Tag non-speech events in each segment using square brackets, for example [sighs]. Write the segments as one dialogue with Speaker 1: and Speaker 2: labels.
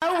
Speaker 1: Oh,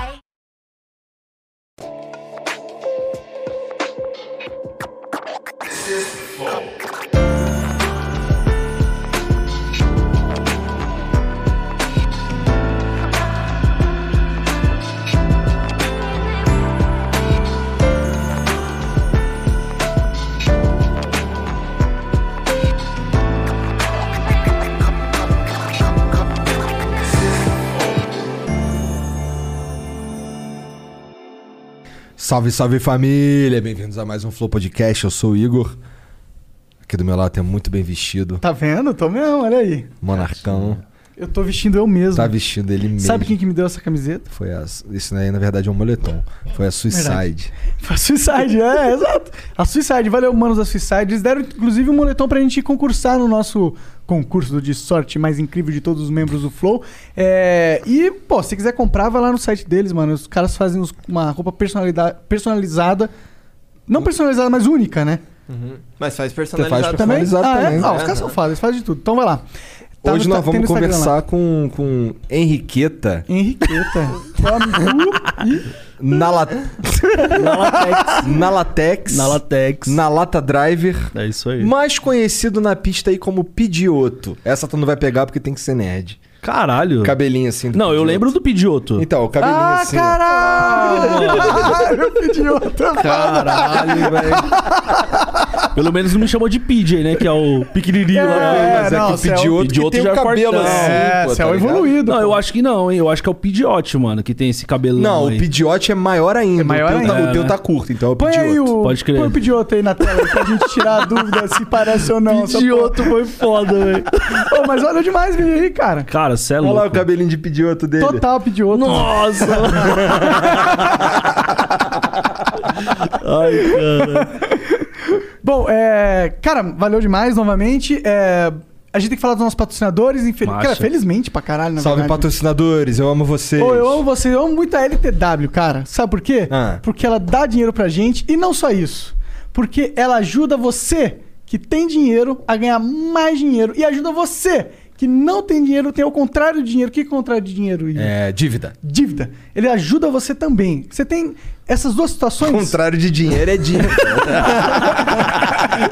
Speaker 2: Salve, salve família! Bem-vindos a mais um Flow Podcast. Eu sou o Igor. Aqui do meu lado tem muito bem vestido.
Speaker 3: Tá vendo? Tô mesmo, olha aí.
Speaker 2: Monarcão.
Speaker 3: Eu tô vestindo eu mesmo.
Speaker 2: Tá vestindo ele mesmo.
Speaker 3: Sabe quem que me deu essa camiseta?
Speaker 2: Foi a. Isso aí, na verdade, é um moletom. Foi a Suicide.
Speaker 3: Foi a Suicide, é, [laughs] exato. A Suicide, valeu, manos da Suicide. Eles deram, inclusive, um moletom pra gente concursar no nosso concurso do de sorte mais incrível de todos os membros do Flow. É, e, pô, se quiser comprar, vai lá no site deles, mano. Os caras fazem uns- uma roupa personalida- personalizada. Não personalizada, mas única, né?
Speaker 1: Mas faz
Speaker 2: Você faz
Speaker 1: personalizado
Speaker 2: pra-
Speaker 3: Também?
Speaker 2: Personalizado
Speaker 3: ah,
Speaker 2: também.
Speaker 3: É? Ah, os
Speaker 1: É,
Speaker 3: caras
Speaker 1: né?
Speaker 3: são foda, eles fazem de tudo. Então vai lá. Tá
Speaker 2: Hoje
Speaker 3: no-
Speaker 2: nós
Speaker 3: tem no
Speaker 2: vamos
Speaker 3: Instagram
Speaker 2: conversar
Speaker 3: lá.
Speaker 2: com, com Henriqueta
Speaker 3: Henriqueta. Tá
Speaker 4: [laughs]
Speaker 2: Nala... Nalatex. Nalatex.
Speaker 4: Nalatex.
Speaker 2: Nalata Driver.
Speaker 4: É isso aí.
Speaker 2: Mais conhecido na pista aí como Pidioto. Essa tu não vai pegar porque tem que ser nerd.
Speaker 4: Caralho.
Speaker 2: Cabelinho assim. do
Speaker 4: Não, eu
Speaker 2: Pidioto.
Speaker 4: lembro do Pidioto.
Speaker 2: Então, o cabelinho
Speaker 3: ah,
Speaker 2: assim. ó. [laughs]
Speaker 3: caralho! Eu pedi outra.
Speaker 2: Caralho, velho.
Speaker 4: Pelo menos não me chamou de PJ, né? Que
Speaker 2: [laughs]
Speaker 4: é o pequenininho lá.
Speaker 3: É,
Speaker 2: Mas é,
Speaker 3: não,
Speaker 2: que
Speaker 3: cê
Speaker 2: o
Speaker 3: é o-
Speaker 2: Pidioto que
Speaker 4: Pidioto
Speaker 2: tem o
Speaker 4: já é
Speaker 2: cabelo
Speaker 4: fortão.
Speaker 2: assim.
Speaker 3: É,
Speaker 2: pô,
Speaker 3: cê
Speaker 2: tá
Speaker 3: é o
Speaker 2: ligado?
Speaker 3: evoluído.
Speaker 4: Não,
Speaker 3: pô.
Speaker 4: eu acho que não, hein? Eu acho que é o Pidiote, mano, que tem esse cabelão
Speaker 2: Não,
Speaker 4: aí.
Speaker 2: o Pidiote é maior ainda.
Speaker 3: É maior
Speaker 2: o teu tá,
Speaker 3: ainda,
Speaker 2: o teu tá curto, então é o
Speaker 3: Põe aí
Speaker 2: Pidioto.
Speaker 3: o.
Speaker 4: Pode crer.
Speaker 3: Põe o Pidioto aí na tela pra gente tirar a dúvida se parece ou
Speaker 2: é
Speaker 3: não. essa
Speaker 4: Pidioto foi foda, velho.
Speaker 3: porra. Ô, mas olha demais vídeo aí, cara.
Speaker 4: Cara, cê é
Speaker 2: Olha
Speaker 4: louco.
Speaker 2: lá o cabelinho de Pidioto dele.
Speaker 3: Total Pidioto.
Speaker 2: [laughs]
Speaker 4: Nossa! Ai, cara.
Speaker 3: Bom, é. Cara, valeu demais novamente. É, A gente tem que falar dos nossos patrocinadores. infel-
Speaker 4: Massa.
Speaker 3: Cara, felizmente pra caralho, na
Speaker 2: Salve,
Speaker 3: verdade. né?
Speaker 2: patrocinadores, eu amo vocês.
Speaker 3: Ô, eu amo você, eu amo muito a LTW, cara. Sabe por quê?
Speaker 2: Ah.
Speaker 3: Porque ela dá dinheiro pra gente e não só isso. Porque ela ajuda você que tem dinheiro a ganhar mais dinheiro e ajuda você que não tem dinheiro, tem o contrário de dinheiro. O que é o contrário de dinheiro? Igor?
Speaker 2: É, dívida.
Speaker 3: Dívida. Ele ajuda você também. Você tem essas duas situações.
Speaker 2: Contrário de dinheiro é [laughs] dívida.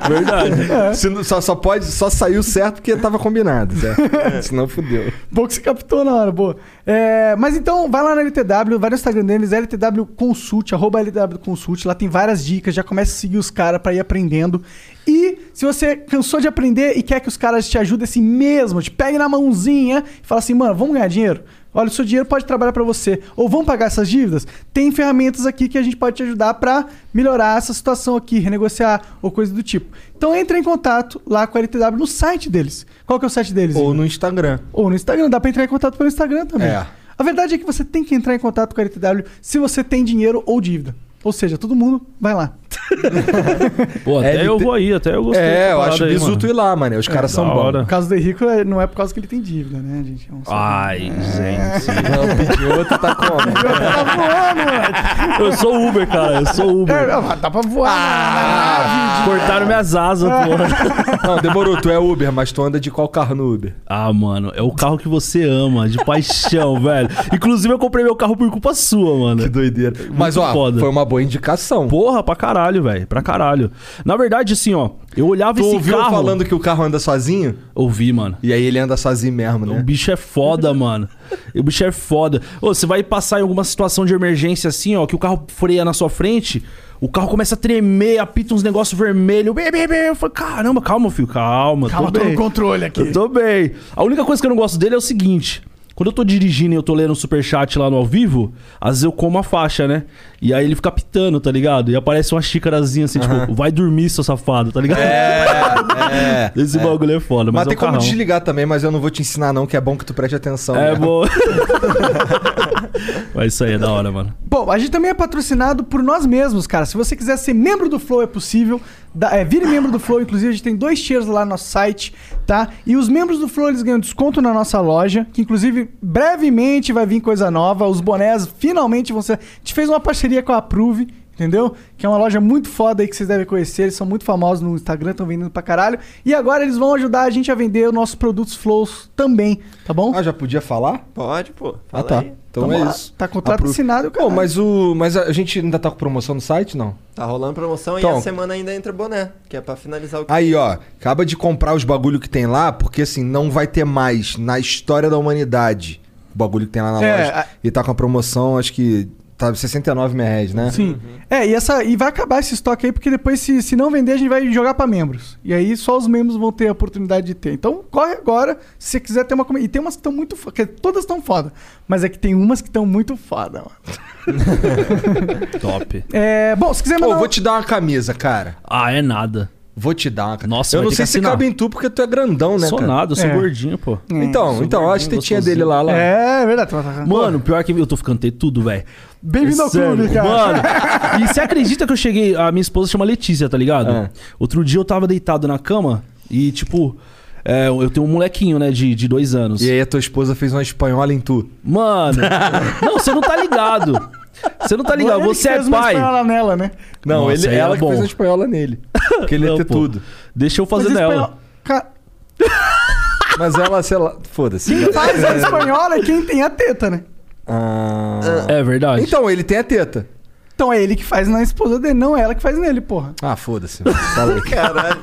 Speaker 4: Verdade.
Speaker 3: É.
Speaker 2: Se não- só, só pode, só saiu certo porque tava combinado,
Speaker 3: [laughs]
Speaker 2: certo? Senão fudeu.
Speaker 3: Bom que você captou na hora, boa. É, mas então, vai lá na LTW, vai no Instagram deles, LTW Consult, arroba LTW Consult. Lá tem várias dicas, já começa a seguir os caras pra ir aprendendo. E se você cansou de aprender e quer que os caras te ajudem assim mesmo, te peguem na mãozinha e fala assim, mano, vamos ganhar dinheiro? Olha, o seu dinheiro pode trabalhar pra você. Ou vamos pagar essas dívidas? Tem ferramentas aqui que a gente pode te ajudar pra melhorar essa situação aqui, renegociar ou coisa do tipo. Então entra em contato lá com a LTW no site deles. Qual que é o site deles?
Speaker 2: Ou
Speaker 3: Igor?
Speaker 2: no Instagram.
Speaker 3: Ou no Instagram, dá pra entrar em contato pelo Instagram também.
Speaker 2: É.
Speaker 3: A verdade é que você tem que entrar em contato com a LTW se você tem dinheiro ou dívida. Ou seja, todo mundo vai lá.
Speaker 4: Pô, até
Speaker 2: LT
Speaker 4: eu vou aí, até eu gostei.
Speaker 2: é,
Speaker 4: dessa
Speaker 2: eu
Speaker 4: parada
Speaker 2: acho
Speaker 4: aí,
Speaker 2: bisuto
Speaker 4: mano.
Speaker 2: ir lá, mano. Os caras são
Speaker 4: da
Speaker 2: bons.
Speaker 4: hora. Ah.
Speaker 3: O caso do Henrico é- não é por causa que ele tem dívida, né, gente? É um
Speaker 4: Ai, gente.
Speaker 2: Não, Pidioto tá
Speaker 4: [laughs]
Speaker 2: como?
Speaker 3: Tá voando, mano!
Speaker 4: Eu sou Uber, cara. Eu sou
Speaker 2: [laughs]
Speaker 4: Uber.
Speaker 3: É, ah, dá pra voar.
Speaker 2: Ah,
Speaker 3: né?
Speaker 4: Cortaram minhas asas,
Speaker 2: [laughs]
Speaker 4: porra.
Speaker 2: Não, demorou, tu é Uber, mas tu anda de qual carro no Uber?
Speaker 4: Ah, mano, é o carro que você ama, de paixão, [laughs] velho. Inclusive, eu comprei meu carro por culpa sua, mano.
Speaker 2: Que doideira. Mas, ó,
Speaker 4: foda.
Speaker 2: foi uma boa indicação.
Speaker 4: Porra, pra caralho, velho. Pra caralho. Na verdade, assim, ó, eu olhava
Speaker 2: Tu
Speaker 4: esse
Speaker 2: ouviu
Speaker 4: carro.
Speaker 2: falando que o carro anda sozinho?
Speaker 4: Ouvi, mano.
Speaker 2: E aí ele anda sozinho mesmo, né?
Speaker 4: O bicho é foda, [laughs] mano. O bicho é foda. Ô, você vai passar em alguma situação de emergência assim, ó, que o carro freia na sua frente, o carro começa a tremer, apita uns negócios vermelhos. Bê, bê, bê. Eu falei, caramba, calma, filho, calma.
Speaker 3: Calma, tô
Speaker 4: tô
Speaker 3: no
Speaker 4: bem.
Speaker 3: controle aqui.
Speaker 4: Eu tô bem. A única coisa que eu não gosto dele é o seguinte. Quando eu tô dirigindo e eu tô lendo o superchat lá no ao vivo, às vezes eu como a faixa, né? E aí ele fica pitando, tá ligado? E aparece uma xícarazinha assim, tipo, vai dormir, seu safado, tá ligado? [laughs]
Speaker 2: É,
Speaker 4: Esse bagulho é foda, mas,
Speaker 2: Mas
Speaker 4: é
Speaker 2: tem
Speaker 4: um
Speaker 2: como
Speaker 4: carrão.
Speaker 2: desligar também, mas eu não vou te ensinar, não, que é bom que tu preste atenção.
Speaker 4: É
Speaker 2: né? [laughs]
Speaker 4: bom. mas isso aí é da hora, mano.
Speaker 3: Bom, a gente também é patrocinado por nós mesmos, cara. Se você quiser ser membro do Flow, é possível. Da, é, vire membro do Flow, inclusive, a gente tem dois tiers lá no nosso site, tá? E os membros do Flow, eles ganham desconto na nossa loja, que inclusive brevemente vai vir coisa nova. Os bonés finalmente vão ser. A gente fez uma parceria com a Prove, entendeu? Que é uma loja muito foda aí que vocês devem conhecer. Eles são muito famosos no Instagram, estão vendendo pra caralho. E agora eles vão ajudar a gente a vender os nossos produtos Flows também, tá bom?
Speaker 2: Ah, já podia falar?
Speaker 5: Pode, pô.
Speaker 2: Ah,
Speaker 5: Fala
Speaker 2: tá.
Speaker 5: aí.
Speaker 2: Então
Speaker 3: Tamo
Speaker 2: é
Speaker 3: lá.
Speaker 2: isso.
Speaker 3: Tá contrato
Speaker 2: Apro-
Speaker 3: assinado,
Speaker 2: Pô,
Speaker 3: cara.
Speaker 2: mas, o, mas a gente ainda tá com promoção no site, não?
Speaker 5: Tá rolando promoção e
Speaker 2: Então.
Speaker 5: a semana ainda entra boné, que é pra finalizar o que
Speaker 2: Aí, ó, acaba de comprar os bagulho que tem lá, porque assim, não vai ter mais na história da humanidade o bagulho que tem lá na
Speaker 3: É,
Speaker 2: loja.
Speaker 3: a-
Speaker 2: E tá com a promoção, acho que tá R$ 69 reais, né?
Speaker 3: Sim. É, e, essa, e vai acabar esse estoque aí, porque depois, se, se não vender, a gente vai jogar pra membros. E aí só os membros vão ter a oportunidade de ter. Então, corre agora, se você quiser ter uma. comi- E tem umas que estão muito foda. Todas estão foda. Mas é que tem umas que estão muito foda, mano.
Speaker 4: Top.
Speaker 3: É, bom, se quiser
Speaker 2: Pô,
Speaker 3: mandar.
Speaker 2: vou te dar uma camisa, cara.
Speaker 4: Ah, é nada.
Speaker 2: Vou te dar uma camisa.
Speaker 4: Nossa,
Speaker 2: eu
Speaker 4: vai
Speaker 2: não
Speaker 4: ter
Speaker 2: sei
Speaker 4: que
Speaker 2: se
Speaker 4: assinar.
Speaker 2: cabe em tu, porque tu é grandão, né,
Speaker 4: Sou
Speaker 2: cara?
Speaker 4: nada, eu sou
Speaker 3: É.
Speaker 4: gordinho, pô.
Speaker 2: Então,
Speaker 4: Sou
Speaker 2: então, eu acho que
Speaker 4: gordinho,
Speaker 2: tinha
Speaker 4: gostosinho.
Speaker 2: dele lá, lá.
Speaker 3: É, é verdade. Mas...
Speaker 4: Mano, pior que eu tô ficando ter tudo, velho.
Speaker 3: Bem-vindo ao
Speaker 4: Sério,
Speaker 3: clube, cara.
Speaker 4: Mano, e você acredita que eu cheguei. A minha esposa chama Letícia, tá ligado?
Speaker 2: É.
Speaker 4: Outro dia eu tava deitado na cama e, tipo, é, eu tenho um molequinho, né, de, de dois anos.
Speaker 2: E aí a tua esposa fez uma espanhola em tu.
Speaker 4: Mano,
Speaker 2: [laughs]
Speaker 4: não, você não tá ligado. Você não tá ligado,
Speaker 3: Ele que
Speaker 4: você
Speaker 3: fez
Speaker 4: é
Speaker 3: uma
Speaker 4: pai.
Speaker 3: espanhola nela, né?
Speaker 2: Não,
Speaker 4: Nossa,
Speaker 2: ele,
Speaker 4: aí era
Speaker 2: ela que
Speaker 4: bom.
Speaker 2: fez uma espanhola
Speaker 4: [laughs]
Speaker 2: nele. Porque ele ia
Speaker 4: Não,
Speaker 2: ter
Speaker 4: pô.
Speaker 2: tudo.
Speaker 4: Deixa eu fazer
Speaker 3: Mas
Speaker 4: dela.
Speaker 3: espanhol- Ca-
Speaker 2: Mas ela, sei lá, foda-se.
Speaker 4: [laughs]
Speaker 3: Quem faz a espanhola é quem tem a teta, né?
Speaker 2: Ah.
Speaker 4: É verdade.
Speaker 2: Então, ele tem a teta.
Speaker 3: Então é ele que faz na esposa dele, não é ela que faz nele, porra.
Speaker 2: Ah, foda-se. Falei.
Speaker 5: Caralho.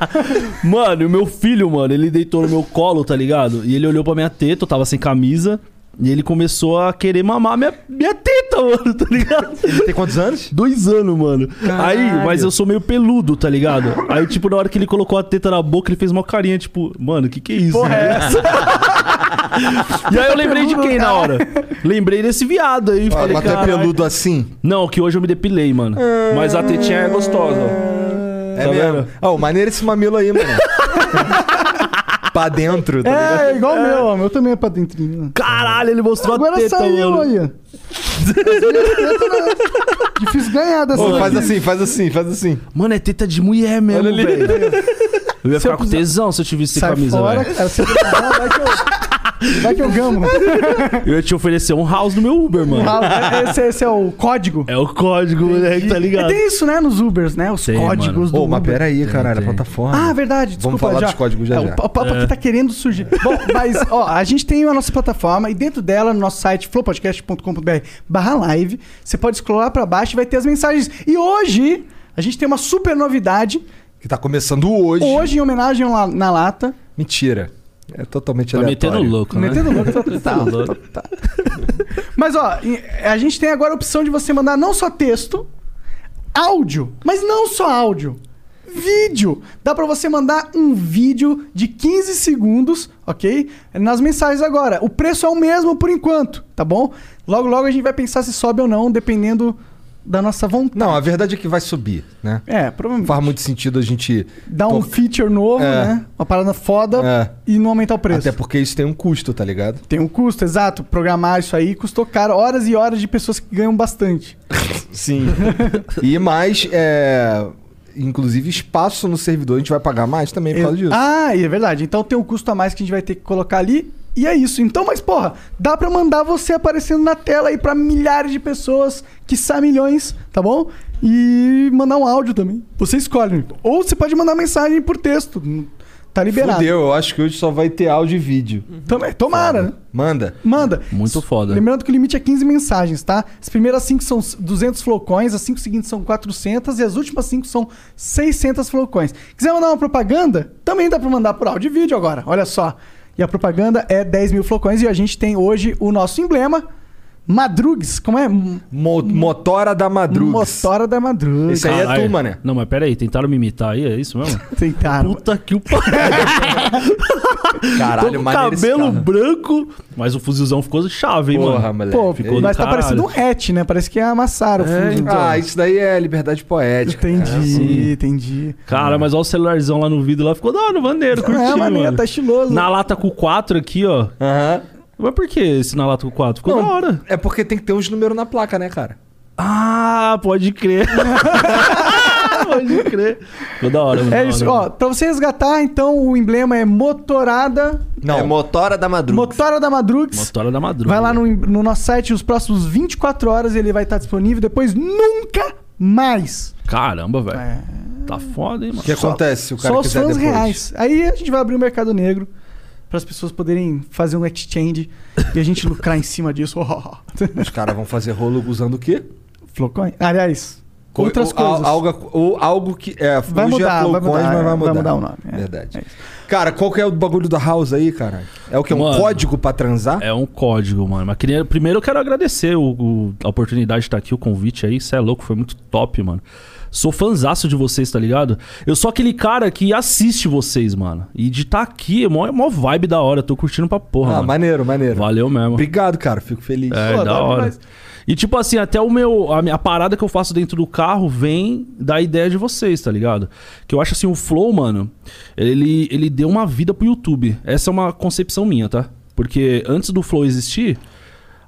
Speaker 4: Mano, e o meu filho, mano, ele deitou no meu colo, tá ligado? E ele olhou pra minha teta, eu tava sem camisa. E ele começou a querer mamar minha, minha teta, [laughs] mano, tá ligado?
Speaker 2: tem quantos anos?
Speaker 4: Dois anos, mano.
Speaker 2: Caralho.
Speaker 4: Aí, mas eu sou meio peludo, tá ligado? Aí, tipo, na hora que ele colocou a teta na boca, ele fez uma carinha, tipo, mano, que que é isso?
Speaker 3: Porra,
Speaker 4: [laughs]
Speaker 3: é
Speaker 4: né?
Speaker 3: essa?
Speaker 4: E aí eu lembrei de quem na hora? Lembrei desse viado aí.
Speaker 2: Ó,
Speaker 4: falei,
Speaker 2: mas tu é
Speaker 4: "Caralho."
Speaker 2: peludo assim.
Speaker 4: Não, que hoje eu me depilei, mano. Mas a tetinha é gostosa, ó.
Speaker 2: É
Speaker 4: Tá
Speaker 2: mesmo?
Speaker 4: vendo?
Speaker 2: Ó, o maneiro é esse mamilo [laughs] aí, mano. pra dentro, tá ligado?
Speaker 3: É, igual o meu, ó. O meu também é pra dentrinho. né?
Speaker 4: Caralho, ele mostrou a
Speaker 3: Agora
Speaker 4: teta,
Speaker 3: saiu
Speaker 4: mano.
Speaker 3: aí. ó. [laughs] Difícil ganhar dessa
Speaker 2: Ô, faz
Speaker 3: aqui.
Speaker 2: assim, faz assim, faz assim.
Speaker 4: Mano, é teta de mulher mesmo,
Speaker 2: Olha ali.
Speaker 4: velho. Eu ia
Speaker 3: Se eu
Speaker 4: ficar com
Speaker 3: quiser-
Speaker 4: tesão se eu tivesse sem
Speaker 3: Sai
Speaker 4: camisa,
Speaker 3: fora,
Speaker 4: velho.
Speaker 3: cara. Se eu ganhar, vai que eu... Vai que eu gamo.
Speaker 4: Eu ia te oferecer um house no meu Uber, mano.
Speaker 3: Esse, esse é o código.
Speaker 4: É o código, moleque, tá
Speaker 3: E
Speaker 4: ligado?
Speaker 3: É, tem isso, né, nos Ubers, né? Os
Speaker 4: Tem,
Speaker 3: códigos
Speaker 2: Ô,
Speaker 3: do
Speaker 2: mas
Speaker 3: Uber.
Speaker 2: peraí, caralho, a
Speaker 4: tem.
Speaker 2: plataforma.
Speaker 3: Ah, verdade. Desculpa,
Speaker 2: Vamos falar
Speaker 3: já.
Speaker 2: dos códigos já
Speaker 3: É,
Speaker 2: já.
Speaker 3: O papo que tá querendo surgir. Bom, mas, ó, a gente tem a nossa plataforma e dentro dela, no nosso site, flowpodcast.com.br barra live, você pode scrollar pra baixo e vai ter as mensagens. E hoje, a gente tem uma super novidade.
Speaker 2: Que tá começando hoje.
Speaker 3: Hoje, em homenagem ao La- na lata,
Speaker 2: Mentira. É totalmente
Speaker 4: Tá
Speaker 2: aleatório.
Speaker 4: metendo Tá louco, né?
Speaker 3: Metendo louco total.
Speaker 4: louco.
Speaker 3: total. Mas ó, e- a gente tem agora a opção de você mandar não só texto, áudio, mas não só áudio. Vídeo! Dá pra você mandar um vídeo de 15 segundos, ok? Nas mensagens agora. O preço é o mesmo por enquanto, tá bom? Logo, logo a gente vai pensar se sobe ou não, dependendo da nossa vontade.
Speaker 2: Não, a verdade é que vai subir, né?
Speaker 3: É,
Speaker 2: Não
Speaker 3: provavelmente.
Speaker 2: faz muito sentido a gente.
Speaker 3: Dar um
Speaker 2: Pô,
Speaker 3: feature novo,
Speaker 2: É.
Speaker 3: né? Uma parada foda
Speaker 2: É.
Speaker 3: e não aumentar o preço.
Speaker 2: Até porque isso tem um custo, tá ligado?
Speaker 3: Tem um custo, exato. Programar isso aí custou caro. Horas e horas de pessoas que ganham bastante.
Speaker 2: Sim. [laughs] e mais, é, inclusive, espaço no servidor a gente vai pagar mais também por causa disso.
Speaker 3: Ah, e é verdade. Então tem um custo a mais que a gente vai ter que colocar ali. E é isso. Então, mas porra, dá pra mandar você aparecendo na tela aí pra milhares de pessoas, quiçá milhões, tá bom? E mandar um áudio também. Você escolhe. Ou você pode mandar mensagem por texto. Tá liberado.
Speaker 2: Fudeu, eu acho que hoje só vai ter áudio e vídeo.
Speaker 3: Também. Tomara, né?
Speaker 2: Manda.
Speaker 3: Manda.
Speaker 4: Muito foda.
Speaker 3: Lembrando que o limite é 15 mensagens, tá? As primeiras 5 são 200 flowcoins, as 5 seguintes são 400 e as últimas 5 são 600 flowcoins. Quiser mandar uma propaganda? Também dá pra mandar por áudio e vídeo agora, olha só. E a propaganda é 10 mil flowcoins e a gente tem hoje o nosso emblema, Madrugs, como é?
Speaker 2: Mo- motora da Madrugs.
Speaker 3: Motora da Madruga.
Speaker 2: Esse aí é
Speaker 4: Caralho.
Speaker 2: tu, mané.
Speaker 4: Tá, Não, mas peraí, tentaram me imitar aí, é isso mesmo?
Speaker 3: Tentaram.
Speaker 4: Puta que o pariu.
Speaker 2: Caralho,
Speaker 4: Tô com
Speaker 2: maneiro esse
Speaker 4: cabelo
Speaker 2: carro.
Speaker 4: branco, mas ficou ficou chave, hein,
Speaker 2: Porra,
Speaker 4: mano.
Speaker 2: moleque.
Speaker 3: Pô,
Speaker 4: Ficou
Speaker 3: mas
Speaker 4: do
Speaker 3: tá parecendo um hatch, né? Parece que amassaram o
Speaker 2: É,
Speaker 3: fundo.
Speaker 2: então. Ah, isso daí é liberdade poética.
Speaker 4: É,
Speaker 3: Entendi, entendi.
Speaker 4: Cara, mas olha o celularzão lá no vidro lá, ficou da hora, maneiro, curti,
Speaker 3: é,
Speaker 4: mano.
Speaker 3: maneiro, tá estiloso.
Speaker 4: Na lata com 4 aqui, ó.
Speaker 2: Aham.
Speaker 4: Mas por que esse na lata com 4? Ficou
Speaker 2: Não,
Speaker 4: da hora.
Speaker 2: É porque tem que ter uns números na placa, né, cara?
Speaker 4: Ah, pode
Speaker 3: [laughs]
Speaker 4: crer. pode crer. Ficou da hora, mano.
Speaker 3: É
Speaker 4: da
Speaker 3: isso,
Speaker 4: hora.
Speaker 3: ó. Pra você resgatar, então, o emblema é Motorada.
Speaker 5: É motora da madruga.
Speaker 3: Motora da Madrugs.
Speaker 4: Motora da madruga.
Speaker 3: Vai lá no, no nosso site, nos próximos 24 horas ele vai estar disponível. Depois, nunca mais.
Speaker 4: Caramba, velho.
Speaker 3: É.
Speaker 4: Tá foda, hein, mano.
Speaker 2: O que acontece se o cara
Speaker 3: Só os
Speaker 2: quiser
Speaker 3: fãs
Speaker 2: depois?
Speaker 3: reais. Aí a gente vai abrir o mercado negro para as pessoas poderem fazer um exchange e
Speaker 2: [laughs]
Speaker 3: a gente lucrar em cima disso. [laughs]
Speaker 2: Os caras vão fazer rolo usando o quê?
Speaker 3: Flocões. Aliás, outras
Speaker 2: Ou-
Speaker 3: coisas.
Speaker 2: al- Algo, ou algo que. É,
Speaker 3: Vai
Speaker 2: hoje
Speaker 3: mudar,
Speaker 2: é
Speaker 3: vai
Speaker 2: Flowcoins,
Speaker 3: mudar,
Speaker 2: mas
Speaker 3: é,
Speaker 2: vai
Speaker 3: vai
Speaker 2: mudar.
Speaker 3: mudar o nome, é.
Speaker 2: Verdade.
Speaker 3: É
Speaker 2: cara, qual que é o bagulho da house aí, cara? É o que? É um
Speaker 4: Mano.
Speaker 2: código pra transar?
Speaker 4: É um código, mano. Mas queria- primeiro eu quero agradecer o- o- a oportunidade de estar aqui, o convite aí. Você é louco, foi muito top, mano. Sou fanzaço de vocês, tá ligado? Eu sou aquele cara que assiste vocês, mano. E de estar aqui é mó, é mó vibe da hora. Tô curtindo pra porra,
Speaker 2: ah,
Speaker 4: mano.
Speaker 2: maneiro, maneiro.
Speaker 4: Valeu mesmo.
Speaker 2: Obrigado, cara. Fico feliz.
Speaker 4: É,
Speaker 3: Pô,
Speaker 4: da
Speaker 3: da hora
Speaker 4: hora.
Speaker 3: demais.
Speaker 4: E tipo assim, até o meu a, minha- a parada que eu faço dentro do carro vem da ideia de vocês, tá ligado? Que eu acho assim, o Flow, mano, ele ele deu uma vida pro YouTube. Essa é uma concepção minha, tá? Porque antes do Flow existir,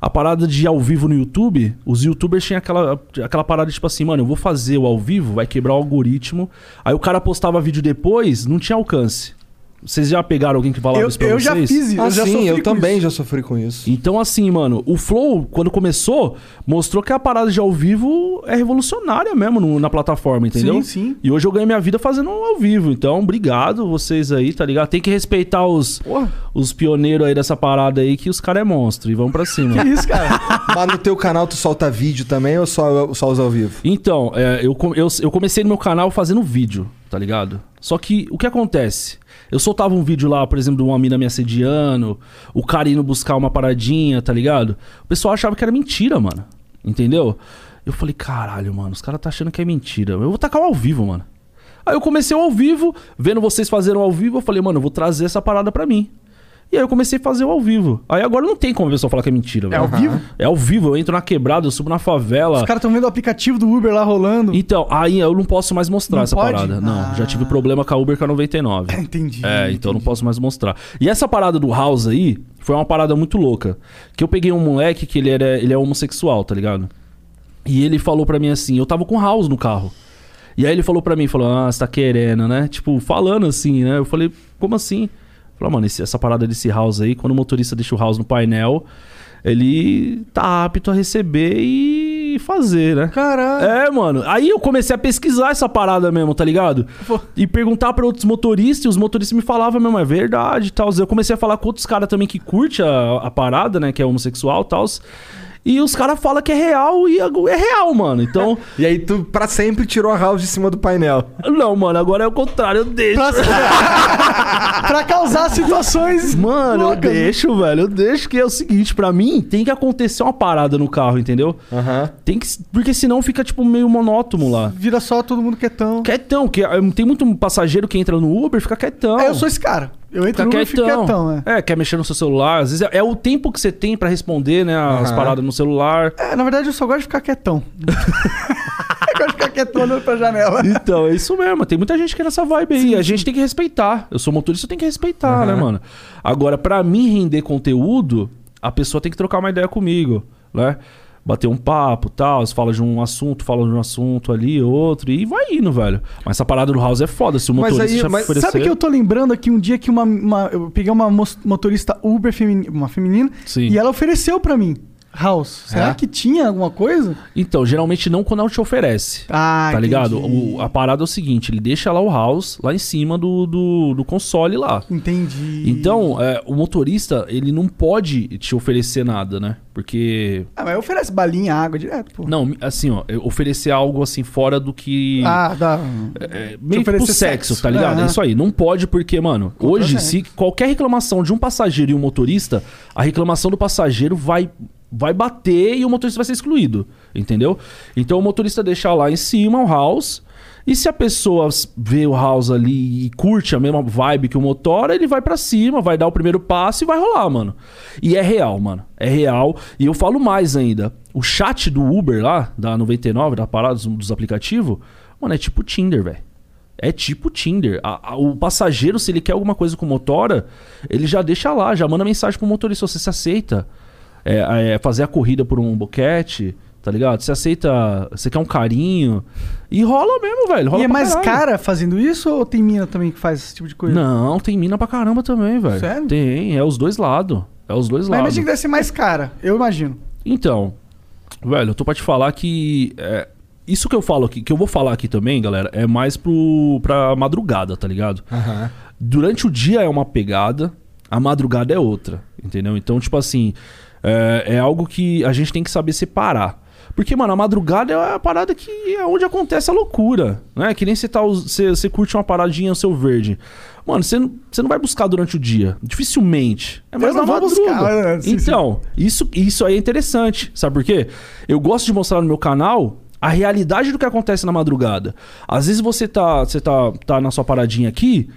Speaker 4: a parada de ao vivo no YouTube, os youtubers tinham aquela, aquela parada tipo assim, mano, eu vou fazer o ao vivo, vai quebrar o algoritmo. Aí o cara postava vídeo depois, não tinha alcance. Vocês já pegaram alguém que falava
Speaker 3: eu,
Speaker 4: isso pra
Speaker 3: eu
Speaker 4: vocês?
Speaker 3: já fiz isso.
Speaker 2: Ah,
Speaker 3: eu já
Speaker 2: sim,
Speaker 3: sofri
Speaker 2: eu
Speaker 3: com
Speaker 2: também
Speaker 3: isso.
Speaker 2: já sofri com isso. [laughs]
Speaker 4: Então, assim, mano, o Flow, quando começou, mostrou que a parada de ao vivo é revolucionária mesmo no- na plataforma, entendeu?
Speaker 3: Sim, sim.
Speaker 4: E hoje eu ganho minha vida fazendo ao vivo. Então, obrigado vocês aí, tá ligado? Tem que respeitar os,
Speaker 3: Porra.
Speaker 4: os pioneiros aí dessa parada aí, que os caras é monstro. E vamos pra cima.
Speaker 3: [laughs] Que isso, cara.
Speaker 2: Mas no teu canal tu solta vídeo também ou só, só os ao vivo?
Speaker 4: Então, é, eu, com- eu- eu comecei no meu canal fazendo vídeo, tá ligado? Só que o que acontece? Eu soltava um vídeo lá, por exemplo, de uma mina me assediando, o cara indo buscar uma paradinha, tá ligado? O pessoal achava que era mentira, mano. Entendeu? Eu falei, caralho, mano, os caras tá achando que é mentira. Eu vou tacar um ao vivo, mano. Aí eu comecei o ao vivo, vendo vocês fazerem o ao vivo, eu falei, mano, eu vou trazer essa parada pra mim. E aí eu comecei a fazer o ao vivo. Aí agora não tem como a pessoa falar que é mentira,
Speaker 3: É ao
Speaker 4: velho.
Speaker 3: vivo?
Speaker 4: É ao vivo, eu entro na quebrada, eu subo na favela.
Speaker 3: Os caras estão vendo o aplicativo do Uber lá rolando.
Speaker 4: Então, aí eu não posso mais mostrar
Speaker 3: Não
Speaker 4: essa
Speaker 3: pode?
Speaker 4: parada. Não,
Speaker 3: Ah.
Speaker 4: já tive problema com a Uber com a 99.
Speaker 3: [laughs] Entendi.
Speaker 4: É, então eu não posso mais mostrar. E essa parada do House aí foi uma parada muito louca. Que eu peguei um moleque que ele, era, ele é homossexual, tá ligado? E ele falou pra mim assim, eu tava com House no carro. E aí ele falou pra mim, falou, ah, você tá querendo, né? Tipo, falando assim, né? Eu falei, como assim? Falou, "Ah, mano, esse- essa parada desse House aí, quando o motorista deixa o House no painel, ele tá apto a receber e fazer, né?
Speaker 3: Caralho.
Speaker 4: É, mano. Aí eu comecei a pesquisar essa parada mesmo, tá ligado? E perguntar pra outros motoristas, e os motoristas me falavam mesmo, é verdade e tal. Eu comecei a falar com outros caras também que curte a, a parada, né? Que é homossexual e tal. E os caras falam que é real e é real, mano. Então,
Speaker 2: E aí tu pra sempre tirou a house de cima do painel.
Speaker 4: não, mano, agora é o contrário, eu deixo.
Speaker 3: pra causar situações. né?
Speaker 4: Mano, eu
Speaker 3: loucas.
Speaker 4: deixo, velho. Eu deixo que é o seguinte, pra mim tem que acontecer uma parada no carro, entendeu?
Speaker 2: Aham.
Speaker 4: Tem que porque senão fica tipo meio monótono lá.
Speaker 3: Vira só todo mundo é quietão.
Speaker 4: Quietão, que eh, tem muito passageiro que entra no Uber, fica quietão.
Speaker 3: É, eu sou esse cara. Eu entro
Speaker 4: Fica
Speaker 3: no Uber e fico
Speaker 4: quietão.
Speaker 3: quietão, né?
Speaker 4: É, quer mexer no seu celular. Às vezes é, é o tempo que você tem pra responder, né? As
Speaker 2: Aham.
Speaker 4: paradas no celular.
Speaker 3: É, na verdade eu só gosto de ficar [laughs] quietão. eu gosto de ficar quietão olhando pra janela.
Speaker 4: Então, é isso mesmo. Tem muita gente que é nessa vibe aí. A gente tem que respeitar. Eu sou motorista, eu tenho que respeitar, né, mano? Agora, pra mim render conteúdo, a pessoa tem que trocar uma ideia comigo, né? Bater um papo, tal, você fala de um assunto, fala de um assunto ali, outro, e vai indo, velho. Mas essa parada do house é foda, se o
Speaker 2: Mas
Speaker 4: motorista
Speaker 2: aí-
Speaker 4: já
Speaker 2: mas
Speaker 4: oferecer...
Speaker 3: Sabe que eu tô lembrando aqui um dia que uma, uma- eu peguei uma mos- motorista Uber feminina, uma feminina,
Speaker 4: Sim.
Speaker 3: e ela ofereceu pra mim. House, será
Speaker 2: É?
Speaker 3: que tinha alguma coisa?
Speaker 4: Então, geralmente não quando ela te oferece.
Speaker 3: Ah,
Speaker 4: tá
Speaker 3: entendi.
Speaker 4: ligado? O- a parada é o seguinte: ele deixa lá o house lá em cima do, do, do console lá.
Speaker 3: Entendi.
Speaker 4: Então, é, o motorista, ele não pode te oferecer nada, né? Porque.
Speaker 3: Ah, mas oferece balinha, água direto, pô.
Speaker 4: Não, assim, ó, eu- oferecer algo assim fora do que.
Speaker 3: Ah, dá.
Speaker 4: é, meio que pro
Speaker 3: oferecer
Speaker 4: sexo,
Speaker 3: sexo.
Speaker 4: tá ligado?
Speaker 3: Aham.
Speaker 4: É isso aí. Não pode, porque, mano, hoje,
Speaker 3: certeza.
Speaker 4: se qualquer reclamação de um passageiro e um motorista, a reclamação do passageiro vai vai bater e o motorista vai ser excluído, entendeu? Então o motorista deixa lá em cima o house. E se a pessoa s- vê o house ali e curte a mesma vibe que o motora, ele vai pra cima, vai dar o primeiro passo e vai rolar, mano. E é real, mano. É real. E eu falo mais ainda. O chat do Uber lá, da 99, da parada dos, dos aplicativos, mano, é tipo Tinder, velho. É tipo Tinder. A- a- o passageiro, se ele quer alguma coisa com motora, ele já deixa lá, já manda mensagem pro motorista: você se aceita é, é, fazer a corrida por um boquete, tá ligado? Você aceita, você quer um carinho. E rola mesmo, velho. Rola
Speaker 3: E é
Speaker 4: pra
Speaker 3: mais
Speaker 4: caralho.
Speaker 3: cara fazendo isso ou tem mina também que faz esse tipo de coisa?
Speaker 4: Não, tem mina pra caramba também, velho.
Speaker 3: Sério?
Speaker 4: Tem, é os dois lados. É os dois
Speaker 3: Mas
Speaker 4: lados.
Speaker 3: imagina que deve ser mais cara, eu imagino.
Speaker 4: Então, velho, eu tô pra te falar que. é, isso que eu falo aqui, que eu vou falar aqui também, galera, é mais pro, pra madrugada, tá ligado? Durante o dia é uma pegada, a madrugada é outra, entendeu? Então, tipo assim, é, é algo que a gente tem que saber separar. Porque, mano, a madrugada é a parada que é onde acontece a loucura, né? Que nem você, tá, us- você, você curte uma paradinha, o seu verde. Mano, você não, você não vai buscar durante o dia, dificilmente. É mais
Speaker 3: não
Speaker 4: na
Speaker 3: vou buscar,
Speaker 4: madruga.
Speaker 3: né? Sim, sim.
Speaker 4: Então, então, isso, isso aí é interessante. Sabe por quê? Eu gosto de mostrar no meu canal a realidade do que acontece na madrugada. Às vezes você tá, você tá, tá na sua paradinha aqui,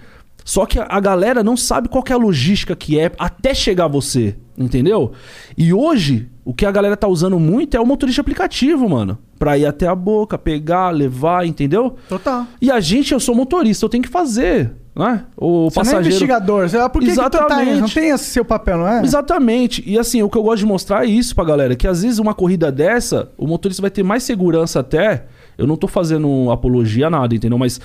Speaker 4: só que a- a galera não sabe qual que é a logística que é até chegar você, entendeu? E hoje, o que a galera tá usando muito é o motorista aplicativo, mano. Pra ir até a boca, pegar, levar, entendeu?
Speaker 3: Total.
Speaker 4: E a gente, eu sou motorista, eu tenho que fazer, né? O
Speaker 3: Você não é
Speaker 4: passageiro...
Speaker 3: investigador, você, ah, por que, que tu tá
Speaker 4: Exatamente.
Speaker 3: indo? Não tem esse seu papel, não é?
Speaker 4: Exatamente. E assim, o que eu gosto de mostrar é isso pra galera: que às vezes uma corrida dessa, o motorista vai ter mais segurança até. Eu não tô fazendo apologia a nada, entendeu? Mas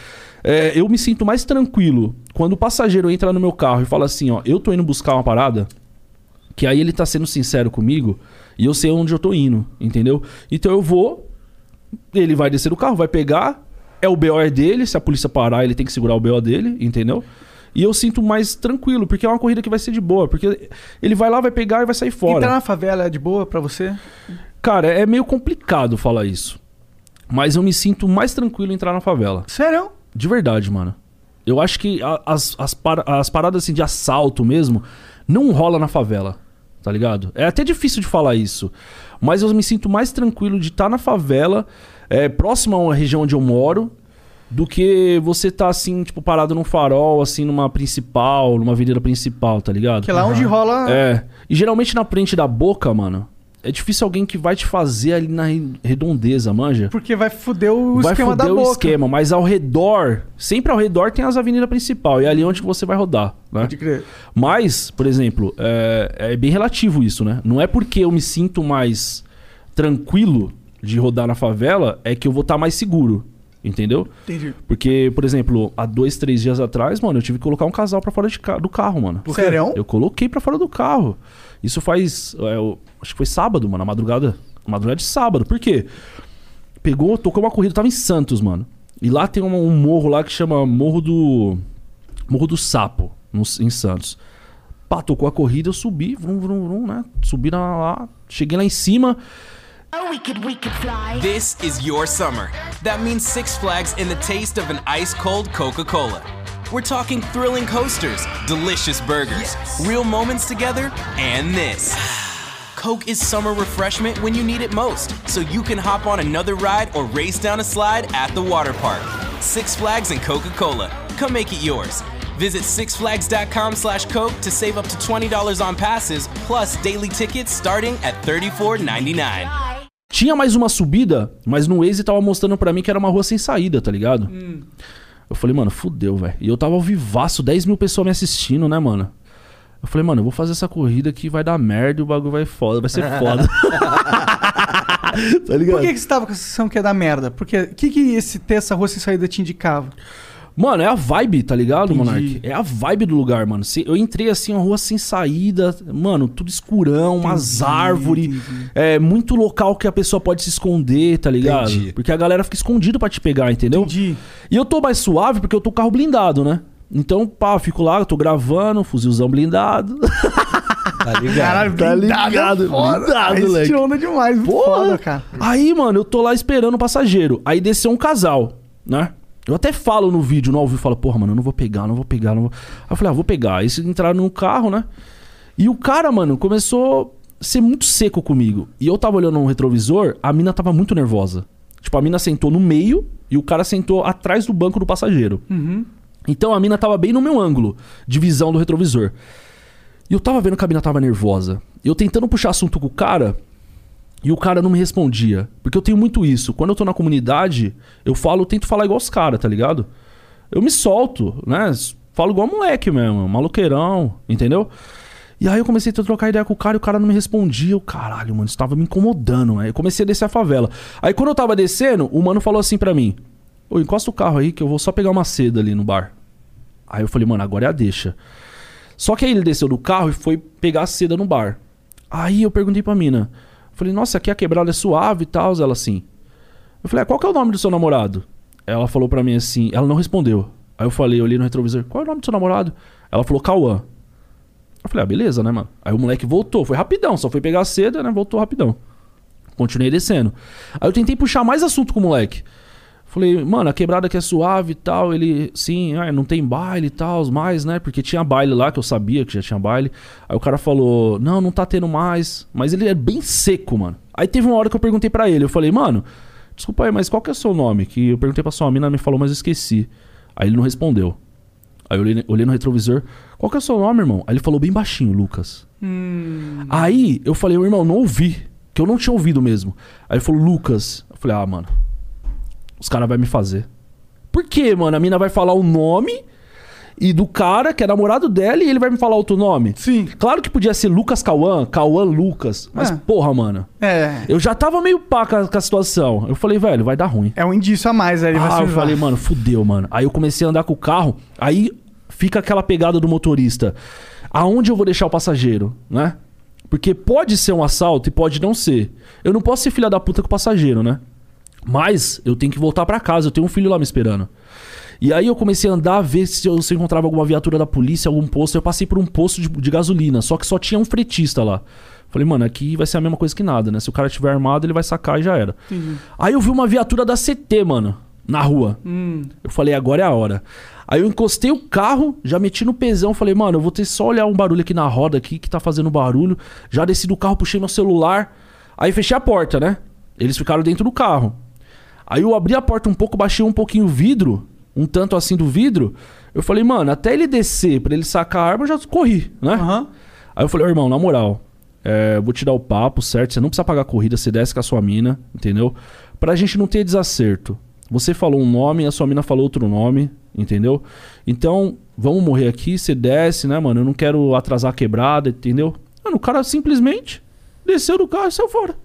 Speaker 4: é, eu me sinto mais tranquilo quando o passageiro entra no meu carro e fala assim: ó, eu tô indo buscar uma parada, que aí ele tá sendo sincero comigo e eu sei onde eu tô indo, entendeu? Então eu vou, ele vai descer do carro, vai pegar, é o BO dele, se a polícia parar, ele tem que segurar o BO dele, entendeu? E eu sinto mais tranquilo, porque é uma corrida que vai ser de boa, porque ele vai lá, vai pegar e vai sair fora.
Speaker 3: Entrar na favela é de boa pra você?
Speaker 4: Cara, é meio complicado falar isso. Mas eu me sinto mais tranquilo em entrar na favela.
Speaker 3: Sério?
Speaker 4: De verdade, mano. Eu acho que a- as, as, para- as paradas assim, de assalto mesmo não rola na favela, tá ligado? É até difícil de falar isso. Mas eu me sinto mais tranquilo de estar na favela, é, próximo a uma região onde eu moro, do que você tá assim, tipo, parado num farol, assim, numa principal, numa avenida principal, tá ligado?
Speaker 3: Que é lá onde rola.
Speaker 4: É. E geralmente na frente da boca, mano, é difícil alguém que vai te fazer ali na re- redondeza, manja
Speaker 3: Porque vai foder o
Speaker 4: vai
Speaker 3: esquema da
Speaker 4: foder
Speaker 3: boca.
Speaker 4: o esquema, mas ao redor, sempre ao redor tem as avenidas principal e é ali onde que você vai rodar, né?
Speaker 3: Pode crer.
Speaker 4: Mas, por exemplo, é, é bem relativo isso, né? Não é porque eu me sinto mais tranquilo de rodar na favela é que eu vou estar mais seguro, entendeu?
Speaker 3: Entendi.
Speaker 4: Porque, por exemplo, há dois, três dias atrás, mano, eu tive que colocar um casal pra fora de ca- do carro, mano.
Speaker 3: Por quê? Sério?
Speaker 4: Eu coloquei pra fora do carro. Isso faz. é, eu- acho que foi sábado, mano, a madrugada. a Madrugada de sábado. Por quê? Pegou, tocou uma corrida, eu tava em Santos, mano. E lá tem um, um morro lá que chama Morro do. Morro do Sapo, no- em Santos. Pá, tocou a corrida, eu subi, vrum, vrum, vrum, né? Subi na- lá, cheguei lá em cima.
Speaker 1: Oh, we could, we could fly.
Speaker 6: This is your summer. That means Six Flags and the taste of an ice cold Coca Cola. We're talking thrilling coasters, delicious burgers, real moments together, and this. [sighs] Coke is summer refreshment when you need it most, so you can hop on another ride or race down a slide at the water park. Six Flags and Coca Cola. Come make it yours. Visit sixflags.com slash Coke to save up to $20 on passes, plus daily tickets starting at $34.99.
Speaker 4: Tinha mais uma subida, mas no Waze tava mostrando pra mim que era uma rua sem saída, tá ligado? Eu falei, mano, fudeu, velho. E eu tava ao vivaço, 10 mil pessoas me assistindo, né, mano? Eu falei, mano, eu vou fazer essa corrida que vai dar merda e o bagulho vai foda, vai ser foda. tá ligado?
Speaker 3: Por que, que você tava com a sensação que ia dar merda? Porque o que, que esse ter essa rua sem saída te indicava?
Speaker 4: Mano, é a vibe, tá ligado,
Speaker 3: Entendi.
Speaker 4: Monark? É a vibe do lugar, mano. Se- Eu entrei assim, uma rua sem saída, mano, tudo escurão, umas árvores. É muito local que a pessoa pode se esconder, tá ligado?
Speaker 2: Entendi.
Speaker 4: Porque a galera fica escondida pra te pegar, entendeu?
Speaker 3: Entendi.
Speaker 4: E eu tô mais suave porque eu tô com o carro blindado, né? Então, pá, eu fico lá, eu tô gravando, fuzilzão blindado.
Speaker 2: Tá ligado?
Speaker 4: Tá ligado?
Speaker 3: Aí tipo,
Speaker 4: Blindado,
Speaker 3: isso
Speaker 4: moleque.
Speaker 3: te Ah, onda demais, muito foda, cara.
Speaker 4: Aí, mano, eu tô lá esperando o passageiro. Aí desceu um casal, né? Eu até falo no vídeo, no ao vivo, falo, porra, mano, eu não vou pegar, não vou pegar, não vou. Aí eu falei, ah, vou pegar. Aí eles entraram no carro, né? E o cara, mano, começou. ser muito seco comigo. E eu tava olhando no retrovisor, a mina tava muito nervosa. Tipo, a mina sentou no meio e o cara sentou atrás do banco do passageiro.
Speaker 3: Uhum.
Speaker 4: Então a mina tava bem no meu ângulo de visão do retrovisor. E eu tava vendo que a mina tava nervosa. Eu tentando puxar assunto com o cara e o cara não me respondia. Porque eu tenho muito isso. Quando eu tô na comunidade, eu falo, eu tento falar igual os caras, tá ligado? Eu me solto, né? Falo igual moleque mesmo, maloqueirão, entendeu? E aí eu comecei a trocar ideia com o cara e o cara não me respondia. Eu, caralho, mano, isso tava me incomodando, né? Eu comecei a descer a favela. Aí quando eu tava descendo, o mano falou assim pra mim: Ô, encosta o carro aí que eu vou só pegar uma seda ali no bar. Aí eu falei, mano, agora é a deixa. Só que aí ele desceu do carro e foi pegar a seda no bar. Aí eu perguntei pra mina. Falei, nossa, aqui a quebrada é suave e tal. Ela assim. Eu falei, ah, qual que é o nome do seu namorado? Ela falou pra mim assim, ela não respondeu. Aí eu falei, eu olhei no retrovisor, qual é o nome do seu namorado? Ela falou, Cauã. Eu falei, ah, beleza, né, mano? Aí o moleque voltou, foi rapidão, só foi pegar a seda, né? Voltou rapidão. Continuei descendo. Aí eu tentei puxar mais assunto com o moleque. Falei, mano, a quebrada aqui é suave e tal. Ele, sim, ah, não tem baile e tal, mais, né? Porque tinha baile lá, que eu sabia que já tinha baile. Aí o cara falou, não, não tá tendo mais. Mas ele é bem seco, mano. Aí teve uma hora que eu perguntei pra ele, eu falei, mano, desculpa aí, mas qual que é o seu nome? Que eu perguntei pra sua mina, ela me falou, mas eu esqueci. Aí ele não respondeu. Aí eu olhei, olhei no retrovisor, qual que é o seu nome, irmão? Aí ele falou bem baixinho, Lucas.
Speaker 3: Hum.
Speaker 4: Aí eu falei, irmão, não ouvi. Que eu não tinha ouvido mesmo. Aí ele falou, Lucas. Eu falei, ah, mano, os caras vão me fazer. Por quê, mano? A mina vai falar o nome e do cara que é namorado dela e ele vai me falar outro nome?
Speaker 3: Sim.
Speaker 4: Claro que podia ser Lucas Cauã, Cauã Lucas. Mas,
Speaker 3: Ah.
Speaker 4: porra, mano.
Speaker 3: É.
Speaker 4: Eu já tava meio pá com a, com a situação. Eu falei, velho, vai dar ruim.
Speaker 3: É um indício a mais aí. ele vai
Speaker 4: ah,
Speaker 3: se
Speaker 4: eu
Speaker 3: usar.
Speaker 4: falei, mano, fudeu, mano. Aí eu comecei a andar com o carro, aí fica aquela pegada do motorista. Aonde eu vou deixar o passageiro, né? Porque pode ser um assalto e pode não ser. Eu não posso ser filha da puta com o passageiro, né? Mas eu tenho que voltar pra casa, eu tenho um filho lá me esperando. E aí eu comecei a andar, ver se eu, se eu encontrava alguma viatura da polícia, algum posto. Eu passei por um posto de, de gasolina, só que só tinha um fretista lá. Falei, mano, aqui vai ser a mesma coisa que nada, né? Se o cara tiver armado, ele vai sacar e já era. Aí eu vi uma viatura da CT, mano, na rua. Eu falei, agora é a hora. Aí eu encostei o carro, já meti no pesão, falei, mano, eu vou ter só olhar um barulho aqui na roda aqui que tá fazendo barulho. Já desci do carro, puxei meu celular. Aí fechei a porta, né? Eles ficaram dentro do carro. Aí eu abri a porta um pouco, baixei um pouquinho o vidro, um tanto assim do vidro. Eu falei, mano, até ele descer pra ele sacar a arma, eu já corri, né?
Speaker 3: Aham.
Speaker 4: Aí eu falei, ô, irmão, na moral, é, eu vou te dar o papo, certo? Você não precisa pagar a corrida, você desce com a sua mina, entendeu? Pra gente não ter desacerto. Você falou um nome, a sua mina falou outro nome, entendeu? Então, vamos morrer aqui, você desce, né, mano? Eu não quero atrasar a quebrada, entendeu? Mano, o cara simplesmente desceu do carro e saiu fora.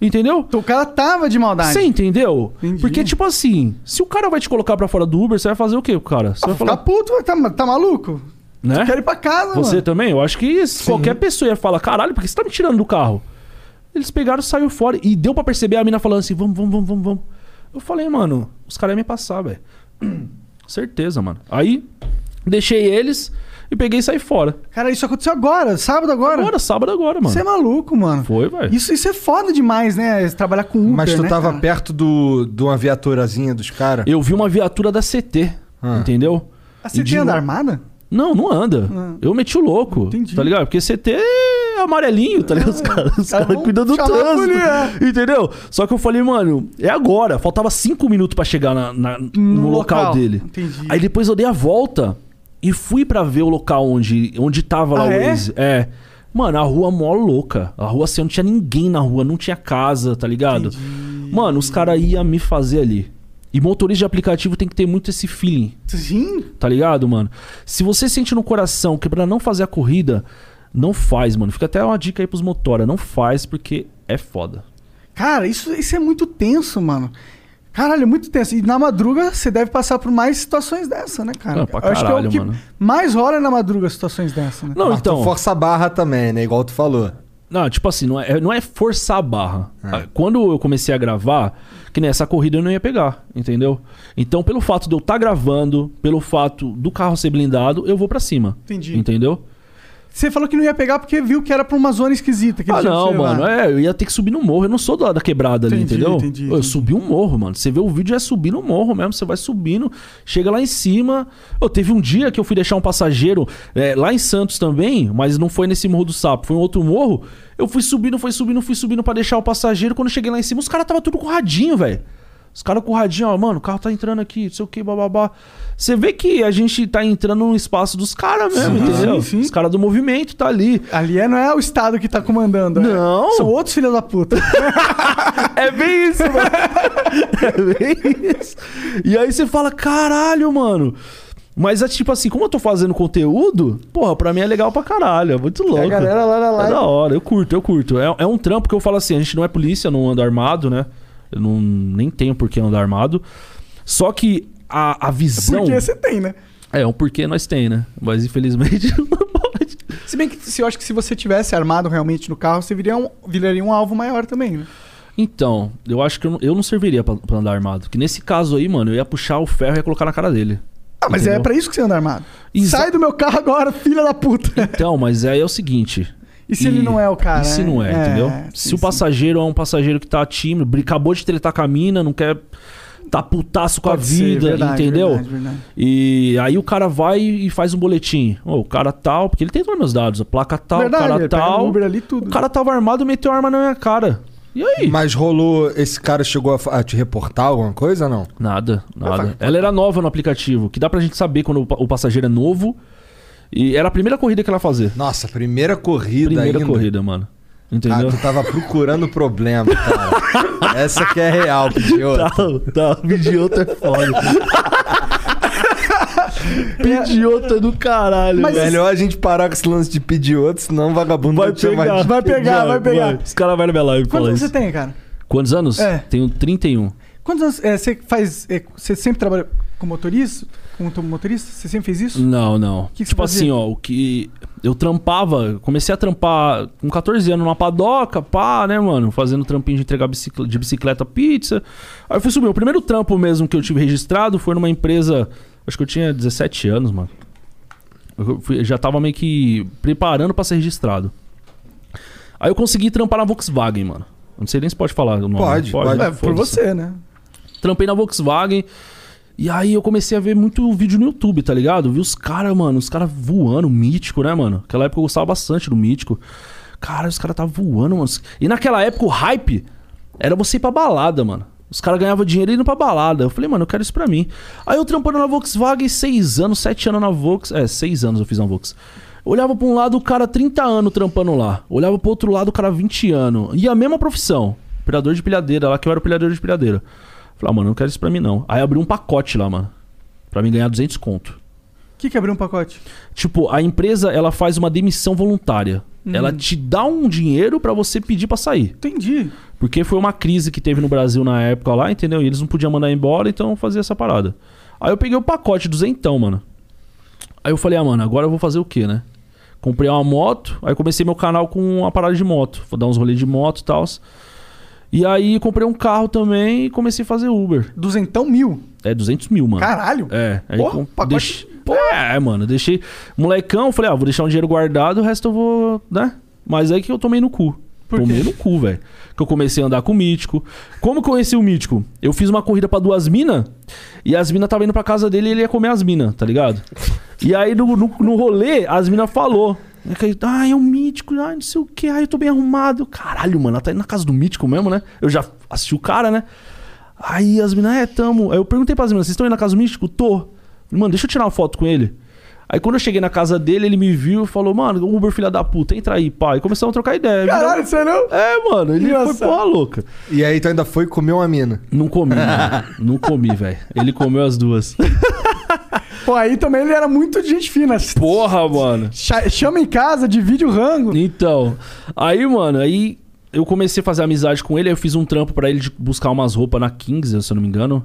Speaker 4: Entendeu?
Speaker 3: Então o cara tava de maldade.
Speaker 4: Você entendeu?
Speaker 3: Entendi.
Speaker 4: Porque, tipo assim, se o cara vai te colocar pra fora do Uber, você vai fazer o quê, cara? Você
Speaker 3: Ah,
Speaker 4: vai
Speaker 3: ficar
Speaker 4: falar.
Speaker 3: puto, vai, tá, tá maluco?
Speaker 4: Né?
Speaker 3: Quero ir pra casa,
Speaker 4: Você
Speaker 3: mano.
Speaker 4: também? Eu acho que isso. qualquer pessoa ia falar, caralho, por que você tá me tirando do carro? Eles pegaram, saiu fora. E deu pra perceber a mina falando assim, vamos, vamos, vamos, vamos, vamos. Eu falei, mano, os caras iam me passar, velho. [clears throat] Certeza, mano. Aí, deixei eles e peguei e saí fora.
Speaker 3: Cara, isso aconteceu agora, sábado agora.
Speaker 4: Agora, sábado agora, mano.
Speaker 3: Você é maluco, mano.
Speaker 4: Foi, velho.
Speaker 3: Isso, isso é foda demais, né? Trabalhar com Uber,
Speaker 2: Mas tu
Speaker 3: né,
Speaker 2: tava
Speaker 3: cara?
Speaker 2: perto do, de uma viaturazinha dos caras.
Speaker 4: Eu vi uma viatura da CT,
Speaker 2: Ah.
Speaker 4: entendeu?
Speaker 3: A
Speaker 4: E de
Speaker 3: CT anda Tá armada?
Speaker 4: Não, não anda.
Speaker 3: Ah.
Speaker 4: Eu meti o louco.
Speaker 3: Entendi. É.
Speaker 4: Tá ligado? Porque CT é amarelinho, tá ligado? Os caras, os caras
Speaker 3: vão
Speaker 4: cuidam do
Speaker 3: chamar a
Speaker 4: trânsito.
Speaker 3: polícia.
Speaker 4: Entendeu? Só que eu falei, mano, é agora. Faltava cinco minutos pra chegar na- na- no, local,
Speaker 3: local.
Speaker 4: dele.
Speaker 3: Entendi.
Speaker 4: Aí depois eu dei a volta e fui pra ver o local onde, onde tava lá
Speaker 3: Ah,
Speaker 4: o
Speaker 3: é?
Speaker 4: Waze. É. Mano, a rua mó louca. A rua assim, não tinha ninguém na rua, não tinha casa, tá ligado? Mano, os caras iam me fazer ali. E motorista de aplicativo tem que ter muito esse feeling
Speaker 3: Sim.
Speaker 4: tá ligado, mano? Se você sente no coração que pra não fazer a corrida, não faz, mano. Fica até uma dica aí pros motora, não faz porque é foda.
Speaker 3: Cara, isso, isso é muito tenso, mano. Caralho, é muito tenso. E na madruga você deve passar por mais situações dessa, né, cara?
Speaker 4: Ah, pra
Speaker 3: Eu acho que é o
Speaker 4: caralho,
Speaker 3: que
Speaker 4: mano.
Speaker 3: mais rola é na madruga situações dessa, né?
Speaker 4: Não,
Speaker 2: Mas tu
Speaker 4: então.
Speaker 2: força a barra também, né? Igual tu falou.
Speaker 4: Não, tipo assim, não é, não é forçar a barra.
Speaker 2: É.
Speaker 4: Ah, Quando eu comecei a gravar, que nessa corrida eu não ia pegar, entendeu? Então, pelo fato de eu estar gravando, pelo fato do carro ser blindado, eu vou pra cima.
Speaker 3: Entendi.
Speaker 4: Entendeu?
Speaker 3: Você falou que não ia pegar porque viu que era pra uma zona esquisita. Que
Speaker 4: Ah,
Speaker 3: eles iam
Speaker 4: não,
Speaker 3: observar.
Speaker 4: mano. É, eu ia ter que subir no morro. Eu não sou do lado da quebrada ali,
Speaker 3: Entendi,
Speaker 4: entendeu?
Speaker 3: entendi,
Speaker 4: Eu
Speaker 3: entendi.
Speaker 4: subi um morro, mano. Você vê o vídeo, é subir no morro mesmo. Você vai subindo, chega lá em cima. Eu teve um dia que eu fui deixar um passageiro é, lá em Santos também, mas não foi nesse Morro do Sapo, foi um outro morro. Eu fui subindo, fui subindo, fui subindo pra deixar o passageiro. Quando eu cheguei lá em cima, os caras tava tudo com radinho, velho. Os caras com o radinho, ó, mano, o carro tá entrando aqui, não sei o que, bababá. Você vê que a gente tá entrando no espaço dos caras mesmo, entendeu?
Speaker 3: sim.
Speaker 4: Os caras do movimento tá ali.
Speaker 3: Ali é- não é o Estado que tá comandando. é-
Speaker 4: Não.
Speaker 3: São outros filhos da
Speaker 4: [laughs]
Speaker 3: puta.
Speaker 4: É bem isso, mano. É bem isso. E aí você fala, caralho, mano. Mas é tipo assim, como eu tô fazendo conteúdo, porra, pra mim é legal pra caralho. É muito louco.
Speaker 5: A galera lá na
Speaker 4: É
Speaker 5: live.
Speaker 4: da hora, eu curto, eu curto. É, é um trampo que eu falo assim, a gente não é polícia, não anda armado, né? Eu não, nem tenho por que andar armado. Só que a, a visão...
Speaker 3: Porque você tem, né?
Speaker 4: É, um porquê nós tem, né? Mas infelizmente [laughs] não pode.
Speaker 3: Se bem que se eu acho que se você tivesse armado realmente no carro, você viria um, viraria um alvo maior também, né?
Speaker 4: Então, eu acho que eu não, eu não serviria pra, pra andar armado. Que nesse caso aí, mano, eu ia puxar o ferro e ia colocar na cara dele.
Speaker 3: Ah, mas é
Speaker 4: Entendeu?
Speaker 3: pra isso que você anda armado.
Speaker 4: Exa-
Speaker 3: Sai do meu carro agora, [laughs] filha da puta.
Speaker 4: Então, mas aí é o seguinte.
Speaker 3: E se ele não é o cara?
Speaker 4: E se
Speaker 3: né?
Speaker 4: não é, entendeu?
Speaker 3: sim,
Speaker 4: se o
Speaker 3: sim.
Speaker 4: passageiro é um passageiro que tá tímido, bri- acabou de tretar com a mina, não quer tá putaço com a
Speaker 3: Pode ser,
Speaker 4: vida,
Speaker 3: verdade,
Speaker 4: entendeu?
Speaker 3: verdade, verdade.
Speaker 4: E aí o cara vai e faz um boletim. Ô, o cara tal, porque ele tem todos os meus dados, a placa tal,
Speaker 3: Verdade,
Speaker 4: o cara
Speaker 3: ele pega
Speaker 4: tal.
Speaker 3: no Uber ali, tudo.
Speaker 4: O cara tava armado e meteu a arma na minha cara. E aí?
Speaker 2: Mas rolou. Esse cara chegou a, fa- a te reportar alguma coisa não?
Speaker 4: Nada, nada. Ela era nova no aplicativo, que dá pra gente saber quando o pa- o passageiro é novo. E era a primeira corrida que ela ia fazer.
Speaker 2: Nossa, primeira corrida
Speaker 4: Primeira
Speaker 2: ainda.
Speaker 4: corrida, mano.
Speaker 2: Ah,
Speaker 4: Entendeu? [laughs]
Speaker 3: tá.
Speaker 2: tu tava procurando problema, [laughs] cara. Essa que é real, pediu.
Speaker 4: Tá, idiota é foda. Idiota do caralho,
Speaker 3: Mas
Speaker 4: velho.
Speaker 2: Melhor a gente parar com esse lance de pedir outro, senão o vagabundo
Speaker 4: Vai
Speaker 2: vai te chamar
Speaker 4: pegar.
Speaker 2: de [laughs]
Speaker 3: Vai pegar, vai pegar.
Speaker 4: Os caras vão na minha live falar
Speaker 3: Quantos anos
Speaker 4: isso.
Speaker 3: você tem, cara?
Speaker 4: Quantos anos?
Speaker 3: É.
Speaker 4: Tenho 31.
Speaker 3: Quantos anos é, você faz. é, você sempre trabalha com motorista? Como motorista? Você sempre fez isso?
Speaker 4: Não, não.
Speaker 3: que você
Speaker 4: tipo
Speaker 3: fazia?
Speaker 4: assim, ó, o que. Eu trampava, comecei a trampar com 14 anos numa padoca, pá, né, mano? Fazendo trampinho de entregar bicicleta, de bicicleta pizza. Aí eu fui subir. O primeiro trampo mesmo que eu tive registrado foi numa empresa. Acho que eu tinha 17 anos, mano. Eu fui- eu já tava meio que preparando pra ser registrado. Aí eu consegui trampar na Volkswagen, mano. Eu Não sei nem se pode falar o nome.
Speaker 2: Pode, pode.
Speaker 4: né?
Speaker 3: é, por
Speaker 4: Foda-se.
Speaker 3: você, né?
Speaker 4: Trampei na Volkswagen. E aí eu comecei a ver muito vídeo no YouTube, tá ligado? Vi os caras, mano, os caras voando, mítico, né, mano? Naquela época eu gostava bastante do mítico. Cara, os caras estavam voando, mano. E naquela época o hype era você ir pra balada, mano. Os caras ganhavam dinheiro indo pra balada. Eu falei, mano, eu quero isso pra mim. Aí eu trampando na Volkswagen, seis anos, sete anos na Vox. É, seis anos eu fiz na Vox. Olhava pra um lado o cara 30 anos trampando lá. Olhava pro outro lado o cara 20 anos. E a mesma profissão. Pilhador de pilhadeira, lá que eu era o pilhador de pilhadeira. Falei, ah, mano, eu não quero isso pra mim não. Aí abri um pacote lá, mano. Pra mim ganhar 200 conto.
Speaker 3: O que, que abriu um pacote?
Speaker 4: Tipo, a empresa, ela faz uma demissão voluntária. Ela te dá um dinheiro pra você pedir pra sair.
Speaker 3: Entendi.
Speaker 4: Porque foi uma crise que teve no Brasil na época lá, entendeu? E eles não podiam mandar embora, então fazia essa parada. Aí eu peguei o pacote do Zentão, mano. Aí eu falei, ah, mano, agora eu vou fazer o quê, né? Comprei uma moto, aí comecei meu canal com uma parada de moto. Vou dar uns rolês de moto e tal. E aí comprei um carro também e comecei a fazer Uber.
Speaker 3: Duzentão mil.
Speaker 4: É 200 mil, mano.
Speaker 3: Caralho.
Speaker 4: É, aí
Speaker 3: Porra,
Speaker 4: com-
Speaker 3: pacote-
Speaker 4: deixei- É, mano, deixei. Molecão, falei, ah, vou deixar um dinheiro guardado, o resto eu vou. né? Mas aí que eu tomei no cu.
Speaker 3: Por quê?
Speaker 4: tomei no cu, velho. Que eu comecei a andar com o mítico. Como que eu conheci o mítico? Eu fiz uma corrida pra duas minas e as minas tava indo pra casa dele e ele ia comer as minas, tá ligado? E aí no, no, no rolê, as minas falou. né, que, Ah, é o mítico, ah, não sei o que, ah, eu tô bem arrumado. Caralho, mano, ela tá indo na casa do mítico mesmo, né? Eu já assisti o cara, né? Aí as minas, é, tamo. Aí eu perguntei pras minas, vocês estão indo na casa do místico? Tô. Mano, deixa eu tirar uma foto com ele. Aí quando eu cheguei na casa dele, ele me viu e falou, mano, Uber, filha da puta, entra aí, pai. E começamos a trocar ideia.
Speaker 3: Caralho, você não?
Speaker 4: É, mano, ele
Speaker 3: Engraçado.
Speaker 4: foi porra louca.
Speaker 2: E aí tu ainda foi comer uma mina.
Speaker 4: Não comi, mano. Não comi, velho. Ele comeu as duas.
Speaker 3: Pô, aí também ele era muito de gente fina.
Speaker 4: Porra, mano.
Speaker 3: Cha- Chama em casa, divide o rango.
Speaker 4: Então, aí, mano, aí eu comecei a fazer amizade com ele, aí eu fiz um trampo pra ele de buscar umas roupas na Kings, se eu não me engano.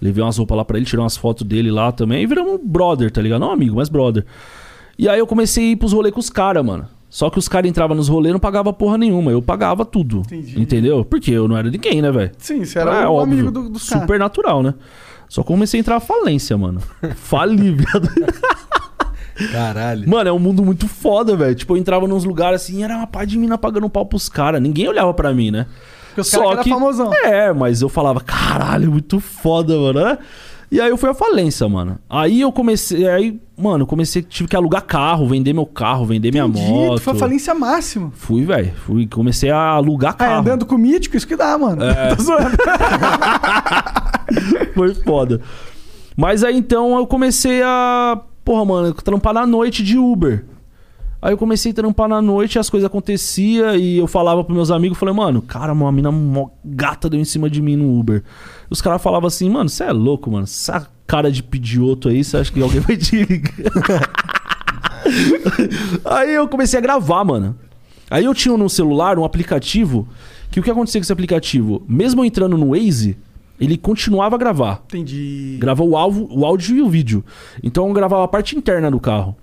Speaker 4: Levei umas roupas lá pra ele, tirei umas fotos dele lá também. E viramos um brother, tá ligado? Não amigo, mas brother. E aí eu comecei a ir pros rolês com os caras, mano. Só que os caras entravam nos rolês e não pagava porra nenhuma. Eu pagava tudo.
Speaker 3: Entendi.
Speaker 4: Entendeu? Porque eu não era ninguém, né, velho?
Speaker 3: Sim, você era o amigo do, dos caras. [laughs]
Speaker 4: Super natural, né? Só comecei a entrar na falência, mano. Fali, viado.
Speaker 2: Caralho.
Speaker 4: Mano, é um mundo muito foda, velho. Tipo, eu entrava nos lugares assim, era uma pá de mina pagando pau pros caras. Ninguém olhava pra mim, né?
Speaker 3: Porque os caras que era famosão.
Speaker 4: É, mas eu falava, caralho, é muito foda, mano. né? E aí eu fui à falência, mano. Aí eu comecei. Aí, mano, eu comecei, tive que alugar carro, vender meu carro, vender minha
Speaker 3: Entendi,
Speaker 4: moto.
Speaker 3: tu foi a falência máxima.
Speaker 4: Fui, velho. Fui, comecei a alugar
Speaker 3: Ah,
Speaker 4: carro.
Speaker 3: andando com o mítico, isso que dá, mano. [laughs] Tô zoando.
Speaker 4: É. [laughs] Foi foda. Mas aí então eu comecei a. Porra, mano, trampar na noite de Uber. Aí eu comecei a trampar na noite, as coisas aconteciam e eu falava pros meus amigos, falei, mano, cara, uma mina mó gata deu em cima de mim no Uber. Os caras falavam assim, mano, você é louco, mano, essa cara de pedioto aí, você acha que alguém vai te ligar? aí eu comecei a gravar, mano. Aí eu tinha no celular um aplicativo que o que acontecia com esse aplicativo? Mesmo eu entrando no Waze, ele continuava a gravar.
Speaker 3: Entendi.
Speaker 4: Grava o, alvo, o áudio e o vídeo. Então eu gravava a parte interna do carro.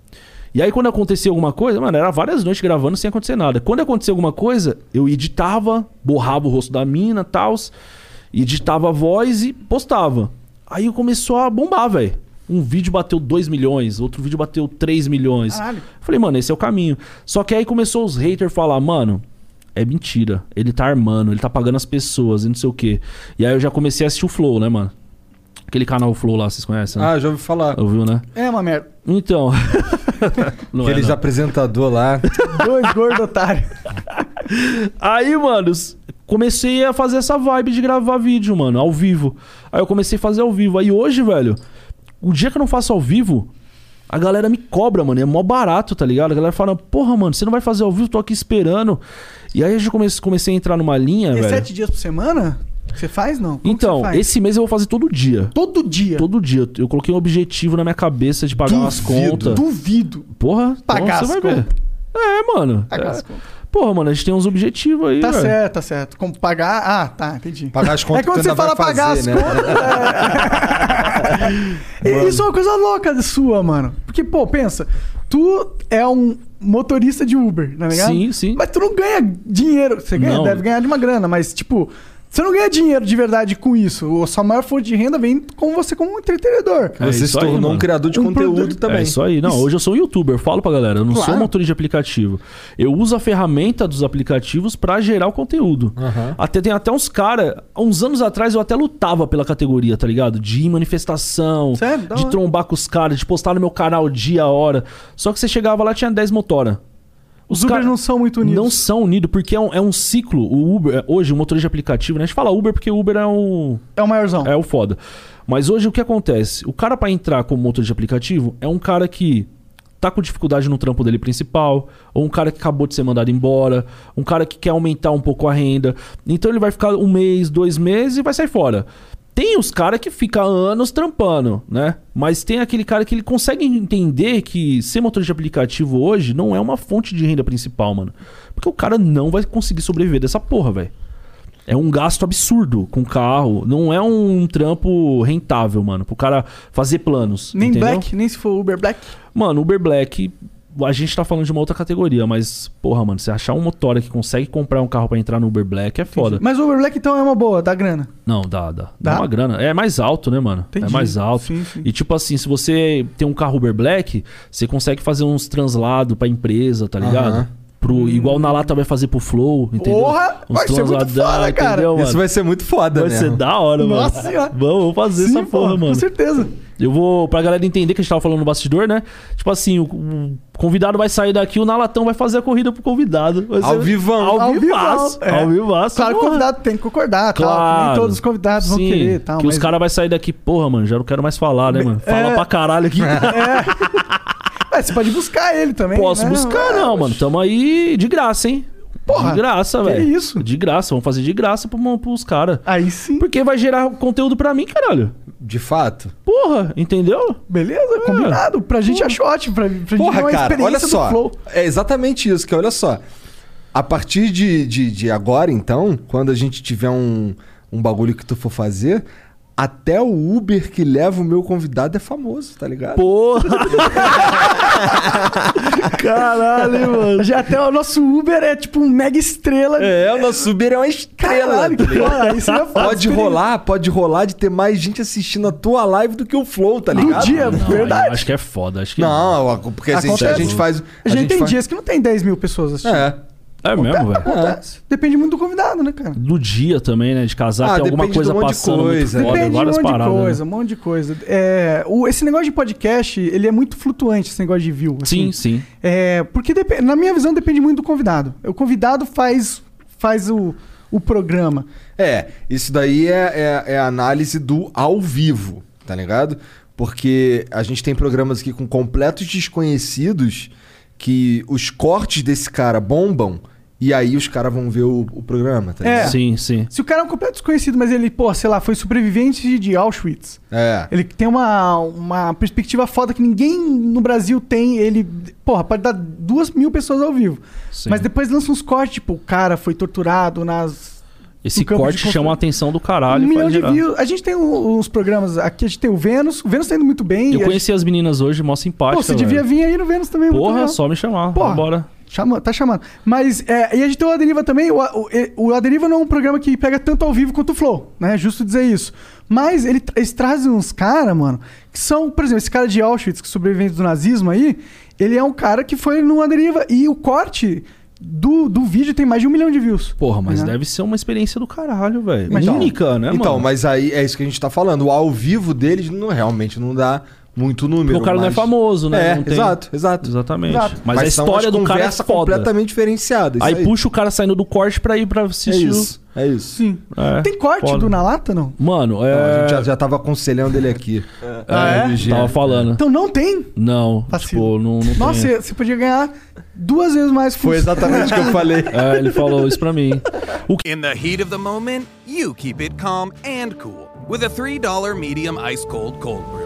Speaker 4: E aí quando acontecia alguma coisa, mano, era várias noites gravando sem acontecer nada. Quando acontecia alguma coisa, eu editava, borrava o rosto da mina, tals, editava a voz e postava. Aí começou a bombar, velho. Um vídeo bateu 2 milhões, outro vídeo bateu 3 milhões.
Speaker 3: Caralho.
Speaker 4: Falei, mano, esse é o caminho. Só que aí começou os haters falar, mano, é mentira. Ele tá armando, ele tá pagando as pessoas e não sei o quê. E aí eu já comecei a assistir o Flow, né, mano? Aquele canal Flow lá, vocês conhecem? Né?
Speaker 2: Ah, já ouvi falar.
Speaker 4: Ouviu, né?
Speaker 3: É uma merda.
Speaker 4: Então. [laughs] Não é,
Speaker 2: Aqueles
Speaker 4: não.
Speaker 2: apresentador lá.
Speaker 3: Dois gordos otários.
Speaker 4: Aí, mano, s- comecei a fazer essa vibe de gravar vídeo, mano, ao vivo. Aí eu comecei a fazer ao vivo. Aí hoje, velho, o dia que eu não faço ao vivo, a galera me cobra, mano. e É mó barato, tá ligado? A galera fala, porra, mano, você não vai fazer ao vivo, tô aqui esperando. E aí eu já comecei, comecei a entrar numa linha,
Speaker 3: E é
Speaker 4: velho.
Speaker 3: sete dias por semana? Você faz, não? Como que você
Speaker 4: Então,
Speaker 3: faz?
Speaker 4: esse mês eu vou fazer todo dia.
Speaker 3: Todo dia.
Speaker 4: Todo dia. Eu coloquei um objetivo na minha cabeça de pagar umas
Speaker 2: Duvido.
Speaker 4: contas.
Speaker 3: Duvido.
Speaker 4: Porra,
Speaker 3: Pagar
Speaker 4: então
Speaker 3: as
Speaker 4: você vai ver.
Speaker 3: contas.
Speaker 4: É, mano.
Speaker 3: Pagar
Speaker 4: É.
Speaker 3: as contas.
Speaker 4: Porra, mano, a gente tem uns objetivos aí,
Speaker 3: Tá
Speaker 4: velho.
Speaker 3: certo, tá certo. Como pagar. Ah, tá, entendi.
Speaker 2: É. Pagar as contas
Speaker 3: É quando
Speaker 2: que tu
Speaker 3: você
Speaker 2: ainda
Speaker 3: fala
Speaker 2: vai
Speaker 3: pagar
Speaker 2: fazer,
Speaker 3: as
Speaker 2: né? [laughs]
Speaker 3: contas. é. Isso é uma coisa louca sua, mano. Porque, pô, pensa, tu é um motorista de Uber, tá ligado?
Speaker 4: Sim, sim.
Speaker 3: Mas tu não ganha dinheiro. Você ganha,
Speaker 4: Não.
Speaker 3: deve ganhar de uma grana, mas, tipo, você não ganha dinheiro de verdade com isso. A sua maior fonte de renda vem com você como um entretenedor.
Speaker 4: [laughs] É
Speaker 2: Você se
Speaker 4: isso aí,
Speaker 2: tornou um
Speaker 4: mano.
Speaker 2: criador de
Speaker 3: Um
Speaker 2: conteúdo
Speaker 3: produto.
Speaker 2: também.
Speaker 4: É isso aí. Não, hoje eu sou um youtuber, eu falo pra galera. Eu não sou
Speaker 3: Claro.
Speaker 4: motorista de aplicativo. Eu uso a ferramenta dos aplicativos pra gerar o conteúdo.
Speaker 2: Aham.
Speaker 4: Até tem até uns caras. Uns anos atrás eu até lutava pela categoria, tá ligado? De ir em manifestação,
Speaker 3: Sério? Da
Speaker 4: de
Speaker 3: hora.
Speaker 4: trombar com os caras, de postar no meu canal dia, a hora. Só que você chegava lá tinha 10 motora.
Speaker 3: Os Uber
Speaker 4: cara-
Speaker 3: não são muito unidos.
Speaker 4: Não são unidos, porque é um, é um ciclo. O Uber, hoje, o motorista de aplicativo, né? A gente fala Uber porque Uber é um.
Speaker 3: É o maiorzão.
Speaker 4: É o foda. Mas hoje o que acontece? O cara pra entrar como motor de aplicativo é um cara que tá com dificuldade no trampo dele principal, ou um cara que acabou de ser mandado embora, um cara que quer aumentar um pouco a renda. Então ele vai ficar um mês, dois meses e vai sair fora. Tem os caras que fica anos trampando, né? Mas tem aquele cara que ele consegue entender que ser motor de aplicativo hoje não é uma fonte de renda principal, mano. Porque o cara não vai conseguir sobreviver dessa porra, velho. É um gasto absurdo com carro. Não é um trampo rentável, mano. Pro cara fazer planos.
Speaker 3: Nem
Speaker 4: entendeu?
Speaker 3: Black, nem se for Uber Black.
Speaker 4: Mano, Uber Black. A gente tá falando de uma outra categoria, mas, porra, mano, você achar um motora que consegue comprar um carro pra entrar no Uber Black é foda.
Speaker 3: Mas o Uber Black então é uma boa, dá grana.
Speaker 4: Não, dá, dá. Dá
Speaker 3: Dá?
Speaker 4: uma grana. É mais alto, né, mano? É
Speaker 3: Entendi.
Speaker 4: mais alto.
Speaker 3: Sim, sim.
Speaker 4: E tipo assim, se você tem um carro Uber Black, você consegue fazer uns translado pra empresa, tá ligado?
Speaker 2: Aham.
Speaker 4: Pro, igual na lata vai fazer pro Flow, entendeu?
Speaker 3: Porra!
Speaker 4: Uns
Speaker 3: Vai ser muito
Speaker 4: transladão,
Speaker 3: foda, cara.
Speaker 4: entendeu, mano?
Speaker 2: Isso vai ser muito foda,
Speaker 4: Vai
Speaker 2: né?
Speaker 4: ser da hora, mano.
Speaker 3: Nossa senhora.
Speaker 4: Vamos, vamos fazer
Speaker 3: Sim,
Speaker 4: essa porra,
Speaker 3: pô,
Speaker 4: mano.
Speaker 3: Com certeza.
Speaker 4: Eu vou, pra galera entender que a gente tava falando no bastidor, né? Tipo assim, o, o convidado vai sair daqui, o Nalatão vai fazer a corrida pro convidado. Vai
Speaker 2: Ao
Speaker 4: ser-
Speaker 2: vivão.
Speaker 4: Ao
Speaker 3: Ao
Speaker 4: vivaço.
Speaker 3: vivão, é.
Speaker 4: Ao vivaço.
Speaker 3: Claro que o
Speaker 4: porra.
Speaker 3: convidado tem que concordar, tal. que
Speaker 4: tá? Claro.
Speaker 3: Nem todos os convidados vão
Speaker 4: Sim,
Speaker 3: querer e tal.
Speaker 4: Que os
Speaker 3: mas- é.
Speaker 4: caras vão sair daqui, porra, mano, já não quero mais falar, né, mano? Fala pra
Speaker 3: [laughs]
Speaker 4: caralho aqui.
Speaker 3: Mas você pode buscar ele também.
Speaker 4: Posso
Speaker 3: né?
Speaker 4: buscar,
Speaker 3: É,
Speaker 4: não, mano. Tamo aí de graça, hein?
Speaker 3: Porra,
Speaker 4: De graça,
Speaker 3: que
Speaker 4: velho.
Speaker 3: isso?
Speaker 4: De graça. Vamos fazer de graça pro, pros caras.
Speaker 3: Aí sim.
Speaker 4: Porque vai gerar conteúdo pra mim, caralho.
Speaker 2: De fato.
Speaker 4: Porra, entendeu? É.
Speaker 3: Beleza, combinado. Pra gente é shot, pra, pra gente é
Speaker 2: Porra,
Speaker 3: uma
Speaker 2: cara,
Speaker 3: experiência
Speaker 2: olha
Speaker 3: do
Speaker 2: só.
Speaker 3: flow.
Speaker 2: É exatamente isso, que olha só. A partir de, de, de agora, então, quando a gente tiver um, um bagulho que tu for fazer, Até o Uber que leva o meu convidado é famoso, tá ligado?
Speaker 4: Porra!
Speaker 3: [laughs]
Speaker 4: Caralho, hein, mano.
Speaker 3: Já até o nosso Uber é tipo um mega estrela.
Speaker 2: É, o nosso Uber é uma estrela.
Speaker 3: Caralho,
Speaker 2: tá ligado?
Speaker 3: cara, isso é foda,
Speaker 2: pode
Speaker 3: experiência.
Speaker 2: rolar, pode rolar de ter mais gente assistindo a tua live do que o Flow, tá
Speaker 3: No
Speaker 2: ligado?
Speaker 3: dia,
Speaker 4: Ai, eu
Speaker 3: verdade.
Speaker 4: Ah, Acho que é foda, acho que
Speaker 2: Não, a- porque assim, a gente, a
Speaker 3: Acontece.
Speaker 2: gente faz.
Speaker 3: A gente, tem
Speaker 2: faz-
Speaker 3: dias que não tem 10 mil pessoas assistindo.
Speaker 2: É.
Speaker 4: É mesmo, velho.
Speaker 3: Acontece. Depende muito do convidado, né, cara?
Speaker 4: Do dia também, né? De casar,
Speaker 2: Ah,
Speaker 4: tem alguma
Speaker 2: depende de um
Speaker 4: coisa
Speaker 2: monte de
Speaker 4: passando.
Speaker 2: coisa.
Speaker 4: muito foda,
Speaker 3: Depende de um
Speaker 4: várias
Speaker 3: monte
Speaker 4: paradas.
Speaker 3: de
Speaker 4: né?
Speaker 3: coisa, um monte de coisa. É, o, esse negócio de podcast, ele é muito flutuante, esse negócio de view. assim.
Speaker 4: Sim, sim.
Speaker 3: É, porque depe- na minha visão depende muito do convidado. O convidado faz, faz o, o programa.
Speaker 2: É, isso daí é, é, é a análise do ao vivo, tá ligado? Porque a gente tem programas aqui com completos desconhecidos que os cortes desse cara bombam e aí os caras vão ver o, o programa, tá
Speaker 3: É.
Speaker 2: ligado?
Speaker 4: Sim, sim.
Speaker 3: Se o cara é um completo desconhecido, mas ele, pô, sei lá, foi sobrevivente de Auschwitz.
Speaker 2: É.
Speaker 3: Ele tem uma, uma perspectiva foda que ninguém no Brasil tem. Ele, porra, pode dar duas mil pessoas ao vivo.
Speaker 4: Sim.
Speaker 3: Mas depois lança uns cortes, tipo, o cara foi torturado nas.
Speaker 4: Esse
Speaker 3: no campo
Speaker 4: corte
Speaker 3: de concentra-
Speaker 4: chama a atenção do caralho.
Speaker 3: um
Speaker 4: faz
Speaker 3: milhão de
Speaker 4: geral.
Speaker 3: views. A gente tem o- uns programas aqui, a gente tem o Vênus. O Vênus tá indo muito bem. e
Speaker 4: Eu
Speaker 3: a
Speaker 4: conheci as meninas hoje, mó
Speaker 3: gente...
Speaker 4: simpática.
Speaker 3: Pô, você devia
Speaker 4: velho.
Speaker 3: vir aí no Vênus também. é muito
Speaker 4: Porra,
Speaker 3: legal.
Speaker 4: só me chamar.
Speaker 3: Porra.
Speaker 4: Bora.
Speaker 3: Chama, tá chamando. Mas, é, e a gente tem o Aderiva também. O, o, o Aderiva não é um programa que pega tanto ao vivo quanto o Flow, né? É justo dizer isso. Mas ele, eles trazem uns caras, mano, que são, por exemplo, esse cara de Auschwitz, que é sobrevivente do nazismo aí, ele é um cara que foi no Aderiva. E o corte do, do vídeo tem mais de um milhão de views.
Speaker 4: Porra, mas
Speaker 3: Né?
Speaker 4: deve ser uma experiência do caralho, velho.
Speaker 3: Mas então-
Speaker 4: Única, né,
Speaker 2: então,
Speaker 4: mano?
Speaker 2: mas aí é isso que a gente tá falando. O ao vivo deles não, realmente não dá muito número.
Speaker 4: Porque o cara não é
Speaker 2: mas-
Speaker 4: famoso, né?
Speaker 2: É,
Speaker 4: não tem-
Speaker 2: exato, exato.
Speaker 4: Exatamente.
Speaker 3: Exato.
Speaker 4: Mas, a
Speaker 2: são
Speaker 4: história
Speaker 2: as
Speaker 4: do cara é
Speaker 2: conversa
Speaker 4: foda.
Speaker 2: completamente diferenciada. isso
Speaker 4: Aí puxa o cara saindo do corte pra ir pra
Speaker 2: É
Speaker 4: assistir. o-
Speaker 2: isso. É isso.
Speaker 3: Sim.
Speaker 4: É,
Speaker 3: tem corte
Speaker 4: foda.
Speaker 3: do Na Lata, não?
Speaker 4: Mano,
Speaker 2: Não, a
Speaker 4: é.
Speaker 2: gente já, já tava aconselhando ele aqui. Tá
Speaker 3: Tá
Speaker 4: é, Tava falando.
Speaker 3: Então não tem.
Speaker 4: Não,
Speaker 3: Vacilo.
Speaker 4: tipo, não, não
Speaker 3: Nossa, é
Speaker 4: tem.
Speaker 3: você- você podia ganhar duas vezes mais
Speaker 2: Foi exatamente o que eu falei.
Speaker 4: É, ele falou isso pra mim. O que
Speaker 6: In the heat of the moment, you keep it calm and cool with a $3 medium ice cold cold brew.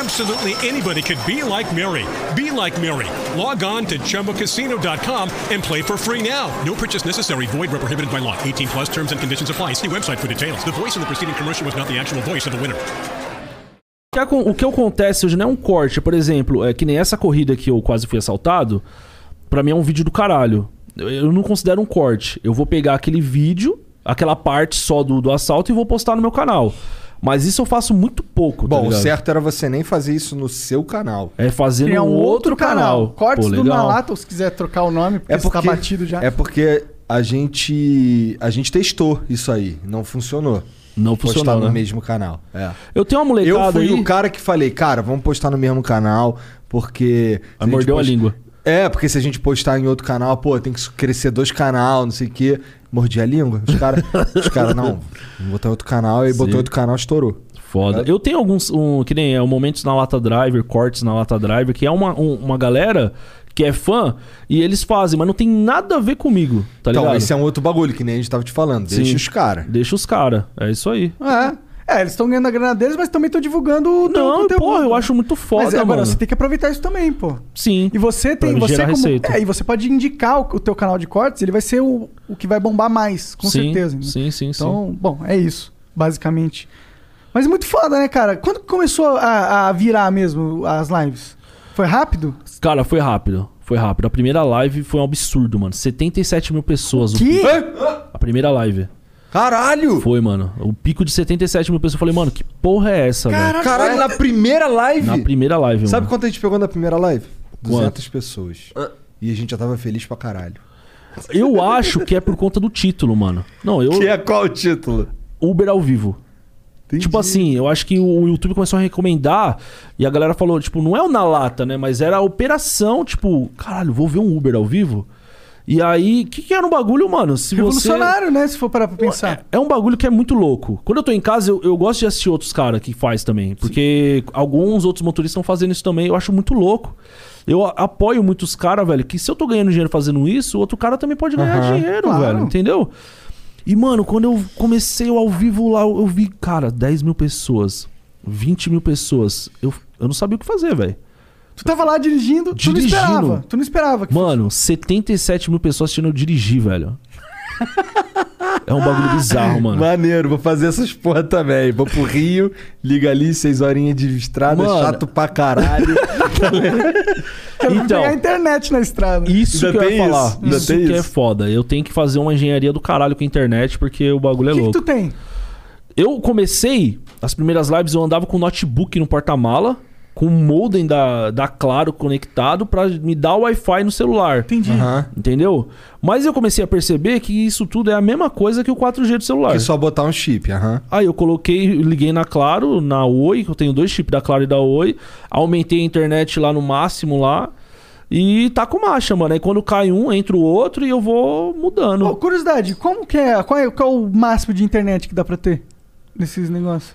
Speaker 7: Absolutely anybody could be like Mary. Be like Mary. Log on to chumbacasino.com and play for free now. No purchase necessary. Void where prohibited by law. 18 plus terms and conditions apply. See website for details. The voice in the preceding commercial was not the actual voice of the winner.
Speaker 4: que acon- o que acontece hoje não é um corte, por exemplo, é que nem essa corrida que eu quase fui assaltado, pra mim é um vídeo do caralho. Eu, eu não considero um corte. Eu vou pegar aquele vídeo, aquela parte só do, do assalto e vou postar no meu canal. Mas isso eu faço muito pouco, tá
Speaker 2: Bom, o
Speaker 4: ligado?
Speaker 2: certo era você é nem fazer isso no seu canal.
Speaker 4: É fazer
Speaker 3: Criar
Speaker 4: um outro canal.
Speaker 3: Cortes
Speaker 4: Pô,
Speaker 3: do
Speaker 4: legal.
Speaker 3: Nalata, ou se quiser trocar o nome, porque, você tá batido já.
Speaker 2: É porque a gente a gente testou isso aí, não funcionou.
Speaker 4: Não
Speaker 2: postar
Speaker 4: funcionou,
Speaker 2: no
Speaker 4: né?
Speaker 2: mesmo canal. É.
Speaker 4: Eu tenho uma molecada
Speaker 2: Eu fui
Speaker 4: aí...
Speaker 2: o cara que falei, cara, vamos postar no mesmo canal, porque se
Speaker 4: Aí mordeu a
Speaker 2: gente
Speaker 4: língua.
Speaker 2: É, porque se a gente postar em outro canal, pô, tem que crescer dois canal, não sei o quê. Mordi a língua. Os caras,
Speaker 4: [laughs]
Speaker 2: os cara, não, vamos botar outro canal, e botou outro canal,
Speaker 4: Tá
Speaker 2: estourou.
Speaker 4: Foda. Eu tenho alguns, um, que nem é, o Momentos na Lata Driver, Cortes na Lata Driver, que é uma, um- uma galera que é fã e eles fazem, mas não tem nada a ver comigo, tá
Speaker 2: então,
Speaker 4: ligado?
Speaker 2: esse é um outro bagulho, que nem a gente tava te falando. Deixa
Speaker 4: Sim.
Speaker 2: os caras.
Speaker 3: um-
Speaker 4: Deixa os caras, é isso aí.
Speaker 3: É, é eles estão ganhando a grana deles, mas também estão divulgando o teu
Speaker 4: Não,
Speaker 3: conteúdo.
Speaker 4: porra, eu acho muito foda,
Speaker 3: um- Mas agora,
Speaker 4: mano.
Speaker 3: você tem que aproveitar isso também, pô.
Speaker 4: Sim.
Speaker 3: E você
Speaker 4: Pra
Speaker 3: tem. Você
Speaker 4: gerar
Speaker 3: como,
Speaker 4: receita.
Speaker 3: é, e você pode indicar o, o teu canal de cortes, ele vai ser o, o que vai bombar mais, com
Speaker 4: sim,
Speaker 3: certeza. né?
Speaker 4: Sim, sim, sim.
Speaker 3: Então, bom, é isso, basicamente. Mas é muito foda, né, cara? Quando que começou a, a virar mesmo as lives? Foi rápido?
Speaker 4: Cara, foi rápido. Foi rápido. A primeira live foi um absurdo, mano. 77 mil pessoas. o pico. A primeira live.
Speaker 2: Caralho!
Speaker 4: Foi, mano. O pico de 77 mil pessoas. Eu falei, mano, que porra é essa, velho?
Speaker 2: Caralho, na primeira live?
Speaker 4: Na primeira live,
Speaker 2: Sabe
Speaker 4: mano.
Speaker 2: quanto a gente pegou na primeira live?
Speaker 4: Quanto?
Speaker 2: 200 pessoas. E a gente já tava feliz pra caralho.
Speaker 4: Eu acho que é por conta do título, mano. Não, eu.
Speaker 2: é qual o título?
Speaker 4: Uber ao vivo. Tipo assim, eu acho que o YouTube começou a recomendar e a galera falou, tipo, não é o na lata, né? Mas era a operação, tipo, caralho, vou ver um Uber ao vivo? E aí, o que, que era um bagulho, mano? Se você...
Speaker 3: Revolucionário, né? Se for parar pra pensar.
Speaker 4: É, é um bagulho que é muito louco. Quando eu tô em casa, eu, eu gosto de assistir outros caras que faz também. Porque alguns outros motoristas estão fazendo isso também. Eu acho muito louco. Eu a- apoio muitos caras, velho, que se eu tô ganhando dinheiro fazendo isso, o outro cara também pode ganhar dinheiro,
Speaker 3: claro.
Speaker 4: velho. Entendeu? E, mano, quando eu comecei o ao vivo lá, eu eu vi, cara, 10 mil pessoas, 20 mil pessoas. Eu, eu não sabia o que fazer, velho.
Speaker 3: Tu tava lá dirigindo,
Speaker 4: Dirigindo.
Speaker 3: tu não esperava. Tu não esperava. que-
Speaker 4: Mano, 77 mil pessoas assistindo eu dirigir,
Speaker 3: [laughs]
Speaker 4: velho. É um bagulho bizarro, mano.
Speaker 2: Maneiro, vou fazer essas porra também. Vou pro Rio, liga ali, seis horinhas de estrada,
Speaker 4: Mano.
Speaker 2: chato pra [laughs] caralho.
Speaker 3: Quero
Speaker 4: Então.
Speaker 3: pegar a internet na estrada.
Speaker 4: Isso
Speaker 2: Ainda
Speaker 4: que eu
Speaker 2: tem
Speaker 4: ia falar.
Speaker 2: isso?
Speaker 4: Isso,
Speaker 2: Ainda tem
Speaker 4: que é
Speaker 2: isso?
Speaker 4: foda. Eu tenho que fazer uma engenharia do caralho com a internet, porque o bagulho é
Speaker 3: O que, que
Speaker 4: louco.
Speaker 3: tu tem?
Speaker 4: Eu comecei, as primeiras lives, eu andava com notebook no porta-mala, com o modem da, da Claro conectado pra me dar o Wi-Fi no celular.
Speaker 3: Entendi.
Speaker 4: Entendeu? Mas eu comecei a perceber que isso tudo é a mesma coisa que o 4G do celular.
Speaker 2: Que só botar um chip, aham.
Speaker 4: Aí Ah, eu coloquei, liguei na Claro, na Oi, que eu tenho dois chips da Claro e da Oi, aumentei a internet lá no máximo lá e tá com marcha, mano. Aí quando cai um, entra o outro e eu vou mudando.
Speaker 3: Ô, curiosidade, como que é? Qual, é? qual é o máximo de internet que dá pra ter nesses negócios?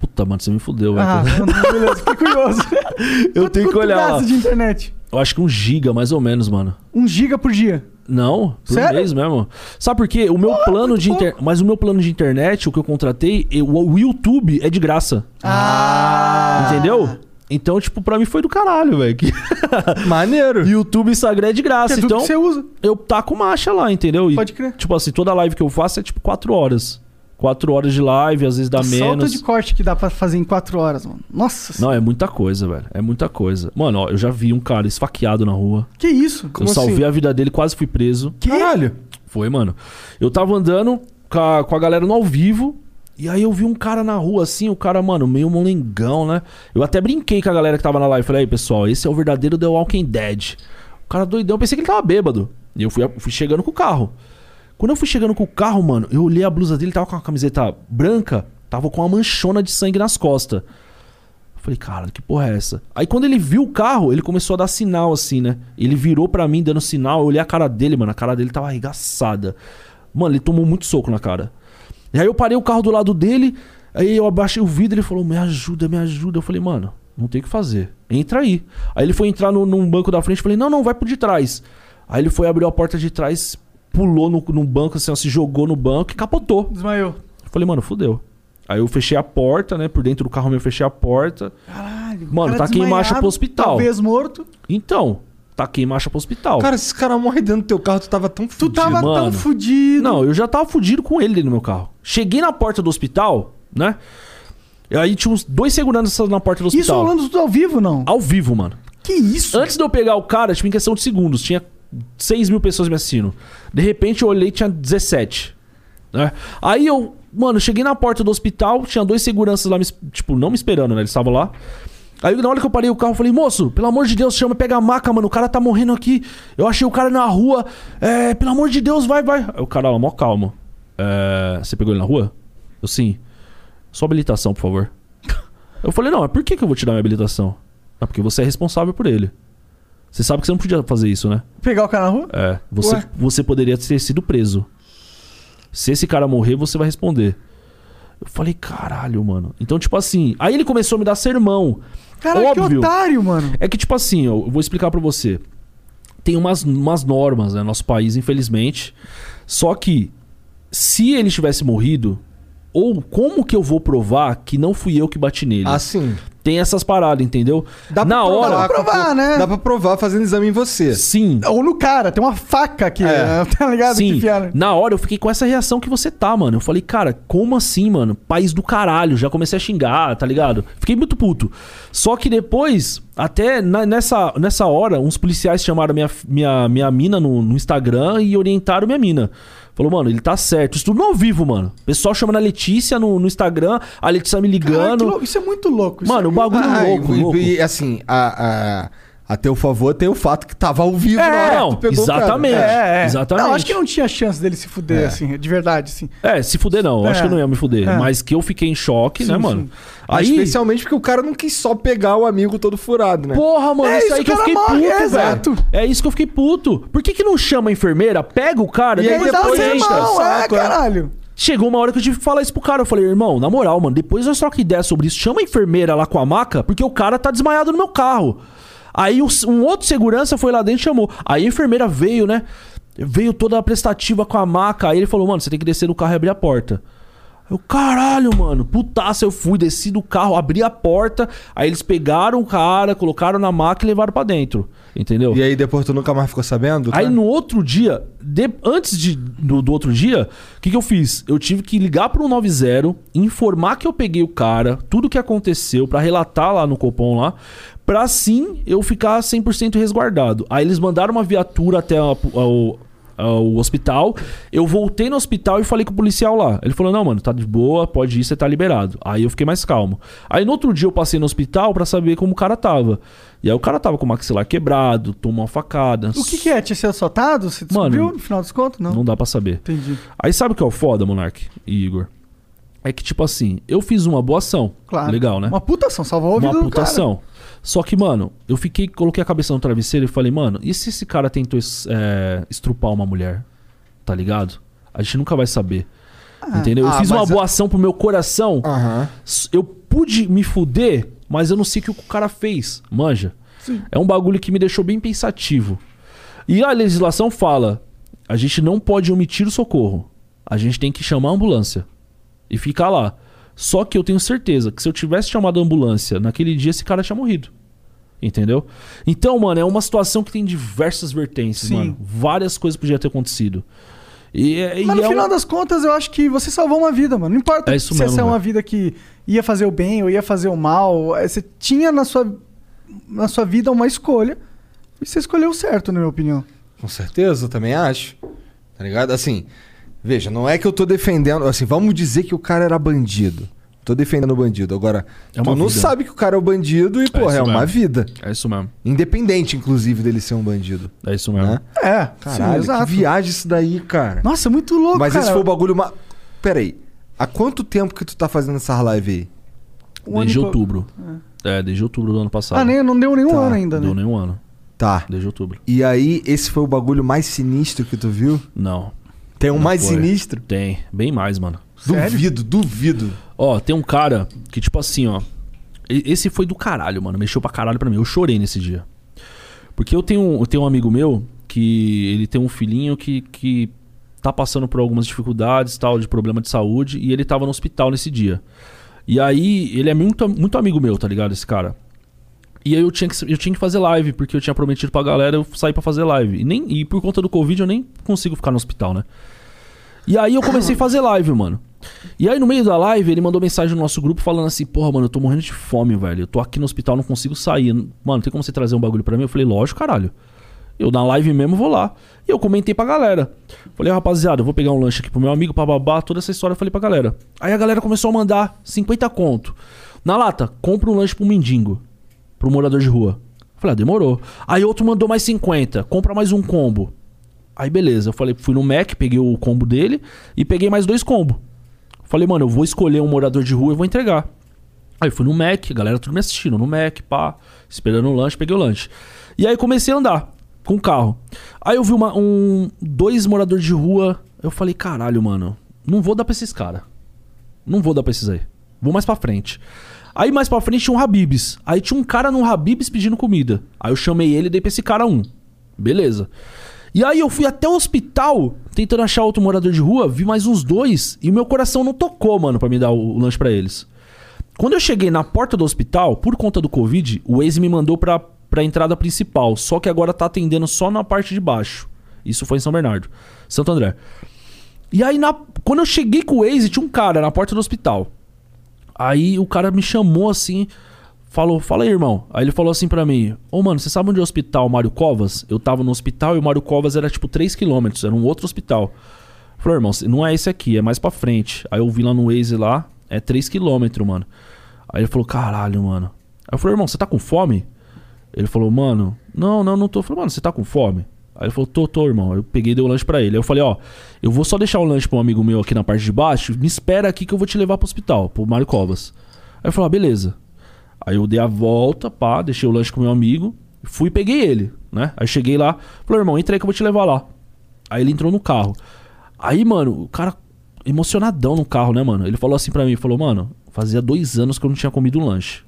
Speaker 4: Puta, mano, você me fudeu, velho.
Speaker 3: Ah, [laughs] beleza, fiquei curioso.
Speaker 4: [laughs] eu
Speaker 3: Quanto-
Speaker 4: tenho que
Speaker 3: quanto
Speaker 4: olhar.
Speaker 3: gasta de internet?
Speaker 4: Eu acho que um giga, mais ou menos, mano.
Speaker 3: Um giga por dia.
Speaker 4: Não, por
Speaker 3: Sério? é
Speaker 4: mês mesmo. Sabe por quê? O meu plano de inter... Mas o meu plano de internet, o que eu contratei, eu- o YouTube é de graça.
Speaker 3: Ah!
Speaker 4: Entendeu? Então, tipo, pra mim foi do
Speaker 3: [laughs]
Speaker 4: caralho, velho. [laughs] que-
Speaker 2: Maneiro.
Speaker 4: YouTube e Instagram é de
Speaker 3: Que
Speaker 4: graça.
Speaker 3: é tudo
Speaker 4: então,
Speaker 3: que você usa.
Speaker 4: eu taco marcha lá, entendeu? E,
Speaker 3: Pode crer.
Speaker 4: Tipo assim, toda live que eu faço é tipo 4 horas. 4 horas de live, às vezes dá
Speaker 3: Solta
Speaker 4: menos.
Speaker 3: de corte que dá pra fazer em 4 horas, mano. Nossa,
Speaker 4: Não, é muita coisa, velho. É muita coisa. Mano, ó, eu já vi um cara esfaqueado na rua.
Speaker 3: que isso?
Speaker 4: eu salvei
Speaker 3: assim?
Speaker 4: a vida dele, quase fui preso.
Speaker 2: Caralho.
Speaker 4: Foi, mano. Eu tava andando com a, com a galera no ao vivo. E aí eu vi um cara na rua assim, o cara, mano, meio molengão, né? Eu até brinquei com a galera que tava na live. Falei, aí, pessoal, esse é o verdadeiro The Walking Dead. O cara doidão, eu pensei que ele tava bêbado. E eu fui, fui chegando com o carro. Quando eu fui chegando com o carro, mano, eu olhei a blusa dele, tava com uma camiseta branca, tava com uma manchona de sangue nas costas. Eu Falei, cara, que porra é essa? Aí quando ele viu o carro, ele começou a dar sinal assim, né? Ele virou pra mim dando sinal, eu olhei a cara dele, mano, a cara dele tava arregaçada. Mano, ele tomou muito soco na cara. E aí eu parei o carro do lado dele, aí eu abaixei o vidro, ele falou, me ajuda, me ajuda. Eu falei, mano, não tem o que fazer, entra aí. Aí ele foi entrar no, num banco da frente, eu falei, não, não, vai pro de trás. Aí ele foi, abriu a porta de trás, pulou no, no banco, assim, ó, se jogou no banco e capotou.
Speaker 3: Desmaiou.
Speaker 4: Eu Falei, mano, fudeu. Aí eu fechei a porta, né? Por dentro do carro meu, eu fechei a porta.
Speaker 3: Caralho. o
Speaker 4: Mano,
Speaker 3: cara
Speaker 4: taquei
Speaker 3: desmaiado,
Speaker 4: marcha pro hospital.
Speaker 3: Talvez morto.
Speaker 4: Então, taquei marcha pro hospital.
Speaker 2: Cara, se esse cara morre dentro do teu carro, tu tava tão
Speaker 3: Tu
Speaker 2: fudido.
Speaker 3: tava tão
Speaker 4: mano.
Speaker 3: fudido.
Speaker 4: Não, eu já tava fudido com ele dentro do meu carro. Cheguei na porta do hospital, né? E aí tinha uns dois seguranças na porta do
Speaker 3: Isso
Speaker 4: hospital. Ah,
Speaker 3: rolando tudo ao vivo, não?
Speaker 4: Ao vivo, mano.
Speaker 3: Que isso?
Speaker 4: Antes de eu pegar o cara, tipo, em questão de segundos, tinha 6 mil pessoas me assistindo. De repente eu olhei tinha 17. né? Aí eu, mano, cheguei na porta do hospital, tinha dois seguranças lá, me, es- tipo, não me esperando, né? Eles estavam lá. Aí na hora que eu parei o carro, eu falei, moço, pelo amor de Deus, chama, pega a maca, mano. O cara tá morrendo aqui. Eu achei o cara na rua. É, pelo amor de Deus, vai, vai. Aí o cara, ó, mó calmo. É, você pegou ele na rua? Eu sim. Sua habilitação, por favor. [laughs] Eu falei, não, mas por que, que eu vou te dar minha habilitação? Ah, porque você é responsável por ele. Você sabe que você não podia fazer isso, né?
Speaker 3: Pegar o cara na rua?
Speaker 4: É. Você,
Speaker 3: Ué?
Speaker 4: você poderia ter sido preso. Se esse cara morrer, você vai responder. Eu falei, caralho, mano. Então, tipo assim. Aí ele começou a me dar sermão.
Speaker 3: Caralho, que
Speaker 4: Óbvio.
Speaker 3: otário, mano.
Speaker 4: É que, tipo assim, ó, eu vou explicar pra você. Tem umas, umas normas, né? Nosso país, infelizmente. Só que, se ele tivesse morrido, ou como que eu vou provar que não fui eu que bati nele?
Speaker 2: Assim.
Speaker 4: Tem essas paradas, entendeu?
Speaker 2: Dá
Speaker 4: Na
Speaker 2: pra provar,
Speaker 4: hora,
Speaker 3: pra provar,
Speaker 2: com-
Speaker 3: né?
Speaker 2: Dá pra provar fazendo exame em você.
Speaker 4: sim.
Speaker 3: Ou no cara, tem uma faca aqui,
Speaker 2: É.
Speaker 3: né? [laughs] tá ligado? Que
Speaker 4: Sim,
Speaker 3: enfiaram.
Speaker 4: na hora eu fiquei com essa reação que você tá, mano. Eu falei, cara, como assim, mano? País do caralho. Já comecei a xingar, tá ligado? Fiquei muito puto. Só que depois, até na- nessa, nessa hora, uns policiais chamaram minha, minha, minha mina no, no Instagram e orientaram minha mina. Falou, mano, ele tá certo. Isso tudo no ao vivo, mano. Pessoal chamando a Letícia no, no Instagram, a Letícia me
Speaker 3: Caralho, que
Speaker 4: ligando.
Speaker 3: é louco, Isso é muito louco. isso
Speaker 4: mano, o bagulho
Speaker 2: Ah,
Speaker 4: louco,
Speaker 2: e,
Speaker 4: louco.
Speaker 2: e, assim, a, a, A teu favor tem o fato que tava ao vivo na hora que
Speaker 4: não,
Speaker 2: tu pegou o cara.
Speaker 4: exatamente.
Speaker 3: É, é.
Speaker 4: Exatamente.
Speaker 3: Não, acho que não tinha chance dele se fuder, assim, de verdade, assim.
Speaker 4: É, se fuder não, eu acho
Speaker 3: É.
Speaker 4: que eu não ia me fuder.
Speaker 3: É.
Speaker 4: Mas que eu fiquei em choque, né,
Speaker 3: Sim,
Speaker 4: mano?
Speaker 3: sim.
Speaker 2: Mas
Speaker 4: Aí,
Speaker 2: Especialmente porque o cara não quis só pegar o amigo todo furado, né?
Speaker 4: porra, mano,
Speaker 3: É
Speaker 4: isso,
Speaker 3: isso
Speaker 4: aí que
Speaker 3: que
Speaker 4: eu
Speaker 3: ela
Speaker 4: fiquei
Speaker 3: morre,
Speaker 4: puto,
Speaker 3: é,
Speaker 4: velho.
Speaker 3: exato.
Speaker 4: É isso que eu fiquei puto. Por que que não chama a enfermeira, pega o cara
Speaker 2: E aí
Speaker 3: Ele dá o
Speaker 2: depois
Speaker 4: entra?
Speaker 2: enche o
Speaker 3: irmão, é,
Speaker 2: saco, é.
Speaker 3: caralho.
Speaker 4: Chegou uma hora que eu tive que falar isso pro cara. Eu falei, irmão, na moral, mano, depois nós troca ideia sobre isso. Chama a enfermeira lá com a maca, porque o cara tá desmaiado no meu carro. Aí o- um outro segurança foi lá dentro e chamou. Aí a enfermeira veio, né? Veio toda prestativa com a maca. Aí ele falou, mano, você tem que descer do carro e abrir a porta. Eu, caralho, mano, putaça, eu fui, desci do carro, abri a porta. Aí eles pegaram o cara, colocaram na maca e levaram pra dentro. Entendeu?
Speaker 2: E aí depois tu nunca mais ficou sabendo?
Speaker 4: Aí
Speaker 2: cara?
Speaker 4: no outro dia, de- antes de- do, do outro dia, o que, que eu fiz? Eu tive que ligar pro 190, informar que eu peguei o cara, tudo que aconteceu, pra relatar lá no Copom lá, pra sim eu ficar 100% resguardado. Aí eles mandaram uma viatura até a- ao, ao hospital. Eu voltei no hospital e falei com o policial lá. Ele falou: Não, mano, tá de boa, pode ir, você tá liberado. Aí eu fiquei mais calmo. Aí no outro dia eu passei no hospital pra saber como o cara tava. E aí o cara tava com o maxilar quebrado, tomou uma facada.
Speaker 3: O que, que é? Tinha sido assaltado? Você descobriu
Speaker 4: Mano,
Speaker 3: no final dos contos? Não.
Speaker 4: Não dá pra saber.
Speaker 3: Entendi.
Speaker 4: Aí sabe o que é o foda, Monark e Igor? É que, tipo assim, eu fiz uma boa ação.
Speaker 3: Claro.
Speaker 4: Legal, né?
Speaker 3: Uma putação, salvou o
Speaker 4: Uma
Speaker 3: ouvido do cara.
Speaker 4: putação. Só que, mano, eu fiquei, coloquei a cabeça no travesseiro e falei, mano, e se esse cara tentou es- é, estrupar uma mulher? Tá ligado? A gente nunca vai saber.
Speaker 3: É.
Speaker 4: Entendeu? Eu
Speaker 2: Ah,
Speaker 4: fiz uma
Speaker 2: mas
Speaker 4: boa ação pro meu coração.
Speaker 2: Aham.
Speaker 4: S- Eu pude me fuder, mas eu não sei o que o cara fez. Manja. É um bagulho que me deixou bem pensativo. E a legislação fala: a gente não pode omitir o socorro. A gente tem que chamar a ambulância e ficar lá. Só que eu tenho certeza que se eu tivesse chamado a ambulância naquele dia, esse cara tinha morrido. Entendeu? Então, mano, é uma situação que tem diversas vertentes,
Speaker 3: Sim.
Speaker 4: mano. Várias coisas podiam ter acontecido. E, e
Speaker 3: Mas no
Speaker 4: é um-
Speaker 3: final das contas, eu acho que você salvou uma vida, mano. Não importa
Speaker 4: É isso
Speaker 3: se
Speaker 4: mesmo,
Speaker 3: essa é uma
Speaker 4: velho.
Speaker 3: vida que ia fazer o bem ou ia fazer o mal. eh, Você tinha na sua, na sua vida uma escolha. E você escolheu o certo, na minha opinião.
Speaker 2: Com certeza, eu também acho. Tá ligado? Assim, veja, não é que eu tô defendendo. Assim, vamos dizer que o cara era bandido. Tô defendendo o bandido. Agora, tu
Speaker 4: É uma
Speaker 2: não
Speaker 4: vida.
Speaker 2: sabe que o cara é o bandido e, porra, é,
Speaker 4: isso
Speaker 2: uma
Speaker 4: mesmo.
Speaker 2: vida.
Speaker 4: É isso mesmo.
Speaker 2: Independente, inclusive, dele ser um bandido.
Speaker 4: É isso mesmo.
Speaker 2: Né?
Speaker 3: É,
Speaker 2: Caralho, que viagem isso daí, cara.
Speaker 3: Nossa, muito louco,
Speaker 2: Mas
Speaker 3: cara.
Speaker 2: esse foi o bagulho. Ma... Peraí. Há quanto tempo que tu tá fazendo essa live aí?
Speaker 3: O
Speaker 4: Desde
Speaker 3: único-
Speaker 4: outubro. É. desde outubro do ano passado.
Speaker 3: Ah, nem, não deu nenhum
Speaker 2: Tá,
Speaker 3: ano ainda, né?
Speaker 4: Deu nenhum ano.
Speaker 2: Tá.
Speaker 4: Desde outubro.
Speaker 2: E aí, esse foi o bagulho mais sinistro que tu viu?
Speaker 4: Não.
Speaker 2: Tem um
Speaker 4: Não
Speaker 2: mais
Speaker 4: foi.
Speaker 2: sinistro?
Speaker 4: Tem. Bem mais, mano.
Speaker 2: Duvido, duvido.
Speaker 4: Ó, tem um cara que, tipo assim, ó. e- Esse foi do caralho, mano. Mexeu pra caralho pra mim. Eu chorei nesse dia. Porque eu tenho, eu tenho um amigo meu que ele tem um filhinho que, que tá passando por algumas dificuldades, tal, de problema de saúde, e ele tava no hospital nesse dia. E aí, ele é muito, muito amigo meu, tá ligado? Esse cara. E aí eu tinha, que, eu tinha que fazer live, porque eu tinha prometido pra galera eu sair pra fazer live. E, nem, e por conta do Covid eu nem consigo ficar no hospital, né? E aí eu comecei a fazer live, mano. E aí no meio da live ele mandou mensagem no nosso grupo falando assim: Porra, mano, eu tô morrendo de fome, velho. Eu tô aqui no hospital, não consigo sair. Mano, tem como você trazer um bagulho pra mim? Eu falei: Lógico, caralho. Eu na live mesmo vou lá. E eu comentei pra galera. Falei, rapaziada, eu vou pegar um lanche aqui pro meu amigo, pra babá, toda essa história eu falei pra galera. Aí a galera começou a mandar 50 conto. Na lata, compra um lanche pro mendigo, pro morador de rua. Falei, ah, demorou. Aí outro mandou mais 50, compra mais um combo. Aí beleza, eu falei, fui no Mac, peguei o combo dele e peguei mais dois combos. Falei, mano, eu vou escolher um morador de rua e vou entregar. Aí fui no Mac, a galera tudo me assistindo, no Mac, pá, esperando o lanche, peguei o lanche. E aí comecei a andar com o carro. Aí eu vi uma, um, dois moradores de rua, eu falei, caralho, mano, não vou dar pra esses caras. Não vou dar pra esses aí. Vou mais pra frente. Aí mais pra frente tinha um Habibs. Aí tinha um cara num Habibs pedindo comida. Aí eu chamei ele e dei pra esse cara um. Beleza. E aí eu fui até o hospital tentando achar outro morador de rua, vi mais uns dois e meu coração não tocou, mano, pra me dar o, o lanche pra eles. Quando eu cheguei na porta do hospital, por conta do Covid, o Waze me mandou pra, pra entrada principal. Só que agora tá atendendo só na parte de baixo. Isso foi em São Bernardo, Santo André. E aí, na- quando eu cheguei com o Waze, tinha um cara na porta do hospital. Aí o cara me chamou assim, falou: Fala aí, irmão. Aí ele falou assim pra mim: Ô, mano, você sabe onde é o hospital Mário Covas? Eu tava no hospital e o Mário Covas era tipo 3km, era um outro hospital. Falou, irmão, não é esse aqui, é mais pra frente. Aí eu vi lá no Waze lá, é 3km, mano. Aí ele falou: Caralho, mano. Aí eu falei: Irmão, você tá com fome? Ele falou: Mano, Não, não, não tô. Eu falei, mano, você tá com fome? Aí ele falou, tô, tô, irmão. Eu peguei e dei o lanche pra ele. Aí eu falei, ó, eu vou só deixar o lanche pra um amigo meu aqui na parte de baixo. Me espera aqui que eu vou te levar pro hospital, pro Mário Covas. Aí eu falei, ah, beleza. Aí eu dei a volta, pá, deixei o lanche com o meu amigo. Fui e peguei ele, né? Aí eu cheguei lá, falei, irmão, entra aí que eu vou te levar lá. Aí ele entrou no carro. Aí, mano, o cara emocionadão no carro, né, mano? Ele falou assim pra mim, falou, mano, fazia dois anos que eu não tinha comido um lanche.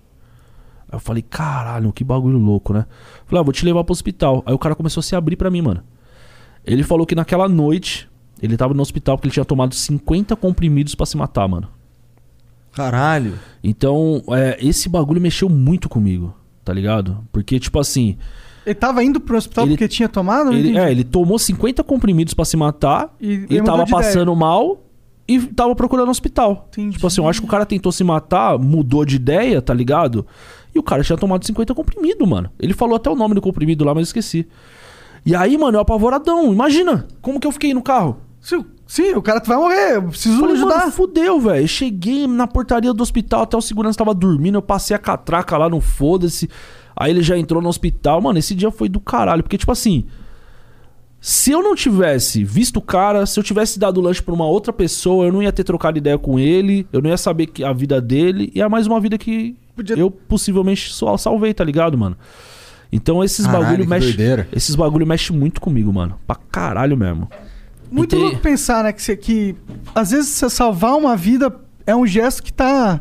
Speaker 4: Aí eu falei, caralho, que bagulho louco, né? Falei, ah, vou te levar pro hospital. Aí o cara começou a se abrir pra mim, mano. Ele falou que naquela noite, ele tava no hospital porque ele tinha tomado 50 comprimidos pra se matar, mano.
Speaker 2: Caralho.
Speaker 4: Então, é, esse bagulho mexeu muito comigo, tá ligado? Porque, tipo assim,
Speaker 3: Ele tava indo pro hospital
Speaker 4: Ele-
Speaker 3: porque tinha tomado? Não
Speaker 4: ele,
Speaker 3: entendi.
Speaker 4: é, ele tomou 50 comprimidos pra se matar,
Speaker 3: E-
Speaker 4: ele,
Speaker 3: e mudou
Speaker 4: tava
Speaker 3: de ideia.
Speaker 4: passando mal e tava procurando um hospital.
Speaker 3: Entendi.
Speaker 4: Tipo assim, eu acho que o cara tentou se matar, mudou de ideia, tá ligado? E o cara tinha tomado 50 comprimido, mano. Ele falou até o nome do comprimido lá, mas eu esqueci. E aí, mano, eu apavoradão. Imagina como que eu fiquei no carro.
Speaker 3: Sim, sim, o cara vai morrer, eu preciso
Speaker 4: Falei,
Speaker 3: ajudar.
Speaker 4: mano, fudeu, velho. Cheguei na portaria do hospital, até o segurança tava dormindo, eu passei a catraca lá, não foda-se. Aí ele já entrou no hospital. Mano, esse dia foi do caralho. Porque, tipo assim, se eu não tivesse visto o cara, se eu tivesse dado o lanche pra uma outra pessoa, eu não ia ter trocado ideia com ele, eu não ia saber que a vida dele. E é mais uma vida que
Speaker 3: Podia-
Speaker 4: eu possivelmente só salvei, tá ligado, mano? Então esses
Speaker 2: Caralho,
Speaker 4: bagulho
Speaker 2: que
Speaker 4: mexe,
Speaker 2: doideira.
Speaker 4: esses bagulho mexe muito comigo, mano. Pra caralho mesmo.
Speaker 3: Muito
Speaker 4: Entendi.
Speaker 3: louco pensar, né? Que, você- que às vezes você salvar uma vida é um gesto que tá.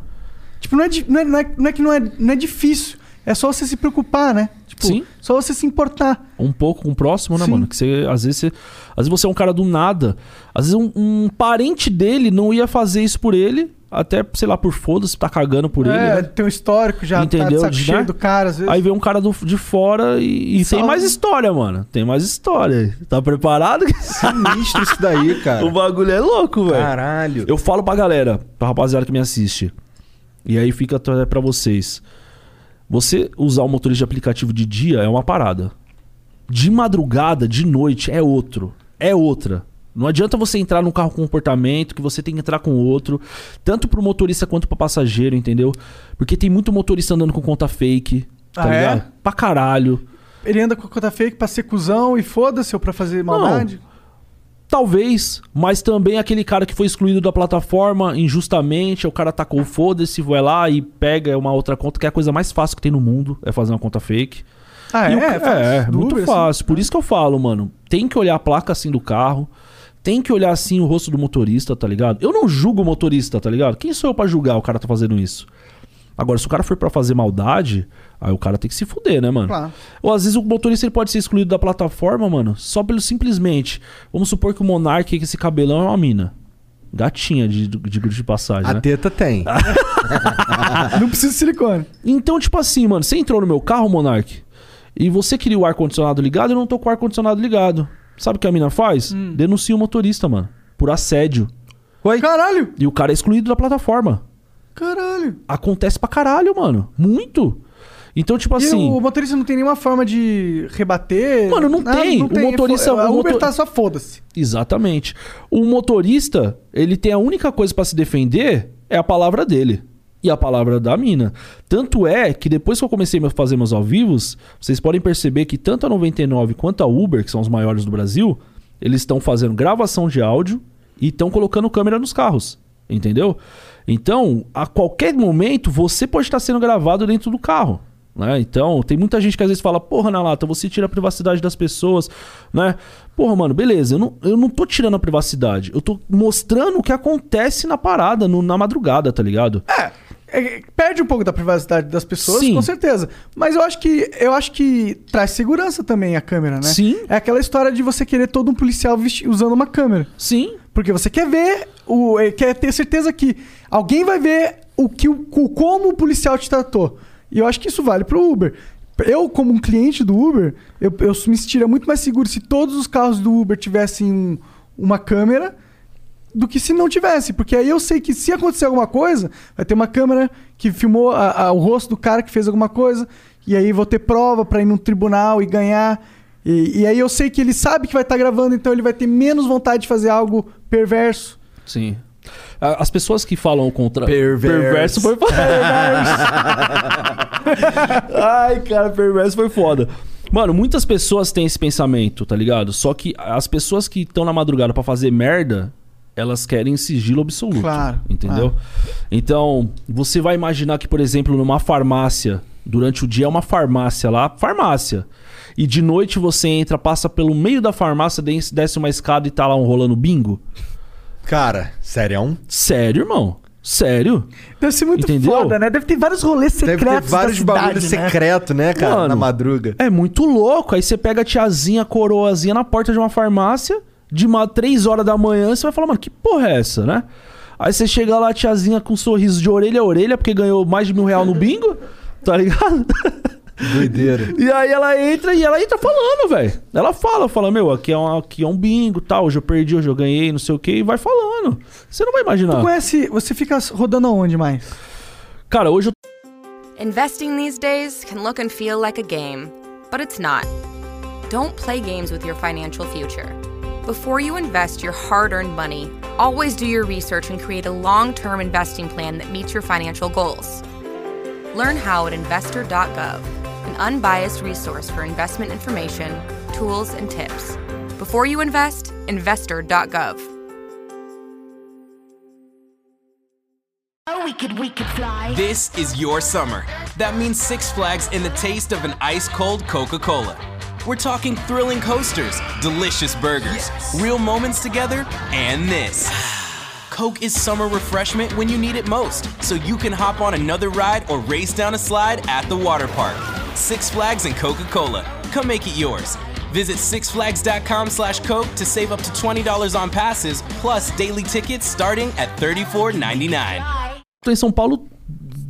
Speaker 3: Tipo, não é, di- não é, não é- não é que não é, não é difícil. É só você se preocupar, né? Tipo,
Speaker 4: Sim.
Speaker 3: só você se importar.
Speaker 4: um pouco com o próximo, né,
Speaker 3: Sim.
Speaker 4: mano? Que você, às vezes você, às vezes você é um cara do nada. Às vezes um, um parente dele não ia fazer isso por ele, até, sei lá, por foda-se, tá cagando por
Speaker 3: é,
Speaker 4: ele, né?
Speaker 3: tem um histórico já, tá de
Speaker 4: Entendeu?
Speaker 3: saco
Speaker 4: De- né?
Speaker 3: cheio do cara, às vezes. Então-
Speaker 4: Aí vem um cara do, de fora e, e tem
Speaker 3: Salve.
Speaker 4: mais história, mano. Tem mais história. Tá preparado? [laughs]
Speaker 2: Sinistro isso [laughs] daí, cara.
Speaker 4: o bagulho é louco, velho.
Speaker 2: Caralho.
Speaker 4: Eu falo pra galera, pra rapaziada que me assiste. E aí fica até pra vocês. Você usar o motorista de aplicativo de dia é uma parada. De madrugada, de noite, é outro. É outra. Não adianta você entrar num carro com um comportamento, que você tem que entrar com outro. Tanto pro motorista quanto pro passageiro, entendeu? Porque tem muito motorista andando com conta fake. Tá
Speaker 3: Ah, é?
Speaker 4: ligado? Pra caralho.
Speaker 3: Ele anda com a conta fake pra ser cuzão e foda-se ou pra fazer maldade.
Speaker 4: Talvez, mas também aquele cara que foi excluído da plataforma injustamente, o cara tacou foda-se, vai lá e pega uma outra conta, que é a coisa mais fácil que tem no mundo, é fazer uma conta fake.
Speaker 3: Ah,
Speaker 4: E o-
Speaker 3: Faz
Speaker 4: é,
Speaker 3: dúvida,
Speaker 4: muito
Speaker 3: assim.
Speaker 4: fácil. Por isso que eu falo, mano, tem que olhar a placa assim do carro, tem que olhar assim o rosto do motorista, tá ligado? Eu não julgo o motorista, tá ligado? Quem sou eu pra julgar o cara tá fazendo isso? Agora, se o cara for pra fazer maldade, aí o cara tem que se fuder, né, mano?
Speaker 3: Claro.
Speaker 4: Ou às vezes o motorista ele pode ser excluído da plataforma, mano, só pelo simplesmente. Vamos supor que o Monark, que esse cabelão é uma mina. Gatinha, de- de- digo de, passagem,
Speaker 2: A
Speaker 4: né?
Speaker 2: teta tem.
Speaker 3: assim. Não precisa de silicone.
Speaker 4: Então, tipo assim, mano, você entrou no meu carro, Monark, e você queria o ar-condicionado ligado, eu não tô com o ar-condicionado ligado. Sabe o que a mina faz?
Speaker 3: Hum.
Speaker 4: Denuncia o motorista, mano, por assédio.
Speaker 2: Oi?
Speaker 3: Caralho!
Speaker 4: E o cara é excluído da plataforma.
Speaker 3: Caralho!
Speaker 4: Acontece pra caralho, mano. Muito. Então, tipo
Speaker 3: E
Speaker 4: assim.
Speaker 3: o motorista não tem nenhuma forma de rebater. Ah,
Speaker 4: Mano, não
Speaker 3: nada,
Speaker 4: tem. O motorista-
Speaker 3: A
Speaker 4: o
Speaker 3: Uber
Speaker 4: motor-
Speaker 3: tá só foda-se.
Speaker 4: Exatamente. O motorista, ele tem a única coisa pra se defender é a palavra dele. E a palavra da mina. Tanto é que depois que eu comecei a fazer meus ao vivos, vocês podem perceber que tanto a 99 quanto a Uber, que são os maiores do Brasil, eles estão fazendo gravação de áudio e estão colocando câmera nos carros. Entendeu? Então, a qualquer momento, você pode estar sendo gravado dentro do carro. Né? Então, tem muita gente que às vezes fala, porra, na lata, você tira a privacidade das pessoas, né? Porra, mano, beleza, eu não, eu não tô tirando a privacidade, eu tô mostrando o que acontece na parada, no- na madrugada, tá ligado?
Speaker 3: É, perde um pouco da privacidade das pessoas,
Speaker 4: Sim.
Speaker 3: com certeza. Mas eu acho que eu acho que traz segurança também a câmera, né?
Speaker 4: Sim.
Speaker 3: É aquela história de você querer todo um policial vesti- usando uma câmera.
Speaker 4: Sim,
Speaker 3: Porque você quer ver, o, eh, quer ter certeza que alguém vai ver o que o, o- como o policial te tratou. E eu acho que isso vale pro Uber. Eu, como um cliente do Uber, eu, eu me sentiria muito mais seguro se todos os carros do Uber tivessem um- uma câmera do que se não tivesse. Porque aí eu sei que se acontecer alguma coisa, vai ter uma câmera que filmou a- a- o rosto do cara que fez alguma coisa, e aí vou ter prova pra ir num tribunal e ganhar. E, e aí eu sei que ele sabe que vai estar gravando, então ele vai ter menos vontade de fazer algo perverso.
Speaker 4: sim. A- As pessoas que falam contra.
Speaker 2: Perverso.
Speaker 4: Perverso
Speaker 3: [laughs]
Speaker 4: foi foda. Ai, cara, perverso foi foda. Mano, muitas pessoas têm esse pensamento, tá ligado? Só que as pessoas que estão na madrugada pra fazer merda, elas querem sigilo absoluto.
Speaker 3: Claro,
Speaker 4: Entendeu? Então, você vai imaginar que, por exemplo, numa farmácia, durante o dia é uma farmácia lá, farmácia. E de noite você entra, passa pelo meio da farmácia, des- desce uma escada e tá lá um rolando bingo?
Speaker 2: Cara, sério, é um.
Speaker 4: Sério, irmão? Sério?
Speaker 3: Deve ser muito
Speaker 4: Entendeu?
Speaker 3: foda, né? Deve ter vários rolês secretos
Speaker 2: Deve ter vários
Speaker 3: da cidade,
Speaker 2: bagulhos
Speaker 3: né?
Speaker 2: secretos, né, cara?
Speaker 4: Mano.
Speaker 2: Na madruga.
Speaker 4: É muito louco. Aí você pega a tiazinha, a coroazinha na porta de uma farmácia, de uma 3 horas da manhã, e você vai falar, mano, que porra é essa, né? Aí você chega lá, a tiazinha com um sorriso de orelha a orelha, porque ganhou mais de mil real no bingo, tá ligado? [laughs]
Speaker 2: Doideira.
Speaker 4: E aí ela entra e ela entra falando, velho. Ela fala, fala, meu, aqui é, um, aqui é um bingo, tal, hoje eu perdi, hoje eu ganhei, não sei o quê, e vai falando. Você não vai imaginar.
Speaker 3: Conhece, você fica rodando aonde mais?
Speaker 4: Cara, hoje eu
Speaker 8: Investing these days can look and feel like a game, but it's not. Don't play games with your financial future. Before you invest your hard earned money, always do your research and create a long term investing plan that meets your financial goals. Learn how at investor.gov, an unbiased resource for investment information, tools, and tips. Before you invest, investor.gov.
Speaker 1: Oh, we could, we could fly.
Speaker 6: This is your summer. That means Six Flags in the taste of an ice cold Coca Cola. We're talking thrilling coasters, delicious burgers, real moments together, and this. [sighs] Coke is summer refreshment when you need it most, so you can hop on another ride or race down a slide at the water park. Six Flags and Coca Cola. Come make it yours. Visit sixflags.com slash Coke to save up to $20 on passes, plus daily tickets starting at $34.99.
Speaker 4: tô em São Paulo,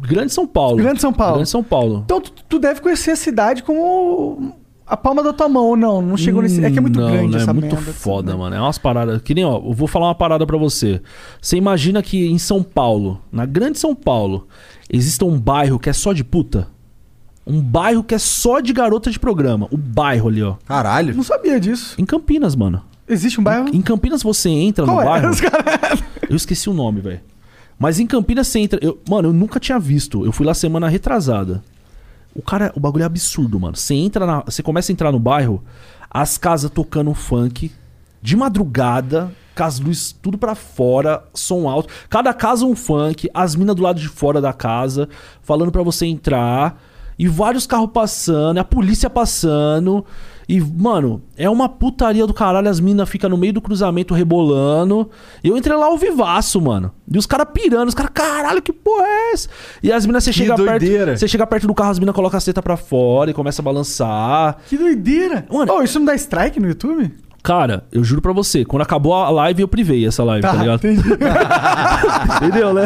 Speaker 4: grande São Paulo.
Speaker 3: Grande São Paulo.
Speaker 4: Grande São Paulo.
Speaker 3: Então tu, tu deve conhecer a cidade como a palma da tua mão, ou não? Não chegou nesse. É que é muito
Speaker 4: Não,
Speaker 3: grande
Speaker 4: né?
Speaker 3: essa
Speaker 4: É muito
Speaker 3: merda,
Speaker 4: foda,
Speaker 3: assim, né?
Speaker 4: mano. É umas paradas. Que nem, ó, eu vou falar uma parada pra você. Você imagina que em São Paulo, na grande São Paulo, exista um bairro que é só de puta? Um bairro que é só de garota de programa. O bairro ali, ó.
Speaker 2: Caralho.
Speaker 3: Não sabia disso.
Speaker 4: Em Campinas, mano.
Speaker 3: Existe um bairro?
Speaker 4: Em Campinas você entra
Speaker 3: Qual
Speaker 4: no
Speaker 3: é? [laughs]
Speaker 4: bairro.
Speaker 3: Os caras-
Speaker 4: [laughs] Eu esqueci o nome, velho. Mas em Campinas você entra. eu- mano, eu nunca tinha visto. Eu fui lá semana retrasada. O cara, o bagulho é absurdo, mano. Você entra na. Você começa a entrar no bairro, as casas tocando funk, de madrugada, com as luzes tudo pra fora, som alto. Cada casa um funk, as minas do lado de fora da casa, falando pra você entrar. E vários carros passando, a polícia passando. E, mano, é uma putaria do caralho. As minas ficam no meio do cruzamento rebolando. E eu entrei lá ao vivaço, mano. E os caras pirando, os caras, caralho, que porra é essa? E as minas, você
Speaker 2: Que
Speaker 4: chega
Speaker 2: doideira.
Speaker 4: perto. Você chega perto do carro, as minas colocam a seta pra fora e começa a balançar.
Speaker 3: Que doideira.
Speaker 4: Mano-
Speaker 3: Oh, isso não dá strike no YouTube?
Speaker 4: Cara, eu juro pra você, quando acabou a live, eu privei essa live, tá, ligado?
Speaker 3: entendi.
Speaker 4: [laughs]
Speaker 3: [laughs]
Speaker 4: Entendeu, né?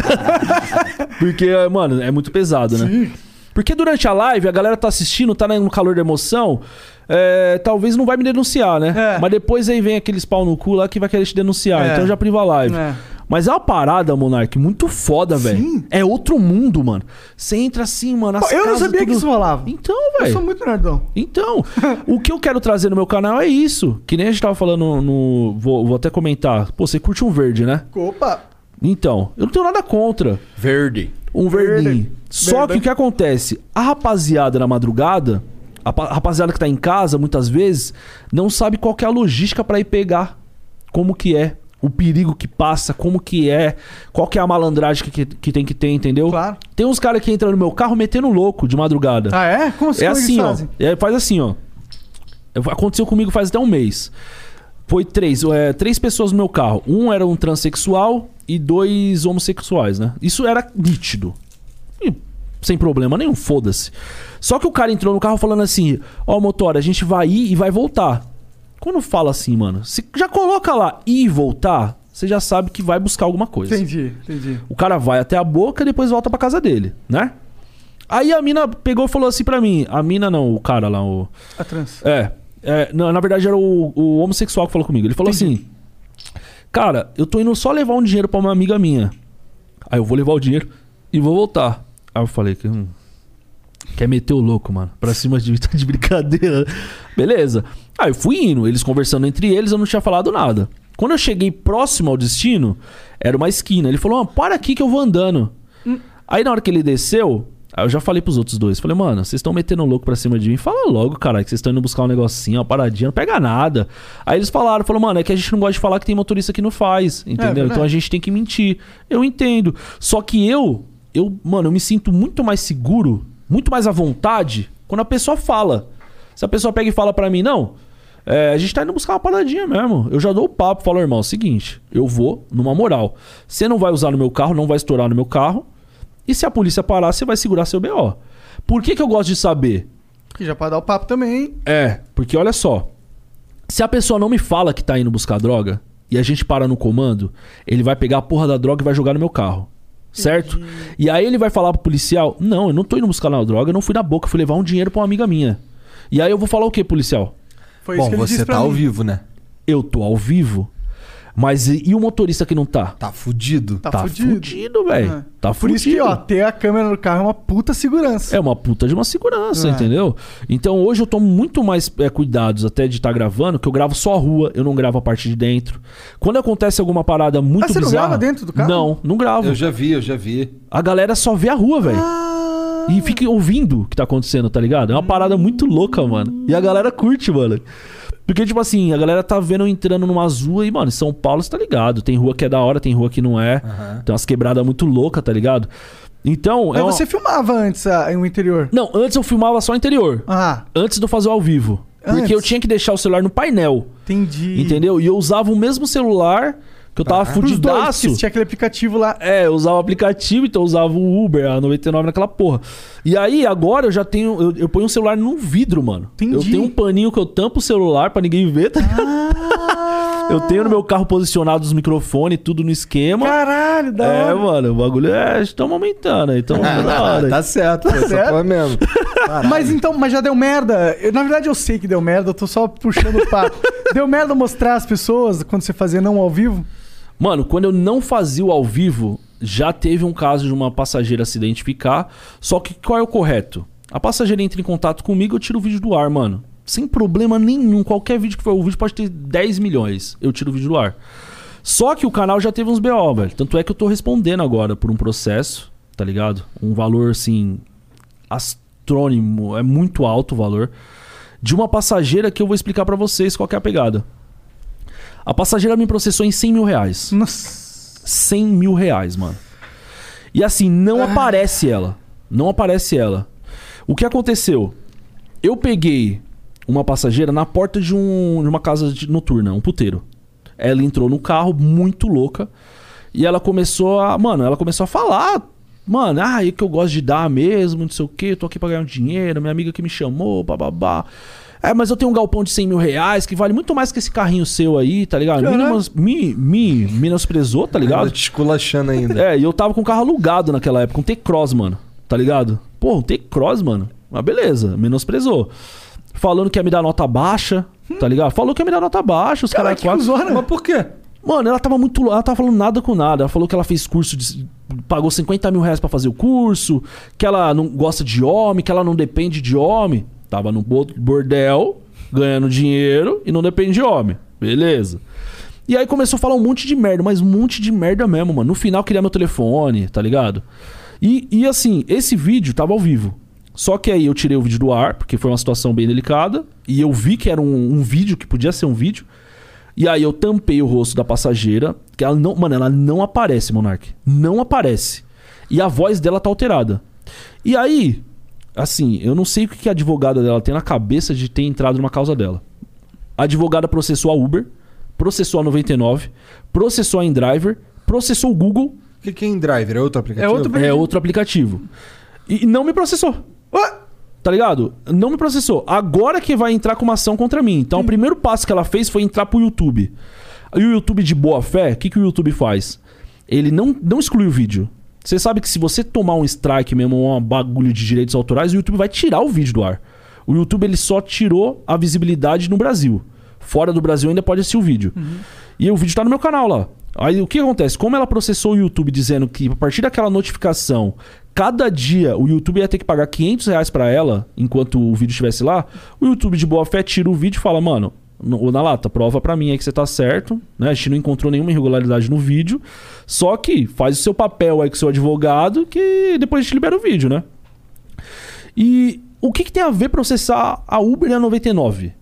Speaker 4: Porque, mano, é muito pesado, né? Porque durante a live, a galera tá assistindo, tá no calor da emoção. é, talvez não vai me denunciar, né?
Speaker 3: É.
Speaker 4: Mas depois aí vem aqueles pau no cu lá que vai querer te denunciar.
Speaker 3: É.
Speaker 4: Então já priva a live.
Speaker 3: É.
Speaker 4: Mas é uma parada, Monark, muito foda, velho. É outro mundo, mano. Você entra assim, mano. as
Speaker 3: Pô, eu não
Speaker 4: casas
Speaker 3: sabia que
Speaker 4: tudo-
Speaker 3: isso rolava.
Speaker 4: Então,
Speaker 3: Eu
Speaker 4: velho.
Speaker 3: sou muito nerdão.
Speaker 4: Então, o que eu quero trazer no meu canal é isso. Que nem a gente tava falando no. Vou, vou até comentar. Pô, você curte um verde, né?
Speaker 3: Opa!
Speaker 4: Então, eu não tenho nada contra
Speaker 2: Verde.
Speaker 4: um
Speaker 3: Verde.
Speaker 4: verdinho. Só
Speaker 3: Verde.
Speaker 4: que o que acontece? A rapaziada na madrugada, a pa- rapaziada que tá em casa, muitas vezes, não sabe qual que é a logística pra ir pegar. Como que é. O perigo que passa, como que é, qual que é a malandragem que, que, que tem que ter, entendeu?
Speaker 3: Claro.
Speaker 4: Tem uns caras que entram no meu carro metendo louco de madrugada
Speaker 3: Ah, é? Como assim?
Speaker 4: é
Speaker 3: como eles
Speaker 4: assim, ó.
Speaker 3: fazem?
Speaker 4: É, faz assim, ó. Eu- Aconteceu comigo faz até um mês. Foi três, é, três pessoas no meu carro. Um era um transexual e dois homossexuais, né? Isso era nítido. E sem problema nenhum, foda-se. Só que o cara entrou no carro falando assim: Ó, motor, a gente vai ir e vai voltar. Quando fala assim, mano, se já coloca lá ir e voltar, você já sabe que vai buscar alguma coisa.
Speaker 3: Entendi, entendi.
Speaker 4: O cara vai até a boca e depois volta pra casa dele, né? Aí a mina pegou e falou assim pra mim. A mina não, o cara lá, o.
Speaker 3: A trans.
Speaker 4: É. é, não, na verdade era o, o homossexual que falou comigo. Ele falou assim: Cara, eu tô indo só levar um dinheiro pra uma amiga minha. Aí eu vou levar o dinheiro e vou voltar. Aí eu falei que. hum, quer meter o louco, mano. Pra cima de, [laughs] tá de brincadeira. Beleza. Aí eu fui indo, eles conversando entre eles, eu não tinha falado nada. Quando eu cheguei próximo ao destino, era uma esquina. Ele falou: ah, para aqui que eu vou andando. Aí na hora que ele desceu, Aí eu já falei pros outros dois. Falei, mano, vocês estão metendo louco pra cima de mim. Fala logo, caralho, que vocês estão indo buscar um negocinho, uma paradinha, não pega nada. Aí eles falaram, falou, mano, é que a gente não gosta de falar que tem motorista que não faz, entendeu?
Speaker 3: verdade.
Speaker 4: então a gente tem que mentir. Eu entendo. Só que eu, eu, mano, eu me sinto muito mais seguro, muito mais à vontade quando a pessoa fala. Se a pessoa pega e fala pra mim, não, é, a gente tá indo buscar uma paradinha mesmo. Eu já dou o papo, falo, irmão, é o seguinte, eu vou numa moral. Você não vai usar no meu carro, não vai estourar no meu carro. E se a polícia parar, você vai segurar seu BO. Por que, que eu gosto de saber?
Speaker 3: Que já pra dar o papo também.
Speaker 4: É, porque olha só. Se a pessoa não me fala que tá indo buscar droga e a gente para no comando, ele vai pegar a porra da droga e vai jogar no meu carro. Certo? E aí ele vai falar pro policial: Não, eu não tô indo buscar na droga, eu não fui na boca, eu fui levar um dinheiro pra uma amiga minha. E aí eu vou falar o que, policial?
Speaker 3: Foi isso
Speaker 2: Bom,
Speaker 3: que ele
Speaker 2: você
Speaker 3: disse pra
Speaker 2: tá ao
Speaker 3: mim.
Speaker 2: vivo, né?
Speaker 4: Eu tô ao vivo. Mas e, e o motorista que não tá?
Speaker 2: Tá fudido.
Speaker 3: Tá,
Speaker 4: Tá
Speaker 3: fudido.
Speaker 4: fudido, velho.
Speaker 3: É.
Speaker 4: Tá
Speaker 3: Por isso que,
Speaker 4: fudido.
Speaker 3: ó, ter a câmera no carro é uma puta segurança.
Speaker 4: É uma puta de uma segurança,
Speaker 3: É.
Speaker 4: entendeu? Então hoje eu tomo muito mais é, cuidados até de estar gravando, que eu gravo só a rua, eu não gravo a parte de dentro. Quando acontece alguma parada muito
Speaker 3: Ah, você não
Speaker 4: bizarra-
Speaker 3: grava dentro do carro?
Speaker 4: Não, não gravo.
Speaker 2: Eu já vi, eu já vi.
Speaker 4: A galera só vê a rua, velho.
Speaker 3: Ah.
Speaker 4: E fica ouvindo o que tá acontecendo, tá ligado? É uma parada muito louca, mano. E a galera curte, mano. Porque, tipo assim, a galera tá vendo eu entrando numa rua e, mano, em São Paulo você tá ligado. Tem rua que é da hora, tem rua que não é. Tem umas quebradas muito loucas, tá ligado? Então.
Speaker 3: Mas
Speaker 4: é uma-
Speaker 3: você filmava antes a, o interior.
Speaker 4: Não, antes eu filmava só interior
Speaker 3: Ah,
Speaker 4: antes de eu fazer o ao vivo.
Speaker 3: Antes?
Speaker 4: Porque eu tinha que deixar o celular no painel.
Speaker 3: entendi.
Speaker 4: Entendeu? E eu usava o mesmo celular que eu tava
Speaker 3: Pros dois, porque
Speaker 4: fudidaço.
Speaker 3: tinha aquele aplicativo lá.
Speaker 4: É, eu usava o aplicativo, então eu usava o Uber, a 99 naquela porra. E aí, agora eu já tenho. Eu, eu ponho um celular num vidro, mano.
Speaker 3: Entendi.
Speaker 4: Eu tenho um paninho que eu tampo o celular pra ninguém ver, tá ligado?
Speaker 3: Ah.
Speaker 4: [laughs] Eu tenho no meu carro posicionado os microfones, tudo no esquema.
Speaker 3: Caralho, da
Speaker 4: é,
Speaker 3: hora.
Speaker 4: mano, o bagulho é. Estamos aumentando, aí,
Speaker 2: [laughs]
Speaker 4: então. da hora.
Speaker 2: tá certo, pô,
Speaker 3: certo.
Speaker 2: essa porra [laughs] mesmo.
Speaker 3: Mas então, mas já deu merda. Eu, na verdade, eu sei que deu merda, eu tô só puxando o
Speaker 4: [laughs]
Speaker 3: papo. deu merda mostrar as pessoas quando você fazia não ao vivo?
Speaker 4: Mano, quando eu não fazia o ao vivo, já teve um caso de uma passageira se identificar. Só que qual é o correto? A passageira entra em contato comigo, eu tiro o vídeo do ar, mano. Sem problema nenhum. Qualquer vídeo que for, o vídeo pode ter 10 milhões. Eu tiro o vídeo do ar. Só que o canal já teve uns BO, velho. Tanto é que eu tô respondendo agora por um processo, tá ligado? Um valor, assim, astrônomo. É muito alto o valor. De uma passageira que eu vou explicar pra vocês qual que é a pegada. A passageira me processou em 100 mil reais.
Speaker 3: Nossa.
Speaker 4: 100 mil reais, mano. E assim, não aparece ela. Não aparece ela. O que aconteceu? Eu peguei uma passageira na porta de, um, de uma casa de- noturna, um puteiro. Ela entrou no carro, muito louca. E ela começou a. Mano, ela começou a falar. Mano, ah, é que eu gosto de dar mesmo, não sei o quê, tô aqui pra ganhar um dinheiro, minha amiga que me chamou, bababá. É, mas eu tenho um galpão de 100 mil reais que vale muito mais que esse carrinho seu aí, tá ligado?
Speaker 3: Caralho.
Speaker 4: Minimas- Mi, mi, menosprezou, tá
Speaker 2: Tá
Speaker 4: ligado?
Speaker 2: te esculachando ainda.
Speaker 4: É, e eu tava com um carro alugado naquela época, um T-Cross, mano. Tá ligado? Pô, um T-Cross, mano. Mas beleza, menosprezou. Falando que ia me dar nota baixa, tá ligado? Falou que ia me dar nota baixa, os caras quatro.
Speaker 2: Mas por quê?
Speaker 4: Mano, ela tava muito. lou- Ela tava falando nada com nada. Ela falou que ela fez curso de. Pagou 50 mil reais pra fazer o curso, que ela não gosta de homem, que ela não depende de homem. Tava no bo- bordel, ganhando dinheiro e não depende de homem. Beleza. E aí começou a falar um monte de merda, mas um monte de merda mesmo, mano. No final queria meu telefone, tá ligado? E, e assim, esse vídeo tava ao vivo. Só que aí eu tirei o vídeo do ar, porque foi uma situação bem delicada. E eu vi que era um- um vídeo, que podia ser um vídeo. E aí eu tampei o rosto da passageira, que ela não, mano, ela não aparece, Monark. Não aparece. E a voz dela tá alterada. E aí, assim, eu não sei o que que a advogada dela tem na cabeça de ter entrado numa causa dela. A advogada processou a Uber, processou a 99, processou a InDriver, processou o Google,
Speaker 2: O que, que é InDriver? É outro aplicativo?
Speaker 3: É outro-
Speaker 4: é outro aplicativo. E e não me processou.
Speaker 3: Ué?
Speaker 4: Tá ligado? Não me processou. Agora que vai entrar com uma ação contra mim. Então, o primeiro passo que ela fez foi entrar pro YouTube. E o YouTube de boa fé, o que, que o YouTube faz? Ele não, não exclui o vídeo. Você sabe que se você tomar um strike mesmo, um bagulho de direitos autorais, o YouTube vai tirar o vídeo do ar. O YouTube ele só tirou a visibilidade no Brasil. Fora do Brasil ainda pode assistir o vídeo. E o vídeo tá no meu canal lá. Aí o que acontece? Como ela processou o YouTube dizendo que a partir daquela notificação, cada dia o YouTube ia ter que pagar 500 reais pra ela, enquanto o vídeo estivesse lá, o YouTube de boa fé tira o vídeo e fala, mano, no- ô, na lata, prova pra mim aí que você tá certo, né? A gente não encontrou nenhuma irregularidade no vídeo, só que faz o seu papel aí com o seu advogado que depois a gente libera o vídeo, né? E o que, que tem a ver processar a Uber e a 99?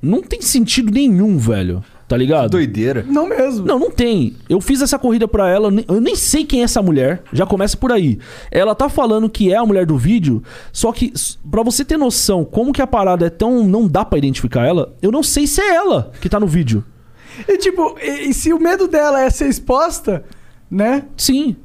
Speaker 4: Não tem sentido nenhum, velho. Tá ligado?
Speaker 2: Doideira.
Speaker 3: Não mesmo.
Speaker 4: Não, não tem. Eu fiz essa corrida pra ela, eu nem- eu nem sei quem é essa mulher. Já começa por aí. Ela tá falando que é a mulher do vídeo, só que s- pra você ter noção como que a parada é tão não dá pra identificar ela, eu não sei se é ela que tá no vídeo.
Speaker 3: E tipo, e, e se o medo dela é ser exposta, né?
Speaker 4: Sim.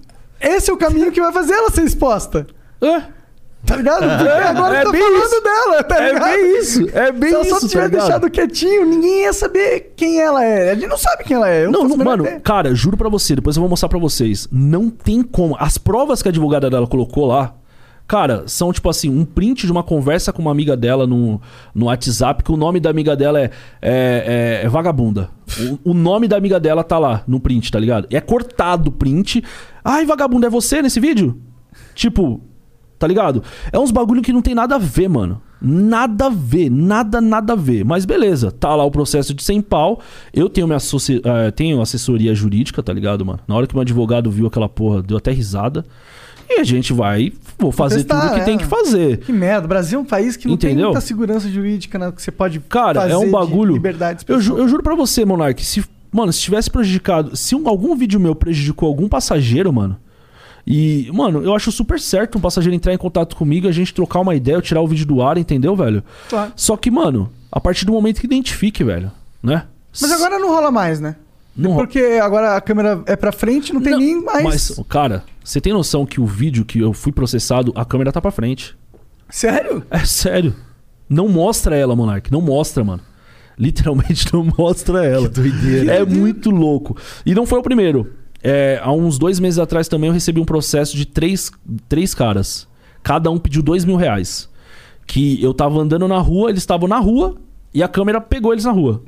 Speaker 3: Esse é o caminho que vai fazer ela ser exposta.
Speaker 4: É.
Speaker 3: Tá ligado? Porque agora
Speaker 4: [laughs] é
Speaker 3: tá
Speaker 4: bem
Speaker 3: falando
Speaker 4: isso.
Speaker 3: dela, tá
Speaker 4: É
Speaker 3: ligado?
Speaker 4: bem isso, é bem
Speaker 3: Se ela só
Speaker 4: isso, tá
Speaker 3: tiver
Speaker 4: ligado?
Speaker 3: deixado quietinho, ninguém ia saber quem ela é. A gente não sabe quem ela é. eu
Speaker 4: Não,
Speaker 3: faço
Speaker 4: não
Speaker 3: a menor
Speaker 4: mano,
Speaker 3: ideia.
Speaker 4: cara, juro pra você, depois eu vou mostrar pra vocês. Não tem como. As provas que a advogada dela colocou lá, cara, são tipo assim, um print de uma conversa com uma amiga dela no, no WhatsApp, que o nome da amiga dela é, é, é- é Vagabunda. O, o nome da amiga dela tá lá no print, tá ligado? É cortado o print. Ai, vagabunda, é você nesse vídeo? Tipo, tá ligado? É uns bagulho que não tem nada a ver, mano. Nada a ver, nada, nada a ver. Mas beleza, tá lá o processo de 100 pau. Eu tenho minha associ- eh, tenho assessoria jurídica, tá ligado, mano? Na hora que meu advogado viu aquela porra, deu até risada. E a gente vai, vou fazer
Speaker 3: Testar,
Speaker 4: tudo o que
Speaker 3: é.
Speaker 4: tem que fazer.
Speaker 3: Que merda. O Brasil é um país que não tem
Speaker 4: Entendeu?
Speaker 3: muita segurança jurídica na, que você pode
Speaker 4: Cara,
Speaker 3: fazer
Speaker 4: é um
Speaker 3: de
Speaker 4: bagulho.
Speaker 3: liberdade de
Speaker 4: eu, ju-
Speaker 3: expressão.
Speaker 4: eu juro pra você, Monark, se, mano, se tivesse prejudicado, se um- algum vídeo meu prejudicou algum passageiro, mano. E, mano, eu acho super certo um passageiro entrar em contato comigo, a gente trocar uma ideia, eu tirar o vídeo do ar, entendeu, velho?
Speaker 3: Claro.
Speaker 4: Só que, mano, a partir do momento que identifique, velho, né?
Speaker 3: Mas agora não rola mais, né?
Speaker 4: não rola.
Speaker 3: Porque agora a câmera é pra frente, não tem
Speaker 4: Não,
Speaker 3: nem mais.
Speaker 4: Mas, cara, você tem noção que o vídeo que eu fui processado, a câmera tá pra frente.
Speaker 3: Sério?
Speaker 4: É sério. Não mostra ela, Monark. Não mostra, mano. Literalmente não mostra ela. Que doideira. É muito louco. E não foi o primeiro. É, há uns dois meses atrás também eu recebi um processo de três, três caras. Cada um pediu dois mil reais. Que eu tava andando na rua, eles estavam na rua e a câmera pegou eles na rua.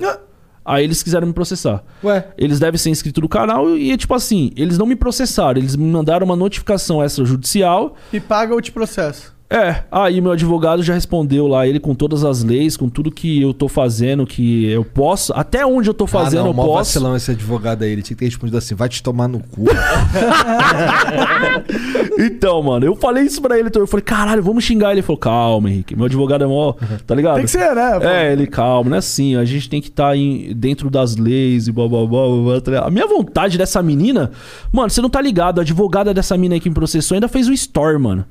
Speaker 4: Aí eles quiseram me processar.
Speaker 2: Ué.
Speaker 4: Eles devem ser inscritos no canal e, tipo assim, eles não me processaram. Eles me mandaram uma notificação extrajudicial
Speaker 3: E paga ou te processo.
Speaker 4: é, aí meu advogado já respondeu lá, ele com todas as leis, com tudo que eu tô fazendo, que eu posso, até onde eu tô fazendo
Speaker 2: ah, não,
Speaker 4: eu
Speaker 2: mó
Speaker 4: posso.
Speaker 2: vacilão esse advogado aí. Ele tinha que ter respondido assim, vai te tomar no
Speaker 3: [laughs]
Speaker 2: cu.
Speaker 4: Então, mano, eu falei isso pra ele, então eu falei, caralho, vamos xingar ele. Ele falou, calma, Henrique, meu advogado é mó, tá ligado?
Speaker 3: Tem que ser, né? pô?
Speaker 4: É, ele calma, não é assim, a gente tem que estar dentro das leis e blá blá blá, blá, blá, tá ligado? A minha vontade dessa menina, mano, você não tá ligado, a advogada dessa mina aí que me processou ainda fez um story, mano.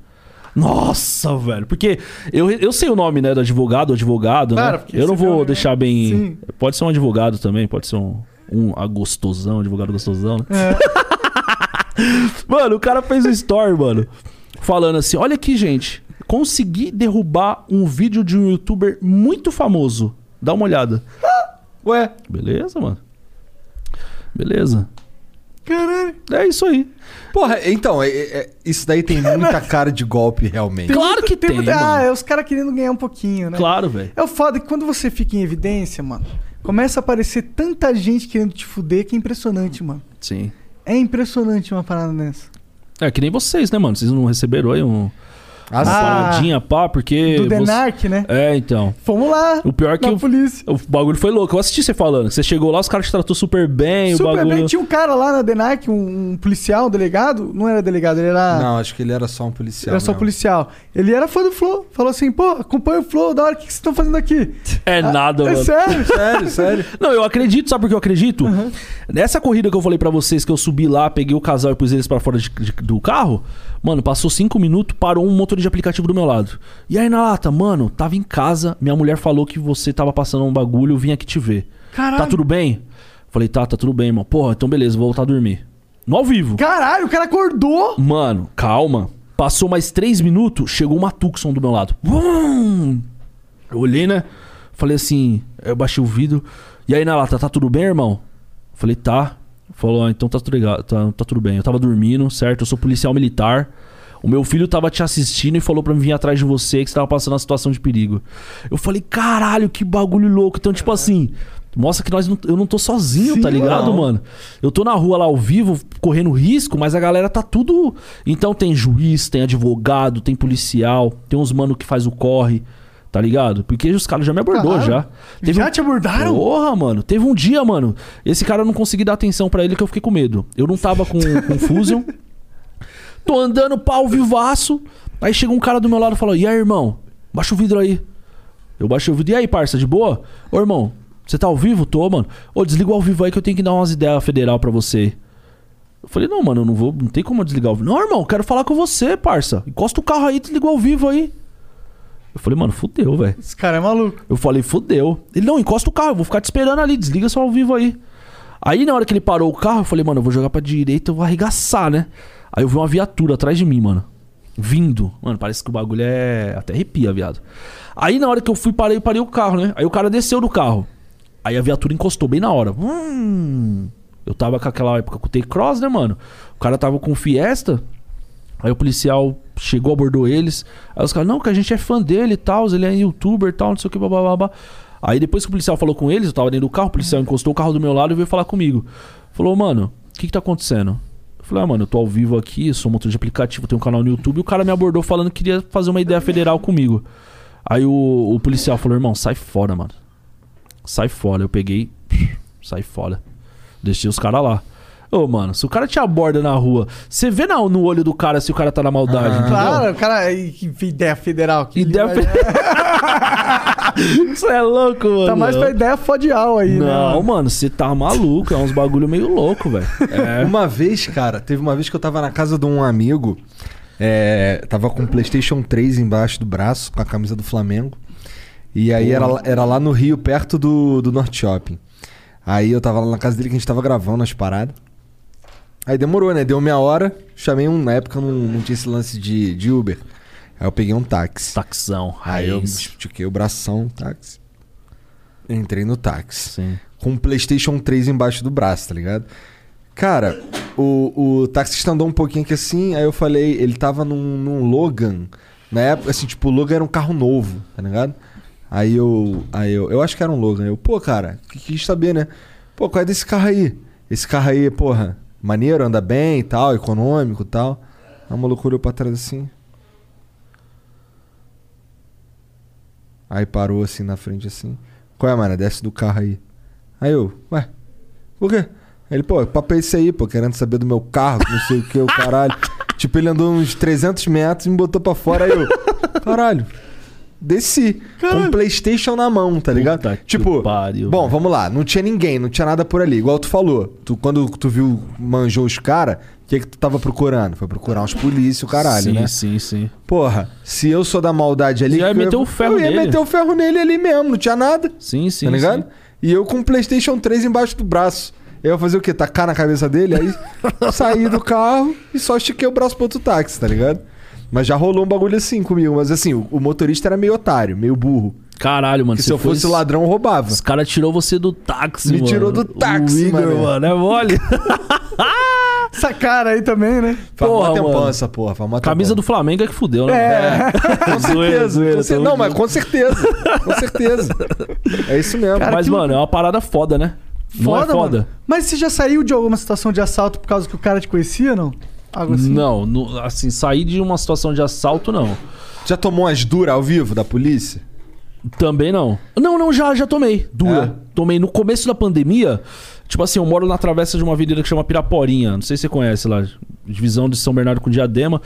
Speaker 4: Nossa, velho. Porque eu, eu sei o nome, né, do advogado, advogado,
Speaker 3: Claro,
Speaker 4: né?
Speaker 3: porque
Speaker 4: Eu não
Speaker 3: você vê o
Speaker 4: vou
Speaker 3: nome,
Speaker 4: deixar bem.
Speaker 3: Sim.
Speaker 4: Pode ser um advogado também, pode ser um, um a gostosão, advogado gostosão, né?
Speaker 3: É.
Speaker 4: [laughs] mano, o cara fez um story, mano. Falando assim: olha aqui, gente. Consegui derrubar um vídeo de um youtuber muito famoso. Dá uma olhada.
Speaker 3: Ah,
Speaker 2: Ué.
Speaker 4: Beleza, mano. Beleza.
Speaker 3: Caralho.
Speaker 4: É isso aí.
Speaker 2: Porra, então, é- é- isso daí
Speaker 3: [laughs]
Speaker 2: tem muita cara de golpe, realmente.
Speaker 4: Claro que tem.
Speaker 3: muita- ah,
Speaker 4: mano.
Speaker 3: é os caras querendo ganhar um pouquinho, né?
Speaker 4: Claro, velho.
Speaker 3: É o foda que quando você fica em evidência, mano, começa a aparecer tanta gente querendo te fuder que é impressionante, mano.
Speaker 4: Sim.
Speaker 3: É impressionante uma parada dessa.
Speaker 4: É que nem vocês, né, mano? Vocês não receberam aí um.
Speaker 2: Ah,
Speaker 4: uma
Speaker 3: Ah,
Speaker 4: paradinha, pá, porque.
Speaker 3: Do
Speaker 4: você-
Speaker 3: Denark, né?
Speaker 4: É, então.
Speaker 3: Fomos lá.
Speaker 4: O pior é que
Speaker 3: na
Speaker 4: o-
Speaker 3: polícia.
Speaker 4: O bagulho foi louco. Eu assisti você falando. que Você chegou lá, os caras te tratou super bem, o
Speaker 3: Super
Speaker 4: bagulho.
Speaker 3: bem, tinha um cara lá na Denark, um, um policial, um delegado. Não era delegado, ele era.
Speaker 2: Não, acho que ele era só um policial.
Speaker 3: Era só
Speaker 2: mesmo.
Speaker 3: policial. Ele era fã do Flow. Falou assim, pô, acompanha o Flow, da hora, o que que vocês estão fazendo aqui?
Speaker 4: É [laughs] nada,
Speaker 3: é
Speaker 4: mano.
Speaker 3: sério?
Speaker 2: Sério, sério.
Speaker 4: Não, eu acredito, sabe por que eu acredito? Nessa corrida que eu falei pra vocês, que eu subi lá, peguei o casal e pus eles pra fora de- de- do carro, mano, passou cinco minutos, parou um motor de aplicativo do meu lado. E aí, na lata, mano, tava em casa, minha mulher falou que você tava passando um bagulho, eu vim aqui te ver.
Speaker 3: Caralho.
Speaker 4: Tá tudo bem? Falei, tá, tá tudo bem, irmão. Porra, então beleza, vou voltar a dormir. No ao vivo.
Speaker 3: Caralho, o cara acordou.
Speaker 4: Mano, calma. Passou mais três minutos, chegou uma Tucson do meu lado. Vum! Eu olhei, né? Falei assim, eu baixei o vidro. E aí, na lata, tá tudo bem, irmão? Falei, tá. Falou, "Ah, então tá tudo, legal, tá, tá tudo bem. Eu tava dormindo, certo? Eu sou policial militar. O meu filho tava te assistindo e falou pra mim vir atrás de você, que você tava passando uma situação de perigo. Eu falei, caralho, que bagulho louco. Então, tipo assim, mostra que nós não- eu não tô sozinho,
Speaker 3: Sim,
Speaker 4: tá ligado,
Speaker 3: não.
Speaker 4: mano? Eu tô na rua lá ao vivo, correndo risco, mas a galera tá tudo. Então tem juiz, tem advogado, tem policial, tem uns mano que faz o corre, tá ligado? Porque os caras já me abordou
Speaker 3: Claro.
Speaker 4: já. um-
Speaker 3: Já te abordaram?
Speaker 4: Porra, mano. Teve um dia, mano. Esse cara eu não consegui dar atenção pra ele que
Speaker 3: [laughs]
Speaker 4: eu fiquei com medo. Eu não tava com, com Fusion. Tô andando pau vivaço. Aí chegou um cara do meu lado e falou: E aí, irmão? Baixa o vidro aí. Eu baixei o vidro. E aí, parça, de boa? Ô, irmão, você tá ao vivo? Tô, mano. Ô, desliga o ao vivo aí que eu tenho que dar umas ideias federal pra você. Eu falei, não, mano, eu não vou. Não tem como eu desligar o. Não, irmão, eu quero falar com você, parça. Encosta o carro aí, desliga o ao vivo aí. Eu falei, mano, fudeu, velho.
Speaker 3: Esse cara é maluco.
Speaker 4: Eu falei, fudeu. Ele, não, encosta o carro, eu vou ficar te esperando ali, desliga só ao vivo aí. Aí na hora que ele parou o carro, eu falei, mano, eu vou jogar pra direita, eu vou arregaçar, né? Aí eu vi uma viatura atrás de mim, mano. Vindo. Mano, parece que o bagulho é. Até arrepia, viado. Aí na hora que eu fui, parei, parei o carro, né? Aí o cara desceu do carro. Aí a viatura encostou bem na hora. Hum. Eu tava com aquela época com o T-Cross, né, mano? O cara tava com o Fiesta. Aí o policial chegou, abordou eles. Aí os caras, não, que a gente é fã dele e tal, ele é youtuber e tal, não sei o que, blá, blá, blá. Aí depois que o policial falou com eles, eu tava dentro do carro, o policial encostou o carro do meu lado e veio falar comigo. Falou, mano, o que que tá acontecendo? Eu falei, ah, mano, eu tô ao vivo aqui, sou motor de aplicativo, tenho um canal no YouTube. E o cara me abordou falando que queria fazer uma ideia federal comigo. Aí o, o policial falou, irmão, sai fora, mano. Sai fora. Eu peguei, sai fora. Deixei os caras lá. Ô, mano, se o cara te aborda na rua, você vê na- no olho do cara se o cara tá na maldade,
Speaker 2: Ah,
Speaker 4: entendeu?
Speaker 3: Claro, o cara. e Que ideia federal. Que
Speaker 4: Ideia [laughs]
Speaker 3: ele vai- tá
Speaker 4: Isso é louco, mano.
Speaker 3: Tá mais pra ideia fodial aí, né?
Speaker 4: Não, mano, você tá maluco. É uns bagulho meio louco, velho. É.
Speaker 2: Uma vez, cara, teve uma vez que eu tava na casa de um amigo, é, tava com o PlayStation 3 embaixo do braço, com a camisa do Flamengo. E aí era, era lá no Rio, perto do, do Norte Shopping. Aí eu tava lá na casa dele que a gente tava gravando as paradas. Aí demorou, né? Deu meia hora, chamei um. Na época não, não tinha esse lance de, de Uber. Aí eu peguei um táxi.
Speaker 4: Taxão,
Speaker 2: Aí eu tipo,
Speaker 4: raiz.
Speaker 2: estiquei o bração, táxi. Entrei no táxi.
Speaker 4: Sim.
Speaker 2: Com o PlayStation 3 embaixo do braço, tá ligado? Cara, o, o taxista andou um pouquinho aqui assim, aí eu falei, ele tava num, num Logan. Na época, assim, tipo, o Logan era um carro novo, tá ligado? Aí eu. Aí eu. Eu acho que era um Logan. Eu, pô, cara, que quis saber, né? Pô, qual é desse carro aí? Esse carro aí, porra, maneiro, anda bem e tal, econômico e tal. Aí o maluco olhou pra trás assim. Aí parou assim na frente assim. Qual é, mano? Desce do carro aí. Aí eu, ué, por quê? Ele, pô, que papo é esse aí, pô, querendo saber do meu carro, que não sei o que, o caralho.
Speaker 4: [laughs]
Speaker 2: tipo, ele andou uns 300 metros e me botou pra fora, aí eu, caralho. Desci, com o Playstation na mão, tá ligado?
Speaker 4: Puta que
Speaker 2: tipo,
Speaker 4: pariu,
Speaker 2: bom,
Speaker 4: velho.
Speaker 2: vamos lá, não tinha ninguém, não tinha nada por ali. Igual tu falou, tu, quando tu viu, manjou os caras, o que que tu tava procurando? Foi procurar uns polícia, o caralho,
Speaker 4: sim,
Speaker 2: né?
Speaker 4: Sim, sim,
Speaker 2: Porra, se eu sou da maldade ali...
Speaker 4: Você ia
Speaker 2: eu
Speaker 4: meter o ferro
Speaker 2: Eu ia
Speaker 4: nele.
Speaker 2: meter o ferro nele ali mesmo, não tinha nada
Speaker 4: sim. Sim,
Speaker 2: tá ligado?
Speaker 4: sim.
Speaker 2: E eu com o PlayStation 3 embaixo do braço. Eu ia fazer o quê? Tacar na cabeça dele?
Speaker 4: [laughs]
Speaker 2: Aí saí do carro e só estiquei o braço pro outro táxi, tá ligado? Mas já rolou um bagulho assim comigo. Mas assim, o, o motorista era meio otário, meio burro.
Speaker 4: Caralho, mano.
Speaker 2: Que
Speaker 4: você
Speaker 2: se eu
Speaker 4: foi-
Speaker 2: fosse ladrão, eu roubava.
Speaker 4: Os caras tirou você do táxi,
Speaker 2: Me
Speaker 4: mano.
Speaker 2: tirou do táxi,
Speaker 4: o Igor,
Speaker 2: mano.
Speaker 4: mano. É mole.
Speaker 3: Essa cara aí também, né?
Speaker 2: Faz mó
Speaker 4: porra,
Speaker 2: tempão
Speaker 4: mano.
Speaker 2: essa porra. Faz mó
Speaker 4: Camisa do
Speaker 2: tempão.
Speaker 4: Flamengo é que fudeu, né? É.
Speaker 2: [laughs] Com certeza. com cer- Não, mas com certeza. Com
Speaker 4: [laughs]
Speaker 2: certeza. É isso mesmo.
Speaker 3: Cara,
Speaker 4: Mas,
Speaker 3: que-
Speaker 4: mano, é uma parada foda, né? não é foda?
Speaker 3: Mano. Mas você já saiu de alguma situação de assalto por causa que o cara te conhecia, não? Algo assim?
Speaker 4: Não, no- assim, sair de uma situação de assalto, não.
Speaker 2: Já tomou umas duras ao vivo da polícia?
Speaker 4: Também não. Não, não, já, já tomei. Dura.
Speaker 2: É?
Speaker 4: Tomei no começo da pandemia. Tipo assim, eu moro na travessa de uma avenida que chama Piraporinha. Não sei se você conhece lá. Divisão de São Bernardo com Diadema.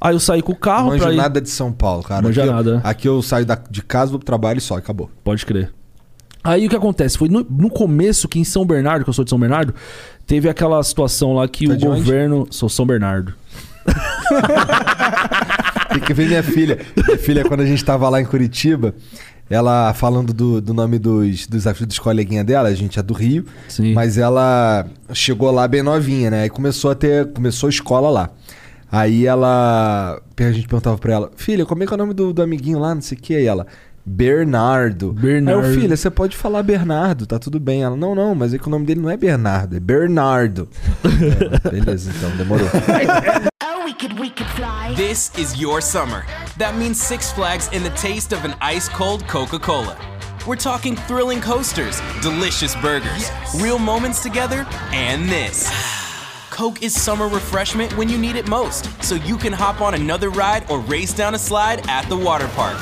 Speaker 4: Aí eu saí com o carro
Speaker 2: Não manjo
Speaker 4: pra ir...
Speaker 2: nada de São Paulo, cara.
Speaker 4: Manja
Speaker 2: aqui, eu-
Speaker 4: nada, né?
Speaker 2: aqui eu saio da- de casa, vou pro trabalho e só, acabou.
Speaker 4: Pode crer. Aí o que acontece? Foi no, no começo que em São Bernardo, que eu sou de São Bernardo, teve aquela situação lá que
Speaker 2: Tá
Speaker 4: o
Speaker 2: de onde?
Speaker 4: governo. Sou São Bernardo.
Speaker 2: Tem que ver minha filha. Minha filha, quando a gente tava lá em Curitiba, ela falando do, do nome dos, dos, dos coleguinhas dela, a gente é do Rio,
Speaker 4: Sim.
Speaker 2: mas ela chegou lá bem novinha, né? Aí começou a ter. Começou a escola lá. Aí ela. A gente perguntava pra ela, filha, como é que é o nome do, do amiguinho lá? Não sei o que. Aí ela. Bernardo.
Speaker 4: Bernardo.
Speaker 2: Aí eu, filha, você pode falar Bernardo, tá tudo bem. Ela, não, não, mas é que o nome dele não é Bernardo, é Bernardo. [laughs] É, beleza, então, demorou.
Speaker 1: Oh, we could, we could fly.
Speaker 6: This is your summer. That means Six Flags and the taste of an ice cold Coca Cola. We're talking thrilling coasters, delicious burgers, real moments together, and this. Coke is summer refreshment when you need it most, so you can hop on another ride or race down a slide at the water park.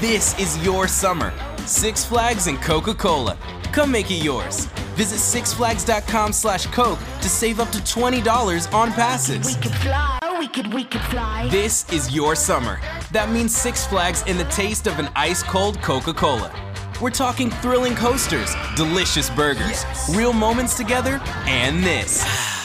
Speaker 6: This is your summer. Six Flags and Coca-Cola. Come make it yours. Visit sixflags.com slash Coke to save up to $20 on passes.
Speaker 1: We could fly. Oh, Oh, we could, we could fly.
Speaker 6: This is your summer. That means Six Flags in the taste of an ice cold Coca Cola. We're talking thrilling coasters, delicious burgers, real moments together, and this. [sighs]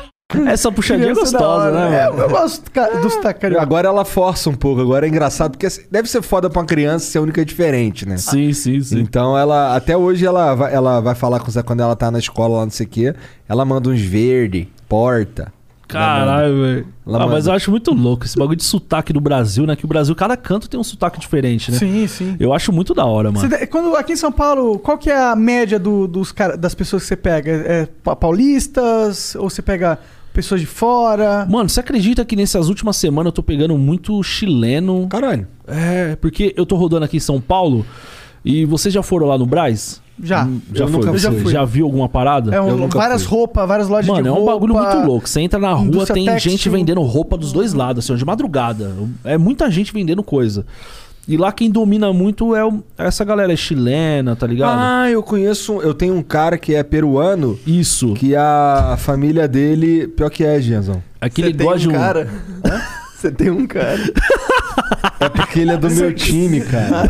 Speaker 4: Essa puxadinha é
Speaker 3: Criança da
Speaker 4: gostosa,
Speaker 3: hora.
Speaker 4: né,
Speaker 3: É,
Speaker 4: mano?
Speaker 3: eu gosto ca- dos tacarinhos.
Speaker 2: Agora ela força um pouco, agora é engraçado, porque assim, deve ser foda pra uma criança ser única e diferente, né?
Speaker 4: Sim, sim, sim.
Speaker 2: Então ela, até hoje, ela vai, ela vai falar com o Zé quando ela tá na escola lá, não sei o quê. Ela manda uns verde, porta.
Speaker 4: Caralho, velho.
Speaker 2: Lá um.
Speaker 4: Ah, mas
Speaker 2: manda.
Speaker 4: eu acho muito louco esse bagulho de sotaque do Brasil, né? Que o Brasil, cada canto tem um sotaque diferente, né?
Speaker 3: Sim, sim.
Speaker 4: Eu acho muito da hora,
Speaker 3: Você
Speaker 4: mano.
Speaker 3: de- quando, aqui em São Paulo, qual que é a média do- dos cara- das pessoas que você pega? É pa- paulistas? Ou você pega pessoas de fora?
Speaker 4: Mano, você acredita que nessas últimas semanas eu tô pegando muito chileno?
Speaker 2: Caralho.
Speaker 4: É, porque eu tô rodando aqui em São Paulo e vocês já foram lá no Brás?
Speaker 3: Já.
Speaker 4: Hum, Já
Speaker 2: Eu
Speaker 4: foi?
Speaker 2: nunca
Speaker 4: já,
Speaker 2: fui.
Speaker 4: já viu alguma parada?
Speaker 3: É um-
Speaker 2: Eu nunca
Speaker 3: várias
Speaker 2: fui.
Speaker 3: roupas, várias lojas
Speaker 4: Mano,
Speaker 3: de
Speaker 4: é um
Speaker 3: roupa. um
Speaker 4: bagulho muito louco. Você entra na rua,
Speaker 3: indústria
Speaker 4: tem
Speaker 3: têxtil.
Speaker 4: gente vendendo roupa dos dois lados, assim, ó, de madrugada. É muita gente vendendo coisa. E lá quem domina muito é o- essa galera é chilena, tá ligado?
Speaker 2: Ah, eu conheço. um- Eu tenho um cara que é peruano,
Speaker 4: Isso.
Speaker 2: que a família dele. Pior que é, Genzão.
Speaker 4: Aquele
Speaker 5: Você tem
Speaker 4: gosta de
Speaker 5: um
Speaker 3: [laughs]
Speaker 4: um.
Speaker 5: cara. Você tem um cara.
Speaker 2: É porque ele é do meu time, cara.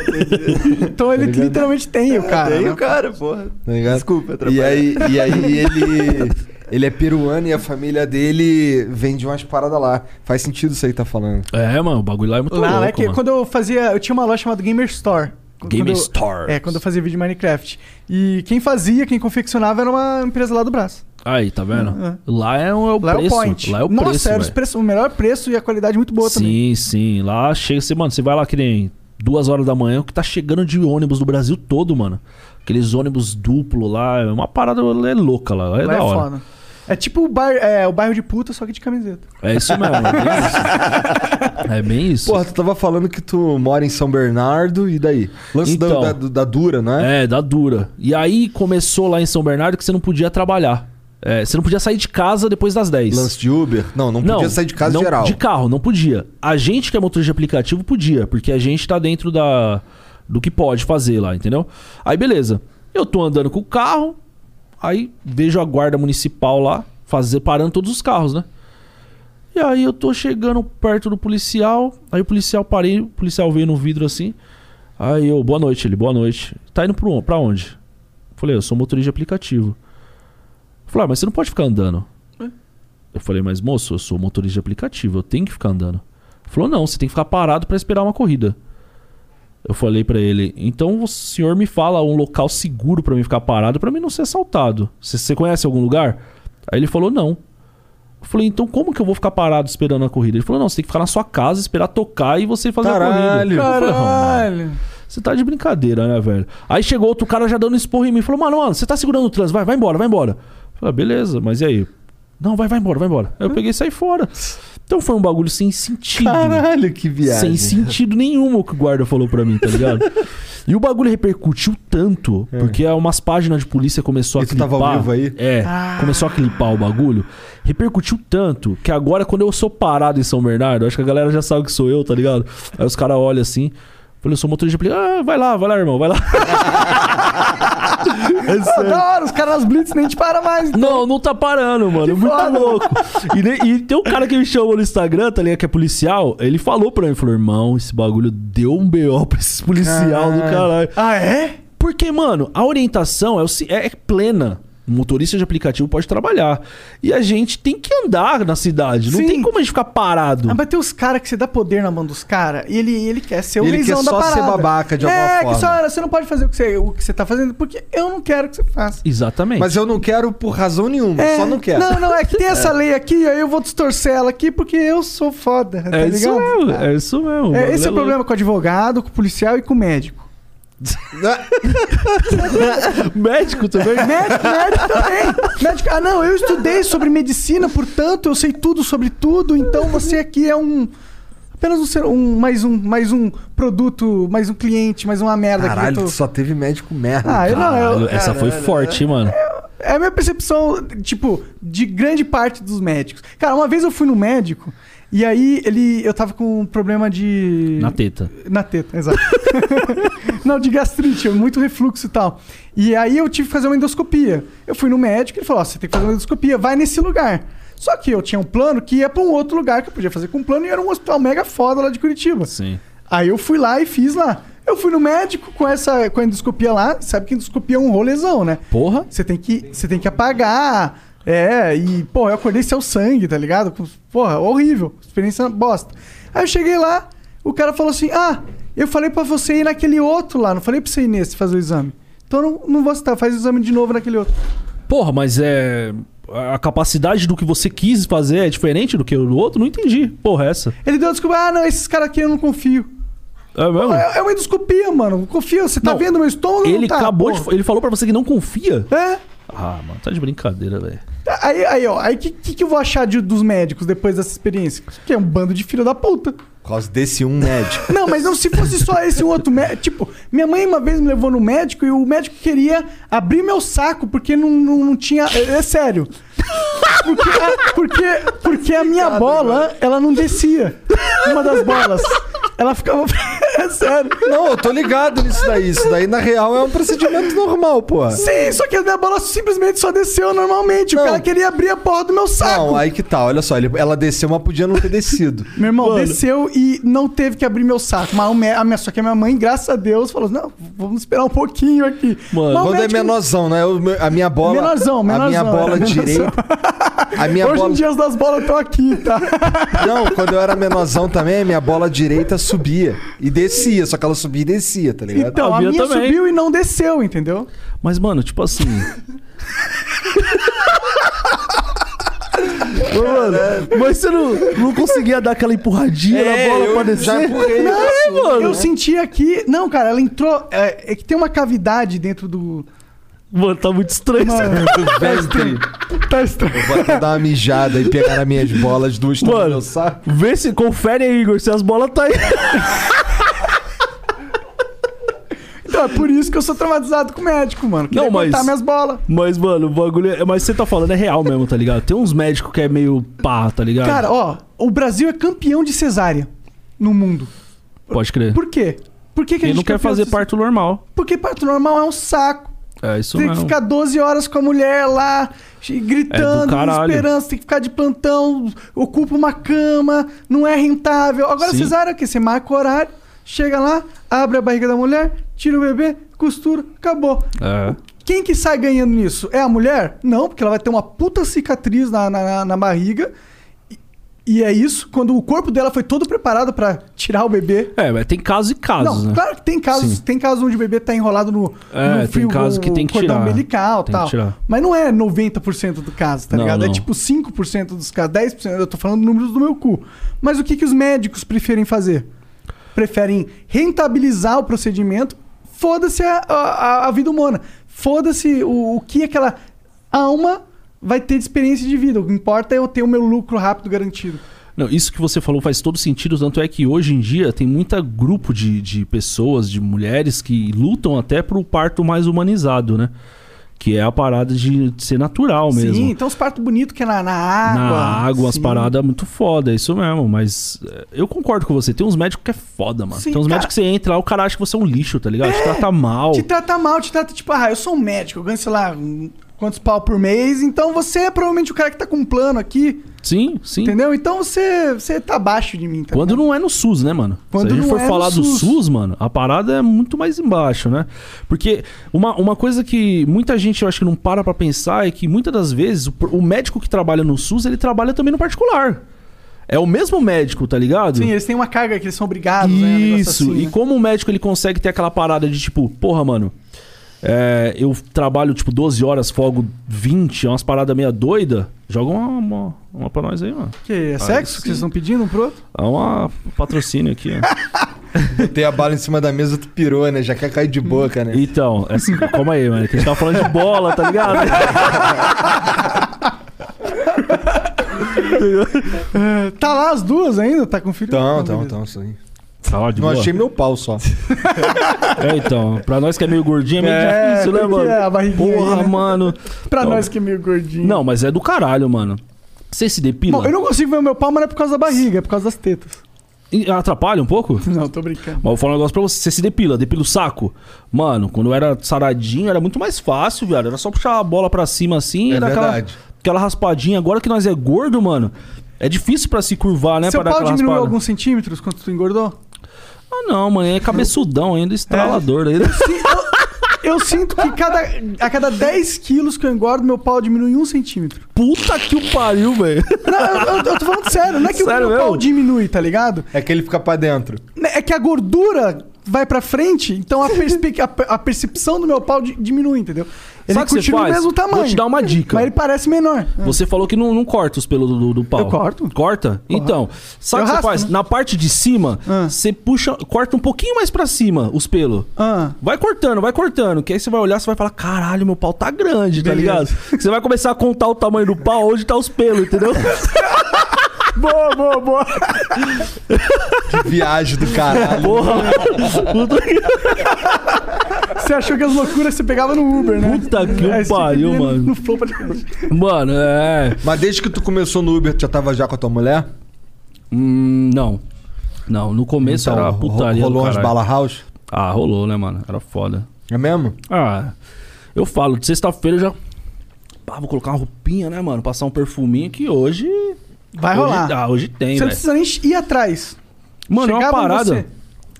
Speaker 3: Então
Speaker 4: Tá
Speaker 3: ele literalmente tem
Speaker 2: É,
Speaker 3: o cara.
Speaker 5: tem
Speaker 3: né?
Speaker 5: o cara, porra.
Speaker 2: Tá ligado?
Speaker 5: Desculpa,
Speaker 2: E
Speaker 5: atrapalhar.
Speaker 2: aí, e aí ele. Ele é peruano e a família dele vende umas paradas lá. Faz sentido isso aí que tá falando.
Speaker 4: É, mano, o bagulho lá é muito
Speaker 3: Lá,
Speaker 4: louco.
Speaker 3: lá que
Speaker 4: mano.
Speaker 3: quando eu fazia. Eu tinha uma loja chamada Gamer Store. Quando
Speaker 4: Gamer
Speaker 3: eu-
Speaker 4: Store.
Speaker 3: É, quando eu fazia vídeo de Minecraft. E quem fazia, quem confeccionava era uma empresa lá do Braço.
Speaker 4: Aí, tá vendo?
Speaker 3: É.
Speaker 4: Lá é o, é o
Speaker 3: Lá
Speaker 4: preço.
Speaker 3: é o Point.
Speaker 4: Lá é o
Speaker 3: Nossa,
Speaker 4: preço.
Speaker 3: era os
Speaker 4: velho.
Speaker 3: preços- o melhor preço e a qualidade muito boa também.
Speaker 4: Sim, sim. Lá chega, você, mano, você vai lá que nem duas horas da manhã, o que tá chegando de ônibus do Brasil todo, mano. Aqueles ônibus duplo lá, é uma parada é louca lá, é
Speaker 3: Lá
Speaker 4: da
Speaker 3: é
Speaker 4: hora.
Speaker 3: foda. É tipo o, bar- é, o bairro de puta, só que de camiseta.
Speaker 4: É isso mesmo, é bem isso.
Speaker 2: [laughs]
Speaker 4: É bem isso.
Speaker 2: Porra, tu tava falando que tu mora em São Bernardo e daí? Lance da-
Speaker 4: Então.
Speaker 2: da, do- da dura, não é?
Speaker 4: É, dá dura. E aí começou lá em São Bernardo que você não podia trabalhar. É, você não podia sair de casa depois das 10.
Speaker 2: Lance de Uber? Não, não
Speaker 4: não,
Speaker 2: podia sair de casa
Speaker 4: não,
Speaker 2: geral.
Speaker 4: De carro, não podia. A gente que é motorista de aplicativo podia, porque a gente tá dentro da do que pode fazer lá, entendeu? Aí beleza. Eu tô andando com o carro, aí vejo a guarda municipal lá fazer parando todos os carros, né? E aí eu tô chegando perto do policial, aí o policial parei, o policial veio no vidro assim. Aí eu, boa noite, ele, boa noite. Tá indo pro- pra onde? Falei, eu sou motorista de aplicativo. Falei, ah, mas você não pode ficar andando. Eu falei, mas moço, eu sou motorista de aplicativo, eu tenho que ficar andando. Ele Falou, não, você tem que ficar parado pra esperar uma corrida. Eu falei pra ele, então o senhor me fala um local seguro pra mim ficar parado pra mim não ser assaltado. Você, você conhece algum lugar? Aí ele falou, não. Eu falei, então como que eu vou ficar parado esperando a corrida? Ele falou, não, você tem que ficar na sua casa, esperar tocar e você fazer a corrida.
Speaker 2: Caralho.
Speaker 4: Eu falei, "Ah, mano,
Speaker 3: Caralho.
Speaker 4: você tá de brincadeira, né, velho? Aí chegou outro cara já dando esporro em mim. Falou, mano, mano, você tá segurando o trânsito, vai, vai embora, vai embora. Eu Falei, ah, beleza, mas e aí? Não, vai, vai embora, vai embora. Aí eu peguei e saí fora. Então foi um bagulho sem sentido.
Speaker 2: Caralho, que viagem.
Speaker 4: Sem sentido nenhum o que o guarda falou pra mim, tá
Speaker 2: [laughs]
Speaker 4: ligado? e o bagulho repercutiu tanto, porque umas páginas de polícia começou
Speaker 2: E
Speaker 4: a
Speaker 2: tu
Speaker 4: clipar.
Speaker 2: É. tava ao vivo aí?
Speaker 4: É, começou a clipar o bagulho. Repercutiu tanto que agora, quando eu sou parado em São Bernardo, acho que a galera já sabe que sou eu, tá ligado? Aí os caras olham assim. Falei, eu sou motorista de aplicativo. Ah, vai lá, vai lá, irmão, vai lá.
Speaker 3: Pô, da hora, os caras nas blitz nem te param mais.
Speaker 4: Não, não tá parando, mano. Muito louco. E, ne- e tem um cara que me chamou no Instagram, tá ligado? Que é policial. Ele falou pra mim, falou, irmão, esse bagulho deu um BO pra esses policial do caralho.
Speaker 3: Ah, é?
Speaker 4: Porque, mano, a orientação é, o se- é- é plena. O motorista de aplicativo pode trabalhar. E a gente tem que andar na cidade. Não
Speaker 3: Sim.
Speaker 4: tem como a gente ficar parado.
Speaker 3: Ah, mas tem os caras que você dá poder na mão dos caras e ele, ele quer ser o
Speaker 2: Ele
Speaker 3: leizão
Speaker 2: quer
Speaker 3: da
Speaker 2: só ser
Speaker 3: parada.
Speaker 2: babaca de
Speaker 3: é,
Speaker 2: alguma
Speaker 3: que
Speaker 2: forma.
Speaker 3: só, olha, você não pode fazer o que você, o que você tá fazendo porque eu não quero que você faça.
Speaker 4: Exatamente.
Speaker 2: Mas eu não quero por razão nenhuma,
Speaker 3: É,
Speaker 2: só não quero.
Speaker 3: Não, não, é que tem essa lei aqui, aí eu vou distorcer ela aqui porque eu sou foda, tá
Speaker 4: é,
Speaker 3: ligado?
Speaker 4: isso mesmo, é isso mesmo.
Speaker 3: É,
Speaker 4: bagulho
Speaker 3: esse é o
Speaker 4: louco.
Speaker 3: problema com o advogado, com o policial e com o médico.
Speaker 4: Médico também.
Speaker 3: Médico, médico também. Médico, ah, não, eu estudei sobre medicina, portanto, eu sei tudo sobre tudo, então você aqui é um. Apenas um, ser- um mais um mais um produto, mais um cliente, mais uma merda aqui.
Speaker 2: Caralho,
Speaker 3: eu
Speaker 2: tu
Speaker 3: tô-
Speaker 2: só teve médico merda.
Speaker 3: Ah, eu [laughs] não,
Speaker 4: Caralho,
Speaker 3: eu,
Speaker 4: essa foi forte, hein, mano.
Speaker 3: É a minha percepção, tipo, de grande parte dos médicos. Cara, uma vez eu fui no médico e aí ele, eu tava com um problema de.
Speaker 4: Na teta.
Speaker 3: Na teta, exato. [laughs] não, de gastrite, muito refluxo e tal. E aí eu tive que fazer uma endoscopia. Eu fui no médico e ele falou: Ó, você tem que fazer uma endoscopia, vai nesse lugar. Só que eu tinha um plano que ia pra um outro lugar que eu podia fazer com um plano e era um hospital mega foda lá de Curitiba.
Speaker 4: Sim.
Speaker 3: Aí eu fui lá e fiz lá. Eu fui no médico com essa com a endoscopia lá, sabe que endoscopia é um rolezão, né?
Speaker 4: Porra.
Speaker 3: Você tem que, você tem que apagar. É, e, pô, eu acordei seu sangue, tá ligado? Com- Porra, horrível. Experiência bosta. Aí eu cheguei lá, o cara falou assim: Ah, eu falei pra você ir naquele outro lá, não falei pra você ir nesse fazer o exame. Então não, não vou citar, faz o exame de novo naquele outro.
Speaker 4: Porra, mas é. A capacidade do que você quis fazer é diferente do que o do outro? Não entendi. Porra, é essa.
Speaker 3: Ele deu a desculpa: Ah, não, esses caras aqui eu não confio.
Speaker 4: É mesmo?
Speaker 3: É, é uma endoscopia, mano. Confia, você tá
Speaker 4: Não,
Speaker 3: vendo meu estômago? ou
Speaker 4: Ele
Speaker 3: não tá,
Speaker 4: acabou
Speaker 3: porra?
Speaker 4: de. Ele falou pra você que não confia?
Speaker 3: É.
Speaker 4: Ah, mano, tá de brincadeira, velho.
Speaker 3: Aí, aí, ó, aí que, que, que eu vou achar de- dos médicos depois dessa experiência? Que é um bando de filho da puta.
Speaker 2: Por causa desse um médico. [laughs]
Speaker 3: Não, mas não se fosse só esse um outro médico. Tipo, minha mãe uma vez me levou no médico e o médico queria abrir meu saco porque não, não, não tinha. É, é sério. Porque a, porque, porque a minha bola, ela não descia. Uma das bolas. Ela ficava. [laughs] É sério.
Speaker 2: Não, eu tô ligado nisso daí. Isso daí, na real, é um procedimento normal, pô.
Speaker 3: Sim, só que a minha bola simplesmente só desceu normalmente.
Speaker 2: Não.
Speaker 3: O cara queria abrir a porra do meu saco.
Speaker 2: Não, aí que tá, olha só, ele- ela desceu, mas podia não ter
Speaker 3: [laughs]
Speaker 2: descido.
Speaker 3: Meu irmão desceu e não teve que abrir meu saco. Mas o mé- a minha, só que a minha mãe, graças a Deus, falou: não, vamos esperar um pouquinho aqui.
Speaker 4: Mano,
Speaker 3: Mas o
Speaker 2: Quando é
Speaker 3: médico-
Speaker 2: menorzão, né? O meu- a minha bola.
Speaker 3: Menorzão,
Speaker 2: A minha
Speaker 3: menorzão,
Speaker 2: bola
Speaker 3: é, menorzão.
Speaker 2: direita. A minha
Speaker 3: Hoje
Speaker 2: bola.
Speaker 3: em dia as das bolas estão aqui, tá?
Speaker 4: [laughs]
Speaker 2: Não, quando eu era menorzão também, a minha bola direita subia e descia. Só que ela subia e descia, tá ligado?
Speaker 3: Então,
Speaker 4: A
Speaker 3: a,
Speaker 4: minha
Speaker 3: minha
Speaker 4: também.
Speaker 3: subiu e não desceu, entendeu?
Speaker 4: Mas, mano, tipo [laughs] assim. Ô, mano, mas você não, não conseguia dar aquela empurradinha
Speaker 2: É,
Speaker 4: na bola
Speaker 2: eu
Speaker 4: pra descer?
Speaker 2: já empurrei
Speaker 4: Não,
Speaker 2: isso,
Speaker 4: é, mano.
Speaker 3: Eu senti aqui. Não, cara, ela entrou. É, é que tem uma cavidade dentro do.
Speaker 4: Mano, tá muito estranho isso.
Speaker 3: Mano,
Speaker 2: Do ventre.
Speaker 3: tá estranho.
Speaker 2: tá Vou até dar uma mijada e pegar as minhas bolas duas também
Speaker 4: Mano.
Speaker 2: no meu saco.
Speaker 4: Vê se, confere aí, Igor, se as bolas tá aí.
Speaker 3: Então, é por isso que eu sou traumatizado com o médico, mano. Queria
Speaker 4: Não, mas-
Speaker 3: cortar minhas bolas.
Speaker 4: Mas, mano, o bagulho. é- Mas você tá falando é real mesmo, tá ligado? Tem uns médicos que é meio pá, tá ligado?
Speaker 3: Cara, ó, o Brasil é campeão de cesárea no mundo.
Speaker 4: pode crer.
Speaker 3: Por quê? Por que, que a
Speaker 4: Ele
Speaker 3: gente
Speaker 4: não quer
Speaker 3: campeão
Speaker 4: fazer
Speaker 3: de-
Speaker 4: parto normal.
Speaker 3: Porque parto normal é um saco.
Speaker 4: É isso
Speaker 3: Tem que
Speaker 4: mesmo.
Speaker 3: ficar 12 horas com a mulher lá, e
Speaker 4: É do
Speaker 3: gritando,
Speaker 4: caralho.
Speaker 3: esperança, tem que ficar de plantão, ocupa uma cama, não é rentável. Agora
Speaker 4: Sim.
Speaker 3: cesárea é o quê? Você marca o horário, chega lá, abre a barriga da mulher, tira o bebê, costura, acabou.
Speaker 4: É.
Speaker 3: Quem que sai ganhando nisso? É a mulher? Não, porque ela vai ter uma puta cicatriz na, na- na, na barriga. E- E é isso, quando o corpo dela foi todo preparado pra tirar o bebê.
Speaker 4: É, mas tem casos e casos,
Speaker 3: Não,
Speaker 4: né?
Speaker 3: claro que tem casos.
Speaker 4: Sim.
Speaker 3: Tem casos onde o bebê tá enrolado no,
Speaker 4: É, tem
Speaker 3: no fio
Speaker 4: caso que
Speaker 3: com
Speaker 4: tem que
Speaker 3: cordão
Speaker 4: tirar.
Speaker 3: umbilical
Speaker 4: Tem que
Speaker 3: tal.
Speaker 4: tirar.
Speaker 3: Mas não é 90% do caso, tá
Speaker 4: Não,
Speaker 3: ligado? É
Speaker 4: não.
Speaker 3: tipo 5% dos casos, 10%. Eu tô falando números do meu cu. Mas o que, que os médicos preferem fazer? Preferem rentabilizar o procedimento, foda-se a, a- a vida humana. Foda-se o, o que aquela alma vai ter de experiência de vida. O que importa é eu ter o meu lucro rápido garantido.
Speaker 4: Não, isso que você falou faz todo sentido, tanto é que hoje em dia tem muita grupo de, de pessoas, de mulheres que lutam até pro parto mais humanizado, né? Que é a parada de ser natural mesmo.
Speaker 3: Sim, então os partos bonitos que é na, na água.
Speaker 4: Na água, as
Speaker 3: Sim.
Speaker 4: paradas muito foda, é isso mesmo. Mas é, eu concordo com você. Tem uns médicos que é foda, mano.
Speaker 3: Sim,
Speaker 4: tem uns
Speaker 3: cara. É,
Speaker 4: médicos que você entra lá, o cara acha que você é um lixo, tá ligado? Te trata mal.
Speaker 3: Te trata mal, te trata tipo, ah, eu sou um médico, eu ganho, sei lá, um- quantos pau por mês, então você é provavelmente o cara que tá com um plano aqui,
Speaker 4: Sim, sim.
Speaker 3: entendeu? Então você, você tá abaixo de mim, tá
Speaker 4: Quando
Speaker 3: ligado?
Speaker 4: não é no SUS, né, mano?
Speaker 3: Quando
Speaker 4: Se a gente
Speaker 3: não
Speaker 4: for
Speaker 3: é no
Speaker 4: falar do
Speaker 3: SUS.
Speaker 4: SUS, mano, a parada é muito mais embaixo, né? Porque uma, uma coisa que muita gente eu acho que não para pra pensar é que muitas das vezes o, o médico que trabalha no SUS, ele trabalha também no particular. É o mesmo médico, tá ligado?
Speaker 3: Sim, eles têm uma carga que eles são obrigados, né? um negócio
Speaker 4: Isso.
Speaker 3: assim,
Speaker 4: e
Speaker 3: né?
Speaker 4: como o médico ele consegue ter aquela parada de tipo, porra, mano, é, eu trabalho tipo 12 horas, folgo 20, é umas paradas meia doida. Joga uma, uma, uma pra nós aí, mano.
Speaker 3: Que é sexo que vocês estão pedindo um pro outro?
Speaker 4: Dá uma patrocínio aqui, ó.
Speaker 3: [laughs]
Speaker 2: Botei a bala em cima da mesa, tu pirou, né? Já quer cair de boca, né?
Speaker 4: Então, essa, calma aí, mano. Que a gente tava falando de bola, tá ligado?
Speaker 3: [laughs] Tá lá as duas ainda? Tá com filho?
Speaker 2: Então,
Speaker 3: Não,
Speaker 2: então,
Speaker 3: beleza.
Speaker 2: então, isso aí.
Speaker 4: Tá, de
Speaker 2: Não
Speaker 4: boa.
Speaker 2: achei meu pau só.
Speaker 4: É, então, pra nós que é meio gordinho é meio
Speaker 3: É,
Speaker 4: difícil, né,
Speaker 3: porque
Speaker 4: mano?
Speaker 3: é a barriguinha
Speaker 4: Porra,
Speaker 3: aí, né?
Speaker 4: mano.
Speaker 3: Pra
Speaker 4: Não,
Speaker 3: nós que é meio gordinho.
Speaker 4: Não, mas é do caralho, mano. Você se depila?
Speaker 3: Bom, eu não consigo ver o meu pau, mas não é por causa da barriga, é por causa das tetas.
Speaker 4: E Atrapalha um pouco?
Speaker 3: Não, tô brincando.
Speaker 4: Mas eu vou falar um negócio pra você. Você se depila, depila o saco. Mano, quando eu era saradinho, era muito mais fácil, velho. Era só puxar a bola pra cima assim.
Speaker 2: É
Speaker 4: era
Speaker 2: verdade.
Speaker 4: Aquela, aquela raspadinha. Agora que nós é gordo, mano, é difícil pra se curvar, né?
Speaker 3: Seu
Speaker 4: pra dar
Speaker 3: pau
Speaker 4: aquela
Speaker 3: diminuiu
Speaker 4: raspada.
Speaker 3: alguns centímetros quando tu engordou?
Speaker 4: Ah, não, mano. É cabeçudão ainda, estralador ainda.
Speaker 3: É. Eu sinto que cada, a cada 10 quilos que eu engordo, meu pau diminui um centímetro.
Speaker 4: [laughs] Puta que o pariu,
Speaker 3: [laughs]
Speaker 4: velho.
Speaker 3: Não, eu, eu- eu tô falando sério, não é que
Speaker 4: Sério
Speaker 3: o meu
Speaker 4: mesmo?
Speaker 3: pau diminui, tá ligado?
Speaker 2: É que ele fica pra dentro.
Speaker 3: É que a gordura vai pra frente, então a, perspe- a per- a percepção do meu pau di- diminui, entendeu? Ele
Speaker 4: Sabe o que você
Speaker 3: continua
Speaker 4: faz?
Speaker 3: o mesmo tamanho.
Speaker 4: Vou te dar uma dica.
Speaker 3: Mas ele parece menor.
Speaker 4: Você falou que não, não corta os pelos do, do- do pau.
Speaker 3: Eu corto.
Speaker 4: Corta? Então, sabe o
Speaker 3: Eu
Speaker 4: que você
Speaker 3: raspo,
Speaker 4: faz?
Speaker 3: né?
Speaker 4: Na parte de cima,
Speaker 3: Ah.
Speaker 4: você puxa, corta um pouquinho mais pra cima os pelos.
Speaker 3: Ah.
Speaker 4: Vai cortando, vai cortando. Que aí você vai olhar, você vai falar: caralho, meu pau tá grande, tá
Speaker 3: Beleza.
Speaker 4: ligado? Você vai começar a contar o tamanho do pau, onde tá os pelos,
Speaker 3: [laughs]
Speaker 4: entendeu?
Speaker 3: Boa, boa, boa.
Speaker 2: Que viagem do caralho.
Speaker 4: Porra,
Speaker 3: Você achou que as loucuras você pegava no Uber, né?
Speaker 4: Puta que
Speaker 3: Aí você tinha
Speaker 4: pariu,
Speaker 3: vir no-
Speaker 4: mano.
Speaker 3: No flow pra...
Speaker 4: mano, é.
Speaker 2: Mas desde que tu começou no Uber, tu já tava já com a tua mulher?
Speaker 4: Hum, não. Não, no começo
Speaker 2: Então,
Speaker 4: era
Speaker 2: ro-
Speaker 4: putaria. do
Speaker 2: Rolou umas
Speaker 4: caralho.
Speaker 2: bala house?
Speaker 4: Ah, rolou, né, mano? Era foda.
Speaker 2: É mesmo?
Speaker 4: Ah, eu falo, de sexta-feira eu já. Pá, vou colocar uma roupinha, né, mano? Passar um perfuminho que hoje.
Speaker 3: Vai
Speaker 4: hoje,
Speaker 3: rolar.
Speaker 4: Ah, hoje tem,
Speaker 3: você não
Speaker 4: velho.
Speaker 3: precisa nem ir atrás.
Speaker 4: Mano, é uma
Speaker 3: Chegava em
Speaker 4: parada.
Speaker 3: você.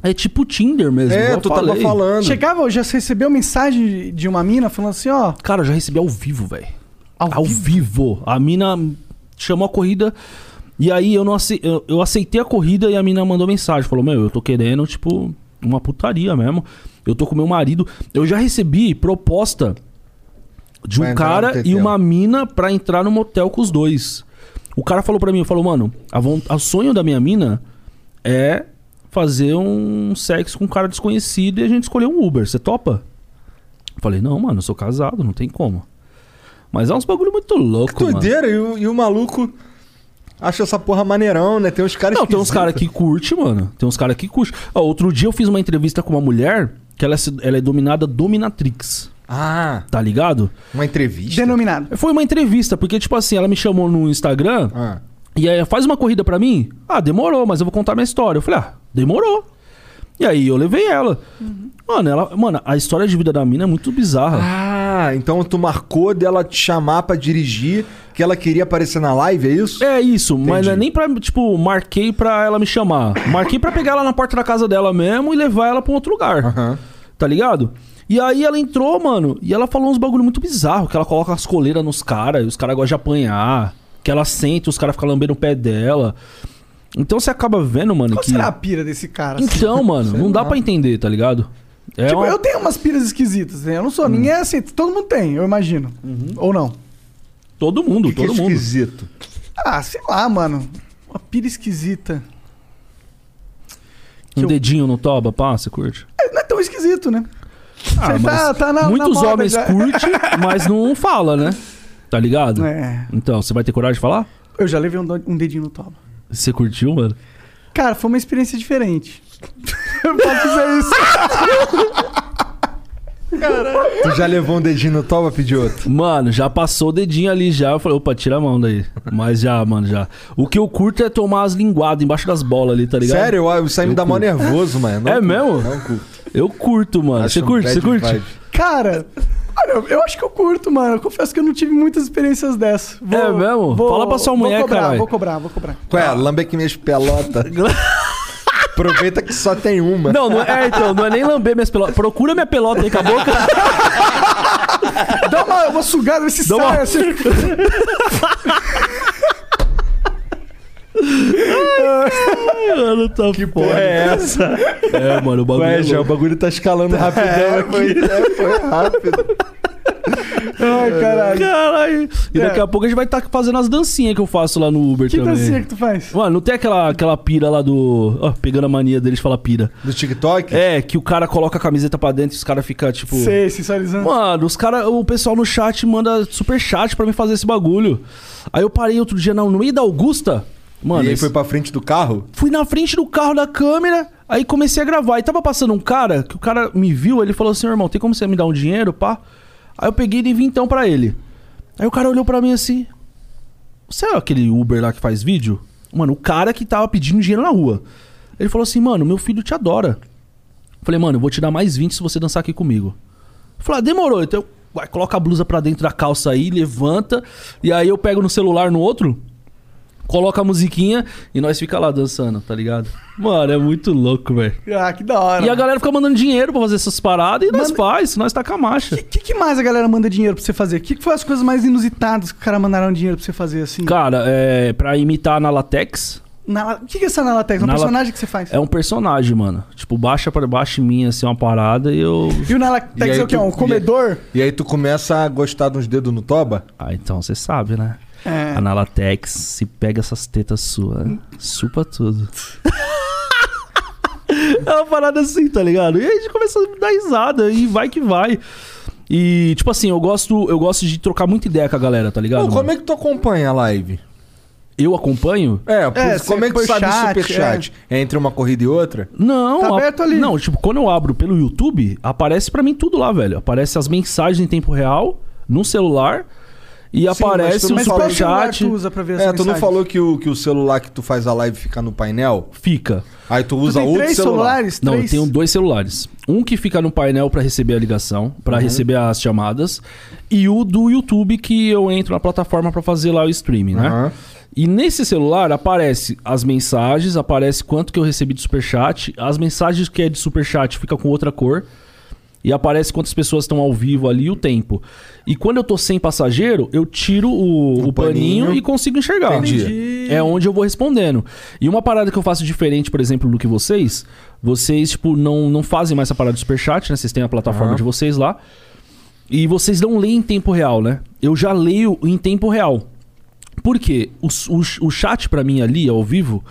Speaker 4: É tipo Tinder mesmo.
Speaker 2: É,
Speaker 4: igual eu
Speaker 2: tu
Speaker 4: falei.
Speaker 2: tava falando.
Speaker 3: Chegava, já recebeu mensagem de- de uma mina falando assim, ó...
Speaker 4: Cara, eu já recebi ao vivo, velho. Ao, vivo. A mina chamou a corrida. E aí eu não ace- eu, eu aceitei a corrida e a mina mandou mensagem. Falou, meu, eu tô querendo, tipo, uma putaria mesmo. Eu tô com meu marido. Eu já recebi proposta de
Speaker 2: Pra
Speaker 4: um
Speaker 2: entrar no
Speaker 4: cara
Speaker 2: TT.
Speaker 4: e uma mina pra entrar no motel com os dois. O cara falou pra mim, falou, mano, a von- a sonho da minha mina é fazer um sexo com um cara desconhecido e a gente escolher um Uber. Você topa? Falei, não, mano, eu sou casado, não tem como. Mas é uns bagulho muito louco,
Speaker 2: Que
Speaker 4: mano.
Speaker 2: doideira, e o, e o maluco acha essa porra maneirão, né? Tem uns caras
Speaker 4: Não, tem uns caras que curte, mano. Tem uns caras que curte. Ó, outro dia eu fiz uma entrevista com uma mulher que ela é, se- ela é dominada dominatrix,
Speaker 2: Ah,
Speaker 4: tá ligado?
Speaker 2: uma entrevista.
Speaker 3: Denominado.
Speaker 4: Foi uma entrevista, porque, tipo assim, ela me chamou no Instagram
Speaker 2: Ah,
Speaker 4: e aí faz uma corrida pra mim. Ah, demorou, mas eu vou contar minha história. Eu falei, ah, demorou. E aí eu levei ela. Mano, ela. Mano, a história de vida da mina é muito bizarra.
Speaker 2: Ah, então tu marcou dela te chamar pra dirigir, que ela queria aparecer na live, é isso?
Speaker 4: É isso, mas
Speaker 2: Entendi.
Speaker 4: não é nem pra, tipo, marquei pra ela me chamar. Marquei pra pegar ela na porta da casa dela mesmo e levar ela pra um outro lugar.
Speaker 2: Aham.
Speaker 4: Tá ligado? E aí ela entrou, mano, e ela falou uns bagulho muito bizarro, que ela coloca as coleiras nos caras, e os caras gostam de apanhar, que ela senta, os caras ficam lambendo o pé dela. Então você acaba vendo, mano,
Speaker 3: Qual
Speaker 4: que.
Speaker 3: será a pira desse cara? assim?
Speaker 4: Então, mano, não dá pra entender, tá ligado? É Uhum.
Speaker 3: tipo,
Speaker 4: uma-
Speaker 3: eu tenho umas piras esquisitas, né? Eu não sou, ninguém é assim. Todo mundo tem, eu imagino.
Speaker 4: Uhum.
Speaker 3: Ou não.
Speaker 4: Todo mundo,
Speaker 2: Que
Speaker 4: todo mundo.
Speaker 2: esquisito.
Speaker 3: Ah, sei lá, mano. Uma pira esquisita.
Speaker 4: Um dedinho no toba, pá, você curte?
Speaker 3: É, Não é tão esquisito, né?
Speaker 4: Ah,
Speaker 3: Você tá- tá na- na
Speaker 4: muitos
Speaker 3: moda
Speaker 4: homens
Speaker 3: já.
Speaker 4: curtem, mas não
Speaker 3: [laughs]
Speaker 4: fala, né? Tá ligado?
Speaker 3: É.
Speaker 4: Então, você vai ter coragem de falar?
Speaker 3: Eu já levei um, do- um dedinho no toba.
Speaker 4: Você curtiu, mano?
Speaker 3: Cara, foi uma experiência diferente. [laughs] eu posso dizer isso.
Speaker 2: Tu já levou um dedinho no toba, pediu outro?
Speaker 4: Mano, já passou o dedinho ali já. Eu falei, opa, tira a mão daí. Mas já, mano, já. O que eu curto é tomar as linguadas embaixo das bolas ali, tá ligado?
Speaker 2: Sério, eu- isso aí me dá mó nervoso, mano. Não
Speaker 4: É
Speaker 2: curto,
Speaker 4: mesmo?
Speaker 2: Não curto.
Speaker 4: Eu curto, mano.
Speaker 2: Acho
Speaker 4: Você
Speaker 2: um
Speaker 4: curte?
Speaker 2: bad
Speaker 4: Você curte?
Speaker 2: vibe.
Speaker 3: Cara, olha, eu- eu acho que eu curto, mano. Eu confesso que eu não tive muitas experiências dessas. Vou-
Speaker 4: É mesmo?
Speaker 3: vou-
Speaker 4: Fala pra sua mulher,
Speaker 3: Vou cobrar,
Speaker 4: caralho.
Speaker 3: vou cobrar, vou cobrar.
Speaker 2: Qual
Speaker 4: Ah.
Speaker 2: é? Lambe aqui minhas
Speaker 4: [laughs]
Speaker 2: pelotas. Aproveita que só tem uma.
Speaker 4: Não, não é, é, então, não é nem lamber minhas pelotas. Procura minha pelota aí com a boca.
Speaker 3: Dá uma, uma sugada nesse
Speaker 4: Dá
Speaker 3: saio
Speaker 4: uma- [laughs]
Speaker 3: assim.
Speaker 4: mano, tá que porra é essa? É, mano, o bagulho. é
Speaker 2: Ué, já, o
Speaker 4: louco.
Speaker 2: bagulho tá escalando rapidão aqui. É, foi rápido.
Speaker 3: Ai, caralho.
Speaker 4: Caralho. E daqui
Speaker 3: É.
Speaker 4: a pouco a gente vai estar fazendo as dancinhas que eu faço lá no Uber
Speaker 3: Que
Speaker 4: também.
Speaker 3: dancinha que tu faz?
Speaker 4: Mano, não tem aquela, aquela pira lá do. Ó, pegando a mania deles falar pira.
Speaker 2: Do TikTok?
Speaker 4: É, que o cara coloca a camiseta pra dentro e os caras ficam tipo.
Speaker 3: Sei, sensualizando.
Speaker 4: Mano, os cara, o pessoal no chat manda super chat pra mim fazer esse bagulho. Aí eu parei outro dia na- no meio da Augusta. Mano,
Speaker 2: e aí
Speaker 4: esse-
Speaker 2: foi pra frente do carro?
Speaker 4: Fui na frente do carro da câmera, aí comecei a gravar. E tava passando um cara, que o cara me viu, ele falou assim, irmão, tem como você me dar um dinheiro, pá? Aí eu peguei e dei vintão pra ele. Aí o cara olhou pra mim assim, você é aquele Uber lá que faz vídeo? Mano, o cara que tava pedindo dinheiro na rua. Ele falou assim, mano, meu filho te adora. Eu Falei, mano, eu vou te dar mais 20 se você dançar aqui comigo. Eu Falei, ah, demorou. Então, vai, coloca a blusa pra dentro da calça aí, levanta. E aí eu pego no celular no outro, coloca a musiquinha e nós fica lá dançando, tá ligado? Mano, é muito louco, velho.
Speaker 3: Ah, que da hora.
Speaker 4: E a galera fica mandando dinheiro pra fazer essas paradas e nós faz, nós tá com a marcha.
Speaker 3: O que, que mais a galera manda dinheiro pra você fazer? O que, que foi as coisas mais inusitadas que o cara mandaram dinheiro pra você fazer, assim?
Speaker 4: Cara, é, pra imitar na Latex,
Speaker 3: Nala- O que, que é essa Nalatex? É um
Speaker 4: Nala-
Speaker 3: personagem que você faz?
Speaker 4: é um personagem, mano. Tipo, baixa pra baixo em mim, assim, uma parada e eu...
Speaker 3: E o
Speaker 2: E
Speaker 3: Nalatex
Speaker 2: aí
Speaker 3: é o que? É um
Speaker 2: tu-
Speaker 3: comedor?
Speaker 2: E aí tu começa a gostar de uns dedos no toba?
Speaker 4: Ah, então você sabe, né? [laughs]
Speaker 3: É.
Speaker 4: A Nalatex, se pega essas tetas suas, supa tudo. [laughs] é uma parada assim, tá ligado? E aí a gente começa a dar risada e vai que vai. E, tipo assim, eu gosto, eu gosto de trocar muita ideia com a galera, tá ligado?
Speaker 2: Pô,
Speaker 4: mano?
Speaker 2: como é que tu acompanha a live?
Speaker 4: Eu acompanho?
Speaker 2: É,
Speaker 3: É,
Speaker 2: pô, como é que tu sabe o
Speaker 3: superchat,
Speaker 2: superchat? É. entre uma corrida e outra?
Speaker 4: Não,
Speaker 3: Tá
Speaker 4: a-
Speaker 3: aberto ali.
Speaker 4: Não, tipo, quando eu abro pelo YouTube, aparece pra mim tudo lá, velho. Aparece as mensagens em tempo real, no celular, e
Speaker 2: mas tu
Speaker 4: aparece
Speaker 2: não
Speaker 4: o
Speaker 3: Mas qual celular
Speaker 4: superchat.
Speaker 3: tu usa pra ver essa
Speaker 2: É, tu não
Speaker 3: mensagem?
Speaker 2: falou que o, que o celular que tu faz a live fica no painel?
Speaker 4: Fica.
Speaker 2: Aí tu
Speaker 3: Tu
Speaker 2: usa
Speaker 3: tem
Speaker 2: outro
Speaker 3: três
Speaker 2: celular.
Speaker 3: celulares?
Speaker 4: Não, eu
Speaker 3: três?
Speaker 4: tenho dois celulares. Um que fica no painel pra receber a ligação, pra receber as chamadas, e o do YouTube que eu entro na plataforma pra fazer lá o streaming,
Speaker 2: Aham.
Speaker 4: né? E nesse celular aparece as mensagens, aparece quanto que eu recebi de superchat, as mensagens que é de superchat fica com outra cor. E aparece quantas pessoas estão ao vivo ali e o tempo. E quando eu tô sem passageiro, eu tiro o,
Speaker 2: O
Speaker 4: o paninho,
Speaker 2: paninho.
Speaker 4: e consigo enxergar.
Speaker 2: Entendi.
Speaker 4: É onde eu vou respondendo. E uma parada que eu faço diferente, por exemplo, do que vocês, vocês, tipo, não, não fazem mais essa parada do superchat, né? Vocês têm a plataforma de vocês lá. E vocês não leem em tempo real, né? Eu já leio em tempo real. Por quê? O, o, o chat pra mim ali, ao vivo,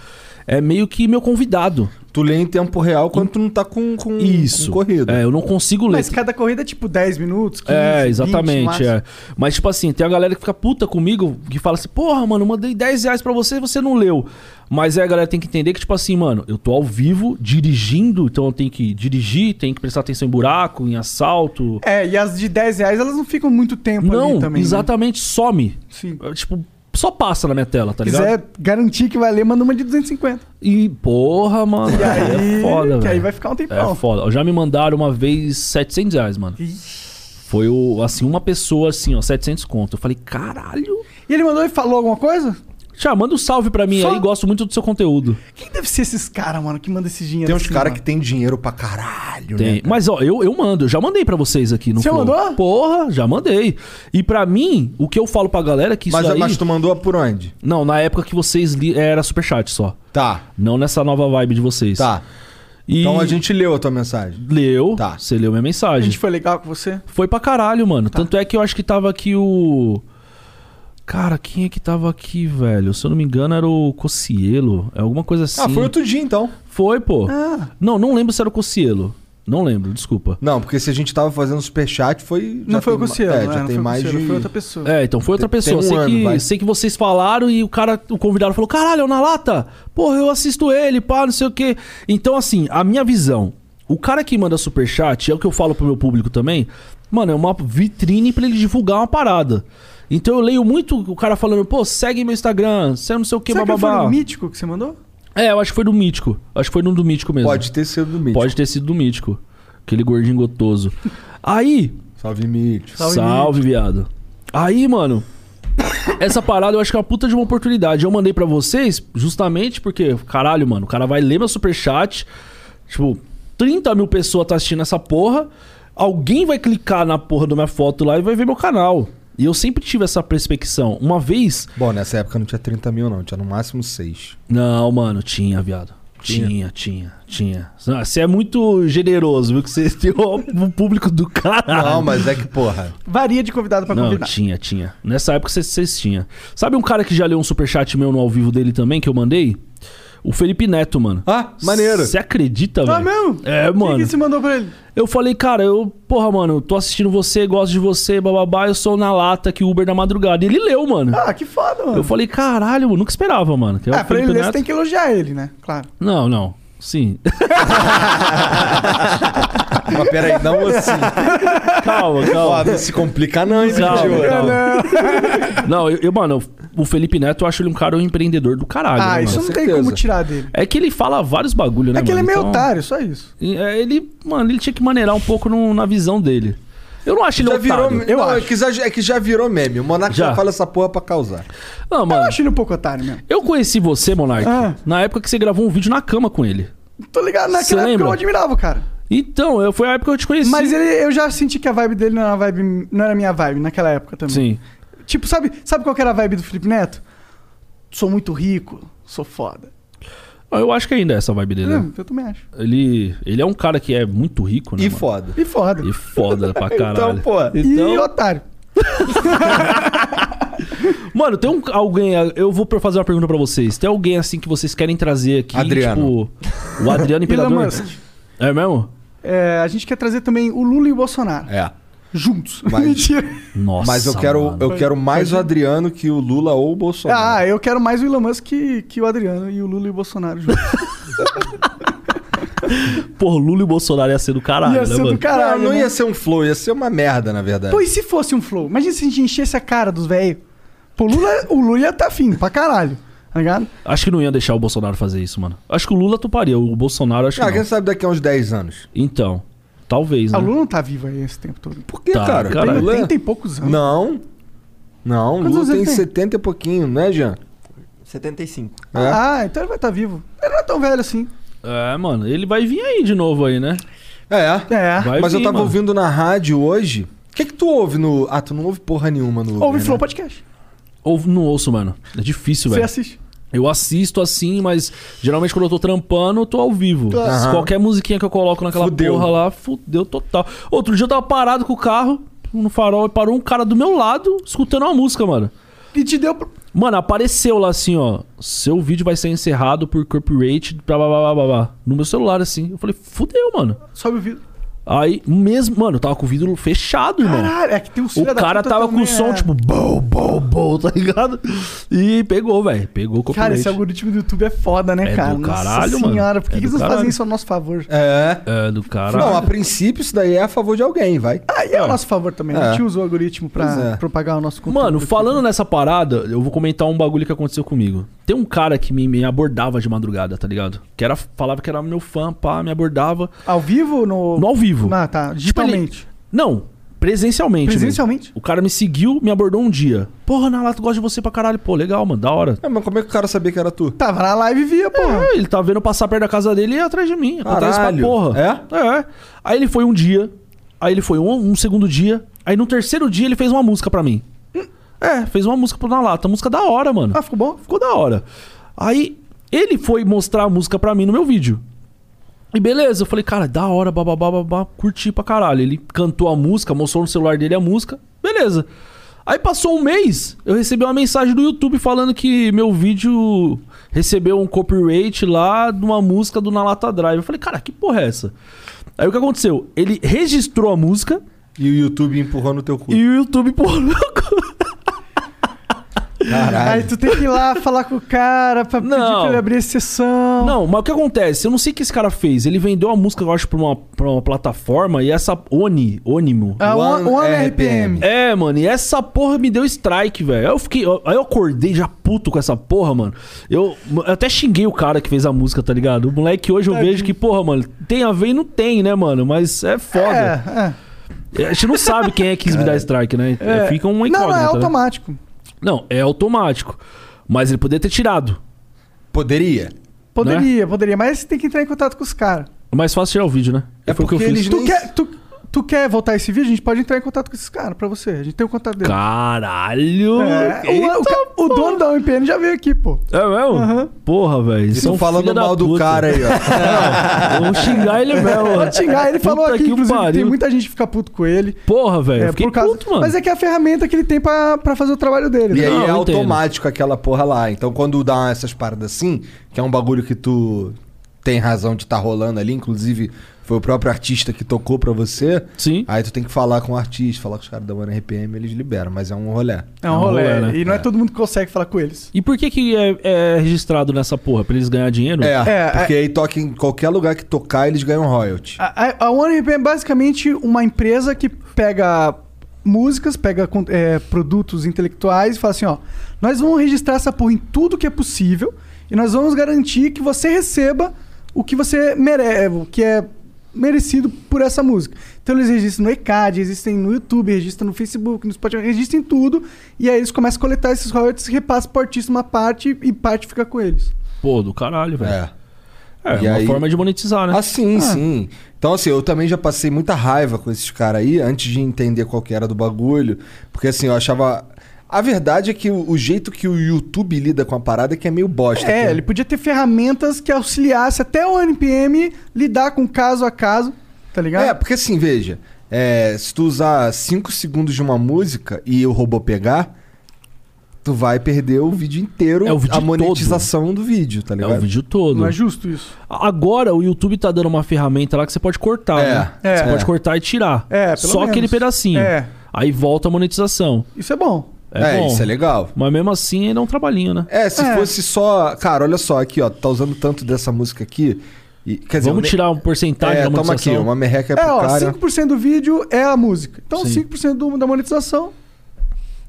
Speaker 4: é meio que meu convidado.
Speaker 2: Tu lê em tempo real quando tu não tá com, com,
Speaker 4: Isso.
Speaker 2: com corrida.
Speaker 4: É, eu não consigo ler.
Speaker 3: Mas cada corrida é tipo 10 minutos, 15,
Speaker 4: É,
Speaker 3: 20 no
Speaker 4: exatamente.
Speaker 3: máximo.
Speaker 4: é. Mas, tipo assim, tem a galera que fica puta comigo, que fala assim, porra, mano, eu mandei 10 reais pra você e você não leu. Mas aí a galera tem que entender que, tipo assim, mano, eu tô ao vivo dirigindo, então eu tenho que dirigir, tenho que prestar atenção em buraco, em assalto.
Speaker 3: É, e as de 10 reais elas não ficam muito tempo
Speaker 4: não,
Speaker 3: ali também. né?
Speaker 4: exatamente, some.
Speaker 3: Sim.
Speaker 4: É, Tipo, só passa na minha tela, tá
Speaker 3: Se
Speaker 4: ligado?
Speaker 3: quiser garantir que vai ler, manda uma de 250.
Speaker 4: E, porra, mano,
Speaker 3: E aí,
Speaker 4: é foda,
Speaker 3: que
Speaker 4: velho.
Speaker 3: aí vai ficar um tempão.
Speaker 4: É foda. Já me mandaram uma vez 700 reais, mano. Foi, o, assim, uma pessoa, assim, ó, 700 conto. Eu falei, caralho...
Speaker 3: E ele mandou e falou alguma coisa?
Speaker 4: Tia, manda um salve pra mim
Speaker 3: Só-
Speaker 4: aí, gosto muito do seu conteúdo.
Speaker 3: Quem deve ser esses caras, mano, que manda esse dinheiro?
Speaker 2: Tem uns
Speaker 3: assim,
Speaker 2: caras
Speaker 3: mano?
Speaker 2: que tem dinheiro pra caralho, né?
Speaker 4: Tem.
Speaker 2: cara?
Speaker 4: Mas ó, eu, eu mando, eu já mandei pra vocês aqui no
Speaker 3: Você
Speaker 4: Flow.
Speaker 3: mandou?
Speaker 4: Porra, já mandei. E pra mim, o que eu falo pra galera é que isso
Speaker 2: Mas,
Speaker 4: aí...
Speaker 2: mas tu mandou por onde?
Speaker 4: Não, na época que vocês li... era superchat só.
Speaker 2: Tá,
Speaker 4: Não nessa nova vibe de vocês.
Speaker 2: tá.
Speaker 4: E
Speaker 2: Então a gente leu a tua mensagem.
Speaker 4: leu,
Speaker 2: Tá.
Speaker 4: você leu minha
Speaker 3: A
Speaker 4: mensagem.
Speaker 3: gente Tá. foi legal com você?
Speaker 4: Foi pra caralho, mano. Tanto é que eu acho que tava aqui o... Cara, quem é que tava aqui, velho? Se eu não me engano era o Cocielo. É alguma coisa assim.
Speaker 2: Ah, foi outro dia então.
Speaker 4: Foi, pô.
Speaker 3: Ah.
Speaker 4: Não, não lembro se era o Cocielo. Não lembro, desculpa.
Speaker 2: Não, porque se a gente tava fazendo superchat foi.
Speaker 3: Não
Speaker 2: já
Speaker 3: foi o
Speaker 2: tem-
Speaker 3: Cossielo,
Speaker 2: É,
Speaker 3: né?
Speaker 2: já tem
Speaker 3: não foi o
Speaker 2: mais
Speaker 3: Cossielo,
Speaker 2: de.
Speaker 3: foi outra pessoa.
Speaker 4: É, então foi outra
Speaker 2: Tem- tem
Speaker 4: pessoa.
Speaker 2: um
Speaker 4: sei,
Speaker 2: ano,
Speaker 4: que,
Speaker 2: vai.
Speaker 4: sei que vocês falaram e o cara, o convidado falou: caralho, é o na lata? Porra, eu assisto ele, pá, não sei o quê. Então, assim, a minha visão: o cara que manda superchat, é o que eu falo pro meu público também, mano, é uma vitrine pra ele divulgar uma parada. Então eu leio muito o cara falando, pô, segue meu Instagram, você é não sei o que,
Speaker 3: Será que foi
Speaker 4: bababá.
Speaker 3: o mítico que você mandou?
Speaker 4: É, eu acho que foi do Mítico. Acho que foi no do Mítico mesmo.
Speaker 2: Pode ter sido do Mítico.
Speaker 4: Pode ter sido do Mítico. Aquele
Speaker 2: [laughs]
Speaker 4: gordinho gotoso. Aí,
Speaker 2: Salve, Mítico.
Speaker 4: Salve, viado. Aí, mano, essa parada eu acho que é uma puta de uma oportunidade. Eu mandei pra vocês justamente porque, caralho, mano, o cara vai ler meu superchat. Tipo, 30 mil pessoas tá assistindo essa porra. Alguém vai clicar na porra da minha foto lá e vai ver meu canal. E eu sempre tive essa perspecção. Uma vez.
Speaker 2: Bom, nessa época não tinha 30 mil, não. Tinha no máximo 6.
Speaker 4: Não, mano, tinha, viado. Tinha, tinha, tinha. Ah, Você é muito generoso, viu? Que você [laughs] tem o o público do caralho.
Speaker 2: Não, mas é que, porra.
Speaker 3: Varia de convidado pra
Speaker 4: Não,
Speaker 3: convidado.
Speaker 4: tinha, tinha. Nessa época vocês- vocês tinham. Sabe um cara que já leu um superchat meu no ao vivo dele também, que eu mandei? O Felipe Neto, mano.
Speaker 2: Ah, maneiro.
Speaker 4: Você acredita, velho?
Speaker 3: Tá mesmo?
Speaker 4: É,
Speaker 3: O que
Speaker 4: mano.
Speaker 3: que você mandou pra ele?
Speaker 4: Eu falei, cara, eu, porra, mano, eu tô assistindo você, gosto de você, bababá, eu sou na lata que Uber da madrugada. E ele leu, mano.
Speaker 3: Ah, que foda, mano.
Speaker 4: Eu falei, caralho, mano, nunca esperava, mano. Que é o
Speaker 3: Ah, pra ele
Speaker 4: Felipe
Speaker 3: ler, você
Speaker 4: Neto.
Speaker 3: tem que elogiar ele, né? Claro.
Speaker 4: Não, não. Sim.
Speaker 2: Mas Ah, peraí, não assim.
Speaker 4: [laughs] calma,
Speaker 2: Ó,
Speaker 4: calma.
Speaker 2: não se complica não, hein,
Speaker 4: Calma,
Speaker 2: Diogo?
Speaker 4: calma.
Speaker 3: né?
Speaker 4: Não, eu, eu, mano, o Felipe Neto, eu acho ele um cara um empreendedor do caralho.
Speaker 3: Ah,
Speaker 4: né,
Speaker 3: isso
Speaker 4: mano?
Speaker 3: não tem
Speaker 2: certeza.
Speaker 3: como tirar dele.
Speaker 4: É que ele fala vários bagulho, né?
Speaker 3: É que ele é
Speaker 4: mano?
Speaker 3: meio
Speaker 4: Então,
Speaker 3: otário, só isso.
Speaker 4: é, Ele, mano, ele tinha que maneirar um pouco no- na visão dele. Eu não acho ele um
Speaker 2: Já
Speaker 4: otário.
Speaker 2: virou,
Speaker 3: Eu
Speaker 2: não,
Speaker 3: acho.
Speaker 2: É, que já, é que já virou meme. O Monark já.
Speaker 4: Já.
Speaker 2: fala essa porra pra causar.
Speaker 4: Não, Ah, mano.
Speaker 3: Eu
Speaker 4: Eu,
Speaker 3: acho ele um pouco otário mesmo.
Speaker 4: conheci você, Monark,
Speaker 3: Ah.
Speaker 4: na época que você gravou um vídeo na cama com ele.
Speaker 3: Tô ligado,
Speaker 4: Você
Speaker 3: naquela época
Speaker 4: lembra?
Speaker 3: eu admirava o cara.
Speaker 4: Então, eu, foi a época que eu te conheci.
Speaker 3: Mas ele, eu já senti que a vibe dele não era, uma vibe, não era minha vibe naquela época também.
Speaker 4: Sim.
Speaker 3: Tipo, sabe, sabe qual que era a vibe do Felipe Neto? Sou muito rico, sou foda.
Speaker 4: Ah, Eu acho que ainda é essa vibe dele. né?
Speaker 3: Hum, eu também acho.
Speaker 4: Ele, ele é um cara que é muito rico, né?
Speaker 2: E
Speaker 4: mano?
Speaker 2: foda.
Speaker 3: E foda.
Speaker 4: E
Speaker 3: [laughs]
Speaker 4: foda pra caralho.
Speaker 2: Então, pô.
Speaker 3: E
Speaker 4: Então,
Speaker 3: otário.
Speaker 4: mano, tem um, alguém. Eu vou fazer uma pergunta pra vocês. Tem alguém assim que vocês querem trazer aqui?
Speaker 2: Adriano.
Speaker 4: Tipo, o
Speaker 3: [laughs] Elon
Speaker 4: Adriano Imperador?
Speaker 3: Musk.
Speaker 4: É mesmo?
Speaker 3: É, a gente quer trazer também o Lula e o Bolsonaro.
Speaker 2: É.
Speaker 3: Juntos.
Speaker 2: Mas-
Speaker 3: [laughs] Mentira.
Speaker 4: Nossa.
Speaker 2: Mas eu quero,
Speaker 4: mano.
Speaker 2: eu quero mais o Adriano que o Lula ou o Bolsonaro.
Speaker 3: Ah, eu quero mais o Elon Musk que, que o Adriano e o Lula e o Bolsonaro juntos.
Speaker 4: Porra, Lula e Bolsonaro ia ser do caralho,
Speaker 3: ia
Speaker 4: né,
Speaker 3: ser
Speaker 4: mano?
Speaker 3: do caralho.
Speaker 2: não, não
Speaker 3: né?
Speaker 2: ia ser um flow, ia ser uma merda, na verdade.
Speaker 3: Pô, e se fosse um flow? Imagina se a gente enchesse a cara dos velhos. Pô, o Lula, o Lula ia tá afim pra caralho. Tá ligado?
Speaker 4: Acho que não ia deixar o Bolsonaro fazer isso, mano. Acho que o Lula toparia, o Bolsonaro acho que
Speaker 2: ah,
Speaker 4: não.
Speaker 2: quem sabe daqui a uns 10 anos.
Speaker 4: Então, talvez,
Speaker 3: A
Speaker 4: né?
Speaker 3: Lula não tá viva aí esse tempo todo.
Speaker 2: Por que,
Speaker 4: Tá,
Speaker 2: cara?
Speaker 4: caralho.
Speaker 2: Lula-
Speaker 3: 80 e poucos anos.
Speaker 2: Não. Não,
Speaker 3: Quantos anos
Speaker 2: Lula
Speaker 3: ele
Speaker 2: tem
Speaker 3: tem?
Speaker 2: 70 e pouquinho, né, Jean?
Speaker 5: 75.
Speaker 2: É.
Speaker 3: Ah, então ele vai estar tá vivo. Ele não é tão velho assim.
Speaker 4: É, mano, ele vai vir aí de novo aí, né?
Speaker 2: É.
Speaker 3: É.
Speaker 4: Vai
Speaker 2: Mas eu
Speaker 4: vir,
Speaker 2: tava
Speaker 4: mano.
Speaker 2: ouvindo na rádio hoje. O que que tu ouve no... Ah, tu não ouve porra nenhuma no Uber,
Speaker 3: Ouve
Speaker 2: né?
Speaker 3: Flow Podcast.
Speaker 4: Ou não ouço, mano. É difícil,
Speaker 3: Você
Speaker 4: velho.
Speaker 3: assiste.
Speaker 4: Eu assisto assim, mas geralmente quando eu tô trampando, eu tô ao vivo.
Speaker 3: Tá.
Speaker 2: Aham.
Speaker 4: Qualquer musiquinha que eu coloco naquela
Speaker 2: Fudeu.
Speaker 4: porra lá, fudeu total. Outro dia eu tava parado com o carro no farol e parou um cara do meu lado escutando uma música, mano.
Speaker 3: E te deu. pro-
Speaker 4: Mano, apareceu lá assim, ó. Seu vídeo vai ser encerrado por corporate, blá blá blá blá blá. No meu celular, assim. Eu falei, fudeu, mano.
Speaker 3: Sobe o vidro.
Speaker 4: Aí, mesmo. Mano, eu tava com o vidro fechado, irmão.
Speaker 3: Caralho, é que tem um
Speaker 4: o cara tava com o
Speaker 3: é.
Speaker 4: som, tipo, bom, bom, bom, tá ligado? E pegou, velho. Pegou o corporate.
Speaker 3: Cara, esse algoritmo do YouTube é foda, né,
Speaker 4: É do
Speaker 3: cara?
Speaker 4: caralho,
Speaker 3: Nossa
Speaker 4: mano.
Speaker 3: senhora, por que,
Speaker 4: É
Speaker 3: que
Speaker 4: do
Speaker 3: eles não
Speaker 4: caralho.
Speaker 3: fazem isso a nosso favor?
Speaker 2: É.
Speaker 4: É, do cara.
Speaker 2: Não, a princípio isso daí é a favor de alguém, vai.
Speaker 3: Ah, e é a nosso favor também. A gente usa o algoritmo
Speaker 2: Pois
Speaker 3: pra
Speaker 2: é.
Speaker 3: propagar o nosso conteúdo.
Speaker 4: Mano,
Speaker 3: aqui.
Speaker 4: falando nessa parada, eu vou comentar um bagulho que aconteceu comigo. Tem um cara que me, me abordava de madrugada, tá ligado? Que era, falava que era meu fã, pá, me abordava.
Speaker 3: Ao vivo ou no.
Speaker 4: No ao vivo. Tipo,
Speaker 3: Ah, tá. Digitalmente.
Speaker 4: Não, presencialmente. mesmo.
Speaker 3: Presencialmente?
Speaker 4: O cara me seguiu, me abordou um dia. Porra, Nalato, gosto de você pra caralho. Pô, legal, mano, da hora.
Speaker 2: É, mas como é que o cara sabia que era tu?
Speaker 3: Tava na live e via, pô.
Speaker 4: É, ele tá vendo eu passar perto da casa dele e ia atrás de mim. Acontece
Speaker 2: Caralho.
Speaker 4: pra porra.
Speaker 2: É?
Speaker 4: É. Aí ele foi um dia, aí ele foi um, um segundo dia, aí no terceiro dia ele fez uma música pra mim. É, fez uma música pro Nalata, música da hora, mano.
Speaker 3: Ah, ficou bom?
Speaker 4: Ficou da hora. Aí ele foi mostrar a música pra mim no meu vídeo. E beleza, eu falei, cara, da hora, bababá, babá, curti pra caralho. Ele cantou a música, mostrou no celular dele a música, beleza. Aí passou um mês, eu recebi uma mensagem do YouTube falando que meu vídeo recebeu um copyright lá de uma música do Nalata Drive. Eu falei, cara, que porra é essa? Aí o que aconteceu? Ele registrou a música
Speaker 2: E o YouTube empurrando o teu cu.
Speaker 4: e o YouTube, pô, [laughs] louco.
Speaker 3: Aí tu tem que ir lá [laughs] falar com o cara pra pedir
Speaker 4: É. Não.
Speaker 3: pra ele abrir exceção.
Speaker 4: Não, mas o que acontece? Eu não sei o que esse cara fez. Ele vendeu a música, eu acho, pra uma, pra uma plataforma e essa Oni, Onimo.
Speaker 3: Ah,
Speaker 2: One
Speaker 3: One, One
Speaker 2: RPM.
Speaker 3: RPM.
Speaker 4: É, mano, e essa porra me deu strike, velho. Aí eu fiquei. eu- Aí eu acordei já puto com essa porra, mano. Eu, eu até xinguei o cara que fez a música, tá ligado? O moleque hoje eu vejo que, porra, mano, tem a ver e não tem, né, mano? Mas é foda.
Speaker 3: É,
Speaker 4: A gente não sabe quem é que quis me dar strike, né?
Speaker 3: é.
Speaker 4: Fica um
Speaker 3: Não,
Speaker 4: incógnito.
Speaker 3: não, é automático.
Speaker 4: Não, é automático. Mas ele poderia ter tirado.
Speaker 2: Poderia.
Speaker 4: Né?
Speaker 3: Poderia, poderia. Mas você tem que entrar em contato com os caras.
Speaker 4: É Mais fácil tirar o vídeo, né?
Speaker 2: É
Speaker 4: Foi o que
Speaker 2: porque
Speaker 4: eu fiz.
Speaker 2: eles
Speaker 3: Tu
Speaker 2: Nem-
Speaker 3: quer. Tu, tu quer voltar esse vídeo? A gente pode entrar em contato com esses caras pra você. A gente tem o contato dele.
Speaker 4: Caralho!
Speaker 3: É, o-
Speaker 4: Eita,
Speaker 3: o, ca- o dono da UMPN já veio aqui, pô.
Speaker 4: É mesmo? Porra, velho. Eles
Speaker 2: Estão falando mal do cara
Speaker 4: [laughs]
Speaker 2: aí, ó.
Speaker 4: Vou xingar ele mesmo.
Speaker 3: Pode xingar, ele falou
Speaker 4: É, Puta
Speaker 3: aqui,
Speaker 4: que
Speaker 3: inclusive,
Speaker 4: pariu.
Speaker 3: tem muita gente que fica puto com ele.
Speaker 4: Porra, velho.
Speaker 3: É,
Speaker 4: eu fiquei
Speaker 3: por causa...
Speaker 4: puto, mano.
Speaker 3: Mas é que é a ferramenta que ele tem pra, pra fazer o trabalho dele. né?
Speaker 2: E aí
Speaker 4: Não,
Speaker 2: é
Speaker 4: eu entendo.
Speaker 2: automático aquela porra lá. Então quando dá essas paradas assim, que é um bagulho que tu tem razão de estar rolando ali, inclusive foi o próprio artista que tocou pra você.
Speaker 4: Sim.
Speaker 2: Aí tu tem que falar com o artista, falar com os caras da One RPM, eles liberam, mas é um rolê.
Speaker 3: É um rolê.
Speaker 4: É um rolê, né?
Speaker 3: E não é. todo mundo que consegue falar com eles.
Speaker 4: E por que que é, é registrado nessa porra? Pra eles ganhar dinheiro?
Speaker 2: É,
Speaker 3: É,
Speaker 2: porque aí toca em qualquer lugar que tocar, eles ganham royalty.
Speaker 3: A, a- a OneRP é basicamente uma empresa que pega músicas, pega con- é, produtos intelectuais e fala assim, ó, nós vamos registrar essa porra em tudo que é possível e nós vamos garantir que você receba o que você merece, o que é merecido por essa música. Então eles registram no ECAD, existem no YouTube, registram no Facebook, no Spotify, registram em tudo e aí eles começam a coletar esses royalties, repassam por artista uma parte e parte fica com eles.
Speaker 4: Pô, do caralho, velho.
Speaker 2: É.
Speaker 4: É,
Speaker 2: E
Speaker 4: uma
Speaker 2: aí-
Speaker 4: forma de monetizar, né?
Speaker 2: Ah, sim, sim. Então, assim, eu também já passei muita raiva com esses caras aí, antes de entender qual que era do bagulho. Porque, assim, eu achava... A verdade é que o o jeito que o YouTube lida com a parada é que é meio bosta.
Speaker 3: É,
Speaker 2: que-
Speaker 3: ele podia ter ferramentas que auxiliasse até o NPM lidar com caso a caso, tá ligado?
Speaker 2: É, porque assim, veja, é, se tu usar 5 segundos de uma música e o robô pegar, tu vai perder o vídeo inteiro,
Speaker 4: É o vídeo
Speaker 2: a monetização do vídeo, tá
Speaker 4: É
Speaker 2: ligado?
Speaker 4: o vídeo todo.
Speaker 3: Não é justo isso.
Speaker 4: Agora o YouTube tá dando uma ferramenta lá que você pode cortar,
Speaker 2: É,
Speaker 4: né?
Speaker 3: é.
Speaker 4: Você pode
Speaker 2: É.
Speaker 4: cortar e tirar.
Speaker 3: É, pelo
Speaker 4: Só
Speaker 3: menos.
Speaker 4: aquele pedacinho.
Speaker 3: É.
Speaker 4: Aí volta a monetização.
Speaker 3: Isso é bom.
Speaker 4: É,
Speaker 2: É,
Speaker 4: bom.
Speaker 2: isso é legal.
Speaker 4: Mas mesmo assim ainda é um trabalhinho, né?
Speaker 2: É, se
Speaker 3: É.
Speaker 2: fosse só. Cara, olha só aqui, ó. Tu tá usando tanto dessa música aqui. E, quer dizer,
Speaker 4: Vamos
Speaker 2: eu nem-
Speaker 4: tirar um porcentagem
Speaker 2: É,
Speaker 4: da
Speaker 2: toma aqui,
Speaker 4: monetização.
Speaker 2: uma merreca é
Speaker 3: É,
Speaker 2: pro
Speaker 3: ó,
Speaker 2: cara.
Speaker 3: 5% do vídeo é a música. Então
Speaker 4: Sim. Um
Speaker 3: 5% do, da monetização,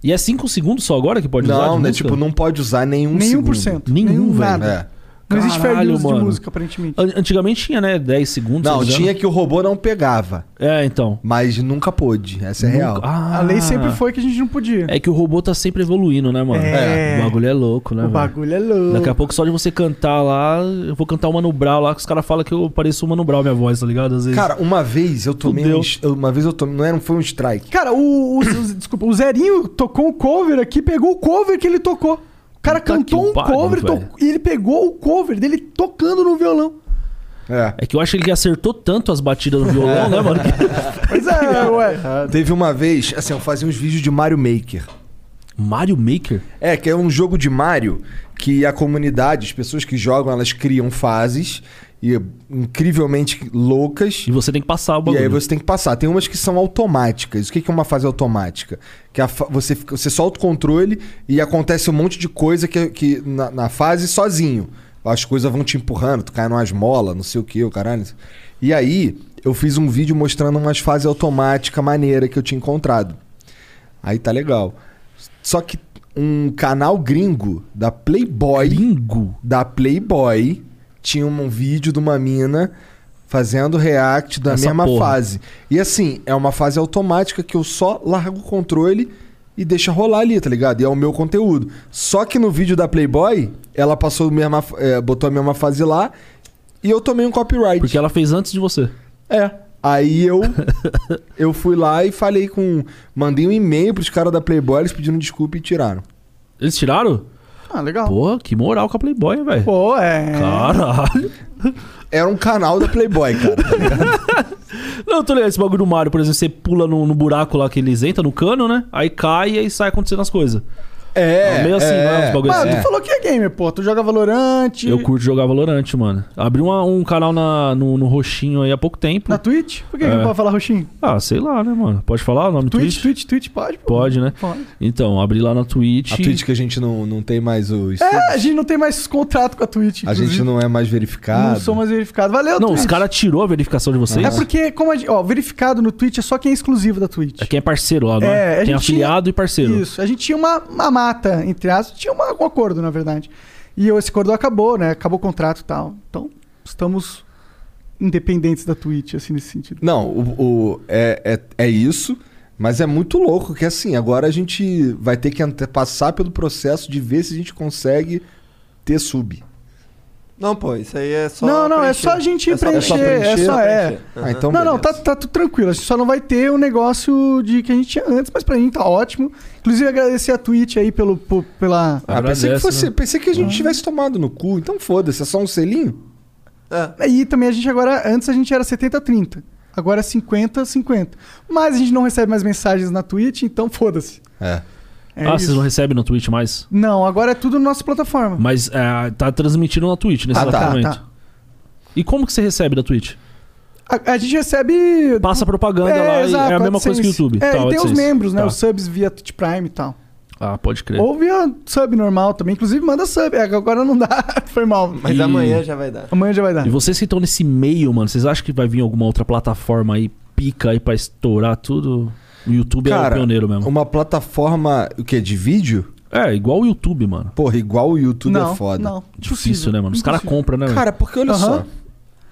Speaker 4: E é 5 segundos só agora que pode usar? de
Speaker 2: Não, né?
Speaker 4: música?
Speaker 2: Tipo, não pode usar nenhum
Speaker 3: nenhum
Speaker 2: segundo.
Speaker 3: por cento.
Speaker 4: Nenhum, velho.
Speaker 3: nada.
Speaker 2: É.
Speaker 3: Não existe fair
Speaker 4: Caralho,
Speaker 3: use de
Speaker 4: mano.
Speaker 3: música, aparentemente.
Speaker 4: An- Antigamente tinha, né? 10 segundos.
Speaker 2: Não,
Speaker 4: se me
Speaker 2: tinha que o robô não pegava,
Speaker 4: engano. É, então.
Speaker 2: mas nunca pôde. Essa é real.
Speaker 4: Ah,
Speaker 3: A lei sempre foi que a gente não podia.
Speaker 4: É que o robô tá sempre evoluindo, né, mano?
Speaker 3: É.
Speaker 4: O bagulho é louco, né,
Speaker 3: o
Speaker 4: velho?
Speaker 3: bagulho é louco.
Speaker 4: Daqui a pouco, só de você cantar lá, eu vou cantar o Mano Brown lá, que os caras falam que eu pareço o Mano Brown, minha voz, tá ligado? Às vezes.
Speaker 2: Cara, uma vez eu tomei
Speaker 4: Fudeu.
Speaker 2: um, es- eu- Uma vez eu tomei. Não era, foi um strike.
Speaker 3: Cara, o, o- o- desculpa, o Zerinho tocou um cover aqui, pegou o cover que ele tocou. O cara
Speaker 4: Puta
Speaker 3: cantou
Speaker 4: que
Speaker 3: um
Speaker 4: pariu,
Speaker 3: cover
Speaker 4: velho.
Speaker 3: tocou- e ele pegou o cover dele tocando no violão.
Speaker 2: É.
Speaker 4: É que eu acho que ele acertou tanto as batidas no violão, né, mano?
Speaker 3: Pois é,
Speaker 4: [laughs]
Speaker 3: ué.
Speaker 2: Teve uma vez, assim, eu fazia uns vídeos de Mario Maker.
Speaker 4: Mario Maker?
Speaker 2: É, que é um jogo de Mario que a comunidade, as pessoas que jogam, elas criam fases e incrivelmente loucas.
Speaker 4: E você tem que passar o
Speaker 2: E
Speaker 4: bagulho.
Speaker 2: aí você tem que passar. Tem umas que são automáticas. O que que é uma fase automática? Que a fa- você, fica- você solta o controle e acontece um monte de coisa que, que na, na fase sozinho. As coisas vão te empurrando, tu cai numa esmola, não sei o que, o caralho. E aí, eu fiz um vídeo mostrando umas fases automáticas maneira que eu tinha encontrado. Aí tá legal. Só que um canal gringo da Playboy
Speaker 4: Bingo.
Speaker 2: da Playboy tinha um vídeo de uma mina fazendo react da
Speaker 4: Essa
Speaker 2: mesma
Speaker 4: porra.
Speaker 2: fase. E assim, é uma fase automática que eu só largo o controle e deixa rolar ali, tá ligado? E é o meu conteúdo. Só que no vídeo da Playboy, ela passou a mesma, eh, botou a mesma fase lá e eu tomei um copyright.
Speaker 4: Porque ela fez antes de você.
Speaker 2: É. Aí
Speaker 4: [laughs]
Speaker 2: eu eu fui lá e falei com, mandei um e-mail pros caras da Playboy, eles pedindo desculpa e tiraram.
Speaker 4: Eles tiraram?
Speaker 3: Ah, legal. Pô,
Speaker 4: Pô, que moral com a Playboy, velho.
Speaker 3: é.
Speaker 4: Caralho.
Speaker 2: Era um canal da Playboy, cara.
Speaker 4: Não, tô ligado. Esse bagulho do Mario, por exemplo, você pula no, no buraco lá que eles entram, no cano, né? Aí cai e aí sai acontecendo as coisas.
Speaker 3: Uhum.
Speaker 2: É.
Speaker 4: [laughs] É, meio assim, não é uns bagulho
Speaker 3: Mas
Speaker 4: assim.
Speaker 3: tu
Speaker 2: É.
Speaker 3: falou que é gamer, pô. Tu joga Valorante.
Speaker 4: Eu curto jogar Valorant, mano. Abri uma- um canal na, no, no Roxinho aí há pouco tempo.
Speaker 3: Na Twitch? Por que, que
Speaker 4: É.
Speaker 3: não pode falar roxinho?
Speaker 4: Ah, sei lá, né, mano? Pode falar o nome do
Speaker 3: Twitch, Twitch,
Speaker 4: Twitch?
Speaker 3: Twitch, pode, pô.
Speaker 4: Pode, né?
Speaker 3: Pode.
Speaker 4: Então, abri lá na Twitch.
Speaker 2: A Twitch que a gente não, não tem mais o estudo,
Speaker 3: É, a gente não tem mais contrato com a Twitch.
Speaker 2: a gente
Speaker 3: inclusive.
Speaker 2: não é mais verificado.
Speaker 3: Não sou mais verificado. Valeu,
Speaker 2: é
Speaker 4: Não, os
Speaker 3: Twitch.
Speaker 4: caras tirou a verificação de vocês.
Speaker 3: É porque, como a gente. Ó, verificado no Twitch é só quem é exclusivo da Twitch.
Speaker 4: É quem é parceiro lá, não
Speaker 3: É, a
Speaker 4: é?
Speaker 3: gente
Speaker 4: Tem
Speaker 3: tinha-
Speaker 4: afiliado e parceiro.
Speaker 3: Isso. A gente tinha uma, uma mata, entre aspas. Tinha uma- um acordo, na verdade. E esse acordo acabou, né? Acabou o contrato e tal. Então, estamos independentes da Twitch, assim, nesse sentido.
Speaker 2: Não, o, o- é, é, é isso, mas é muito louco que assim, agora a gente vai ter que ante- passar pelo processo de ver se a gente consegue ter sub.
Speaker 5: Não, pô, isso aí é só.
Speaker 3: Não, não, é
Speaker 5: preencher.
Speaker 3: só a gente preencher, é só- é.
Speaker 5: preencher.
Speaker 2: Ah, então
Speaker 3: não, não, tá,
Speaker 2: beleza.
Speaker 3: tá tudo tranquilo. A gente só não vai ter o negócio de que a gente tinha antes, mas pra mim tá ótimo. Inclusive, agradecer a Twitch aí pelo, po- pela.
Speaker 2: Ah, pensei, que
Speaker 4: Agradece,
Speaker 2: fosse,
Speaker 4: né?
Speaker 2: pensei que a gente tivesse tomado no cu, então foda-se, é só um selinho?
Speaker 5: É.
Speaker 3: E também a gente agora. Antes a gente era 70-30. Agora é 50-50. Mas a gente não recebe mais mensagens na Twitch, então foda-se.
Speaker 2: É.
Speaker 3: É
Speaker 4: ah,
Speaker 3: isso.
Speaker 4: vocês não recebem no Twitch mais?
Speaker 3: Não, agora é tudo na nossa plataforma.
Speaker 4: Mas é, tá transmitindo na Twitch nesse
Speaker 2: Ah, tá,
Speaker 4: exatamente.
Speaker 3: tá.
Speaker 4: E como que você recebe da Twitch?
Speaker 3: A, a gente recebe.
Speaker 4: Passa propaganda
Speaker 3: É,
Speaker 4: lá
Speaker 3: exato,
Speaker 4: e é a mesma coisa que o
Speaker 3: AdSense.
Speaker 4: YouTube.
Speaker 3: É,
Speaker 4: Tá,
Speaker 3: e tem os
Speaker 4: AdSense.
Speaker 3: membros, né?
Speaker 4: Tá.
Speaker 3: Os subs via Twitch Prime e tal.
Speaker 4: Ah, pode crer.
Speaker 3: Ou via sub normal também. Inclusive, manda sub. É, Agora não dá. [laughs] Foi mal.
Speaker 5: Ah. Mas
Speaker 4: E-
Speaker 5: amanhã já vai dar.
Speaker 3: Amanhã já vai dar.
Speaker 4: E vocês que estão nesse meio, mano, vocês acham que vai vir alguma outra plataforma aí, pica aí pra estourar tudo? O YouTube é o pioneiro mesmo.
Speaker 3: um-
Speaker 2: uma plataforma, o quê, de vídeo?
Speaker 4: É, igual o YouTube, mano.
Speaker 2: Porra, igual o YouTube
Speaker 3: não,
Speaker 2: é foda.
Speaker 3: Não.
Speaker 4: Difícil, né, mano? Os caras
Speaker 3: Impossível.
Speaker 4: compram, né, velho?
Speaker 2: Cara, porque olha só,
Speaker 3: Aham.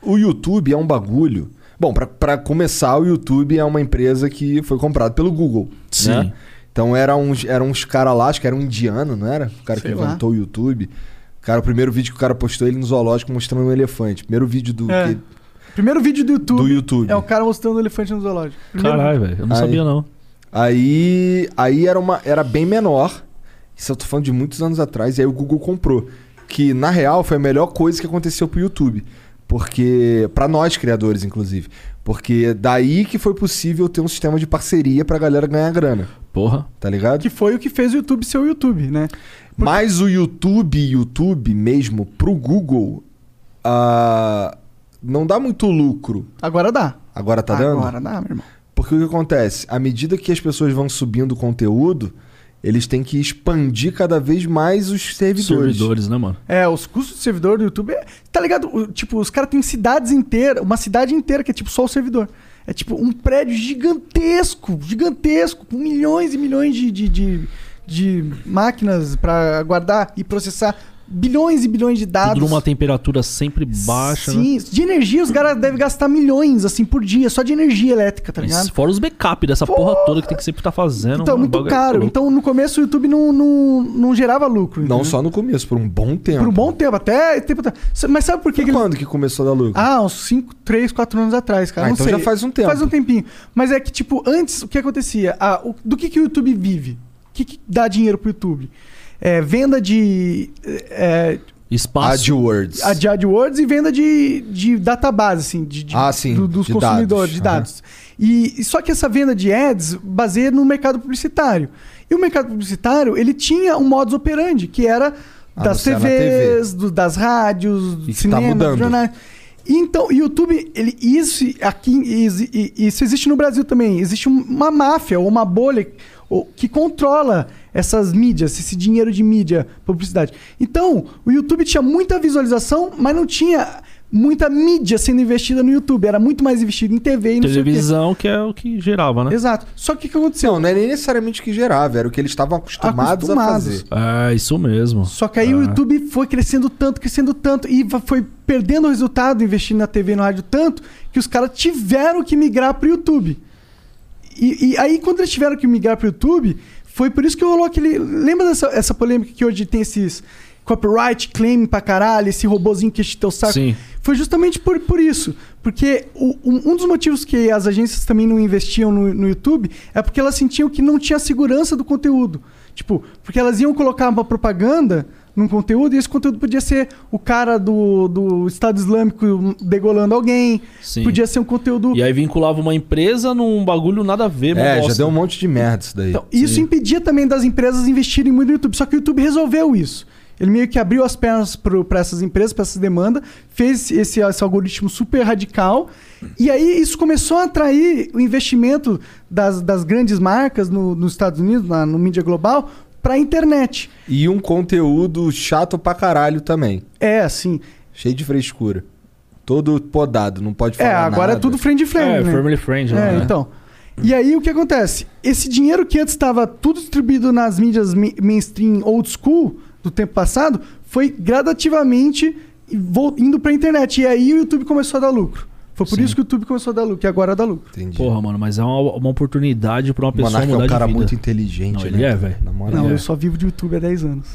Speaker 2: Hum. o YouTube é um bagulho... Bom, pra- pra começar, o YouTube é uma empresa que foi comprada pelo Google,
Speaker 4: Sim.
Speaker 2: né? Então eram uns, eram uns caras lá, acho que era um indiano, não era? O cara
Speaker 3: Sei
Speaker 2: que
Speaker 3: lá.
Speaker 2: inventou o YouTube. Cara, o primeiro vídeo que o cara postou ele no zoológico mostrando um elefante. Primeiro vídeo do,
Speaker 3: É.
Speaker 2: que-
Speaker 3: Primeiro vídeo do YouTube.
Speaker 2: do YouTube.
Speaker 3: É o cara mostrando o elefante no zoológico. Primeiro
Speaker 4: Caralho, velho. Eu não
Speaker 2: Aí.
Speaker 4: sabia, não.
Speaker 2: Aí, aí era, uma, era bem menor. Isso eu tô falando de muitos anos atrás. E aí o Google comprou. Que, na real, foi a melhor coisa que aconteceu pro YouTube. Porque... Pra nós, criadores, inclusive. Porque daí que foi possível ter um sistema de parceria pra galera ganhar grana.
Speaker 4: Porra.
Speaker 2: Tá ligado?
Speaker 3: Que foi o que fez o YouTube ser o YouTube, né?
Speaker 2: Mas o YouTube, YouTube mesmo, pro Google... ah, não dá muito lucro.
Speaker 3: Agora dá.
Speaker 2: Agora tá dando?
Speaker 3: Agora dá, meu irmão.
Speaker 2: Porque o que acontece? À medida que as pessoas vão subindo o conteúdo, eles têm que expandir cada vez mais os servidores.
Speaker 4: Servidores, né, mano?
Speaker 3: É, os custos do servidor do YouTube. é- Tá ligado? O- Tipo, os caras têm cidades inteiras, uma cidade inteira que é tipo só o servidor. É tipo um prédio gigantesco, gigantesco, com milhões e milhões de, de, de, de máquinas pra guardar e processar bilhões e bilhões de dados.
Speaker 4: Tudo numa temperatura sempre baixa, né?
Speaker 3: Sim, de energia os caras devem gastar milhões, assim, por dia, só de energia elétrica, tá ligado?
Speaker 4: Mas fora os backup dessa porra, toda que tem que sempre estar fazendo.
Speaker 3: Então, é
Speaker 4: mano, o
Speaker 3: muito
Speaker 4: bagulho é
Speaker 3: caro.
Speaker 4: louco.
Speaker 3: Então, no começo, o YouTube não, não, não gerava lucro.
Speaker 2: Não
Speaker 3: entendeu?
Speaker 2: só no começo, por um bom tempo.
Speaker 3: Por um bom tempo, até tempo atrás. Mas sabe por que, que
Speaker 2: tempo.
Speaker 3: eles-
Speaker 2: Quando que começou a dar lucro?
Speaker 3: Ah, uns 5, 3, 4 anos atrás, cara.
Speaker 2: Ah,
Speaker 3: não
Speaker 2: então
Speaker 3: sei.
Speaker 2: já faz um tempo.
Speaker 3: Faz um tempinho. Mas é que, tipo, antes, o que acontecia? Ah, o- do que, que o YouTube vive? O que, que dá dinheiro pro YouTube? É, venda de, é,
Speaker 4: Espaço.
Speaker 2: AdWords.
Speaker 3: a de AdWords e venda de, de database, assim, de, de-
Speaker 2: Ah, sim,
Speaker 3: do- dos
Speaker 2: de
Speaker 3: consumidores,
Speaker 2: dados.
Speaker 3: de
Speaker 2: Aham.
Speaker 3: dados. E, e só que essa venda de ads baseia no mercado publicitário. E o mercado publicitário, ele tinha um modus operandi, que era das
Speaker 2: Anunciar Ah, na
Speaker 3: TVs, do- das rádios,
Speaker 2: E
Speaker 3: do
Speaker 2: que tá
Speaker 3: cinema,
Speaker 2: mudando.
Speaker 3: dos jornais. E Então, o YouTube, ele, isso, aqui, exi- e- isso existe no Brasil também. Existe uma máfia ou uma bolha ou- que controla essas mídias, esse dinheiro de mídia, publicidade. Então, o YouTube tinha muita visualização, mas não tinha muita mídia sendo investida no YouTube. Era muito mais investido em TV e não sei o quê.
Speaker 4: televisão, que é o que gerava, né?
Speaker 3: Exato. Só que o que aconteceu?
Speaker 2: Não, não é nem necessariamente o que gerava, era o que eles estavam acostumados,
Speaker 3: Acostumados.
Speaker 2: a fazer.
Speaker 4: É, isso mesmo. Ah.
Speaker 3: Só que aí o YouTube foi crescendo tanto, crescendo tanto, e va- foi perdendo o resultado, investindo na TV e no rádio tanto, que os caras tiveram que migrar pro YouTube. E, e aí, quando eles tiveram que migrar pro YouTube, foi por isso que rolou aquele. Lembra dessa essa polêmica que hoje tem esses copyright claim pra caralho, esse robozinho que enche teu saco?
Speaker 4: Sim.
Speaker 3: Foi justamente por, por isso. Porque o- um, um dos motivos que as agências também não investiam no, no YouTube é porque elas sentiam que não tinha segurança do conteúdo. Tipo, porque elas iam colocar uma propaganda num conteúdo e esse conteúdo podia ser o cara do, do Estado Islâmico degolando alguém,
Speaker 4: Sim.
Speaker 3: podia ser um conteúdo.
Speaker 4: E aí vinculava uma empresa num bagulho nada a ver, mó
Speaker 2: É, já
Speaker 4: bosta.
Speaker 2: deu um monte de merda isso daí.
Speaker 3: Então, isso impedia também das empresas investirem muito no YouTube. Só que o YouTube resolveu isso. Ele meio que abriu as pernas para essas empresas, para essas demandas, fez esse, esse algoritmo super radical. E aí isso começou a atrair o investimento das, das grandes marcas no- nos Estados Unidos, na, no mídia global, para a internet.
Speaker 2: E um conteúdo chato pra caralho também.
Speaker 3: É, assim.
Speaker 2: Cheio de frescura. Todo podado, não pode falar
Speaker 3: É, agora é
Speaker 2: nada.
Speaker 3: tudo friend friend.
Speaker 4: É,
Speaker 3: né?
Speaker 4: Family Friend,
Speaker 3: É,
Speaker 4: né?
Speaker 3: então. E aí o que acontece? Esse dinheiro que antes estava tudo distribuído nas mídias mi- mainstream old school do tempo passado, foi gradativamente vo- indo pra internet. E aí o YouTube começou a dar lucro. Foi por isso que o YouTube começou a dar lucro, e agora dá lucro.
Speaker 2: Entendi.
Speaker 4: Porra, mano, mas é uma, uma oportunidade pra uma
Speaker 2: o
Speaker 4: pessoa
Speaker 2: um- Monarca é
Speaker 4: mudar
Speaker 2: um cara
Speaker 4: de vida.
Speaker 2: muito inteligente,
Speaker 4: Não,
Speaker 2: né?
Speaker 4: ele é, velho.
Speaker 2: Na
Speaker 3: Não,
Speaker 2: moral.
Speaker 4: é.
Speaker 3: eu só vivo de YouTube há 10 anos.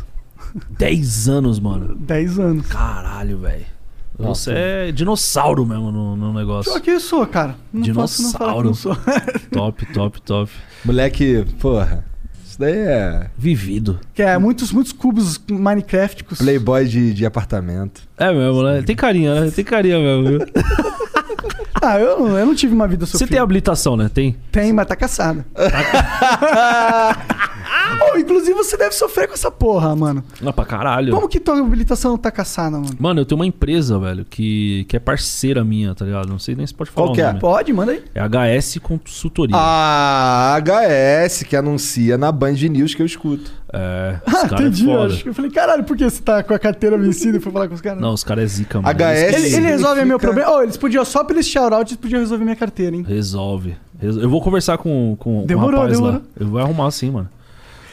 Speaker 4: 10 anos, mano.
Speaker 3: 10 anos.
Speaker 4: Caralho, velho. Você é dinossauro mesmo no, no negócio.
Speaker 3: Pior que eu sou, cara. Não posso não falar que não sou.
Speaker 4: Dinossauro. Top, top, top.
Speaker 2: Moleque, porra. Isso daí é
Speaker 4: Vivido.
Speaker 3: [laughs] que é muitos, muitos cubos minecrafticos.
Speaker 2: playboy de, de apartamento.
Speaker 4: É mesmo, né? Tem carinha, né? Tem carinha mesmo,
Speaker 2: [laughs]
Speaker 4: viu?
Speaker 3: Ah, eu, não- eu não tive uma vida
Speaker 4: Você
Speaker 3: sofrida.
Speaker 4: tem habilitação, né? Tem?
Speaker 3: Tem, mas tá caçada. oh, inclusive você deve sofrer com essa porra, mano.
Speaker 4: Ah, pra caralho.
Speaker 3: Como que tua habilitação tá caçada, mano?
Speaker 4: Mano, eu tenho uma empresa, velho, que, que é parceira minha, tá ligado? Não sei nem se pode falar
Speaker 2: Qual
Speaker 4: o
Speaker 2: que é? Ah.
Speaker 4: nome.
Speaker 3: Pode, manda aí.
Speaker 4: É HS Consultoria.
Speaker 2: A HS que anuncia na Band News que eu escuto. [laughs]
Speaker 4: É, os
Speaker 3: Ah,
Speaker 4: caras
Speaker 3: entendi.
Speaker 4: é
Speaker 3: eu
Speaker 4: foda.
Speaker 3: acho que Eu falei, caralho, por que você tá com a carteira vencida e foi falar com os caras?
Speaker 4: Não, os caras é zica, mano.
Speaker 2: HS
Speaker 3: Ele, ele resolve
Speaker 2: significa-
Speaker 3: meu problema. Oh, eles podiam, só pelo shout-out, eles podiam resolver minha carteira, hein?
Speaker 4: Resolve. Resol- Eu vou conversar com, com, com
Speaker 3: Demorou,
Speaker 4: o rapaz lá.
Speaker 3: demorou.
Speaker 4: Eu vou arrumar sim, mano.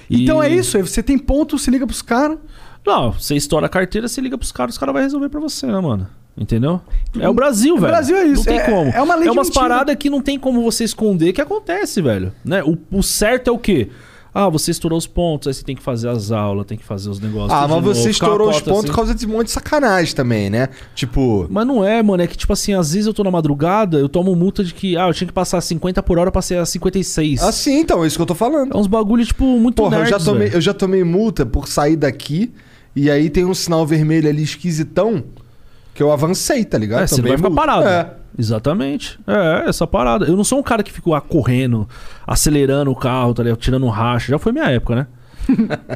Speaker 4: E-
Speaker 3: Então é isso, aí você tem ponto, se liga pros caras.
Speaker 4: Não, você estoura a carteira, você liga pros caras, os caras vão resolver pra você, né, mano? Entendeu? É o Brasil, velho.
Speaker 3: Brasil é isso,
Speaker 4: Não tem
Speaker 3: é-
Speaker 4: como.
Speaker 3: é uma lei de
Speaker 4: umas
Speaker 3: mentira.
Speaker 4: paradas que não tem como você esconder que acontece, velho. Né? O, o certo é o quê? Ah, você estourou os pontos, aí você tem que fazer as aulas, tem que fazer os negócios.
Speaker 2: Ah,
Speaker 4: tudo
Speaker 2: mas
Speaker 4: de novo,
Speaker 2: você
Speaker 4: ficar
Speaker 2: estourou
Speaker 4: uma
Speaker 2: os
Speaker 4: cota,
Speaker 2: pontos
Speaker 4: assim.
Speaker 2: por causa de um monte de sacanagem também, né? Tipo,
Speaker 4: Mas não é, mano. É que, tipo assim, às vezes eu tô na madrugada, eu tomo multa de que, ah, eu tinha que passar 50 por hora, eu passei a 56.
Speaker 2: assim, então, é isso que eu tô falando.
Speaker 4: É uns bagulho, tipo, muito
Speaker 2: Porra, eu, já
Speaker 4: nerds,
Speaker 2: tomei,
Speaker 4: velho.
Speaker 2: eu já tomei multa por sair daqui e aí tem um sinal vermelho ali esquisitão que eu avancei, tá ligado?
Speaker 4: É, você não
Speaker 2: Tomei
Speaker 4: vai ficar
Speaker 2: multa.
Speaker 4: parado.
Speaker 2: É.
Speaker 4: Exatamente. É, essa parada. Eu não sou um cara que ficou correndo, acelerando o carro, tá ligado? Tirando um racha. Já foi minha
Speaker 2: [laughs]
Speaker 4: época, né?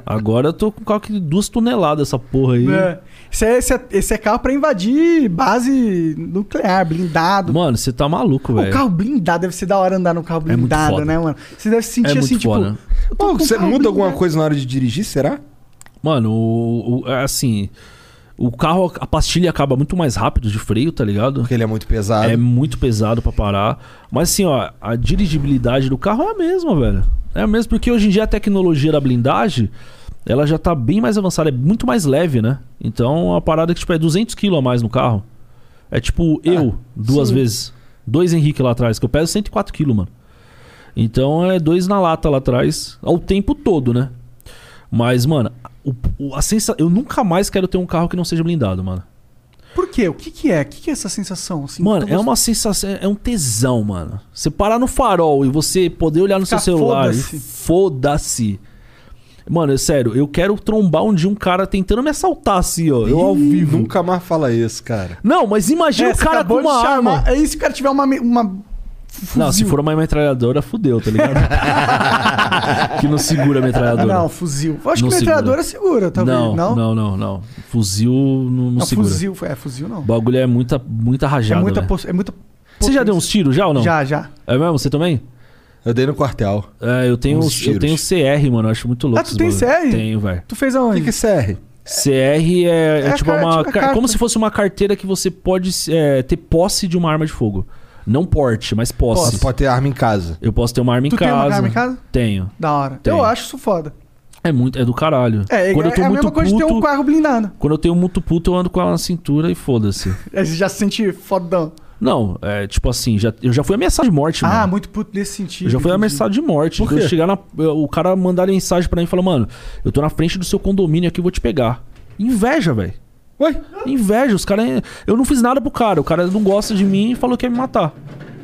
Speaker 4: Agora eu tô com um carro que duas toneladas essa porra aí.
Speaker 3: É. Esse, é, esse, é, esse é carro pra invadir base nuclear, blindado.
Speaker 4: Mano, você tá maluco,
Speaker 3: o
Speaker 4: velho.
Speaker 3: carro blindado deve ser da hora andar num carro
Speaker 4: É muito
Speaker 3: blindado,
Speaker 4: foda.
Speaker 3: né, mano? Você deve se sentir
Speaker 4: É muito
Speaker 3: assim,
Speaker 4: foda.
Speaker 3: tipo. eu tô
Speaker 2: Pô,
Speaker 3: com
Speaker 2: você
Speaker 3: um carro
Speaker 2: muda alguma
Speaker 4: né?
Speaker 3: blindado.
Speaker 2: coisa na hora de dirigir, será?
Speaker 4: Mano, o, o- é assim. O carro, a pastilha acaba muito mais rápido de freio, tá ligado?
Speaker 2: Porque ele é muito pesado.
Speaker 4: É muito pesado pra parar. Mas assim, ó, a dirigibilidade do carro é a mesma, velho. É a mesma, porque hoje em dia a tecnologia da blindagem, ela já tá bem mais avançada, é muito mais leve, né? Então, a parada que, tipo, é 200 kg a mais no carro. É tipo eu, duas vezes. Dois Henrique lá atrás, que eu peso 104 kg, mano. Então, é dois na lata lá atrás, ao tempo todo, né? Mas, mano, o, o- a sensa... eu nunca mais quero ter um carro que não seja blindado, mano.
Speaker 3: Por quê? O que, que é? O que, que é essa sensação? Assim,
Speaker 4: Mano,
Speaker 3: Tô
Speaker 4: é uma sensação, é um tesão, mano. Você parar no farol e você poder olhar no
Speaker 3: Ficar
Speaker 4: seu celular
Speaker 3: foda-se.
Speaker 4: e foda-se. Mano, é sério, eu quero trombar um dia um cara tentando me assaltar assim, ó. Eu ao
Speaker 2: Ih,
Speaker 4: vivo.
Speaker 2: Nunca mais fala isso, cara.
Speaker 4: Não, mas imagina
Speaker 3: É,
Speaker 4: o
Speaker 3: você
Speaker 4: um cara com
Speaker 3: acabou de
Speaker 4: uma
Speaker 3: chamar-
Speaker 4: arma.
Speaker 3: Aí se o cara tiver uma. me- uma fuzil.
Speaker 4: Não, se for uma metralhadora, fudeu, tá ligado?
Speaker 3: [laughs]
Speaker 4: que não segura a
Speaker 3: Ah,
Speaker 4: metralhadora.
Speaker 3: não, fuzil. Eu acho
Speaker 4: Não
Speaker 3: que metralhadora segura, talvez.
Speaker 4: não,
Speaker 3: Não,
Speaker 4: não, não, não, Fuzil não, não
Speaker 3: Não,
Speaker 4: segura.
Speaker 3: fuzil. É, fuzil não.
Speaker 4: O bagulho é muita, muita
Speaker 3: É
Speaker 4: rajada.
Speaker 3: muita,
Speaker 4: velho.
Speaker 3: pos- é muita
Speaker 4: né? Você já deu uns tiros já ou não?
Speaker 3: Já, já.
Speaker 4: É mesmo? Você também?
Speaker 2: Eu dei no quartel.
Speaker 4: É, eu tenho,
Speaker 2: Uns
Speaker 4: eu
Speaker 2: tiros.
Speaker 4: tenho CR, mano. Eu acho muito louco.
Speaker 3: Ah, tu
Speaker 4: esses
Speaker 3: tem
Speaker 4: bagulho.
Speaker 3: CR?
Speaker 4: Tenho, velho.
Speaker 3: Tu fez
Speaker 2: O que,
Speaker 3: aonde?
Speaker 2: que é CR?
Speaker 4: CR é, é
Speaker 3: É a
Speaker 4: tipo
Speaker 3: car-
Speaker 4: uma.
Speaker 3: a
Speaker 4: car-
Speaker 3: carta.
Speaker 4: como se fosse uma carteira que você pode é, ter posse de uma arma de fogo. Não porte, mas posse.
Speaker 2: Você pode ter arma em casa.
Speaker 4: Eu posso ter uma arma em
Speaker 3: Tu tem
Speaker 4: casa.
Speaker 3: uma arma em casa?
Speaker 4: Tenho.
Speaker 3: Da hora.
Speaker 4: Tem.
Speaker 3: Eu acho isso foda.
Speaker 4: É muito, é do caralho.
Speaker 3: É,
Speaker 4: quando
Speaker 3: é,
Speaker 4: eu tô
Speaker 3: é a
Speaker 4: muito
Speaker 3: mesma coisa de ter um
Speaker 4: puto,
Speaker 3: carro blindado.
Speaker 4: quando eu tenho muito puto, eu ando com ela na cintura
Speaker 3: [laughs]
Speaker 4: e foda-se.
Speaker 3: Aí você já se sente fodão.
Speaker 4: Não, é tipo assim, já, eu já fui ameaçado de morte, mano.
Speaker 3: Ah, muito puto nesse sentido.
Speaker 4: Eu já fui
Speaker 3: entendi.
Speaker 4: ameaçado de morte.
Speaker 2: Por
Speaker 4: Quando eu
Speaker 2: quê?
Speaker 4: chegar na, o cara mandar mensagem pra mim e falar, mano, eu tô na frente do seu condomínio aqui, eu vou te pegar. Inveja, velho. Ué? Inveja, os caras. Eu não fiz nada pro cara. O cara não gosta de mim e falou que ia me matar.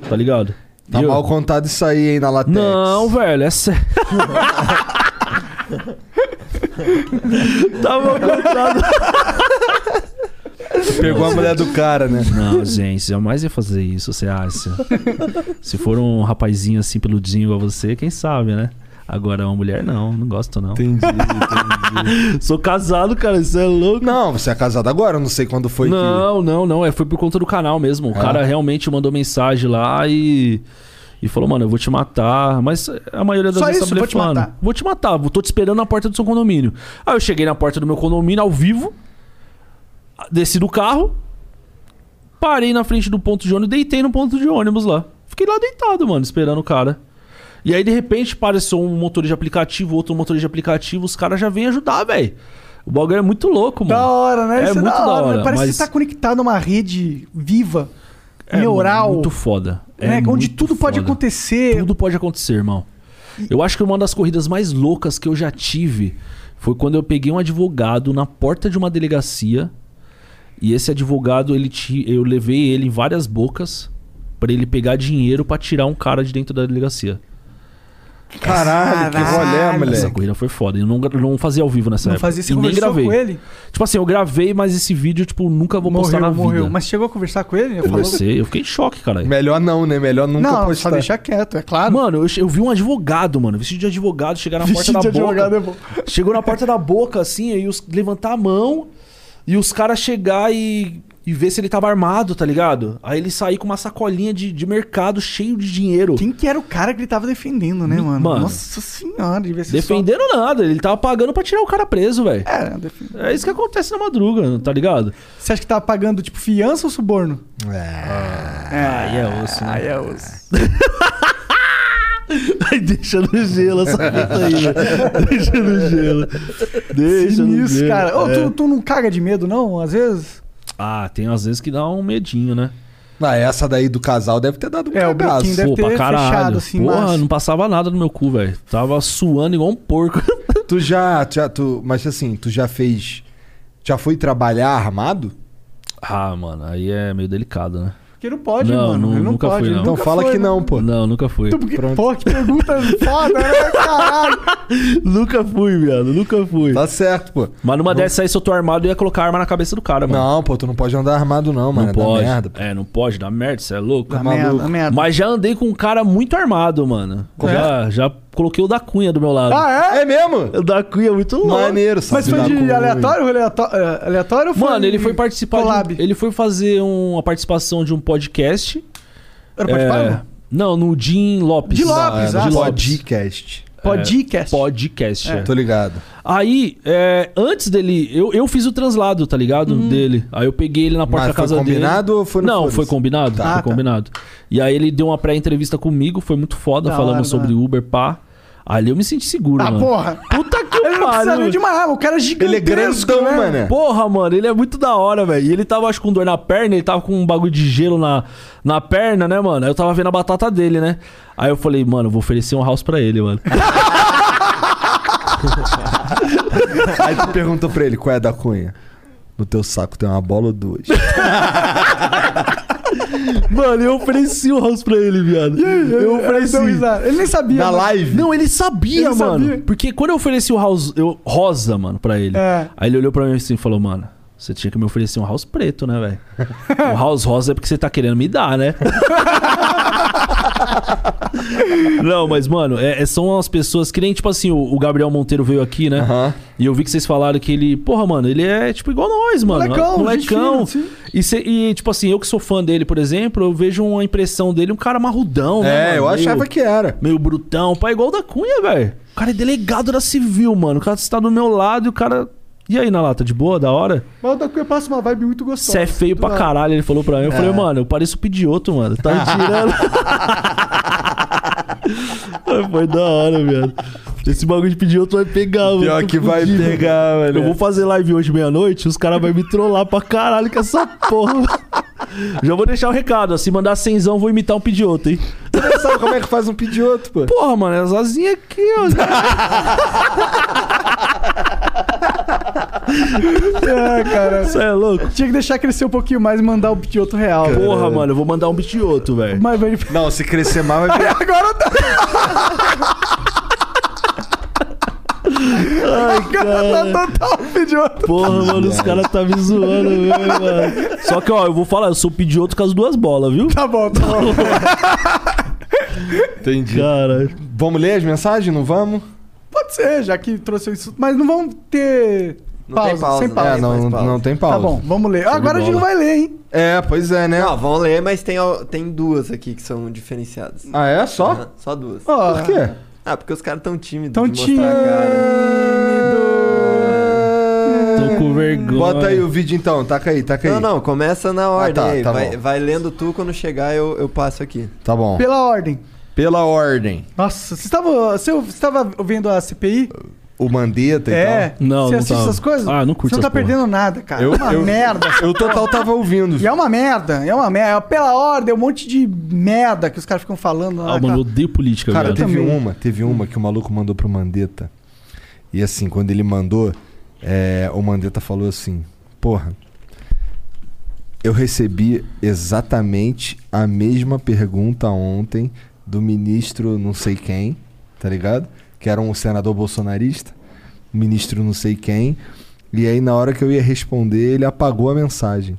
Speaker 4: Tá ligado?
Speaker 2: Tá
Speaker 4: E eu-
Speaker 2: mal contado isso aí, hein, na latex.
Speaker 4: Não, velho, é sério. [laughs] tá mal contado.
Speaker 2: Pegou a mulher do cara, né?
Speaker 4: Não, gente, jamais ia fazer isso, você acha? Se for um rapazinho assim peludinho igual você, quem sabe, né? Agora uma mulher, não, não gosto não.
Speaker 2: Entendi.
Speaker 4: Sou casado, cara, isso é louco.
Speaker 2: Não, você é casado agora, eu não sei quando foi
Speaker 4: não, não, não, é, foi por conta do canal mesmo.
Speaker 3: É?
Speaker 4: O cara realmente mandou mensagem lá e. E falou, mano, eu vou te matar. Mas a maioria das
Speaker 3: Só
Speaker 4: vezes
Speaker 3: isso?
Speaker 4: tá
Speaker 3: Vou te
Speaker 4: blefando.
Speaker 3: matar.
Speaker 4: Vou te matar, vou- tô te esperando na porta do seu condomínio. Aí eu cheguei na porta do meu condomínio ao vivo, desci do carro, parei na frente do ponto de ônibus, deitei no ponto de ônibus lá. Fiquei lá deitado, mano, esperando o cara. E aí, de repente, apareceu um motorista de aplicativo, outro motorista de aplicativo, os caras já vêm ajudar, velho. O bagulho é muito louco, mano.
Speaker 3: Da hora, né?
Speaker 4: É
Speaker 3: Isso
Speaker 4: muito da hora.
Speaker 3: né? Parece que
Speaker 4: mas
Speaker 3: você tá conectado a uma rede viva,
Speaker 4: é, mano,
Speaker 3: neural,
Speaker 4: muito foda. É
Speaker 3: né? onde
Speaker 4: muito
Speaker 3: tudo pode
Speaker 4: foda.
Speaker 3: acontecer.
Speaker 4: Tudo pode acontecer, irmão. Eu acho que uma das corridas mais loucas que eu já tive Foi quando eu peguei um advogado na porta de uma delegacia. E esse advogado, ele ti- eu levei ele em várias bocas pra ele pegar dinheiro pra tirar um cara de dentro da delegacia.
Speaker 2: Caralho, que rolé,
Speaker 4: Essa
Speaker 2: moleque.
Speaker 4: corrida foi foda. Eu não, gra- não fazia ao vivo nessa
Speaker 3: Não
Speaker 4: época.
Speaker 3: fazia, você
Speaker 4: e nem
Speaker 3: conversou
Speaker 4: gravei.
Speaker 3: com ele?
Speaker 4: Tipo assim, eu gravei, mas esse vídeo, tipo, nunca vou postar na vida.
Speaker 3: morreu. Mas chegou a conversar com ele?
Speaker 4: Eu sei, eu fiquei em choque, caralho.
Speaker 2: Melhor não, né? Melhor nunca
Speaker 3: não,
Speaker 2: postar.
Speaker 3: só deixar quieto, é claro.
Speaker 4: Mano, eu, eu vi um advogado, mano, vestido de advogado, chegar na
Speaker 3: Vestido
Speaker 4: porta da
Speaker 3: de
Speaker 4: boca.
Speaker 3: advogado é bom.
Speaker 4: Chegou na porta da boca, assim, aí os, levantar a mão e os caras chegar e, e ver se ele tava armado, tá ligado? Aí ele sair com uma sacolinha de, de mercado cheio de dinheiro.
Speaker 3: Quem que era o cara que ele tava defendendo, né, mano?
Speaker 4: Mano.
Speaker 3: Nossa senhora, devia ser só-
Speaker 4: Defendendo nada, ele tava pagando pra tirar o cara preso, velho.
Speaker 3: É, defendendo.
Speaker 4: É isso que acontece na madruga, tá ligado?
Speaker 3: Você acha que tava pagando, tipo, fiança ou suborno?
Speaker 4: Aí é [laughs] osso, né?
Speaker 3: Aí é os...
Speaker 4: Ai, deixa no gelo essa puta aí, velho. Deixa no gelo. Deixa no
Speaker 3: Sinistro,
Speaker 4: gelo.
Speaker 3: cara. Ô,
Speaker 4: É.
Speaker 3: tu, tu não caga de medo, não? Às vezes?
Speaker 4: Ah, tem às vezes que dá um medinho, né?
Speaker 2: Ah, essa daí do casal deve ter dado um
Speaker 3: É, o
Speaker 2: cagaço.
Speaker 3: biquinho deve-
Speaker 4: Pô,
Speaker 3: ter
Speaker 4: pra caralho.
Speaker 3: fechado, assim,
Speaker 4: Porra,
Speaker 3: mas-
Speaker 4: não passava nada no meu cu, velho. Tava suando igual um porco. [laughs]
Speaker 2: Tu já, tu já- tu, mas assim, tu já fez, já foi trabalhar armado?
Speaker 4: ah, mano, aí é meio delicado, né?
Speaker 3: Porque não pode,
Speaker 4: Não,
Speaker 3: mano.
Speaker 4: não-
Speaker 3: ele não
Speaker 4: nunca
Speaker 3: pode.
Speaker 4: fui,
Speaker 3: ele
Speaker 4: não.
Speaker 2: Então
Speaker 3: nunca
Speaker 2: fala
Speaker 3: foi,
Speaker 2: que
Speaker 3: né?
Speaker 2: não, pô.
Speaker 4: Não, nunca
Speaker 3: [laughs]
Speaker 4: fui.
Speaker 3: Tu, porque, pô, que pergunta foda, né, caralho?
Speaker 4: nunca fui, viado. Nunca fui.
Speaker 2: Tá certo, pô.
Speaker 4: Mas numa dessas aí, se eu tô armado, eu ia colocar a arma na cabeça do cara, mano.
Speaker 2: Não, pô, tu não pode andar armado não, mano. é
Speaker 4: não
Speaker 2: da
Speaker 4: pode.
Speaker 2: merda. pô.
Speaker 4: é, não pode, dá merda, você é louco.
Speaker 3: Dá merda, dá merda.
Speaker 4: Mas já andei com um cara muito armado, mano. Já, já coloquei o da cunha do meu lado.
Speaker 3: Ah, é?
Speaker 2: É mesmo?
Speaker 4: O da cunha é muito louco.
Speaker 2: Maneiro, sabe?
Speaker 3: Mas foi
Speaker 2: Dá
Speaker 3: de
Speaker 2: com-
Speaker 3: aleatório, aleatório, eh, aleatório ou foi
Speaker 4: Mano, ele foi participar. de um-
Speaker 3: Collab.
Speaker 4: ele foi fazer um- uma participação de um podcast.
Speaker 3: Era participar,
Speaker 4: É,
Speaker 3: não?
Speaker 4: Não, no Jim Lopes. é,
Speaker 3: De
Speaker 2: Ah,
Speaker 3: Lopes,
Speaker 2: era
Speaker 3: ah,
Speaker 2: de
Speaker 3: Lopes.
Speaker 2: podcast.
Speaker 3: um Podcast.
Speaker 4: Podcast. é.
Speaker 2: Tô ligado.
Speaker 4: Aí, é, antes dele, eu, eu fiz o translado, tá ligado?
Speaker 3: Hum.
Speaker 4: Dele. Aí eu peguei ele na
Speaker 2: Mas
Speaker 4: porta da
Speaker 2: foi
Speaker 4: casa
Speaker 2: combinado
Speaker 4: dele.
Speaker 2: ou foi no
Speaker 4: Não,
Speaker 2: foda-se?
Speaker 4: foi combinado.
Speaker 2: Tá.
Speaker 4: foi combinado. E aí ele deu uma pré-entrevista comigo, foi muito foda,
Speaker 3: Da
Speaker 4: falando
Speaker 3: hora,
Speaker 4: sobre
Speaker 3: da
Speaker 4: Uber, pá. Ali eu me senti seguro,
Speaker 3: Ah,
Speaker 4: mano.
Speaker 3: porra.
Speaker 4: Puta
Speaker 3: [laughs]
Speaker 4: que
Speaker 3: Ele não precisa nem
Speaker 4: pariu.
Speaker 3: de uma arma, o cara é
Speaker 2: Ele é
Speaker 3: gigantesco,
Speaker 2: grandão,
Speaker 3: né?
Speaker 2: mano.
Speaker 4: Porra, mano, ele é muito da hora, velho. E ele tava, acho, com dor na perna, ele tava com um bagulho de gelo na, na perna, né, mano? Aí eu tava vendo a batata dele, né? Aí eu falei, mano, vou oferecer um house pra ele, mano.
Speaker 2: Aí tu perguntou pra ele qual é a da cunha. No teu saco tem uma bola ou duas?
Speaker 4: mano, eu ofereci um house pra ele, viado.
Speaker 3: é,
Speaker 4: Eu assim, ofereci.
Speaker 3: Deu risada. Ele nem sabia.
Speaker 2: Na
Speaker 3: mano.
Speaker 2: live?
Speaker 4: Não, ele sabia,
Speaker 3: Ele
Speaker 4: mano.
Speaker 3: sabia.
Speaker 4: Porque quando eu ofereci o house, eu, rosa, mano, pra ele.
Speaker 3: É.
Speaker 4: Aí ele olhou pra mim assim e falou, mano, você tinha que me oferecer um house
Speaker 3: [laughs]
Speaker 4: preto, né, velho? um house rosa é porque você tá querendo me dar, né? Não, mas, mano, é- é- são as pessoas que nem, tipo assim, o, o Gabriel Monteiro veio aqui, né?
Speaker 2: Aham.
Speaker 4: E eu vi que vocês falaram que ele, porra, mano, ele é, tipo, igual nós, mano.
Speaker 3: Molecão,
Speaker 4: molecão.
Speaker 3: gente fina, sim.
Speaker 4: E, cê- e, tipo assim, eu que sou fã dele, por exemplo, eu vejo uma impressão dele, um cara marrudão,
Speaker 2: [laughs]
Speaker 4: né?
Speaker 2: É,
Speaker 4: mano?
Speaker 2: eu
Speaker 4: Meio-
Speaker 2: achava que era.
Speaker 4: Meio brutão, pá, igual o da Cunha, velho. O cara é delegado da civil, mano. O cara está do meu lado e o cara. E aí, na lata, de boa, da hora?
Speaker 3: Mas o Dacuia passa uma vibe muito gostosa.
Speaker 4: Você é feio pra caralho, ele falou pra mim. Eu
Speaker 2: É.
Speaker 4: falei, mano, eu pareço pidioto, mano. Tá me tirando. [laughs] Foi da hora, velho. Esse bagulho de pidioto vai pegar, mano.
Speaker 2: Pior
Speaker 4: Tô
Speaker 2: que é. vai
Speaker 4: fudido.
Speaker 2: pegar, velho.
Speaker 4: Eu vou fazer live hoje meia-noite, os caras vão me trollar pra caralho com essa porra. Já vou deixar o recado, ó. Se mandar cenzão, vou imitar um pidioto, hein?
Speaker 2: Você sabe como é que faz um pedioto, pô?
Speaker 4: Porra, mano, as asinhas aqui, [laughs] ó.
Speaker 3: É, cara.
Speaker 4: Você é louco?
Speaker 3: Tinha que deixar crescer um pouquinho mais e mandar o pidioto real.
Speaker 4: Porra, mano, eu vou mandar um pidioto, velho.
Speaker 3: Mas vai...
Speaker 2: Não, se crescer mais vai virar.
Speaker 3: Agora tá. Agora tá total pidioto.
Speaker 4: Porra, mano, os caras tá me zoando, velho, mano. Só que, ó, eu vou falar, eu sou pidioto com as duas bolas, viu?
Speaker 3: Tá bom, tá bom.
Speaker 2: Entendi.
Speaker 4: Caralho.
Speaker 2: Vamos ler as mensagens? Não vamos?
Speaker 3: Pode ser, já que trouxe o insulto. Mas não vamos ter
Speaker 5: Não
Speaker 3: pausa,
Speaker 5: tem pausa,
Speaker 3: sem
Speaker 5: né?
Speaker 2: é,
Speaker 3: pausa.
Speaker 2: não,
Speaker 5: pausa.
Speaker 2: não tem pausa.
Speaker 3: Tá bom, vamos ler. Agora a gente
Speaker 4: bola.
Speaker 3: não vai ler, hein?
Speaker 2: É, pois é, né?
Speaker 5: Não, vão ler, mas tem, al- tem duas aqui que são diferenciadas.
Speaker 2: Ah, é? Só?
Speaker 5: Aham, Só duas.
Speaker 3: Ó,
Speaker 2: Por quê?
Speaker 5: Ah, porque os caras tão tímidos.
Speaker 3: Tão
Speaker 5: de mostrar a
Speaker 4: Tô com vergonha.
Speaker 2: Bota aí o vídeo então, taca aí, taca aí.
Speaker 5: Não, não, começa na ordem
Speaker 2: tá,
Speaker 5: aí.
Speaker 2: tá
Speaker 5: vai,
Speaker 2: bom.
Speaker 5: vai lendo tu, quando chegar eu, eu passo aqui.
Speaker 2: Tá bom.
Speaker 3: Pela ordem.
Speaker 2: Pela ordem,
Speaker 3: Nossa, você estava, você estava vendo a CPI?
Speaker 2: o Mandetta e
Speaker 3: É.
Speaker 2: tal.
Speaker 4: Não,
Speaker 3: Você
Speaker 4: não
Speaker 3: assiste
Speaker 4: tava.
Speaker 3: essas coisas?
Speaker 4: Ah, não curto
Speaker 3: Você não tá
Speaker 4: essas porra.
Speaker 3: perdendo nada, cara.
Speaker 2: Eu-
Speaker 3: é uma
Speaker 2: eu-
Speaker 3: merda.
Speaker 2: Eu total tava ouvindo.
Speaker 3: E é uma merda, é uma merda. Pela ordem, é um monte de merda que os caras ficam falando. lá,
Speaker 4: Ah, mano,
Speaker 3: cara.
Speaker 4: eu odeio política,
Speaker 2: Cara,
Speaker 4: velho.
Speaker 2: teve
Speaker 3: também.
Speaker 2: uma, teve uma que o maluco mandou pro Mandetta. E assim, quando ele mandou, é, o Mandetta falou assim: Porra, eu recebi exatamente a mesma pergunta ontem do ministro não sei quem, tá ligado? Que era um senador bolsonarista, ministro não sei quem. E aí, na hora que eu ia responder, ele apagou a mensagem.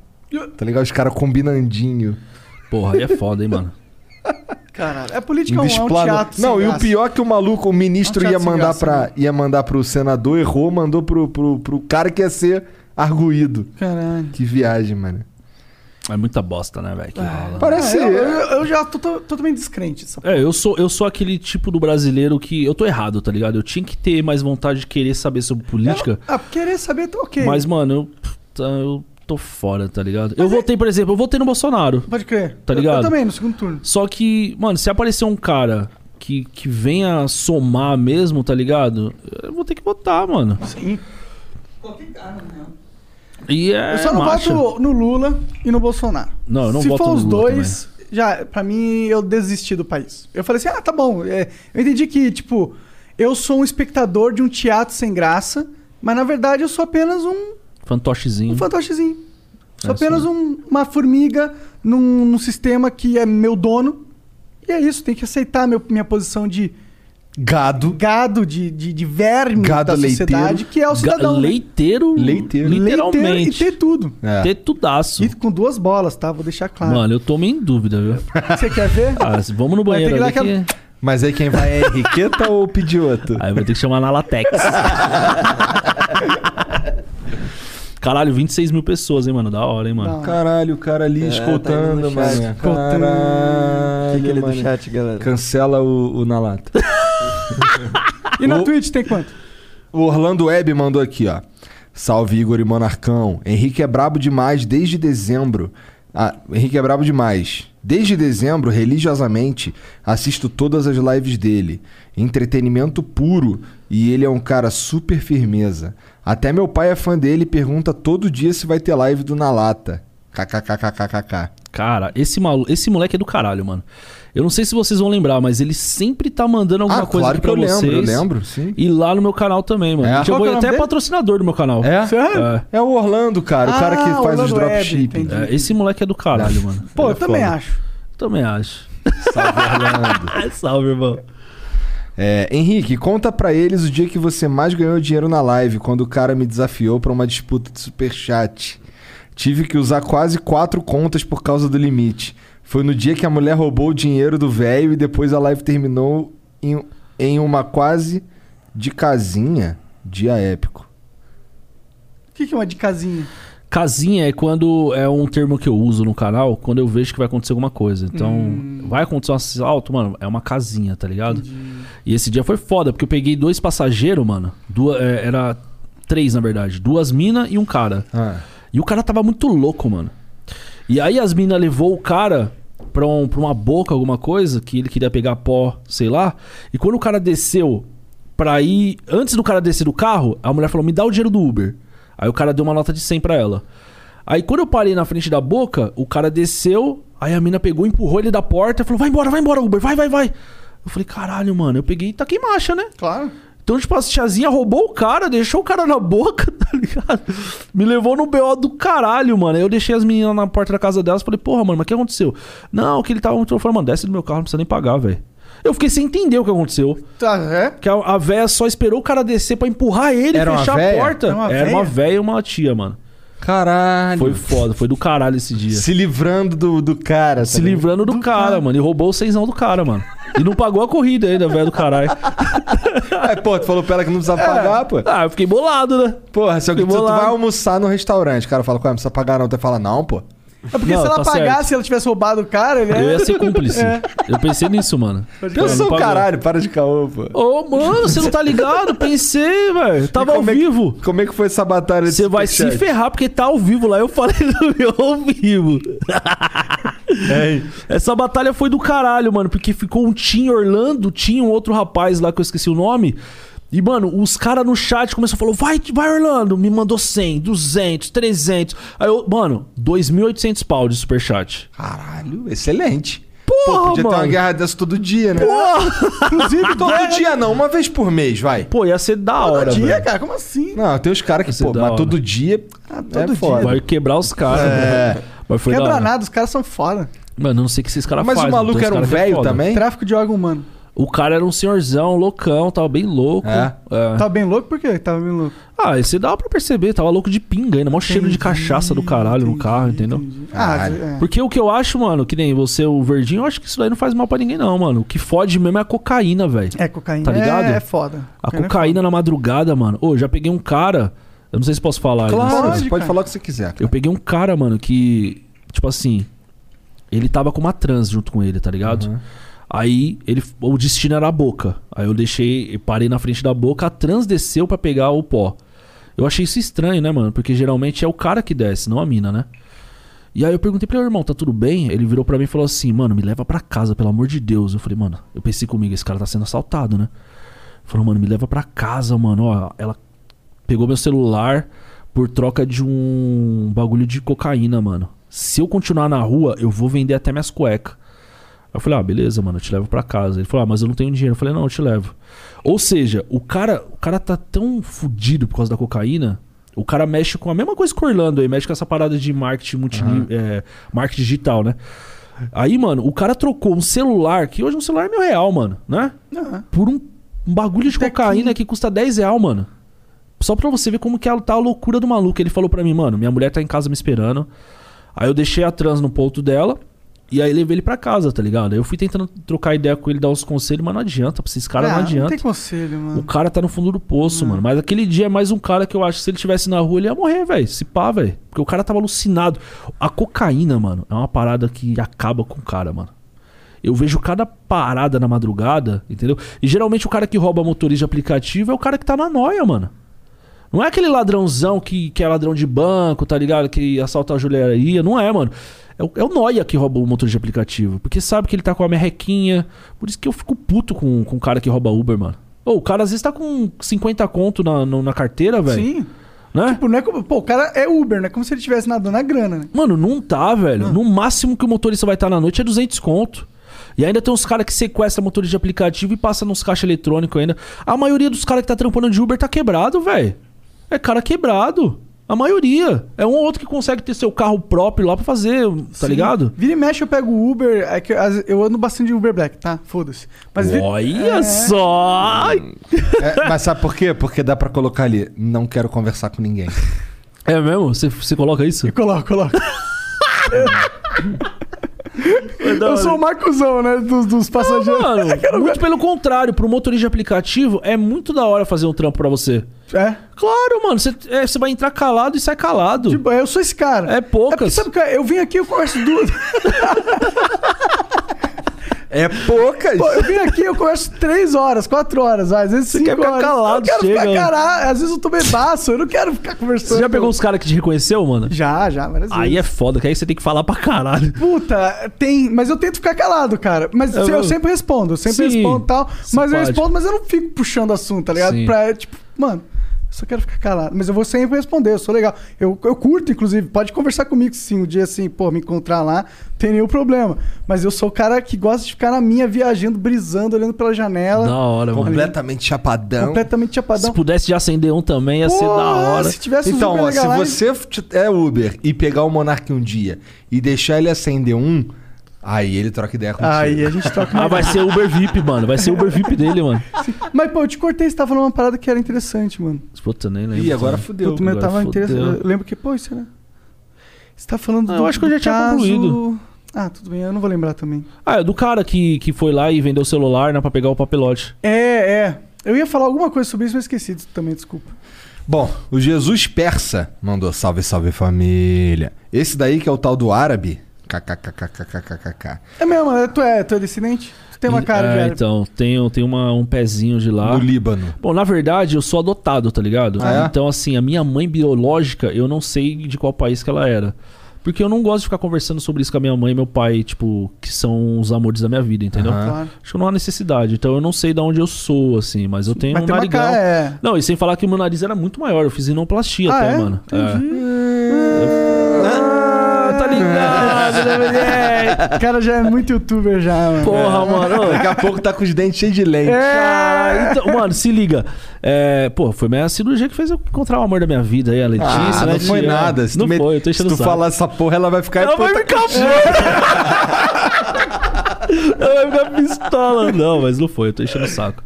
Speaker 2: Tá ligado? Os caras combinandinho.
Speaker 4: Porra, aí é foda, hein, mano.
Speaker 3: Caralho, é política é um, é um
Speaker 2: Desplano.
Speaker 3: teatro. sem
Speaker 2: Não, e o
Speaker 3: graça.
Speaker 2: pior é que o maluco, o ministro
Speaker 3: É um
Speaker 2: ia
Speaker 3: teatro sem
Speaker 2: mandar
Speaker 3: graça,
Speaker 2: para
Speaker 3: né?
Speaker 2: ia mandar pro senador, errou, mandou pro, pro, pro cara que ia ser arguído.
Speaker 3: Caralho.
Speaker 2: Que viagem, mano.
Speaker 4: É muita bosta, né, velho? que rola.
Speaker 2: Parece.
Speaker 3: Ah, eu, eu- eu já tô, tô- totalmente descrente. dessa p-
Speaker 4: É, eu sou, eu sou aquele tipo do brasileiro que. Eu tô errado, tá ligado? Eu tinha que ter mais vontade de querer saber sobre É, política.
Speaker 3: Ah, querer saber, tá ok.
Speaker 4: Mas, mano, eu, puta, eu tô fora, tá ligado?
Speaker 3: é
Speaker 4: Eu votei, por exemplo, eu votei no Bolsonaro.
Speaker 3: Pode crer.
Speaker 4: Tá
Speaker 3: Eu- Eu,
Speaker 4: ligado?
Speaker 3: também, no segundo turno.
Speaker 4: Só que, mano, se aparecer um cara que, que venha somar mesmo, tá ligado? Eu vou ter que votar, mano.
Speaker 3: Sim.
Speaker 4: E é.
Speaker 3: eu só não
Speaker 4: marcha.
Speaker 3: voto no Lula e no Bolsonaro.
Speaker 4: Não, eu não
Speaker 3: Se
Speaker 4: voto
Speaker 3: for
Speaker 4: no
Speaker 3: os
Speaker 4: Lula
Speaker 3: dois, já, pra mim, eu desisti do país. Eu falei assim, ah, tá bom. É, eu entendi que, tipo, eu sou um espectador de um teatro sem graça, mas na verdade eu sou apenas um,
Speaker 4: Fantochezinho.
Speaker 3: um fantochezinho. Sou
Speaker 4: É,
Speaker 3: apenas
Speaker 4: sim.
Speaker 3: um- uma formiga num, num sistema que é meu dono. E é isso, tem que aceitar meu- minha posição de
Speaker 2: Gado.
Speaker 3: gado, de, de, de verme
Speaker 2: Gado
Speaker 3: da sociedade,
Speaker 2: leiteiro.
Speaker 3: que é o
Speaker 4: Ga-
Speaker 3: cidadão. né?
Speaker 4: leiteiro,
Speaker 2: Leiteiro.
Speaker 3: Leiteiro e
Speaker 4: Literalmente.
Speaker 3: ter tudo.
Speaker 2: É.
Speaker 4: Tetudaço.
Speaker 3: E com duas bolas, tá? Vou deixar claro.
Speaker 4: Mano, eu tô meio em
Speaker 3: [laughs]
Speaker 4: dúvida, viu?
Speaker 3: Você quer ver?
Speaker 4: Ah, se- vamos no
Speaker 3: Vai ter
Speaker 4: banheiro
Speaker 3: que
Speaker 4: ali
Speaker 3: dar
Speaker 4: que...
Speaker 2: Mas aí quem vai é Henriqueta ou Pidioto?
Speaker 4: [laughs] Aí eu vou ter que chamar na Latex. Caralho, 26 mil pessoas, hein, mano? Da hora, hein, mano?
Speaker 3: Não.
Speaker 2: Caralho, o cara ali escoltando,
Speaker 5: tá ali no chat,
Speaker 2: mano.
Speaker 3: escoltando.
Speaker 2: Caralho,
Speaker 5: Fica ali do
Speaker 2: mano.
Speaker 5: chat, galera.
Speaker 2: Cancela o, o Nalata.
Speaker 3: E na
Speaker 2: O-
Speaker 3: Twitch tem quanto?
Speaker 2: O Orlando Web mandou aqui, ó. Salve Igor e Monarcão. Henrique é brabo demais desde dezembro. Ah, Henrique é brabo demais. Desde dezembro, religiosamente, assisto todas as lives dele. Entretenimento puro e ele é um cara super firmeza. Até meu pai é fã dele e pergunta todo dia se vai ter live do Na Lata. KKKKKKK.
Speaker 4: Cara, esse, malu... esse moleque é do caralho, mano. Eu não sei se vocês vão lembrar, mas ele sempre tá mandando alguma
Speaker 2: Ah,
Speaker 4: coisa
Speaker 2: claro
Speaker 4: aqui
Speaker 2: que
Speaker 4: pra
Speaker 2: eu lembro,
Speaker 4: vocês.
Speaker 2: eu lembro, sim.
Speaker 4: E lá no meu canal também, mano.
Speaker 2: É?
Speaker 4: Eu
Speaker 2: Qual
Speaker 4: vou
Speaker 3: que é o
Speaker 4: até
Speaker 3: nome dele?
Speaker 4: patrocinador do meu canal.
Speaker 2: É?
Speaker 4: É.
Speaker 2: É o Orlando, cara, o cara que
Speaker 3: Ah,
Speaker 2: faz os
Speaker 3: Orlando Web,
Speaker 2: dropshipping.
Speaker 3: entendi.
Speaker 4: É, Esse moleque é do caralho, mano.
Speaker 3: Pô,
Speaker 4: Ele
Speaker 3: eu
Speaker 4: é
Speaker 3: também
Speaker 4: foda.
Speaker 3: acho.
Speaker 2: [laughs]
Speaker 4: Também acho.
Speaker 2: Salve, Orlando.
Speaker 4: Ai, salve, irmão.
Speaker 2: É, Henrique, conta pra eles o dia que você mais ganhou dinheiro na live, quando o cara me desafiou pra uma disputa de superchat. Tive que usar quase quatro contas por causa do limite. Foi no dia que a mulher roubou o dinheiro do velho e depois a live terminou em, em uma quase de casinha. Dia épico.
Speaker 3: O que, que é uma de casinha?
Speaker 4: Casinha é quando é um termo que eu uso no canal, quando eu vejo que vai acontecer alguma coisa. Então, vai acontecer um assalto, mano, é uma casinha, tá ligado? E esse dia foi foda, porque eu peguei dois passageiros, mano. Duas, é, era três, na verdade. Duas minas e um cara.
Speaker 2: Ah.
Speaker 4: E o cara tava muito louco, mano. E aí as minas levou o cara pra, um- pra uma boca, alguma coisa, que ele queria pegar pó, sei lá. E quando o cara desceu pra ir. Antes do cara descer do carro, a mulher falou: me dá o dinheiro do Uber. Aí o cara deu uma nota de 100 pra ela. Aí quando eu parei na frente da boca, o cara desceu, aí a mina pegou, empurrou ele da porta e falou: vai embora, vai embora, Uber, vai, vai, vai. Eu falei, caralho, mano, eu peguei e taquei marcha, né?
Speaker 3: Claro.
Speaker 4: Então, tipo, a tiazinha roubou o cara, deixou o cara na boca, [laughs] tá ligado? Me levou no BO do caralho, mano. Aí eu deixei as meninas na porta da casa delas falei, porra, mano, mas o que aconteceu? Não, que ele tava muito falando, mano, desce do meu carro, não precisa nem pagar, velho. Eu fiquei sem entender o que aconteceu.
Speaker 3: Tá, é?
Speaker 4: Que a, a véia só esperou o cara descer pra empurrar ele,
Speaker 2: Era uma
Speaker 4: fechar a
Speaker 2: véia?
Speaker 4: porta.
Speaker 3: Era uma
Speaker 4: Era uma
Speaker 3: véia?
Speaker 4: véia e uma tia, mano.
Speaker 2: Caralho.
Speaker 4: Foi foda, foi do caralho esse dia.
Speaker 2: Se livrando do, do cara. tá
Speaker 4: Se
Speaker 2: ligado?
Speaker 4: livrando do, cara, mano. E roubou o seisão do cara, mano. E não pagou a corrida ainda, velho do caralho.
Speaker 2: É, pô, tu falou pra ela que não precisava pagar, pô.
Speaker 4: Ah, eu fiquei bolado, né?
Speaker 2: É. Porra, se alguém, tu,
Speaker 4: Ficou
Speaker 2: tu
Speaker 4: lá.
Speaker 2: vai almoçar no restaurante, o cara fala, "Ué, não precisa pagar não. Tu fala, não, pô.
Speaker 3: É porque
Speaker 4: Não,
Speaker 3: se ela
Speaker 4: tá
Speaker 3: pagasse,
Speaker 4: certo.
Speaker 3: se ela tivesse roubado o cara, ele
Speaker 4: Eu
Speaker 3: é...
Speaker 4: ia ser cúmplice. Eu pensei nisso, mano.
Speaker 2: Eu
Speaker 4: Não
Speaker 2: sou o
Speaker 4: pagou.
Speaker 2: caralho, para de caô, pô.
Speaker 4: Ô, mano, você não tá ligado? Pensei, velho. Tava ao
Speaker 2: Como é que-
Speaker 4: vivo.
Speaker 2: como é que foi essa batalha? de
Speaker 4: Você vai se
Speaker 2: superchat?
Speaker 4: ferrar porque tá ao vivo lá. Eu falei no meu ao vivo.
Speaker 2: É,
Speaker 4: Essa batalha foi do caralho, mano. Porque ficou um Tim Orlando, tinha um outro rapaz lá que eu esqueci o nome. E, mano, os caras no chat começaram a falar: vai, vai, Orlando. Me mandou 100, 200, 300. Aí eu, mano, 2.800 pau de superchat.
Speaker 2: Caralho, excelente. Pô,
Speaker 4: Porra,
Speaker 2: podia ter uma
Speaker 4: mano.
Speaker 2: guerra dessa todo dia, né? [laughs]
Speaker 3: Inclusive,
Speaker 2: Todo dia não, uma vez por mês, vai.
Speaker 4: Pô, ia ser da
Speaker 3: todo
Speaker 4: hora,
Speaker 3: [laughs] dia,
Speaker 4: velho.
Speaker 3: cara. Como assim?
Speaker 2: Não, tem os caras que,
Speaker 4: Isso é
Speaker 2: pô,
Speaker 4: da
Speaker 2: mas
Speaker 4: hora.
Speaker 2: todo dia.
Speaker 3: Ah,
Speaker 2: é
Speaker 3: todo
Speaker 2: foda.
Speaker 3: dia.
Speaker 4: Vai quebrar os caras.
Speaker 2: É.
Speaker 4: velho. Mas foi da
Speaker 3: Quebra
Speaker 4: hora.
Speaker 3: nada, os caras são foda.
Speaker 4: Mano, eu não sei o que esses caras
Speaker 2: Mas
Speaker 4: fazem.
Speaker 2: o maluco
Speaker 4: tem uns
Speaker 2: era um
Speaker 4: cara que é
Speaker 2: velho
Speaker 4: foda.
Speaker 2: também?
Speaker 3: Tráfico de órgão humano.
Speaker 4: O cara era um senhorzão, loucão, tava bem louco.
Speaker 2: É.
Speaker 4: É.
Speaker 3: Tava Tá bem louco? Por quê? que Tava bem louco.
Speaker 4: Ah, esse dava pra perceber, tava louco de pinga ainda, mó cheiro de cachaça do caralho no carro, entendeu?
Speaker 3: Ah,
Speaker 2: Caralho.
Speaker 3: é.
Speaker 4: Porque o que eu acho, mano, que nem você, o verdinho, eu acho que isso daí não faz mal pra ninguém, não, mano. O que fode mesmo é a cocaína, velho.
Speaker 3: É, cocaína.
Speaker 4: Tá ligado? Ah,
Speaker 3: É, é foda.
Speaker 4: A cocaína na madrugada, mano. Ô, já peguei um cara. Eu não sei se posso falar. ele,
Speaker 2: Claro,
Speaker 4: não sei.
Speaker 3: Pode,
Speaker 2: você pode
Speaker 3: cara.
Speaker 2: falar o que você quiser.
Speaker 4: [laughs] Eu peguei um cara, mano, que. Tipo assim. Ele tava com uma trans junto com ele, tá ligado? Aí ele, o destino era a boca. Aí eu deixei, eu parei na frente da boca, a trans desceu pra pegar o pó. Eu achei isso estranho, né, mano? Porque geralmente é o cara que desce, não a mina, né? E aí eu perguntei pra ele, irmão, tá tudo bem? Ele virou pra mim e falou assim, mano, me leva pra casa, pelo amor de Deus. Eu falei, mano, eu pensei comigo, esse cara tá sendo assaltado, né? Falou, mano, me leva pra casa, mano. Ó, ela pegou meu celular por troca de um bagulho de cocaína, mano. Se eu continuar na rua, eu vou vender até minhas cuecas. Eu falei, ah, beleza, mano, eu te levo pra casa. Ele falou, ah, mas eu não tenho dinheiro. Eu falei, não, eu te levo. Ou seja, o cara, o cara tá tão fudido por causa da cocaína. O cara mexe com a mesma coisa que o Orlando aí, mexe com essa parada de marketing, multi, é, marketing digital, né? Aí, mano, o cara trocou um celular, que hoje um celular é mil real, mano, né?
Speaker 3: Aham.
Speaker 4: Por um, um bagulho de cocaína que custa 10 real, mano. Só pra você ver como que tá a loucura do maluco. Ele falou pra mim, mano, minha mulher tá em casa me esperando. Aí eu deixei a trans no ponto dela. E aí levei ele pra casa, tá ligado? Aí eu fui tentando trocar ideia com ele, dar uns conselhos, mas não adianta. Pra esses caras
Speaker 3: Ah,
Speaker 4: não
Speaker 3: Não
Speaker 4: adianta.
Speaker 3: tem conselho,
Speaker 4: O
Speaker 3: mano.
Speaker 4: cara tá no fundo do poço, mano. Mas aquele dia é mais um cara que eu acho que se ele tivesse na rua, ele ia morrer, velho. Se pá, velho. Porque o cara tava alucinado. A cocaína, mano, é uma parada que acaba com o cara, mano. Eu vejo cada parada na madrugada, entendeu? E geralmente o cara que rouba motorista de aplicativo é o cara que tá na noia, mano. Não é aquele ladrãozão que, que é ladrão de banco, tá ligado? Que assalta a joalheria. Não é, mano. É o, é o Noia que rouba o motor de aplicativo. Porque sabe que ele tá com a merrequinha. Por isso que eu fico puto com, com o cara que rouba Uber, mano. Ô, o cara às vezes tá com 50 conto na, no- na carteira, velho.
Speaker 3: Sim.
Speaker 4: Né?
Speaker 3: Tipo, não é como. Pô, o cara é Uber, né? Como se ele estivesse nadando na grana, né?
Speaker 4: Mano, não tá, velho.
Speaker 3: Ah.
Speaker 4: No máximo que o motorista vai estar na noite é 200 conto. E ainda tem uns caras que sequestram motorista de aplicativo e passa nos caixas eletrônicos ainda. A maioria dos caras que tá trampando de Uber tá quebrado, velho. É cara quebrado. A maioria. É um ou outro que consegue ter seu carro próprio lá pra fazer, tá ligado?
Speaker 3: Vira e mexe, eu pego o Uber. É que eu, as- eu ando bastante de Uber Black, tá? Foda-se. Mas vi- É.
Speaker 4: Olha só!
Speaker 2: É, mas sabe por quê? Porque dá pra colocar ali, não quero conversar com ninguém.
Speaker 4: É mesmo? Você, você coloca isso?
Speaker 3: Coloca,
Speaker 4: [laughs]
Speaker 3: coloca. eu sou o Marcosão, né? Dos, dos
Speaker 4: [laughs]
Speaker 3: passageiros.
Speaker 4: Ah,
Speaker 3: [laughs] É
Speaker 4: Mano, muito pelo contrário, pro motorista de aplicativo, é muito da hora fazer um trampo pra você.
Speaker 3: É.
Speaker 4: Claro, mano. Você é, você vai entrar calado e sai calado.
Speaker 3: Tipo, eu sou esse cara.
Speaker 4: É poucas.
Speaker 3: porque sabe o que? é? Eu vim aqui, eu converso duas.
Speaker 2: É poucas.
Speaker 3: Pô, eu vim aqui, eu converso três horas, quatro horas, vai, às vezes cinco
Speaker 4: quer ficar
Speaker 3: horas.
Speaker 4: calado,
Speaker 3: eu quero
Speaker 4: chega.
Speaker 3: ficar caralho. Às vezes eu tô bebaço, eu não quero ficar conversando.
Speaker 4: Você já pegou os caras que te reconheceu,
Speaker 3: [laughs]
Speaker 4: mano?
Speaker 3: Já, já, várias
Speaker 4: Aí
Speaker 3: vezes.
Speaker 4: é foda, que aí você tem que falar pra caralho.
Speaker 3: Puta, tem, mas eu tento ficar calado, cara. Mas
Speaker 4: Eu-
Speaker 3: eu, sempre respondo, eu sempre
Speaker 4: Sim,
Speaker 3: respondo e tal.
Speaker 4: você
Speaker 3: Mas eu
Speaker 4: pode.
Speaker 3: respondo, mas eu não fico puxando assunto, tá ligado?
Speaker 4: Sim.
Speaker 3: Pra, tipo, mano, eu só quero ficar calado. Mas eu vou sempre responder, eu sou legal. Eu, eu curto, inclusive, pode conversar comigo sim, um dia assim, pô, me encontrar lá, não tem nenhum problema. Mas eu sou o cara que gosta de ficar na minha, viajando, brisando, olhando pela janela.
Speaker 4: Da hora, mano.
Speaker 2: Completamente chapadão.
Speaker 3: Completamente
Speaker 4: Se
Speaker 3: chapadão.
Speaker 4: pudesse já acender um também, ia ser da
Speaker 3: Porra,
Speaker 4: hora.
Speaker 3: Se tivesse um
Speaker 2: Então,
Speaker 3: Uber
Speaker 2: ó,
Speaker 3: legal
Speaker 2: se
Speaker 3: lá,
Speaker 2: você t- é Uber e pegar o Monark um dia e deixar ele acender um, aí ele troca ideia contigo.
Speaker 3: Aí a gente troca uma
Speaker 4: Ah, vai ser Uber VIP, mano. Vai ser Uber VIP dele, mano. [laughs]
Speaker 3: Mas, pô, eu te cortei, você tava falando uma parada que era interessante, mano.
Speaker 4: Puta, nem lembro.
Speaker 2: Ih, agora
Speaker 4: também.
Speaker 2: fudeu.
Speaker 3: Puta, mas eu
Speaker 4: agora
Speaker 3: tava
Speaker 4: fudeu.
Speaker 3: interessante. Eu lembro que, pô, isso era. Você tá falando
Speaker 4: Ah, eu acho que eu já tinha concluído.
Speaker 3: Ah, tudo bem, eu não vou lembrar também.
Speaker 4: Ah, é do cara que, que foi lá e vendeu o celular, né, pra pegar o papelote.
Speaker 3: É, é. Eu ia falar alguma coisa sobre isso, mas esqueci disso também, desculpa.
Speaker 2: Bom, o Jesus Persa mandou salve, salve família. Esse daí que é o tal do árabe. KKKKKKKK.
Speaker 3: É mesmo, né? tu é, tu é descendente? Tu tem uma cara
Speaker 4: é,
Speaker 3: de árabe.
Speaker 4: então, tenho, tenho uma, um pezinho de lá.
Speaker 2: No Líbano.
Speaker 4: Bom, na verdade, eu sou adotado, tá ligado?
Speaker 2: Ah, é?
Speaker 4: Então, assim, a minha mãe biológica, eu não sei de qual país que ela era. Porque eu não gosto de ficar conversando sobre isso com a minha mãe e meu pai, tipo, que são os amores da minha vida, entendeu?
Speaker 3: Claro.
Speaker 4: Acho que não há necessidade. Então, eu não sei de onde eu sou, assim, mas eu tenho
Speaker 3: Mas
Speaker 4: um
Speaker 3: tem uma
Speaker 4: narigão.
Speaker 3: cara,
Speaker 4: [laughs]
Speaker 3: é.
Speaker 4: Não, e sem falar que o meu nariz era muito maior. Eu fiz rinoplastia
Speaker 3: Ah,
Speaker 4: até,
Speaker 3: é?
Speaker 4: mano.
Speaker 3: Entendi.
Speaker 4: É. Eu- Ah, tá ligado?
Speaker 3: ele é- o cara já é muito youtuber já, mano.
Speaker 4: [laughs] Porra, mano. ô.
Speaker 2: Daqui a pouco tá com os dentes cheios de lente.
Speaker 4: Caralho, então, mano, se liga. É, pô, foi minha cirurgia que fez eu encontrar o amor da minha vida aí, a Letícia.
Speaker 2: Ah,
Speaker 4: né,
Speaker 2: não
Speaker 4: tia?
Speaker 2: foi nada. Se
Speaker 4: não
Speaker 2: tu, me-
Speaker 4: foi, eu tô
Speaker 2: se
Speaker 4: enchendo
Speaker 2: tu
Speaker 4: o saco.
Speaker 2: falar essa porra, ela vai ficar.
Speaker 4: Ela vai
Speaker 2: puta-
Speaker 4: ficar [laughs] puta. Ela vai ficar pistola. Não, mas não foi, eu tô enchendo o saco.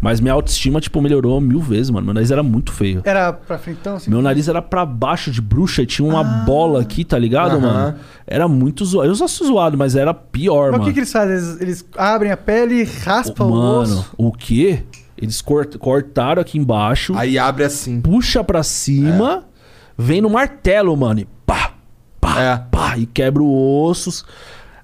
Speaker 4: Mas minha autoestima, tipo, melhorou mil vezes, mano. Meu nariz era muito feio.
Speaker 3: Era pra frentão, assim?
Speaker 4: é. Meu nariz era pra baixo de bruxa e tinha uma bola aqui, tá ligado,
Speaker 2: Ah. Aham.
Speaker 4: mano? Era muito zoado. Eu só sou zoado, mas era pior,
Speaker 3: Mas o
Speaker 4: mano.
Speaker 3: que, que eles fazem? Eles, eles abrem a pele, raspam o
Speaker 4: Mano,
Speaker 3: osso.
Speaker 4: o quê? Eles cort- cortaram aqui embaixo,
Speaker 2: Aí abre assim.
Speaker 4: puxa pra cima, vem no martelo, mano. E pá, pá,
Speaker 2: É.
Speaker 4: pá, e quebra o osso.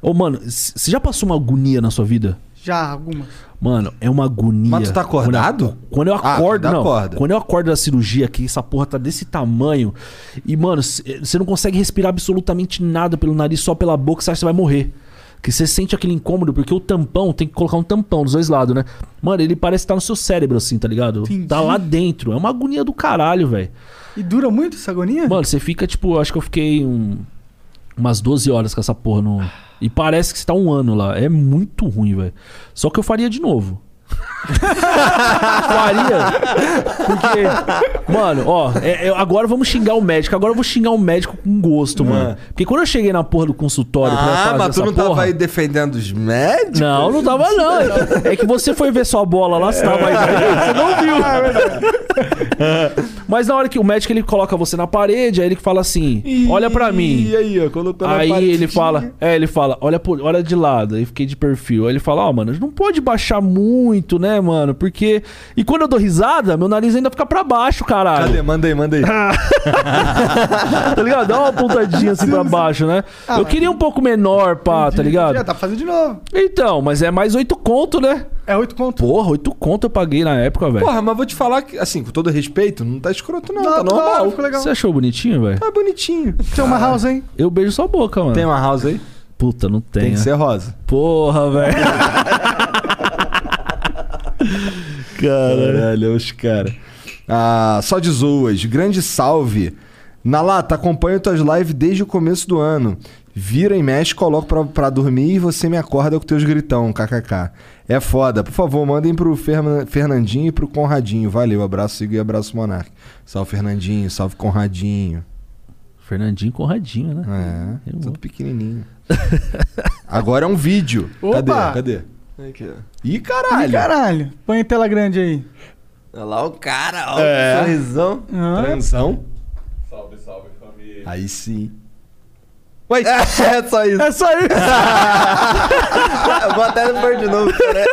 Speaker 4: Ô, mano, c- você já passou uma agonia na sua vida?
Speaker 3: Já, algumas.
Speaker 4: Mano, é uma agonia.
Speaker 2: Mas tu tá acordado?
Speaker 4: Quando eu, quando eu
Speaker 2: Ah,
Speaker 4: acordo,
Speaker 2: tu
Speaker 4: não.
Speaker 2: acorda.
Speaker 4: Quando eu acordo da cirurgia aqui, essa porra tá desse tamanho. E, mano, c- você não consegue respirar absolutamente nada pelo nariz, só pela boca, você acha que você vai morrer. Que você sente aquele incômodo, porque o tampão, tem que colocar um tampão dos dois lados, né? Mano, ele parece que tá no seu cérebro, assim, tá ligado?
Speaker 3: Entendi.
Speaker 4: Tá lá dentro. É uma agonia do caralho, velho.
Speaker 3: E dura muito essa agonia?
Speaker 4: Mano, você fica, tipo, eu acho que eu fiquei um- umas 12 horas com essa porra no. E parece que você tá um ano lá. É muito ruim, velho. Só que eu faria de novo. faria. Porque, mano, ó, é- é- agora vamos xingar o médico. Agora eu vou xingar o médico com gosto, mano. Porque quando eu cheguei na porra do consultório pra
Speaker 2: Ah,
Speaker 4: fazer
Speaker 2: mas tu
Speaker 4: essa
Speaker 2: não
Speaker 4: porra,
Speaker 2: tava aí defendendo os médicos?
Speaker 4: Não, não tava não. É que você foi ver sua bola lá, você
Speaker 2: É.
Speaker 4: tava aí. né? Você não viu. [laughs] Mas na hora que o médico ele coloca você na parede, aí ele fala assim: "Olha pra mim".
Speaker 2: E aí, ó, colocou na
Speaker 4: Aí
Speaker 2: parede.
Speaker 4: ele fala, é, ele fala, olha, por, olha de lado, aí fiquei de perfil. Aí ele fala, ó, mano, não pode baixar muito, né, mano? Porque. E quando eu dou risada, meu nariz ainda fica pra baixo, caralho.
Speaker 2: Cadê? Manda aí, manda aí.
Speaker 4: Tá ligado? Dá uma
Speaker 2: [laughs]
Speaker 4: pontadinha assim pra baixo, né?
Speaker 2: Ah,
Speaker 4: eu queria um pouco menor, pá, tá
Speaker 3: Já
Speaker 4: ligado?
Speaker 3: tá fazendo de novo.
Speaker 4: Então, mas é mais oito conto, né?
Speaker 3: É oito conto.
Speaker 4: Porra, oito conto eu paguei na época, velho.
Speaker 2: Porra, mas vou te falar que, assim, com todo respeito, não tá escroto, não. tá
Speaker 3: Não, tá da hora,
Speaker 2: normal.
Speaker 3: ficou legal.
Speaker 4: Você achou bonitinho, velho?
Speaker 2: Tá bonitinho.
Speaker 3: Tem uma house, hein?
Speaker 4: Eu beijo sua boca, mano.
Speaker 2: Tem uma house aí?
Speaker 4: Puta, não tem.
Speaker 2: Tem que
Speaker 4: né?
Speaker 2: ser rosa.
Speaker 4: Porra, velho. [laughs]
Speaker 2: Caralho, é os caras. Ah, só de zoas. Grande salve. Na lata, acompanho tuas lives desde o começo do ano. Vira e mexe, coloco pra, pra dormir e você me acorda com teus gritão, kkk. É foda. Por favor, mandem pro Fernan- Fernandinho e pro Conradinho. Valeu, abraço, Igor e abraço, Monark. Salve, Fernandinho. Salve, Conradinho.
Speaker 4: Fernandinho Conradinho, né?
Speaker 2: É,
Speaker 4: Eu vou.
Speaker 2: tudo pequenininho. Agora é um vídeo.
Speaker 3: Opa!
Speaker 2: Cadê? Cadê?
Speaker 5: Aqui, ó.
Speaker 2: Ih,
Speaker 3: Ih,
Speaker 2: caralho!
Speaker 3: caralho. Põe a tela grande aí.
Speaker 5: Olha lá o cara, ó.
Speaker 2: É.
Speaker 5: o Sorrisão.
Speaker 3: Ah,
Speaker 2: Transão? Salve, salve, família. Aí sim.
Speaker 5: Ué, [laughs] é só isso. Tá,
Speaker 3: é só isso.
Speaker 5: Eu Vou até pôr de novo, né? cara.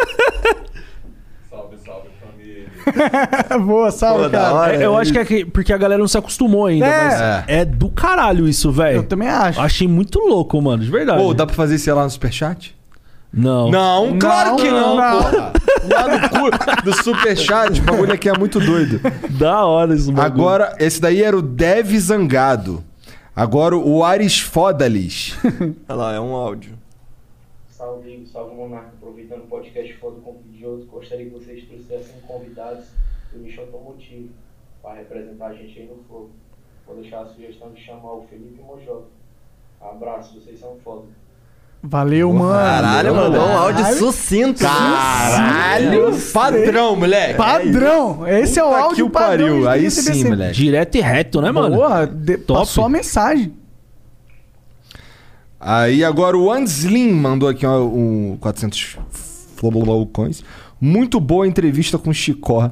Speaker 3: Ah, Boa, salve,
Speaker 5: Pô, da
Speaker 3: cara.
Speaker 5: hora.
Speaker 4: É, eu acho que é que- porque a galera não se acostumou ainda,
Speaker 3: É.
Speaker 4: mas é do caralho isso, velho.
Speaker 3: Eu também acho.
Speaker 4: Achei muito louco, mano, de verdade.
Speaker 2: Pô, dá pra fazer sei lá no superchat?
Speaker 4: Não.
Speaker 2: Não, claro que não,
Speaker 3: não.
Speaker 2: porra. Ah. Lá no cu do superchat, o bagulho aqui é muito doido.
Speaker 4: Da hora isso, mano.
Speaker 2: Agora, esse daí era o Dev Zangado. Agora o Ares Fodalis.
Speaker 5: Olha lá, é um áudio.
Speaker 9: Salve, salve Monarca, aproveitando o podcast Foda com Pidioso, gostaria que vocês trouxessem convidados do nicho automotivo para representar a gente aí no Flow. Vou deixar a sugestão de chamar o Felipe Mojoca. Abraço, vocês são foda.
Speaker 3: Valeu, mano.
Speaker 5: Caralho,
Speaker 2: é
Speaker 5: mandou um áudio
Speaker 3: Caralho.
Speaker 5: sucinto.
Speaker 2: Caralho! Padrão, moleque!
Speaker 3: Padrão. Esse é o
Speaker 2: Puta
Speaker 3: áudio
Speaker 2: que o
Speaker 3: padrão
Speaker 2: pariu,
Speaker 3: de
Speaker 2: aí
Speaker 3: TCBC.
Speaker 2: sim, moleque.
Speaker 4: Direto e reto, né, mano?
Speaker 3: Boa, de,
Speaker 4: Top.
Speaker 3: passou a mensagem.
Speaker 2: Aí agora o Anslim mandou aqui ó, um 400 flobolocoins. Muito boa entrevista com Chicó.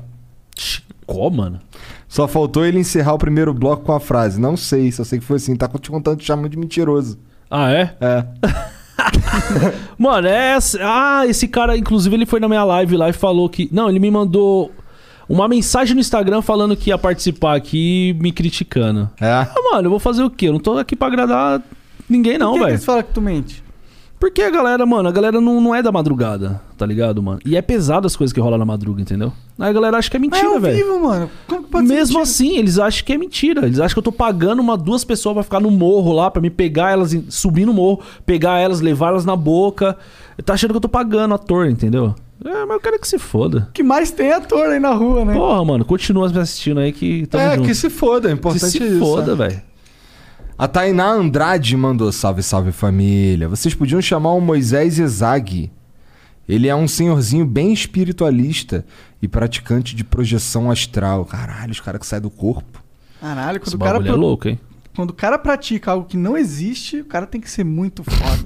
Speaker 4: Chicó, mano.
Speaker 2: Só faltou ele encerrar o primeiro bloco com a frase. Não sei, só sei que foi assim. Tá te contando, te chamando de mentiroso.
Speaker 4: Ah, é?
Speaker 2: É.
Speaker 4: Mano, é. Ah, esse cara, inclusive, ele foi na minha live lá e falou que. Não, ele me mandou uma mensagem no Instagram falando que ia participar aqui e me criticando.
Speaker 2: É.
Speaker 4: Ah, mano, eu vou fazer o quê? Eu não tô aqui pra agradar ninguém, não,
Speaker 3: Por que, que
Speaker 4: velho.
Speaker 3: eles falam que tu mente?
Speaker 4: Porque a galera, mano, a galera não, não é da madrugada, tá ligado, mano? E é pesado as coisas que rolam na madruga, entendeu? Aí a galera acha que é
Speaker 3: Mas é
Speaker 4: mentira,
Speaker 3: ao
Speaker 4: velho.
Speaker 3: vivo, mano. Como que pode ser
Speaker 4: Mesmo
Speaker 3: mentira?
Speaker 4: assim, eles acham que é mentira. Eles acham que eu tô pagando uma, duas pessoas pra ficar no morro lá, pra me pegar elas, em- subir no morro, pegar elas, levar elas na boca. Tá achando que eu tô pagando ator, entendeu? É, mas eu quero que se foda.
Speaker 3: O que mais tem é ator aí na rua, né?
Speaker 4: Porra, mano, continua me assistindo aí que tamo
Speaker 2: é,
Speaker 4: junto.
Speaker 2: que se foda, é importante
Speaker 4: se
Speaker 2: isso.
Speaker 4: foda,
Speaker 2: né?
Speaker 4: velho.
Speaker 2: A Tainá Andrade mandou salve, salve família. Vocês podiam chamar o Moisés Ezag. Ele é um senhorzinho bem espiritualista e praticante de projeção astral. Caralho, os caras que saem do corpo.
Speaker 3: Caralho, quando
Speaker 2: Esse
Speaker 3: o cara.
Speaker 2: bagulho é louco, hein?
Speaker 3: Quando o cara pratica algo que não existe, o cara tem que ser muito foda.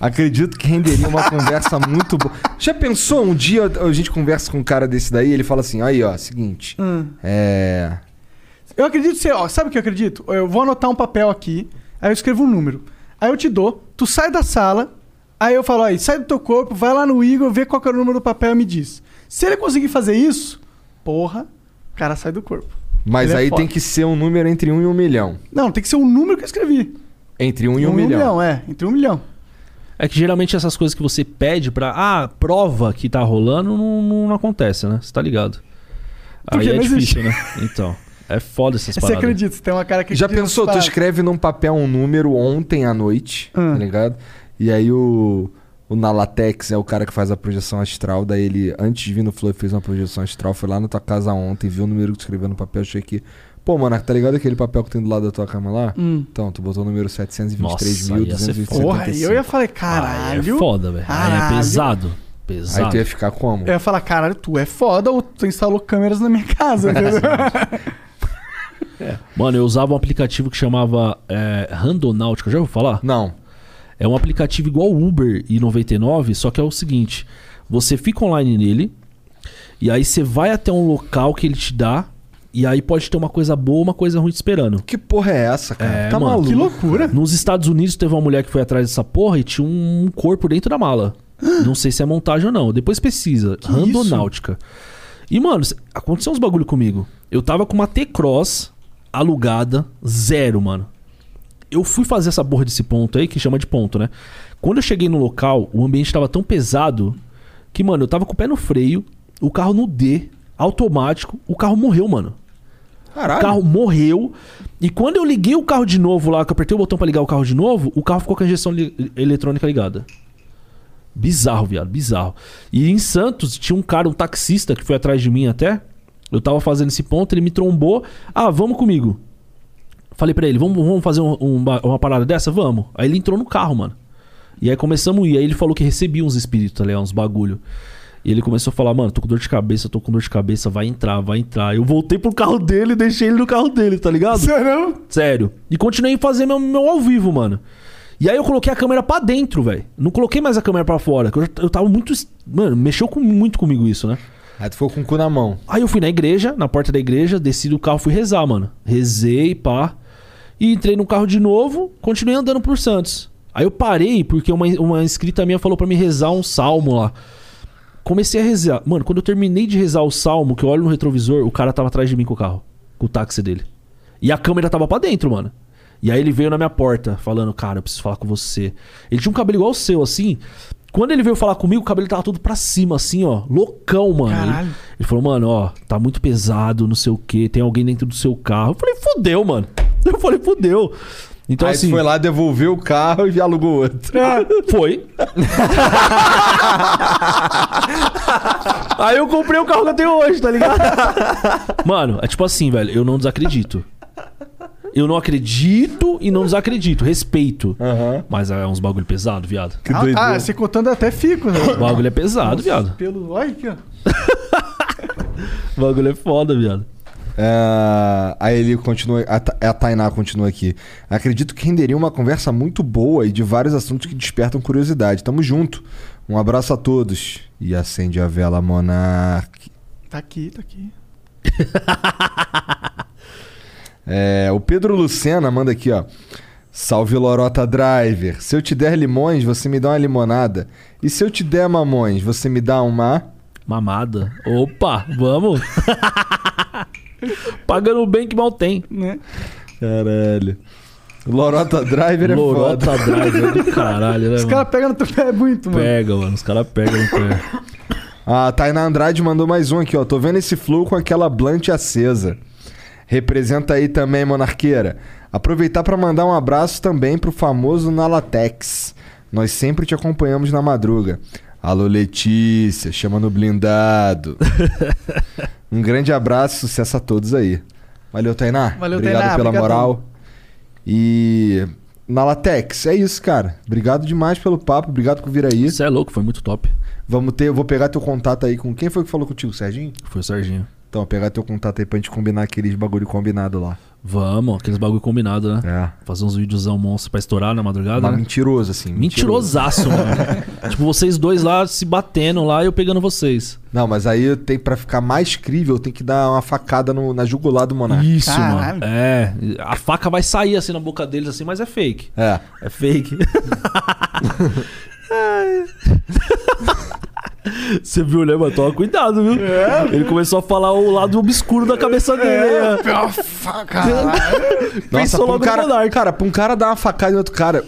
Speaker 2: Acredito que renderia uma conversa muito boa. Já pensou um dia a gente conversa com um cara desse daí ele fala assim: aí, ó, seguinte.
Speaker 3: Hum.
Speaker 2: É.
Speaker 3: Eu acredito ser, ó, sabe o que eu acredito? Eu vou anotar um papel aqui, aí eu escrevo um número. Aí eu te dou, tu sai da sala, aí eu falo, aí, sai do teu corpo, vai lá no Igor, vê qual que é o número do papel e me diz. Se ele conseguir fazer isso, porra, o cara sai do corpo.
Speaker 2: Mas
Speaker 3: Ele é
Speaker 2: aí
Speaker 3: foda.
Speaker 2: tem que ser um número entre um e um milhão.
Speaker 3: Não, tem que ser o número que eu escrevi.
Speaker 2: Entre um e
Speaker 3: Entre
Speaker 2: um,
Speaker 3: um e um
Speaker 2: milhão.
Speaker 3: milhão, é. Entre um milhão.
Speaker 4: É que geralmente essas coisas que você pede pra. Ah, prova que tá rolando não, não- não acontece, né? Você tá ligado.
Speaker 3: Porque
Speaker 4: Aí é
Speaker 3: não existe.
Speaker 4: difícil, né? Então. É foda
Speaker 3: [laughs]
Speaker 4: essas
Speaker 3: Você
Speaker 4: paradas.
Speaker 3: acredita, você tem uma cara que
Speaker 2: Já
Speaker 3: acredita
Speaker 2: pensou,
Speaker 3: nessas
Speaker 2: tu
Speaker 3: paradas.
Speaker 2: escreve num papel um número ontem à noite,
Speaker 3: Ah.
Speaker 2: tá ligado? E aí o, o Nalatex é o cara que faz a projeção astral, daí ele, antes de vir no Flow, fez uma projeção astral, foi lá na tua casa ontem, viu o número que tu escreveu no papel, achei que... Pô, mano, tá ligado aquele papel que tem do lado da tua cama lá?
Speaker 3: Hum.
Speaker 2: Então, tu botou o número
Speaker 3: Porra, aí é
Speaker 2: 723.225.
Speaker 3: eu ia falar,
Speaker 4: Aí
Speaker 3: caralho.
Speaker 4: é foda, velho. Aí
Speaker 3: Caralho.
Speaker 4: é pesado.
Speaker 2: Aí
Speaker 4: Pesado.
Speaker 2: tu ia ficar como?
Speaker 3: Eu ia falar, caralho, tu é foda ou tu instalou câmeras na minha casa,
Speaker 4: [laughs]
Speaker 3: entendeu?
Speaker 4: Mano, eu usava um aplicativo que chamava é, Randonáutica, já ouviu falar?
Speaker 2: Não.
Speaker 4: É um aplicativo igual o Uber e 99, só que é o seguinte: você fica online nele, e aí você vai até um local que ele te dá, e aí pode ter uma coisa boa, uma coisa ruim te esperando.
Speaker 2: Que porra é essa, cara? tá maluco?
Speaker 3: loucura.
Speaker 4: Nos Estados Unidos teve uma mulher que foi atrás dessa porra e tinha um corpo dentro da mala. não sei se é montagem ou não. Depois pesquisa. Randonáutica. E, mano, cê- aconteceu uns bagulho comigo. Eu tava com uma T-Cross alugada, zero, mano. Eu fui fazer essa porra desse ponto aí, que chama de ponto, né? Quando eu cheguei no local, o ambiente tava tão pesado que, mano, eu tava com o pé no freio, o carro no D, automático, o carro morreu, mano.
Speaker 2: Caralho.
Speaker 4: O carro morreu. E quando eu liguei o carro de novo lá, que eu apertei o botão pra ligar o carro de novo, o carro ficou com a injeção li- eletrônica ligada. Bizarro, viado, bizarro. E em Santos tinha um cara, um taxista que foi atrás de mim até. Eu tava fazendo esse ponto, ele me trombou. Ah, vamos comigo. Falei pra ele, vamos, vamos fazer um- um ba- uma parada dessa? Vamos. Aí ele entrou no carro, mano. E aí começamos a ir. Aí ele falou que recebia uns espíritos, tá ligado? Uns bagulho. E ele começou a falar, mano, tô com dor de cabeça, tô com dor de cabeça, vai entrar, vai entrar. Eu voltei pro carro dele e deixei ele no carro dele, tá ligado?
Speaker 3: Sério?
Speaker 4: Sério. E continuei a fazer meu, meu ao vivo, mano. E aí eu coloquei a câmera pra dentro, velho. Não coloquei mais a câmera pra fora. que Eu, já- eu tava muito. es- Mano, mexeu com- muito comigo isso, né?
Speaker 2: Aí tu ficou com o cu na mão.
Speaker 4: Aí eu fui na igreja, na porta da igreja, desci do carro, fui rezar, mano. Rezei, pá. E entrei no carro de novo, continuei andando por Santos. Aí eu parei, porque uma, uma inscrita minha falou pra me rezar um salmo lá. Comecei a rezar. Mano, quando eu terminei de rezar o salmo, que eu olho no retrovisor, o cara tava atrás de mim com o carro. Com o táxi dele. E a câmera tava pra dentro, mano. E aí ele veio na minha porta, falando, cara, eu preciso falar com você. Ele tinha um cabelo igual o seu, assim. Quando ele veio falar comigo, o cabelo tava todo pra cima, assim, ó. Loucão, mano.
Speaker 3: Caralho.
Speaker 4: Ele, ele falou, mano, ó, tá muito pesado, não sei o quê. Tem alguém dentro do seu carro. Eu falei, fudeu, mano. [laughs] Eu falei, fudeu. Então,
Speaker 2: aí tu
Speaker 4: assim.
Speaker 2: foi lá, devolveu o carro e alugou outro. [laughs]
Speaker 4: Foi. Aí eu comprei o carro que eu tenho hoje, tá ligado? Mano, é tipo assim, velho, eu não desacredito. Eu não acredito e não desacredito. Respeito. Mas é uns bagulho pesado, viado.
Speaker 3: ah, ah, se contando eu até fico, né?
Speaker 4: O bagulho é pesado, viado.
Speaker 3: Pelo. Olha aqui, ó.
Speaker 4: O bagulho é foda, viado.
Speaker 2: É, aí ele continua. A, Ta- a Tainá continua aqui. Acredito que renderia uma conversa muito boa e de vários assuntos que despertam curiosidade. Tamo junto. Um abraço a todos. E acende a vela, Monark.
Speaker 3: Tá aqui, tá aqui.
Speaker 2: É, o Pedro Lucena manda aqui, ó. Salve Lorota Driver. Se eu te der limões, você me dá uma limonada. E se eu te der mamões, você me dá uma.
Speaker 4: Mamada. Opa, vamos. [laughs] Pagando bem que mal tem.
Speaker 3: Né?
Speaker 2: Caralho. Lorota Driver é
Speaker 4: Lorota
Speaker 2: foda.
Speaker 4: driver do caralho, né,
Speaker 3: Os
Speaker 4: mano?
Speaker 3: caras pegam no teu pé muito, mano.
Speaker 4: Pega, mano. Os caras pegam no [laughs] pé.
Speaker 2: A Tainá Andrade mandou mais um aqui, ó. Tô vendo esse flow com aquela blante acesa. Representa aí também, monarqueira. Aproveitar pra mandar um abraço também pro famoso Nalatex. Nós sempre te acompanhamos na madruga. Alô, Letícia, chama no
Speaker 3: [laughs]
Speaker 2: blindado. um grande abraço, sucesso a todos aí. Valeu, Tainá.
Speaker 3: Valeu,
Speaker 2: Obrigado
Speaker 3: Tainá,
Speaker 2: pela
Speaker 3: obrigadão.
Speaker 2: moral. E na Latex, é isso, cara. Obrigado demais pelo papo, obrigado por vir aí. Você
Speaker 4: é louco, foi muito top.
Speaker 2: Vamos ter, eu vou pegar teu contato aí com quem foi que falou contigo, Serginho?
Speaker 4: Foi o Serginho.
Speaker 2: Então, pegar teu contato aí pra gente combinar aqueles bagulho combinado lá.
Speaker 4: Vamos, aqueles bagulho combinado, né? É. Fazer uns videozão monstro pra estourar na madrugada.
Speaker 2: Mas
Speaker 4: né?
Speaker 2: mentiroso, assim.
Speaker 10: [laughs]
Speaker 4: Mentirosaço, mano. tipo, vocês dois lá se batendo lá e eu pegando vocês.
Speaker 2: Não, mas aí tem para ficar mais crível, tem que dar uma facada no- na jugular do monarca.
Speaker 4: Isso, mano. É. A faca vai sair assim na boca deles, assim, mas é fake.
Speaker 2: É.
Speaker 4: É fake. Ai. [laughs] Você viu, né, mano? Toma cuidado, viu?
Speaker 10: É,
Speaker 4: Ele começou a falar o lado obscuro da cabeça dele.
Speaker 10: É,
Speaker 4: né?
Speaker 10: pior
Speaker 2: Nossa,
Speaker 4: Pensou
Speaker 2: pra um
Speaker 4: logo no
Speaker 2: cara, cara, pra um cara dar uma facada em outro cara,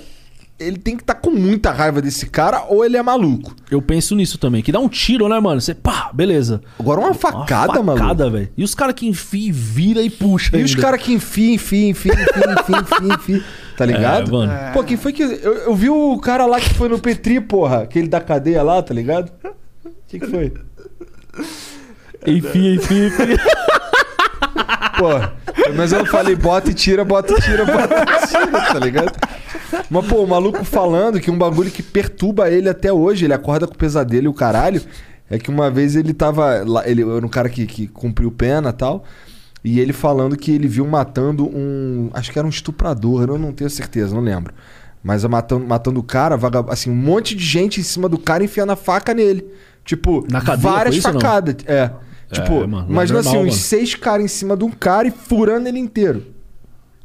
Speaker 2: ele tem que estar com muita raiva desse cara ou ele é maluco.
Speaker 4: Eu penso nisso também. Que dá um tiro, né, mano? Você pá, beleza.
Speaker 2: Agora uma facada,
Speaker 4: uma
Speaker 2: maluco.
Speaker 4: facada, velho. E os caras que enfia, e vira e puxa.
Speaker 2: E os caras que enfiam, enfiam, enfiam, enfiam, enfiam, enfiam, enfiam.
Speaker 4: [laughs]
Speaker 2: Tá ligado?
Speaker 4: É, mano.
Speaker 2: Pô, quem foi que. Eu, eu vi o cara lá que foi no Petri, porra. Aquele da cadeia lá, tá ligado? O que, que foi?
Speaker 4: Enfia, enfia, enfia.
Speaker 2: [laughs] Pô, mas eu falei, bota e tira, bota e tira, bota e tira, tá ligado? Mas, pô, o maluco falando que um bagulho que perturba ele até hoje, ele acorda com pesadelo e o caralho, é que uma vez ele tava. Lá, ele era um cara que, que cumpriu pena e tal. E ele falando que ele viu matando um. Acho que era um estuprador, eu não tenho certeza, não lembro. Mas matando, matando o cara, vaga, assim, um monte de gente em cima do cara enfiando a faca nele. Tipo,
Speaker 4: Na cadeia,
Speaker 2: várias
Speaker 4: foi isso ou não?
Speaker 2: facadas. É.
Speaker 4: É,
Speaker 2: Tipo,
Speaker 4: mano,
Speaker 2: imagina
Speaker 4: normal,
Speaker 2: assim, uns
Speaker 4: mano.
Speaker 2: seis caras em cima de um cara e furando ele inteiro.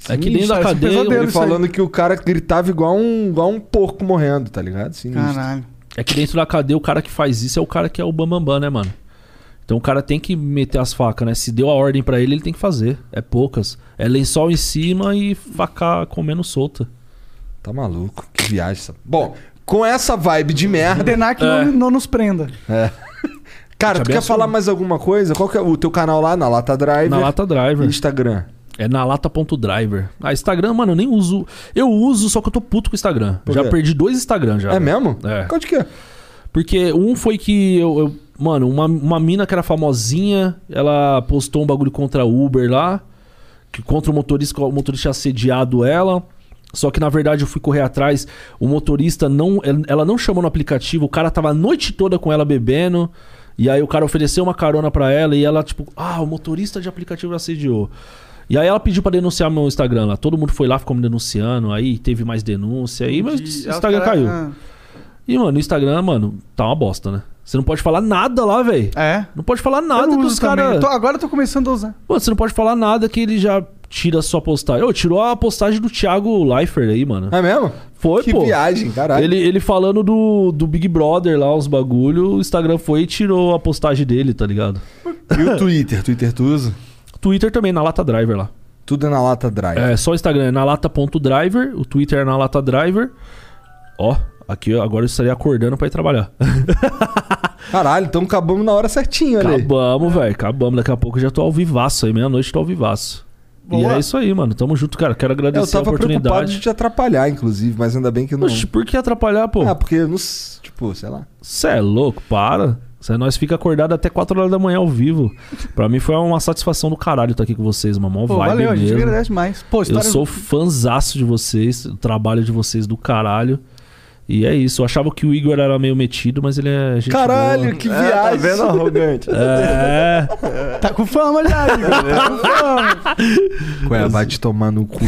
Speaker 4: É que dentro da
Speaker 2: Sinistro,
Speaker 4: cadeia,
Speaker 2: pesadelo
Speaker 4: eu-
Speaker 2: Ele falando que o cara gritava igual um, igual um porco morrendo, tá ligado? Sinistro.
Speaker 4: É que dentro da cadeia o cara que faz isso é o cara que é o bambambam, né, mano? Então o cara tem que meter as facas, né? Se deu a ordem pra ele, ele tem que fazer. É poucas. É lençol em cima e faca comendo solta.
Speaker 2: Tá maluco? Que viagem essa. Bom, com essa vibe de merda.
Speaker 4: [laughs]
Speaker 3: Denac não, não nos prenda.
Speaker 2: É. Cara,
Speaker 3: Te
Speaker 2: tu quer
Speaker 3: abençoe.
Speaker 2: falar mais alguma coisa? Qual que é o teu canal lá na Lata Driver?
Speaker 4: Na Lata Driver.
Speaker 2: Instagram.
Speaker 4: É na lata.driver. Ah, Instagram, mano, eu nem uso. Eu uso, só que eu tô puto com o Instagram.
Speaker 2: Por
Speaker 4: já
Speaker 2: quê?
Speaker 4: perdi dois Instagram já.
Speaker 2: É
Speaker 4: velho.
Speaker 2: mesmo?
Speaker 4: É.
Speaker 2: Qual de que é?
Speaker 4: Porque um foi que eu. eu- mano, uma, uma mina que era famosinha, ela postou um bagulho contra a Uber lá. Que contra o motorista, o motorista tinha assediado ela. Só que na verdade eu fui correr atrás. O motorista não. el- Ela não chamou no aplicativo, o cara tava a noite toda com ela bebendo. E aí o cara ofereceu uma carona pra ela e ela, tipo, ah, o motorista de aplicativo assediou. E aí ela pediu pra denunciar meu Instagram lá. Todo mundo foi lá, ficou me denunciando. Aí teve mais denúncia. Aí meu
Speaker 3: Entendi. Aí os
Speaker 4: Instagram
Speaker 3: cara-
Speaker 4: caiu.
Speaker 3: ah.
Speaker 4: E, mano, o Instagram, mano, tá uma bosta, né? Você não pode falar nada lá, velho.
Speaker 3: É.
Speaker 4: Não pode falar nada
Speaker 3: eu uso
Speaker 4: que Ah, tá os
Speaker 3: também.
Speaker 4: caras.
Speaker 3: Eu tô- Agora eu tô começando a usar.
Speaker 4: Mano, você não pode falar nada que ele já tira a sua postagem. Ô, tirou a postagem do Thiago Leifert aí, mano.
Speaker 2: É mesmo?
Speaker 4: Foi,
Speaker 2: Que
Speaker 4: pô.
Speaker 2: viagem, caralho.
Speaker 4: Ele, ele falando do, do Big Brother lá, os bagulho, o Instagram foi e tirou a postagem dele, tá ligado?
Speaker 2: E o Twitter? Twitter tu usa?
Speaker 4: Twitter também, na Lata Driver lá.
Speaker 2: Tudo é na Lata Driver.
Speaker 4: É, só o Instagram é na lata.driver, o Twitter é na lata driver. Ó, aqui ó, agora eu estaria acordando pra ir trabalhar.
Speaker 2: Caralho, então acabamos na hora certinha,
Speaker 4: né? Acabamos, velho. Acabamos. Daqui a pouco eu já tô ao vivaço aí. Meia-noite tô ao vivaço. E
Speaker 2: Boa.
Speaker 4: é isso aí, mano. Tamo junto, cara. Quero
Speaker 2: Eu
Speaker 4: agradecer é a
Speaker 2: tava preocupado
Speaker 4: oportunidade.
Speaker 2: de te atrapalhar, inclusive, mas ainda bem que não.
Speaker 4: Oxe, por que atrapalhar, pô?
Speaker 3: É.
Speaker 2: Ah, porque, não s- tipo, sei lá.
Speaker 4: Você é louco, para. Cê, é nós fica acordado até 4 horas da manhã ao vivo. Pra mim foi uma satisfação do caralho estar aqui com vocês, mano. Mó
Speaker 3: Pô,
Speaker 4: vibe
Speaker 3: valeu, a gente
Speaker 4: mesmo.
Speaker 3: agradece demais. Pô,
Speaker 4: Eu
Speaker 3: história-
Speaker 4: sou fanzaço de vocês, o trabalho de vocês do caralho. E é isso. Eu achava que o Igor era meio metido, mas ele é gente
Speaker 2: Caralho,
Speaker 4: boa.
Speaker 2: que É, tá viagem. vendo? Arrogante.
Speaker 4: É.
Speaker 3: [laughs] Tá com fama já, Igor. Tá com fama.
Speaker 2: Ué, vai te tomar no [laughs] cu.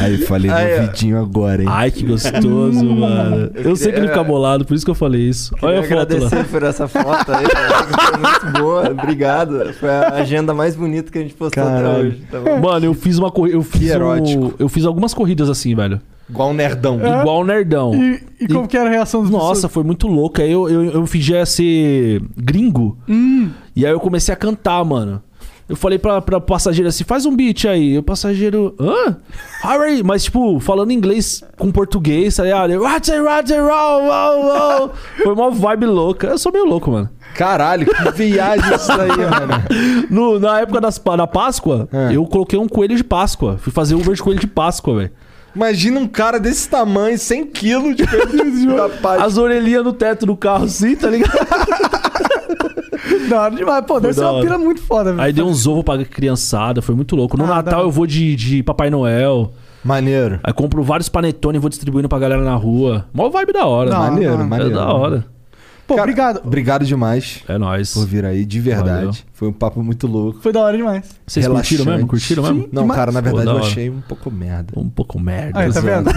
Speaker 2: Aí falei
Speaker 4: Aí, ó.
Speaker 2: no vidinho agora, hein?
Speaker 4: Ai, que gostoso, mano. Eu,
Speaker 2: Eu
Speaker 4: sei que ele
Speaker 2: queria-
Speaker 4: fica bolado, por isso que eu falei isso.
Speaker 5: Queria
Speaker 4: Olha a foto
Speaker 5: agradecer
Speaker 4: lá.
Speaker 5: por essa foto aí, cara, que foi muito boa, obrigado. Foi a agenda mais bonita que a gente postou até hoje. tá bom?
Speaker 4: Mano, eu fiz uma corrida. Eu fiz
Speaker 5: erótico.
Speaker 4: um, Eu fiz algumas corridas assim, velho.
Speaker 2: Igual um nerdão.
Speaker 3: É?
Speaker 4: Igual um nerdão.
Speaker 3: E, e como que era a reação dos
Speaker 4: Nossa, foi muito louco. Aí eu, eu, eu fingia ser gringo. E aí eu comecei a cantar, mano. Eu falei pra, pra passageiro assim, faz um beat aí. E o passageiro, hã? How are you? Mas, tipo, falando inglês com português, tá ligado? Eu, "Roger, Roger, oh, oh, oh." Foi uma vibe louca. Eu sou meio louco, mano.
Speaker 2: Caralho, que viagem isso
Speaker 4: [laughs]
Speaker 2: daí, mano.
Speaker 4: No- na época das, pa- da Páscoa, eu coloquei um coelho de Páscoa. Fui fazer Uber de coelho de Páscoa, velho.
Speaker 2: Imagina um cara desse tamanho, 100 quilos
Speaker 4: [laughs]
Speaker 2: de peso de rapaz.
Speaker 4: assim, As orelhinhas no teto do carro, sim, tá ligado?
Speaker 3: Da hora demais. Pô, deve
Speaker 4: Foi
Speaker 3: ser
Speaker 4: da
Speaker 3: uma
Speaker 4: hora.
Speaker 3: pira muito foda, velho.
Speaker 4: [laughs] Aí deu uns ovos pra criançada, foi muito louco. No
Speaker 3: Ah, da
Speaker 4: Natal
Speaker 3: hora.
Speaker 4: eu vou de, de Papai Noel.
Speaker 2: Maneiro.
Speaker 4: Aí compro vários panetone e vou distribuindo pra galera na rua. Mó vibe da hora.
Speaker 3: Da hora, Maneiro, da hora.
Speaker 4: É
Speaker 2: maneiro.
Speaker 4: da hora.
Speaker 3: Pô, obrigado.
Speaker 2: Obrigado demais.
Speaker 4: É nóis.
Speaker 2: Por vir aí, de verdade. Foi um papo muito louco.
Speaker 3: Foi da hora demais.
Speaker 4: Vocês curtiram
Speaker 2: relaxante.
Speaker 4: mesmo? Curtiram mesmo?
Speaker 2: Não, cara, na
Speaker 4: Pô,
Speaker 2: verdade
Speaker 4: da
Speaker 2: eu
Speaker 4: hora.
Speaker 2: achei um pouco merda.
Speaker 4: Um pouco merda.
Speaker 3: Aí, tá vendo?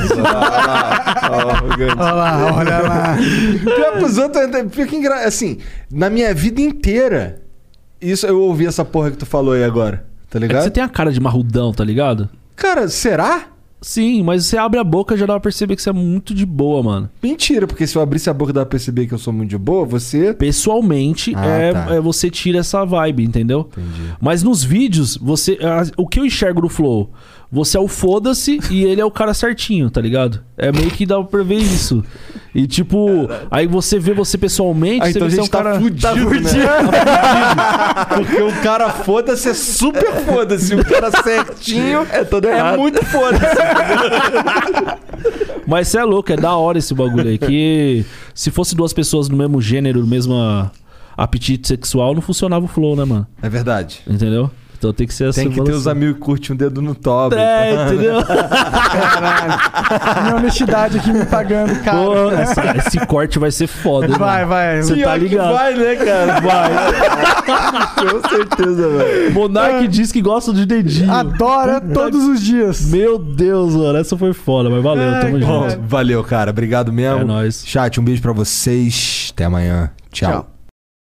Speaker 3: Olha lá, olha lá.
Speaker 2: Pior que os outros. ainda- Pior que engra... Assim, na minha vida inteira, isso eu ouvi essa porra que tu falou aí agora. Tá
Speaker 4: É que
Speaker 2: ligado?
Speaker 4: você tem a cara de marrudão, tá ligado?
Speaker 2: Cara, será?
Speaker 4: Sim, mas você abre a boca já dá pra perceber que você é muito de boa, mano.
Speaker 2: Mentira, porque se eu abrisse a boca e dá pra perceber que eu sou muito de boa, você.
Speaker 4: Pessoalmente,
Speaker 2: Ah,
Speaker 4: é,
Speaker 2: tá.
Speaker 4: é você tira essa vibe, entendeu? Mas nos vídeos, você. a- o que eu enxergo do Flow? Você é o foda-se [laughs] e ele é o cara certinho, tá ligado? É meio que dá pra ver isso. E tipo, aí você vê você pessoalmente,
Speaker 2: Ah,
Speaker 4: você
Speaker 2: então a
Speaker 4: vê que você é um
Speaker 2: gente tá
Speaker 4: cara.
Speaker 2: fudido, né? Porque o cara foda-se é super foda-se. O cara certinho é todo
Speaker 4: errado.
Speaker 2: muito foda-se.
Speaker 4: Mas você é louco, é da hora esse bagulho aí. Que [laughs] se fosse duas pessoas do mesmo gênero, do mesmo apetite sexual, não funcionava o flow, né, mano?
Speaker 2: É verdade.
Speaker 4: Entendeu? Então tem que ser
Speaker 2: Tem
Speaker 4: essa
Speaker 2: que ter os
Speaker 4: balança.
Speaker 2: amigos que curtem um dedo no top.
Speaker 4: É, entendeu?
Speaker 2: [laughs]
Speaker 3: Minha honestidade aqui me pagando, cara.
Speaker 4: Pô, essa- esse corte vai ser foda. né?
Speaker 3: Vai, vai.
Speaker 4: Você tá ligado?
Speaker 2: Vai, né, cara?
Speaker 4: Vai.
Speaker 2: Com certeza, velho.
Speaker 4: Monark diz que gosta de dedinho.
Speaker 3: Adora todos os dias.
Speaker 4: Meu Deus, mano. Essa foi foda, mas valeu. tamo junto.
Speaker 2: Bom, valeu, cara. Obrigado mesmo.
Speaker 4: É nóis.
Speaker 2: Chat, um beijo pra vocês. Até amanhã. Tchau.
Speaker 3: Tchau.